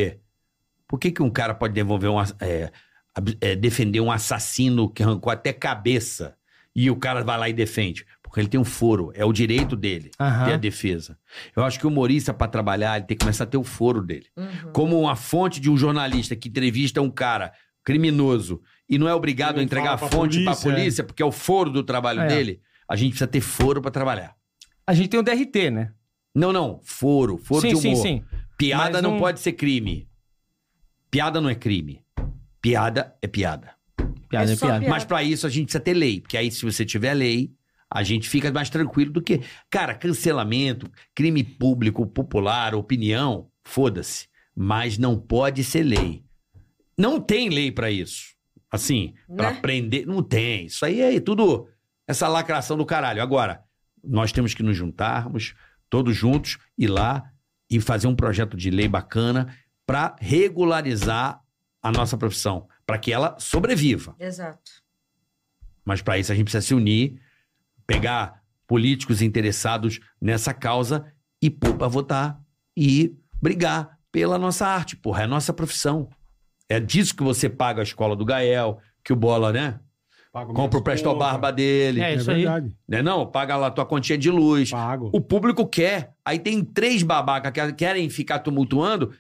D: Por que, que um cara pode devolver um, ass- é, ab- é, defender um assassino que arrancou até cabeça e o cara vai lá e defende? Porque ele tem um foro, é o direito dele ter a
G: Aham.
D: defesa. Eu acho que o humorista, pra trabalhar, ele tem que começar a ter o foro dele
A: Uhum.
D: como uma fonte de um jornalista que entrevista um cara criminoso e não é obrigado
E: Ele
D: a entregar a
E: fala pra
D: fonte para a
E: polícia, é.
D: polícia, porque é o foro do trabalho
G: É.
D: dele, a gente precisa ter foro para trabalhar.
G: A gente tem o DRT, né?
D: Não, não, foro, foro
G: sim,
D: de
G: sim,
D: humor.
G: sim.
D: Piada
G: Mas um
D: não
G: não-
D: pode ser crime. Piada não é crime. Piada é piada.
G: Piada
A: É
G: é,
A: só
G: piada.
A: piada.
D: Mas pra isso a gente precisa ter lei, porque aí se você tiver lei, a gente fica mais tranquilo do que, cara, cancelamento, crime público, popular, opinião, foda-se, mas não pode ser lei. Não tem lei pra isso. Assim, pra
A: Né?
D: prender, não tem. Isso aí é tudo essa lacração do caralho. Agora, nós temos que nos juntarmos todos juntos ir lá e fazer um projeto de lei bacana pra regularizar a nossa profissão, pra que ela sobreviva.
A: Exato.
D: Mas para isso a gente precisa se unir, pegar políticos interessados nessa causa e pôr para votar e brigar pela nossa arte, porra, é a nossa profissão. É disso que você paga a escola do Gael, que o Bola, né?
E: Pago
D: Compra o
E: minhas
D: Presto
E: contas.
D: Barba dele,
E: É,
G: É isso aí.
E: verdade.
D: né não? Paga lá tua continha de luz.
E: Pago.
D: O público quer. Aí tem três babacas que querem ficar tumultuando.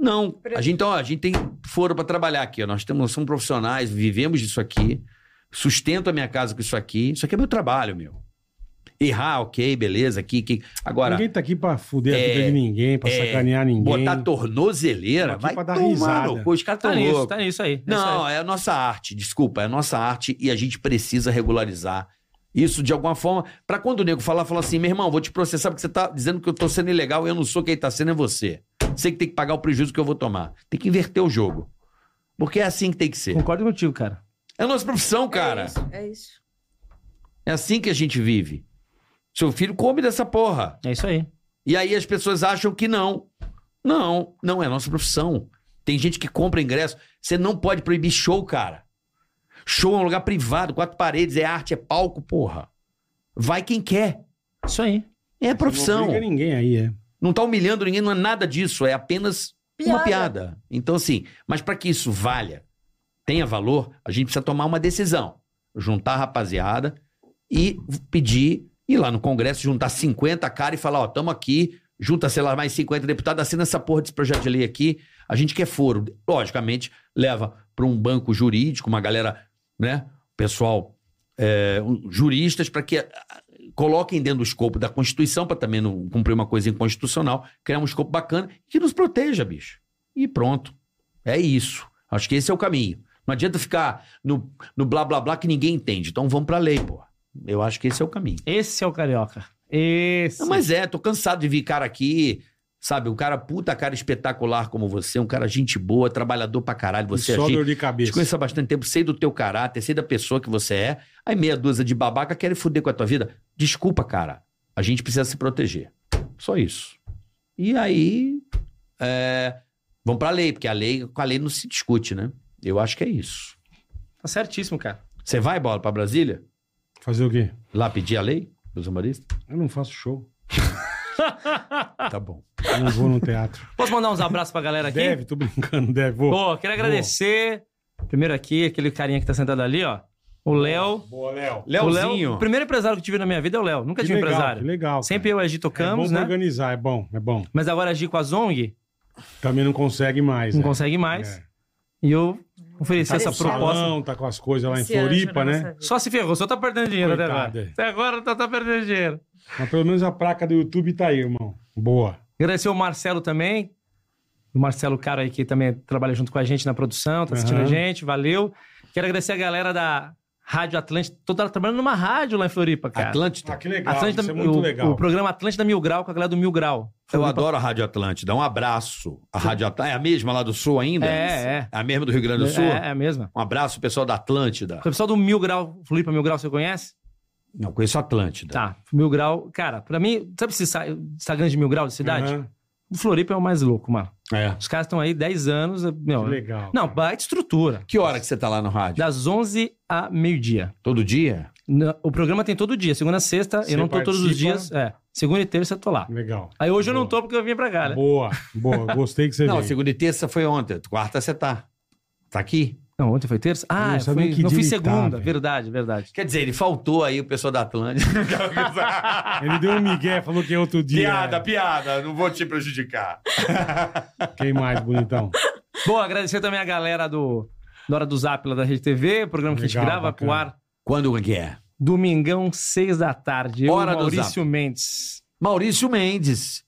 D: Não. A gente, ó, a gente tem foro para trabalhar aqui. ó. Nós temos, nós somos profissionais, vivemos disso aqui. Sustento a minha casa com isso aqui. Isso aqui é meu trabalho, meu. Errar, ok, beleza. Aqui, aqui. Agora,
E: Ninguém tá aqui pra fuder a vida
D: É,
E: de ninguém, pra
D: é,
E: sacanear ninguém.
D: botar tornozeleira,
E: Aqui
D: vai
E: pra dar
D: tomar
E: risada.
D: no cu. Os caras
G: Tá
D: tão
G: nisso,
D: loucos.
G: tá nisso aí.
D: Não, é a nossa arte, desculpa, é a nossa arte e a gente precisa regularizar isso de alguma forma. Pra quando o nego falar, falar assim, meu irmão, vou te processar porque você tá dizendo que eu tô sendo ilegal e eu não sou quem tá sendo, é você. Você que tem que pagar o prejuízo que eu vou tomar. Tem que inverter o jogo. Porque é assim que tem que ser.
G: Concordo contigo, cara.
D: É a nossa profissão, cara.
A: É isso. É isso.
D: É assim que a gente vive. Seu filho come dessa porra.
G: É isso aí.
D: E aí as pessoas acham que não. Não, não é nossa profissão. Tem gente que compra ingresso. Você não pode proibir show, cara. Show é um lugar privado, quatro paredes, é arte, é palco, porra. Vai quem quer.
G: Isso aí.
D: É
E: Não
D: profissão.
E: briga ninguém aí, é.
D: Não tá humilhando ninguém, não é nada disso. É apenas uma piada. Então, assim, mas para que isso valha, tenha valor, a gente precisa tomar uma decisão. Juntar a rapaziada e pedir, ir lá no Congresso, juntar 50 caras e falar: ó, tamo aqui, junta, sei lá, mais 50 deputados, assina essa porra desse projeto de lei aqui. A gente quer foro. Logicamente, leva para um banco jurídico, uma galera, né, pessoal, é, um- juristas, para que. ah, Coloquem dentro do escopo da Constituição, para também não cumprir uma coisa inconstitucional, criar um escopo bacana que nos proteja, bicho. E pronto. É isso. Acho que esse é o caminho. Não adianta ficar no, no blá blá blá que ninguém entende. Então vamos pra lei, pô. Eu acho que esse é o caminho.
G: Esse é o carioca. Esse.
D: Não, mas é, tô cansado de vir cara aqui, sabe? Um cara puta, cara espetacular como você, um cara gente boa, trabalhador pra caralho. Você
E: E
D: é
E: só
D: gente.
E: dor de
D: Te
E: cabeça.
D: conheço há bastante tempo, sei do teu caráter, sei da pessoa que você é. Aí meia dúzia de babaca querem fuder com a tua vida. Desculpa, cara. A gente precisa se proteger. Só isso. E aí. É, vão pra lei, porque a lei, com a lei não se discute, né? Eu acho que é isso.
G: Tá certíssimo, cara.
D: Você vai, bola, pra Brasília?
E: Fazer o quê?
D: Lá pedir a lei? Dos humoristas?
E: Eu não faço show.
G: Ah,
D: Tá bom.
E: Eu não vou no teatro.
G: Posso mandar uns abraços pra galera aqui?
E: Deve, tô brincando, deve. Vou.
G: Pô, queria agradecer. Primeiro aqui, aquele carinha que tá sentado ali, ó. O Léo.
E: Boa, Léo.
G: O
D: Leozinho.
G: Léo, o primeiro empresário que eu tive na minha vida é o Léo. Nunca
E: Que
G: tive
E: legal,
G: empresário.
E: que legal. cara.
G: Sempre eu e a Gi
E: é
G: tocamos,
E: bom pra
G: né?
E: organizar, é bom, é bom.
G: Mas agora agir com a Zong,
E: Também não consegue mais.
G: não
E: né?
G: consegue mais.
E: É.
G: E eu ofereci
E: Tá
G: essa
E: com
G: proposta.
E: salão, tá com as coisas lá em
A: Esse
E: Floripa,
A: anjo na
E: né?
A: nossa vida.
G: Só se ferrou, só tá perdendo dinheiro até
E: Coitado,
G: agora.
E: é.
G: Até agora tá, tá perdendo dinheiro.
E: Mas pelo menos a placa do YouTube tá aí, irmão. Boa.
G: Agradecer o Marcelo também. O Marcelo Caro aí que também trabalha junto com a gente na produção, tá assistindo
E: Aham.
G: a gente, valeu. Quero agradecer a galera da Rádio Atlântida. Tô tra- trabalhando numa rádio lá em Floripa, cara.
D: Atlântida.
E: Ah, que legal.
G: Atlântida,
E: Isso é muito
G: o,
E: legal.
G: o programa Atlântida Mil Grau com a galera do Mil Grau.
D: Eu adoro a Rádio Atlântida. Um abraço. A Rádio Atlântida. É a mesma lá do Sul ainda?
G: É, é.
D: A mesma do Rio Grande do Sul?
G: É, é a mesma.
D: Um abraço, pessoal da Atlântida.
G: O pessoal do Mil Grau, Floripa Mil Grau, você conhece?
D: Não, conheço a Atlântida.
G: Tá, Mil Grau. Cara, pra mim, sabe esse sa- Instagram de Mil Grau de cidade?
E: Aham,
G: O Floripa é o mais louco, mano.
D: É.
G: Os caras estão aí 10 anos. Meu,
E: Que legal.
G: Não,
E: cara.
G: baita estrutura.
D: Que hora que você tá lá no rádio?
G: Das 11 a meio-dia.
D: Todo dia?
G: Na- O programa tem todo dia, segunda a sexta.
E: Você
G: eu não tô todos os
E: participa?
G: dias. É, segunda e terça eu tô lá.
E: Legal.
G: Aí hoje eu não
E: Boa.
G: tô porque eu vim pra cá, né?
E: Boa, boa. Gostei que você
D: Não,
E: veio.
D: segunda e terça foi ontem. Quarta você tá. Tá aqui?
G: Não, ontem foi terça?
E: não
G: Ah, eu
E: sabia
G: fui-
E: que
G: não
E: dia
G: fui
E: ele
G: segunda.
E: tava.
G: verdade, verdade.
D: Quer dizer, ele faltou aí o pessoal da (laughs) Atlântida.
E: Ele deu um migué, falou que é
G: (laughs)
E: outro dia.
C: Piada, piada, não vou te prejudicar.
E: Quem mais, bonitão?
G: Bom, agradecer também a galera do na hora do Zap lá da Rede TV, programa que a gente
E: Legal,
G: grava pro
E: bacana.
G: ar.
D: Quando que é?
G: Domingão, seis da tarde. Eu
D: Hora
G: e
D: do
G: Maurício Mendes.
D: Maurício Mendes.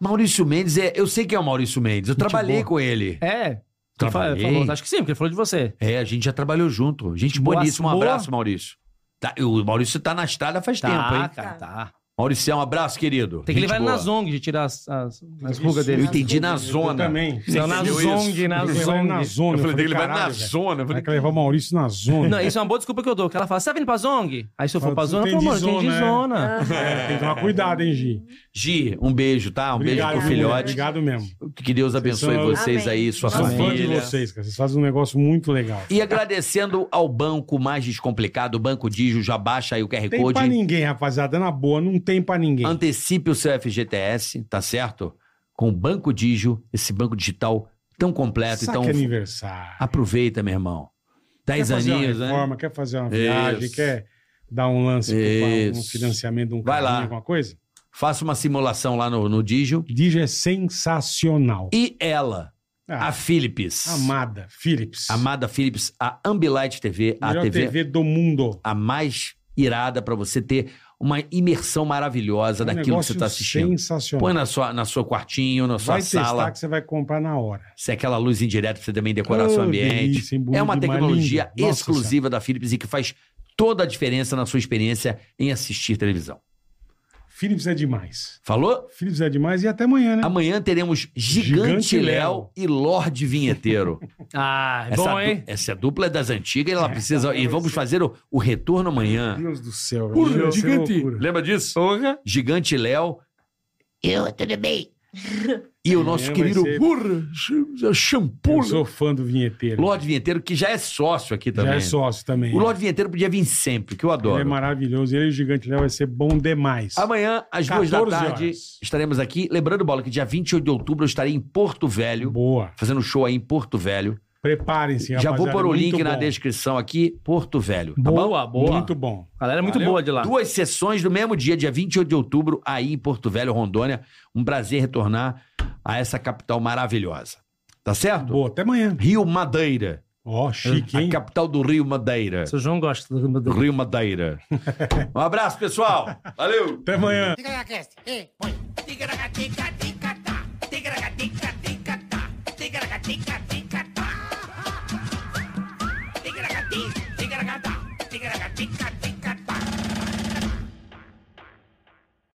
D: Maurício Mendes é. Eu sei quem é o Maurício Mendes. Eu trabalhei
G: boa.
D: com ele.
G: É. Ele fa-
D: Trabalhei.
G: falou, acho que sim, porque ele falou de você.
D: É, a gente já trabalhou junto. Gente
G: Boa-
D: boníssima. Um
G: boa.
D: abraço, Maurício. Tá, o Maurício tá na estrada faz
G: Tá,
D: tempo, hein?
G: cara, tá.
D: Maurício, um abraço, querido.
G: Tem que
D: Gente
G: levar ele
D: boa.
G: na Zong de tirar as, as, as
E: Isso.
G: rugas
D: Eu
G: dele.
D: entendi na (laughs)
E: Eu
D: zona.
E: também.
D: Você
G: Não, na
D: entendeu
G: Zong, na
E: Ele vai na
G: Zong.
E: zona.
D: Eu falei, dele vai na
E: caralho, velho.
D: zona. Eu
E: Vai
D: falei,
E: que levar o Maurício na zona.
G: Não, isso é uma boa desculpa que eu dou. Que ela fala, você tá vindo pra Zong? Aí se eu
E: Fala,
G: for pra
E: "Tu
G: Zona, eu
E: tem
G: falo,
E: de
G: mano, tem de
E: zona, é?"
D: né?
G: zona.
E: É, tem que tomar cuidado, hein, Gi?
D: Gi, um beijo, tá? Um beijo pro
E: viu,
D: filhote.
E: Obrigado mesmo.
D: Que Deus abençoe
E: são-
D: vocês
A: Amém.
D: aí, sua
E: Sou fã de
D: família.
E: vocês, cara. Vocês fazem um negócio muito legal.
D: E agradecendo ao banco mais descomplicado, o Banco Digio, já baixa aí o QR
E: Tem pra
D: Code.
E: ninguém, rapaziada. Na boa, não tem pra ninguém.
D: Antecipe o seu FGTS, tá certo? Com o Banco Digio, esse banco digital tão completo.
E: Saque
D: então,
E: aniversário.
D: aproveita, meu irmão.
E: Quer
D: Dez
E: fazer
D: aninhos,
E: uma
D: né?
E: reforma, quer fazer uma viagem,
D: Isso.
E: quer dar um lance, pro- um
D: Isso.
E: financiamento, de um
D: Vai
E: carrinho,
D: lá.
E: alguma coisa?
D: Faça uma simulação lá no, no Digio.
E: Digi é sensacional.
D: E ela,
E: Ah,
D: a Philips.
E: Amada, Philips.
D: Amada Philips, a Ambilight TV, a
E: Melhor
D: TV,
E: TV do mundo.
D: a mais irada pra você ter uma imersão maravilhosa
E: É um
D: daquilo que
E: negócio
D: você tá assistindo. Põe
E: Sensacional.
D: na sua, na sua quartinho, na sua
E: Vai
D: sala.
E: testar que você vai comprar na hora.
D: Se é aquela luz indireta pra você também decorar
E: Oh,
D: seu ambiente.
E: delícia, hein? Bonito
D: é uma
E: demais,
D: tecnologia
E: lindo. Nossa
D: exclusiva da Philips e que faz toda a diferença na sua experiência em assistir televisão.
E: Senhora. Philips é demais.
D: Falou?
E: Philips é demais e até amanhã, né?
D: Amanhã teremos Gigante,
E: Gigante
D: Léo e Lorde
E: (laughs)
D: Vinheteiro.
G: Ah, é
D: Essa,
G: bom,
D: du-
G: hein?
D: essa dupla é das antigas e ela precisa. E vamos fazer o, o retorno amanhã.
V: Deus do céu.
E: Meu Deus, que loucura.
D: Lembra disso? Gigante Léo. Eu, tudo bem. (laughs) E o nosso
E: Amanhã É, vai
D: querido
E: ser-
D: burra, sh-
E: Eu
D: shampoo.
E: sou fã do vinheteiro.
D: Lorde Vinheteiro, que já é sócio aqui
E: Já
D: também.
E: é sócio também.
D: O Lorde Vinheteiro podia vir sempre, que eu
E: Ele é
D: adoro.
E: maravilhoso. Ele e o Gigante Léo vai ser bom demais.
D: Amanhã, às duas da
E: 14
D: tarde,
E: horas.
D: estaremos aqui. Lembrando, Bola, que dia 28 de outubro eu estarei em Porto Velho,
E: Boa.
D: fazendo um show aí em Porto Velho.
E: Preparem-se,
D: já vou
E: rapaziada,
D: pôr o
E: muito
D: link na
E: bom.
D: descrição aqui, Porto Velho. Tá bom?
G: Boa, boa.
E: Muito bom.
G: A galera é muito boa de lá.
D: Duas sessões no mesmo dia, dia 28 de outubro, aí em Porto Velho, Rondônia. Um prazer retornar a essa capital maravilhosa. Tá certo?
E: Boa, até amanhã.
D: Rio Madeira.
E: Ó, chique, hein?
D: A capital do Rio Madeira.
G: Seu João gosta do do-
D: Rio
E: (laughs)
D: Madeira. Um abraço, pessoal. Valeu!
E: Até amanhã.
W: Ticaracast. Ei, põe. Ticaracatica,